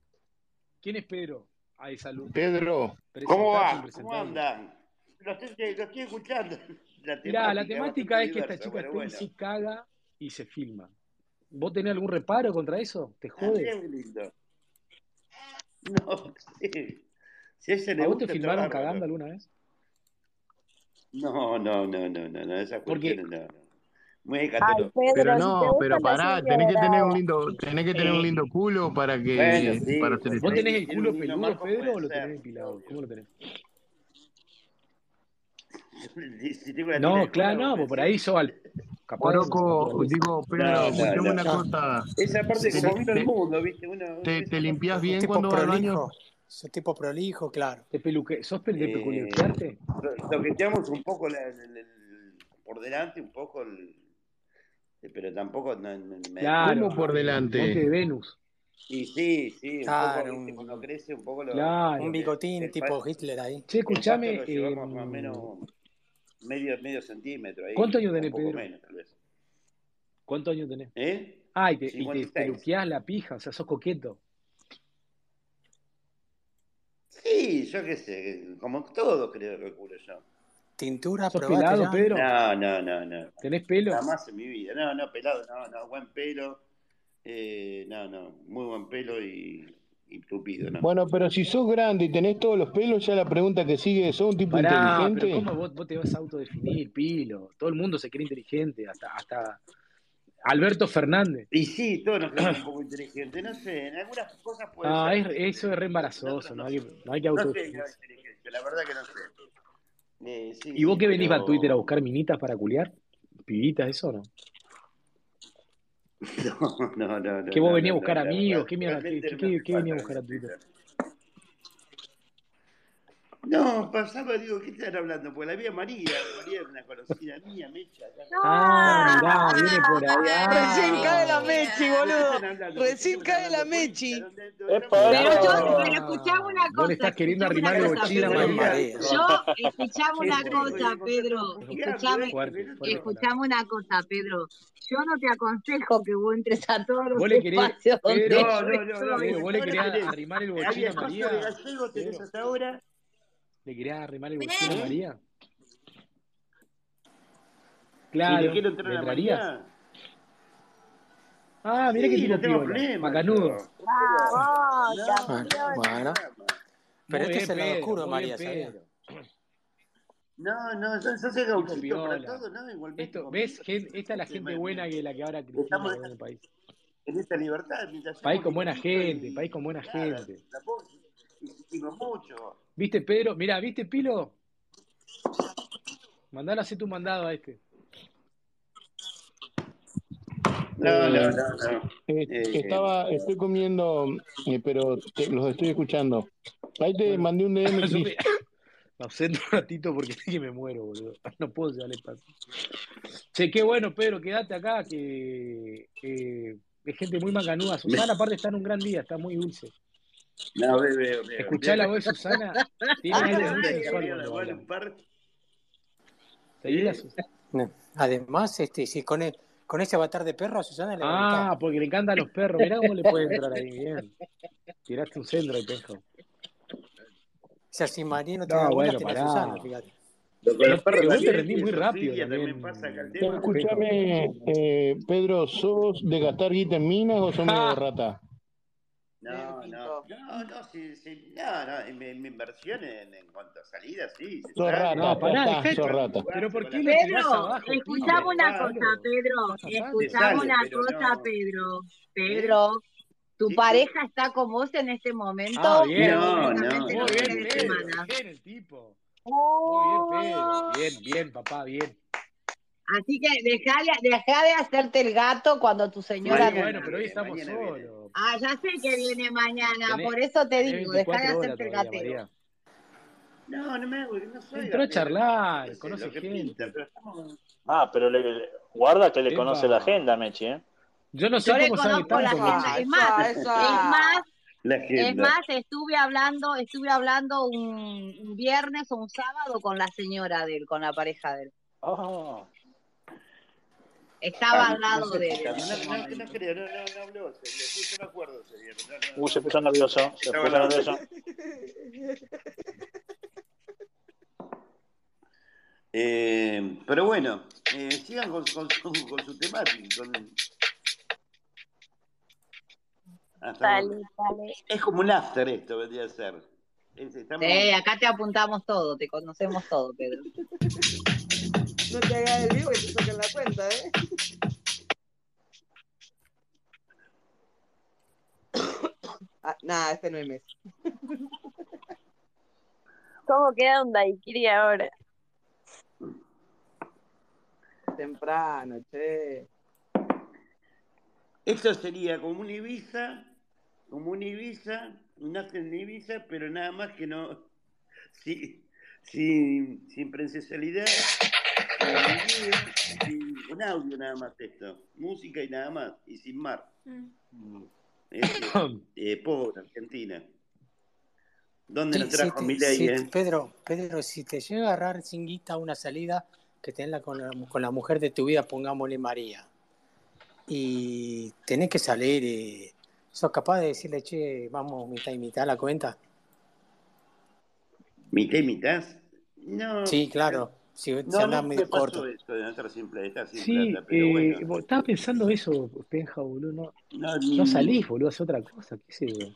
Speaker 11: ¿quién es Pedro? Ay, salud.
Speaker 1: Pedro.
Speaker 14: ¿Cómo
Speaker 11: Presentarte,
Speaker 14: va? ¿Cómo
Speaker 11: impresentable.
Speaker 14: andan? Lo estoy, lo estoy escuchando. La
Speaker 11: Mirá, la
Speaker 14: bastante
Speaker 11: temática es que esta
Speaker 14: diversa,
Speaker 11: chica
Speaker 14: bueno, bueno.
Speaker 11: Stacy caga y se filma. ¿Vos tenés algún reparo contra eso? ¿Te
Speaker 14: Ah,
Speaker 11: jode?
Speaker 14: mirá qué lindo. No, sí. Si a ella le
Speaker 11: ¿A vos
Speaker 14: gusta,
Speaker 11: te
Speaker 14: está
Speaker 11: filmaron
Speaker 14: bárbaro.
Speaker 11: cagando alguna vez?
Speaker 14: No, no, no, no, no, no, esas
Speaker 11: Porque-
Speaker 14: cuestiones no. no. Muy
Speaker 26: Ay,
Speaker 14: escatológico.
Speaker 1: Pero
Speaker 26: Pedro, si te
Speaker 1: no,
Speaker 26: gusta
Speaker 1: pero
Speaker 26: la
Speaker 1: pará,
Speaker 26: serie
Speaker 1: tenés que tener un
Speaker 26: dorada.
Speaker 1: lindo, tenés que tener un lindo culo para
Speaker 14: Bueno,
Speaker 1: que
Speaker 14: sí,
Speaker 1: para hacer
Speaker 14: pues
Speaker 1: eso.
Speaker 11: ¿Vos
Speaker 14: tenés
Speaker 11: tenés
Speaker 14: que
Speaker 11: el
Speaker 14: tener un
Speaker 11: culo
Speaker 14: lindo más
Speaker 11: peludo,
Speaker 14: como
Speaker 11: Pedro, o
Speaker 14: puede
Speaker 11: lo tenés
Speaker 14: ser.
Speaker 11: empilado? ¿Cómo lo tenés?
Speaker 14: Si tengo la tira
Speaker 11: No,
Speaker 14: de
Speaker 11: claro,
Speaker 14: culo,
Speaker 11: no, pues por ahí sos al... capaz de
Speaker 1: Oroco,
Speaker 11: naturaleza.
Speaker 1: digo, Pedro,
Speaker 14: No, no,
Speaker 1: escuchame
Speaker 14: no.
Speaker 1: una cosa.
Speaker 14: Esa parte
Speaker 1: ¿Te,
Speaker 14: como
Speaker 1: li-
Speaker 14: vino el
Speaker 1: te,
Speaker 14: mundo, ¿viste? Uno,
Speaker 1: te, te limpiás
Speaker 5: Un
Speaker 1: bien
Speaker 5: tipo
Speaker 1: cuando vas al baño?
Speaker 5: prolijo. Es un tipo prolijo, claro.
Speaker 11: ¿Te peluque... ¿Sos pel- de
Speaker 14: eh,
Speaker 11: peluquearte?
Speaker 14: to- toqueteamos un poco la- la- la- la- por delante, un poco, el- eh, pero tampoco no- no- me-
Speaker 11: Claro,
Speaker 1: ¿Cómo por
Speaker 11: monte
Speaker 1: delante?
Speaker 11: de Venus.
Speaker 14: Y sí, sí, un poco,
Speaker 5: Claro,
Speaker 14: ¿viste? Cuando
Speaker 5: un,
Speaker 14: crece un poco lo,
Speaker 5: un
Speaker 11: Claro.
Speaker 5: bigotín
Speaker 14: el, pa-
Speaker 5: tipo Hitler ahí.
Speaker 11: Che,
Speaker 14: el pasto
Speaker 11: escuchame,
Speaker 14: lo llevamos más o
Speaker 11: eh,
Speaker 14: menos medio, medio centímetro
Speaker 11: ¿cuántos
Speaker 14: ahí,
Speaker 11: años
Speaker 14: un
Speaker 11: tenés,
Speaker 14: poco
Speaker 11: Pedro?
Speaker 14: menos tal vez.
Speaker 11: ¿Cuántos años tenés?
Speaker 14: ¿Eh?
Speaker 11: Ah, y te, y te
Speaker 14: 56.
Speaker 11: peluqueás la pija, o sea, sos coqueto.
Speaker 14: Sí, yo qué sé, como todo creo que ocurre yo.
Speaker 5: Tintura,
Speaker 11: ¿Sos
Speaker 5: probate
Speaker 11: pelado,
Speaker 5: ya.
Speaker 11: Pedro?
Speaker 14: No, no, no, no.
Speaker 11: ¿Tenés pelo?
Speaker 14: Jamás en mi vida. No, no, pelado, no, no, buen pelo. Eh, no, no, muy buen pelo y, y tupido, ¿no?
Speaker 1: Bueno, pero si sos grande y tenés todos los pelos, ya la pregunta que sigue, ¿sos un tipo
Speaker 11: Pará, pero
Speaker 1: inteligente?
Speaker 11: ¿cómo vos, vos te vas a autodefinir, pilo? Todo el mundo se cree inteligente, hasta, hasta Alberto Fernández.
Speaker 14: Y sí, todos nos creemos un poco inteligentes. No sé, en algunas cosas puede
Speaker 11: Ah,
Speaker 14: ser.
Speaker 11: es, eso es re
Speaker 14: En otras
Speaker 11: embarazoso,
Speaker 14: no
Speaker 11: no hay
Speaker 14: sé.
Speaker 11: que, no hay que
Speaker 14: No sé qué
Speaker 11: autodefinirse.
Speaker 14: es inteligencia, la verdad que no sé. Eh, sí,
Speaker 11: ¿Y vos
Speaker 14: sí,
Speaker 11: qué venís a Twitter a
Speaker 14: pero.
Speaker 11: buscar minitas para culiar? ¿Pibitas, eso no?
Speaker 14: No, no, no, no,
Speaker 11: ¿Que vos
Speaker 14: no,
Speaker 11: venías
Speaker 14: no,
Speaker 11: a buscar
Speaker 14: no, la
Speaker 11: amigos?
Speaker 14: verdad,
Speaker 11: ¿Qué mierda? ¿Qué,
Speaker 14: realmente
Speaker 11: qué,
Speaker 14: no me
Speaker 11: qué,
Speaker 14: hace
Speaker 11: qué venías a
Speaker 14: falta
Speaker 11: buscar
Speaker 14: ver
Speaker 11: a Twitter?
Speaker 14: Twitter. No, pasaba, digo, ¿qué están hablando? Pues la vi a María, María era una conocida mía, Mecha. acá.
Speaker 11: Ah, mirá, viene por ahí.
Speaker 10: Recién cae la
Speaker 11: Ah,
Speaker 10: Mechi,
Speaker 14: ¿De qué
Speaker 10: boludo.
Speaker 14: están hablando? ¿Por qué
Speaker 10: Recién
Speaker 14: están
Speaker 10: cae la
Speaker 14: hablando política?
Speaker 10: Mechi.
Speaker 14: ¿Dónde,
Speaker 6: ¡Epa,
Speaker 3: Pero yo,
Speaker 6: epa!
Speaker 3: pero escuchame una
Speaker 11: vos le
Speaker 3: cosa,
Speaker 11: estás queriendo
Speaker 3: escuchame una
Speaker 11: arrimar el
Speaker 3: cosa,
Speaker 11: bochín a
Speaker 3: Pedro.
Speaker 5: Gran
Speaker 11: María.
Speaker 5: María.
Speaker 3: Yo, escuchame
Speaker 14: ¿Qué
Speaker 3: una
Speaker 14: digo?
Speaker 3: cosa,
Speaker 14: Digo,
Speaker 3: Pedro,
Speaker 14: puteando
Speaker 3: escuchame,
Speaker 14: esto,
Speaker 11: Fuerte,
Speaker 14: que
Speaker 11: fuerte
Speaker 14: otro.
Speaker 11: palabra.
Speaker 3: escuchame una cosa, Pedro. Yo no te aconsejo que vos entres a todos los
Speaker 11: Vos le querés,
Speaker 3: espacios donde
Speaker 11: Pedro,
Speaker 14: No,
Speaker 3: yo
Speaker 14: no, no, no,
Speaker 3: estoy.
Speaker 11: Pedro,
Speaker 14: porque
Speaker 11: vos le
Speaker 14: ahora
Speaker 11: querías
Speaker 14: tenés.
Speaker 11: arrimar el
Speaker 14: Había
Speaker 11: bochín a
Speaker 14: espacio de
Speaker 11: María.
Speaker 14: gallego, tenés
Speaker 11: Pedro,
Speaker 14: hasta ahora.
Speaker 11: ¿le querías arrimar el bochín a
Speaker 14: ¿Eh?
Speaker 11: María?
Speaker 14: ¿Y le
Speaker 11: Claro,
Speaker 14: quiero entrar
Speaker 11: ¿le
Speaker 14: a la
Speaker 11: entrarías?
Speaker 14: María?
Speaker 11: Ah, mirá que
Speaker 14: Sí,
Speaker 11: tipo
Speaker 14: no tengo
Speaker 11: piola,
Speaker 14: problema
Speaker 11: macanudo.
Speaker 14: yo. Pero,
Speaker 26: ¡Bravo,
Speaker 5: Bueno,
Speaker 14: no, no
Speaker 26: campeón!
Speaker 14: hay
Speaker 5: bueno.
Speaker 14: problema.
Speaker 5: Pero este
Speaker 11: Muy
Speaker 5: es
Speaker 11: bien,
Speaker 5: el lado
Speaker 11: Pedro,
Speaker 5: oscuro de
Speaker 11: muy bien,
Speaker 5: María, ¿sabía?
Speaker 11: Pedro.
Speaker 14: No, no, yo, yo
Speaker 11: Tipo
Speaker 14: soy gauchito para
Speaker 11: piola.
Speaker 14: todo, ¿no? Igualmente
Speaker 11: Esto,
Speaker 14: conmigo.
Speaker 11: ¿ves? Gen- esta es la
Speaker 14: Sí,
Speaker 11: gente
Speaker 14: me-
Speaker 11: buena
Speaker 14: me-
Speaker 11: que la que ahora Cristina
Speaker 14: Estamos
Speaker 11: gobierna el país.
Speaker 14: en esta libertad, mientras
Speaker 11: País
Speaker 14: seamos
Speaker 11: con buena
Speaker 14: libertitos
Speaker 11: gente,
Speaker 14: y
Speaker 11: país con buena
Speaker 14: nada,
Speaker 11: gente.
Speaker 14: tampoco insistimos mucho.
Speaker 11: ¿Viste, Pedro? Mirá, ¿viste, Pilo? Mandale a hacer tu mandado a este.
Speaker 14: No, no,
Speaker 1: Eh,
Speaker 14: no, no.
Speaker 1: eh,
Speaker 14: Eh,
Speaker 1: estaba, estoy comiendo, eh, pero te- los estoy escuchando. Ahí te
Speaker 11: Bueno,
Speaker 1: mandé un DM,
Speaker 11: yo
Speaker 1: Cris.
Speaker 11: me, me ausento un ratito porque sé que me muero, boludo. No puedo llevar el espacio. Che, qué bueno, Pedro, quédate acá, que eh, de gente muy macanuda. Susana, aparte, está en un gran día, está muy dulce.
Speaker 14: No, ve, veo, veo.
Speaker 11: Escuchá la voz de Susana. Tiene
Speaker 14: Ah,
Speaker 11: aire
Speaker 14: no,
Speaker 11: muy
Speaker 14: ve,
Speaker 11: sensual
Speaker 14: querida,
Speaker 11: cuando
Speaker 14: bueno,
Speaker 11: habla.
Speaker 14: par-
Speaker 11: Seguila, Susana.
Speaker 5: No. Además, este, si con, el- con ese avatar de perro a Susana le va a
Speaker 11: Ah, porque le encantan los perros. Mirá cómo le puede entrar ahí. Bien. Tiraste un centro al pejo.
Speaker 5: gustar. Si María no te
Speaker 11: No,
Speaker 5: da bolas,
Speaker 11: bueno,
Speaker 5: te la
Speaker 11: pará.
Speaker 5: Susana, fíjate.
Speaker 14: Lo con los perros
Speaker 11: Pero vos te
Speaker 14: calientes,
Speaker 11: rendís muy
Speaker 14: eso,
Speaker 11: rápido
Speaker 14: Silvia,
Speaker 11: también.
Speaker 14: pasa acá el tema.
Speaker 11: Pejo.
Speaker 1: Escuchame, eh, Pedro, ¿sos de gastar guita en minas o sos
Speaker 11: Ah.
Speaker 1: medio rata?
Speaker 14: No, no, no, no, sí, sí, no, no, en, en mi inversión en, en cuanto a salida, sí, se
Speaker 1: Sos
Speaker 14: sale.
Speaker 1: rata,
Speaker 11: No,
Speaker 1: ya
Speaker 11: pará,
Speaker 1: está,
Speaker 11: dejá-
Speaker 1: sos rata.
Speaker 11: Pero ¿por qué
Speaker 14: Pedro,
Speaker 11: lo tirás abajo?
Speaker 14: escuchame
Speaker 11: pibe?
Speaker 14: una cosa,
Speaker 11: Claro.
Speaker 3: Pedro,
Speaker 11: Estás atando.
Speaker 14: sale,
Speaker 3: escuchame una
Speaker 14: pero
Speaker 3: cosa,
Speaker 14: no.
Speaker 3: Pedro.
Speaker 14: ¿Eh?
Speaker 3: Pedro, ¿tu
Speaker 14: Sí, sí.
Speaker 3: pareja está con vos en este
Speaker 11: Ah,
Speaker 3: momento?
Speaker 11: bien,
Speaker 14: No,
Speaker 11: bien.
Speaker 14: no,
Speaker 3: Seguramente
Speaker 11: Muy
Speaker 3: los
Speaker 14: no,
Speaker 11: bien,
Speaker 3: fines de
Speaker 11: Pedro.
Speaker 3: semana.
Speaker 11: Bien el tipo. Muy bien, Pedro. Bien, bien, papá, bien.
Speaker 3: Así que dejale, dejá de hacerte el gato cuando tu señora
Speaker 11: Sí,
Speaker 14: Mañana
Speaker 11: bueno,
Speaker 3: venga.
Speaker 11: pero hoy
Speaker 14: viene,
Speaker 11: estamos
Speaker 14: mañana viene.
Speaker 11: solos.
Speaker 3: Ah, ya sé que viene mañana,
Speaker 11: Tenés,
Speaker 3: por eso te
Speaker 11: tenés
Speaker 3: digo, dejá
Speaker 11: 24
Speaker 3: de
Speaker 11: horas
Speaker 3: hacerte el
Speaker 11: todavía,
Speaker 3: gatero.
Speaker 11: María.
Speaker 14: No, no me hago, no
Speaker 11: Entrá
Speaker 14: soy
Speaker 11: a
Speaker 14: gatero, no sé, yo qué
Speaker 11: charlar,
Speaker 14: sé,
Speaker 11: conoce
Speaker 14: lo que pinta,
Speaker 11: gente.
Speaker 14: pero estamos...
Speaker 6: Ah, pero le, le- guarda que le conoce
Speaker 11: Epa.
Speaker 6: la agenda, Mechi, ¿eh?
Speaker 11: Yo no
Speaker 3: Yo
Speaker 11: sé
Speaker 3: le
Speaker 11: cómo sabe
Speaker 3: conozco la
Speaker 11: tanto, Mechi.
Speaker 14: Ah,
Speaker 3: agenda,
Speaker 10: Esa,
Speaker 3: es más,
Speaker 10: esa,
Speaker 3: es más,
Speaker 10: esa.
Speaker 14: La
Speaker 3: es
Speaker 14: agenda.
Speaker 3: más, estuve hablando, estuve hablando un, un viernes o un sábado con la señora de él, con la pareja de él.
Speaker 6: Oh.
Speaker 14: Ah,
Speaker 3: Estaba
Speaker 14: no
Speaker 3: al lado
Speaker 14: sé
Speaker 3: de
Speaker 14: si
Speaker 3: él en
Speaker 14: cambió,
Speaker 3: ese
Speaker 14: no, no, no
Speaker 3: momento.
Speaker 14: creo, no, no, no habló, se- sí, yo me acuerdo ese día, pero no,
Speaker 6: Uh,
Speaker 14: no,
Speaker 6: se puso nervioso, se
Speaker 14: estaba
Speaker 6: puso
Speaker 14: la-
Speaker 6: nervioso.
Speaker 14: Eh, pero bueno, eh, sigan con, con su, con su temática. con- hasta-
Speaker 28: Dale, dale.
Speaker 14: Ah, es como un after esto, vendría a ser. Es-
Speaker 3: Sí,
Speaker 14: estamos,
Speaker 3: acá te apuntamos todo, te conocemos todo, Pedro.
Speaker 10: No te hagas el vivo que te toquen la cuenta, ¿eh? Ah, nada, este no es mes.
Speaker 28: ¿Cómo queda un daiquiri ahora?
Speaker 10: Temprano, che.
Speaker 14: esto sería como un Ibiza, como un Ibiza, un after en Ibiza, pero nada más que no. sí, sin, sin presencialidad, sin video, sin- con audio nada más esto. Música y nada más, y sin mar.
Speaker 16: Mm.
Speaker 14: Este, eh, pobre Argentina. ¿Dónde
Speaker 5: Sí,
Speaker 14: nos
Speaker 5: sí,
Speaker 14: trajo
Speaker 5: te-
Speaker 14: Milei,
Speaker 5: sí,
Speaker 14: eh?
Speaker 5: Pedro, Pedro, si te llega a agarrar sin guita una salida que tenla con la, con la mujer de tu vida, pongámosle María, y tenés que salir y sos capaz de decirle, che, vamos mitad y mitad la cuenta.
Speaker 14: ¿Mitad y mitad? No,
Speaker 5: Sí, claro, si, si
Speaker 14: no,
Speaker 5: andás
Speaker 14: nunca
Speaker 5: medio
Speaker 14: pasó
Speaker 5: corto.
Speaker 14: eso de estar sin plata, estar sin
Speaker 11: Sí,
Speaker 14: plata, pero
Speaker 11: eh,
Speaker 14: bueno.
Speaker 11: vos estaba pensando eso, Penja, boludo. No,
Speaker 14: No,
Speaker 11: no
Speaker 14: mm,
Speaker 11: salís, boludo, es otra cosa, qué sé yo.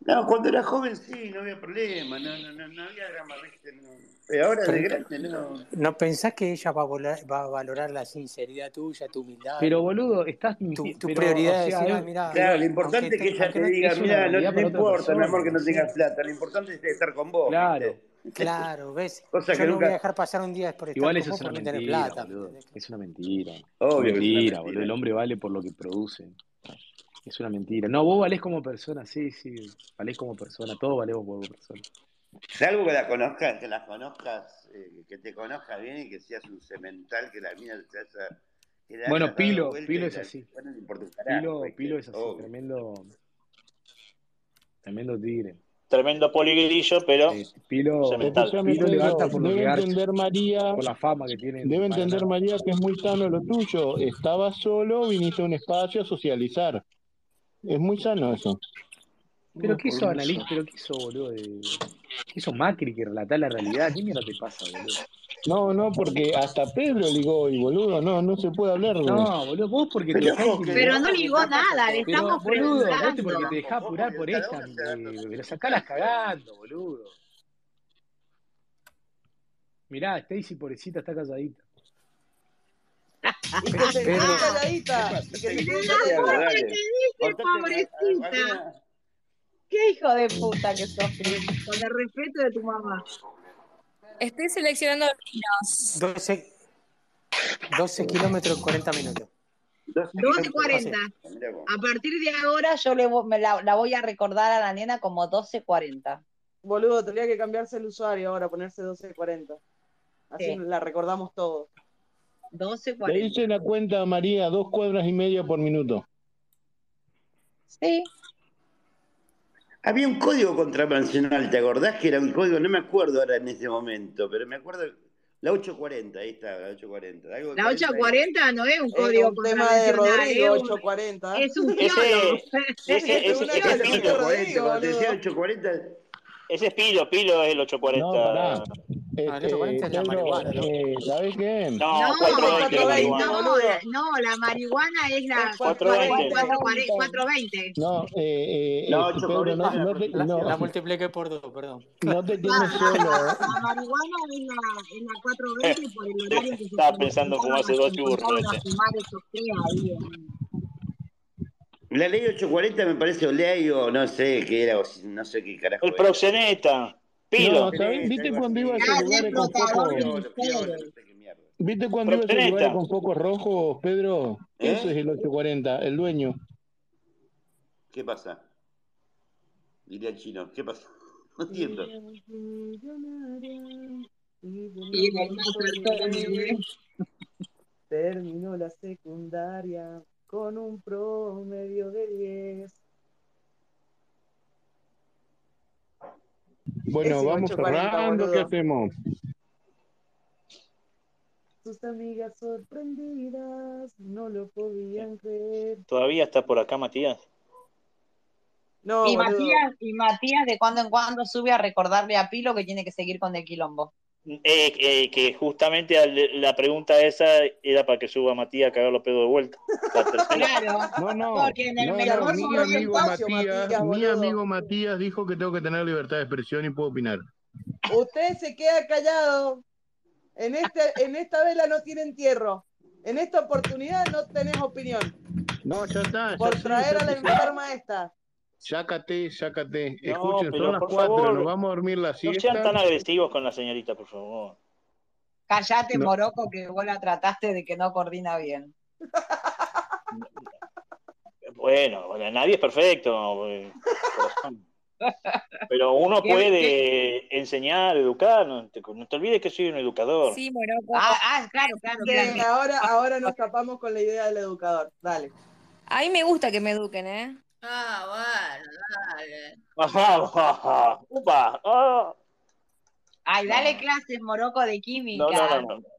Speaker 14: no, cuando era joven sí, no había problema, no, no, no, no había drama, ¿viste? No. Pero ahora de
Speaker 5: Pero
Speaker 14: grande no.
Speaker 5: no pensás que ella va a, volar- va a valorar la sinceridad tuya, tu humildad,
Speaker 11: Pero, boludo, estás
Speaker 5: tu,
Speaker 11: mintiendo.
Speaker 5: tu
Speaker 11: Pero, o
Speaker 5: prioridad de
Speaker 11: sea,
Speaker 5: decir, ah,
Speaker 11: es,
Speaker 5: mira,
Speaker 14: Claro, lo
Speaker 5: aunque,
Speaker 14: importante es
Speaker 5: te-
Speaker 14: que ella
Speaker 5: aunque
Speaker 14: te
Speaker 5: no,
Speaker 14: diga,
Speaker 11: es una
Speaker 14: mira, no,
Speaker 11: realidad
Speaker 14: no
Speaker 11: para otra
Speaker 14: importa, mi amor,
Speaker 11: persona,
Speaker 14: que no tengas
Speaker 11: sí.
Speaker 14: plata, lo importante es estar con vos,
Speaker 11: Claro.
Speaker 14: ¿viste?
Speaker 5: claro, ves,
Speaker 14: Cosa
Speaker 5: yo
Speaker 14: que
Speaker 5: no voy a
Speaker 14: nunca,
Speaker 5: dejar pasar un día por estar
Speaker 11: Igual
Speaker 5: con
Speaker 11: eso
Speaker 5: vos
Speaker 11: es una
Speaker 5: porque no tenés
Speaker 11: mentira,
Speaker 5: plata, ¿me
Speaker 11: boludo.
Speaker 5: entendés?
Speaker 11: Es una mentira. Es
Speaker 14: obvio que es una
Speaker 11: mentira, boludo. El
Speaker 14: mentira.
Speaker 11: hombre vale por lo que produce. Es una mentira. No, vos valés como persona, sí, sí. Valés como persona. Todos valemos como persona.
Speaker 14: Salvo que la conozcas, que la conozcas, eh, que te conozcas bien y que seas un cemental, que la mina te haya, que le
Speaker 11: Bueno,
Speaker 14: hayas dado
Speaker 11: Pilo,
Speaker 14: vuelta
Speaker 11: Pilo
Speaker 14: y
Speaker 11: es
Speaker 14: la
Speaker 11: así.
Speaker 14: bueno, no importa un carajo,
Speaker 11: Pilo, Pilo
Speaker 14: ¿viste?
Speaker 11: es así.
Speaker 14: pues, Obvio.
Speaker 11: Tremendo, tremendo tigre.
Speaker 6: Tremendo poligrillo, pero
Speaker 11: Eh, Pilo,
Speaker 6: cemental.
Speaker 1: Escuchame,
Speaker 11: Pilo levanta
Speaker 1: Pedro,
Speaker 11: por lo
Speaker 1: debe
Speaker 11: que garcha,
Speaker 1: entender María,
Speaker 11: por la fama que tiene en
Speaker 1: debe entender
Speaker 11: Paraná.
Speaker 1: María que es muy sano lo tuyo. Estabas solo, viniste a un espacio a socializar. Es muy sano eso.
Speaker 11: Pero
Speaker 14: No,
Speaker 11: ¿qué
Speaker 14: por
Speaker 11: hizo
Speaker 14: un
Speaker 11: analista?
Speaker 14: beso.
Speaker 11: ¿Pero qué hizo, boludo? De... ¿Qué hizo Macri que relatar la realidad? ¿Qué mierda te pasa, boludo?
Speaker 1: No, no, porque hasta Pedro ligó hoy, boludo. No, no se puede hablar de...
Speaker 11: No, boludo, vos porque te
Speaker 14: Pero
Speaker 11: dejás
Speaker 14: ojo, que
Speaker 3: Pero
Speaker 11: intimidar.
Speaker 3: no
Speaker 14: ojo, que
Speaker 3: ligó
Speaker 14: tampoco
Speaker 3: nada, le
Speaker 14: todos
Speaker 11: Pero,
Speaker 3: estamos
Speaker 11: boludo, vos te porque te
Speaker 3: preguntando.
Speaker 11: dejás
Speaker 14: tampoco,
Speaker 11: apurar
Speaker 14: porque
Speaker 11: por
Speaker 14: cada
Speaker 11: esta,
Speaker 14: uno se da dando
Speaker 11: me,
Speaker 14: su
Speaker 11: me lo sacá las
Speaker 14: explicación.
Speaker 11: cagando, boludo. Mirá, Stacy, pobrecita, está calladita.
Speaker 10: Y
Speaker 11: Pe-
Speaker 10: que se quede
Speaker 11: Pedro,
Speaker 14: ¿Qué
Speaker 10: calladita.
Speaker 14: pasa?
Speaker 10: Y que
Speaker 14: Te
Speaker 10: se quede
Speaker 14: dijiste que habla,
Speaker 10: calladita.
Speaker 3: Puta que
Speaker 14: dale.
Speaker 3: dice,
Speaker 14: Cortate a- a-
Speaker 3: pobrecita.
Speaker 14: alguna.
Speaker 3: Qué hijo de puta que sos, Cris, con el respeto de tu mamá.
Speaker 7: Estoy seleccionando vinos.
Speaker 5: 12, 12 kilómetros 40 minutos.
Speaker 14: 12 kilómetros.
Speaker 3: 12.40.
Speaker 5: Así.
Speaker 14: Mirá vos.
Speaker 3: A partir de ahora yo le, vo- me la, la voy a recordar a la nena como 12.40.
Speaker 10: Boludo, tendría que cambiarse el usuario ahora, ponerse 1240. Así
Speaker 3: Sí.
Speaker 10: la recordamos todos.
Speaker 1: Le
Speaker 3: 12.40.
Speaker 1: hice la cuenta a María, dos cuadras y media por minuto.
Speaker 3: Sí.
Speaker 14: Había un código contravencional, ¿te acordás que era un código? No me acuerdo ahora en este momento, pero me acuerdo. La 840, ahí está, la 840. Algo
Speaker 3: La
Speaker 14: 40,
Speaker 3: 840 no es un
Speaker 14: Es
Speaker 3: código
Speaker 14: un tema de
Speaker 3: contravencional.
Speaker 6: eh,
Speaker 14: Rodrigo,
Speaker 3: es un-
Speaker 10: 840.
Speaker 3: Es un
Speaker 14: Ese-
Speaker 3: piolo.
Speaker 14: Ese ese-
Speaker 3: Es un
Speaker 14: ese es
Speaker 3: piolo.
Speaker 14: Pilo, cuando te decía 840.
Speaker 6: Ese es Pilo, Pilo es el 840.
Speaker 1: No, Este, Pedro, eh, ¿sabés qué?
Speaker 6: No, 420 la marihuana.
Speaker 3: No, la, no, la marihuana es la
Speaker 6: 420.
Speaker 3: 440, 420.
Speaker 1: No, eh, eh,
Speaker 5: No,
Speaker 1: este,
Speaker 5: ocho
Speaker 1: Pedro, no,
Speaker 5: cuarenta,
Speaker 1: no te,
Speaker 5: La,
Speaker 1: no,
Speaker 5: la multipliqué por dos, perdón.
Speaker 1: no te quedes solo.
Speaker 3: Ah,
Speaker 10: ¿eh?
Speaker 3: La marihuana es la, es la 420 por el horario que se
Speaker 6: Estaba pensando en fumarse dos churros.
Speaker 3: empezaron a
Speaker 6: ese.
Speaker 3: fumar esos tres ahí. ¿eh? en-
Speaker 14: La ley 840 me parece o ley o no sé qué era, o si- no sé qué carajo.
Speaker 6: El proxeneta,
Speaker 1: No,
Speaker 6: Pilo.
Speaker 1: ¿sabés? ¿Viste cuando iba a esos lugares con focos? ¿Viste cuando iba a esos
Speaker 6: Proxeneta.
Speaker 1: lugares con focos rojos, Pedro? Eso es el 840, el dueño.
Speaker 14: ¿Qué pasa? Diría el chino, ¿qué pasa? No entiendo.
Speaker 3: Y en el más cercano,
Speaker 10: Terminó la secundaria con un promedio de 10.
Speaker 1: Bueno,
Speaker 10: Ese
Speaker 1: vamos
Speaker 10: 840,
Speaker 1: cerrando,
Speaker 10: boludo.
Speaker 1: ¿qué hacemos?
Speaker 10: Sus amigas sorprendidas no lo podían creer.
Speaker 11: Este,
Speaker 6: Todavía está por acá, Matías.
Speaker 10: No,
Speaker 3: y,
Speaker 10: boludo.
Speaker 3: Matías, y Matías de cuando en cuando sube a recordarle a Pilo que tiene que seguir con el quilombo.
Speaker 6: Eh, eh, que justamente al- la pregunta esa era para que suba Matías a cagar los pedos de vuelta. La tercera.
Speaker 3: Claro.
Speaker 1: No, no.
Speaker 3: Porque en el
Speaker 1: No,
Speaker 3: medio
Speaker 1: no,
Speaker 3: no,
Speaker 1: mi
Speaker 3: hay
Speaker 1: amigo
Speaker 3: espacio,
Speaker 1: Matías,
Speaker 3: Matías,
Speaker 1: mi
Speaker 3: boludo.
Speaker 1: amigo Matías dijo que tengo que tener libertad de expresión y puedo opinar.
Speaker 10: Usted se queda callado. En, este, en esta vela no tiene entierro. En esta oportunidad no tenés opinión.
Speaker 1: No, ya está.
Speaker 10: Por
Speaker 1: ya,
Speaker 10: traer a la
Speaker 1: sácate,
Speaker 10: enferma esta.
Speaker 1: Sácate, sácate.
Speaker 6: No,
Speaker 1: Escuchen,
Speaker 6: pero
Speaker 1: son las
Speaker 6: por
Speaker 1: cuatro,
Speaker 6: favor,
Speaker 1: nos vamos a dormir la
Speaker 6: No
Speaker 1: siesta.
Speaker 6: sean tan agresivos con la señorita, por favor.
Speaker 3: Callate,
Speaker 1: No.
Speaker 3: Moroco, que vos la trataste de que no coordina bien.
Speaker 6: Bueno, bueno, nadie es perfecto. eh, corazón. Pero uno
Speaker 3: ¿Qué- qué?
Speaker 6: puede enseñar, educar. No te, no te olvides que soy un educador.
Speaker 3: Moroco. Ah, ah, claro, claro.
Speaker 10: Sí,
Speaker 3: claro.
Speaker 10: ahora, ahora nos escapamos con la idea del educador. Dale.
Speaker 7: A mí me gusta que me eduquen, ¿eh?
Speaker 29: Ah, bueno, dale.
Speaker 6: Ajá, ajá, upa, ah.
Speaker 3: Ay, dale clases, Moroco, de química.
Speaker 6: No, no, no, no.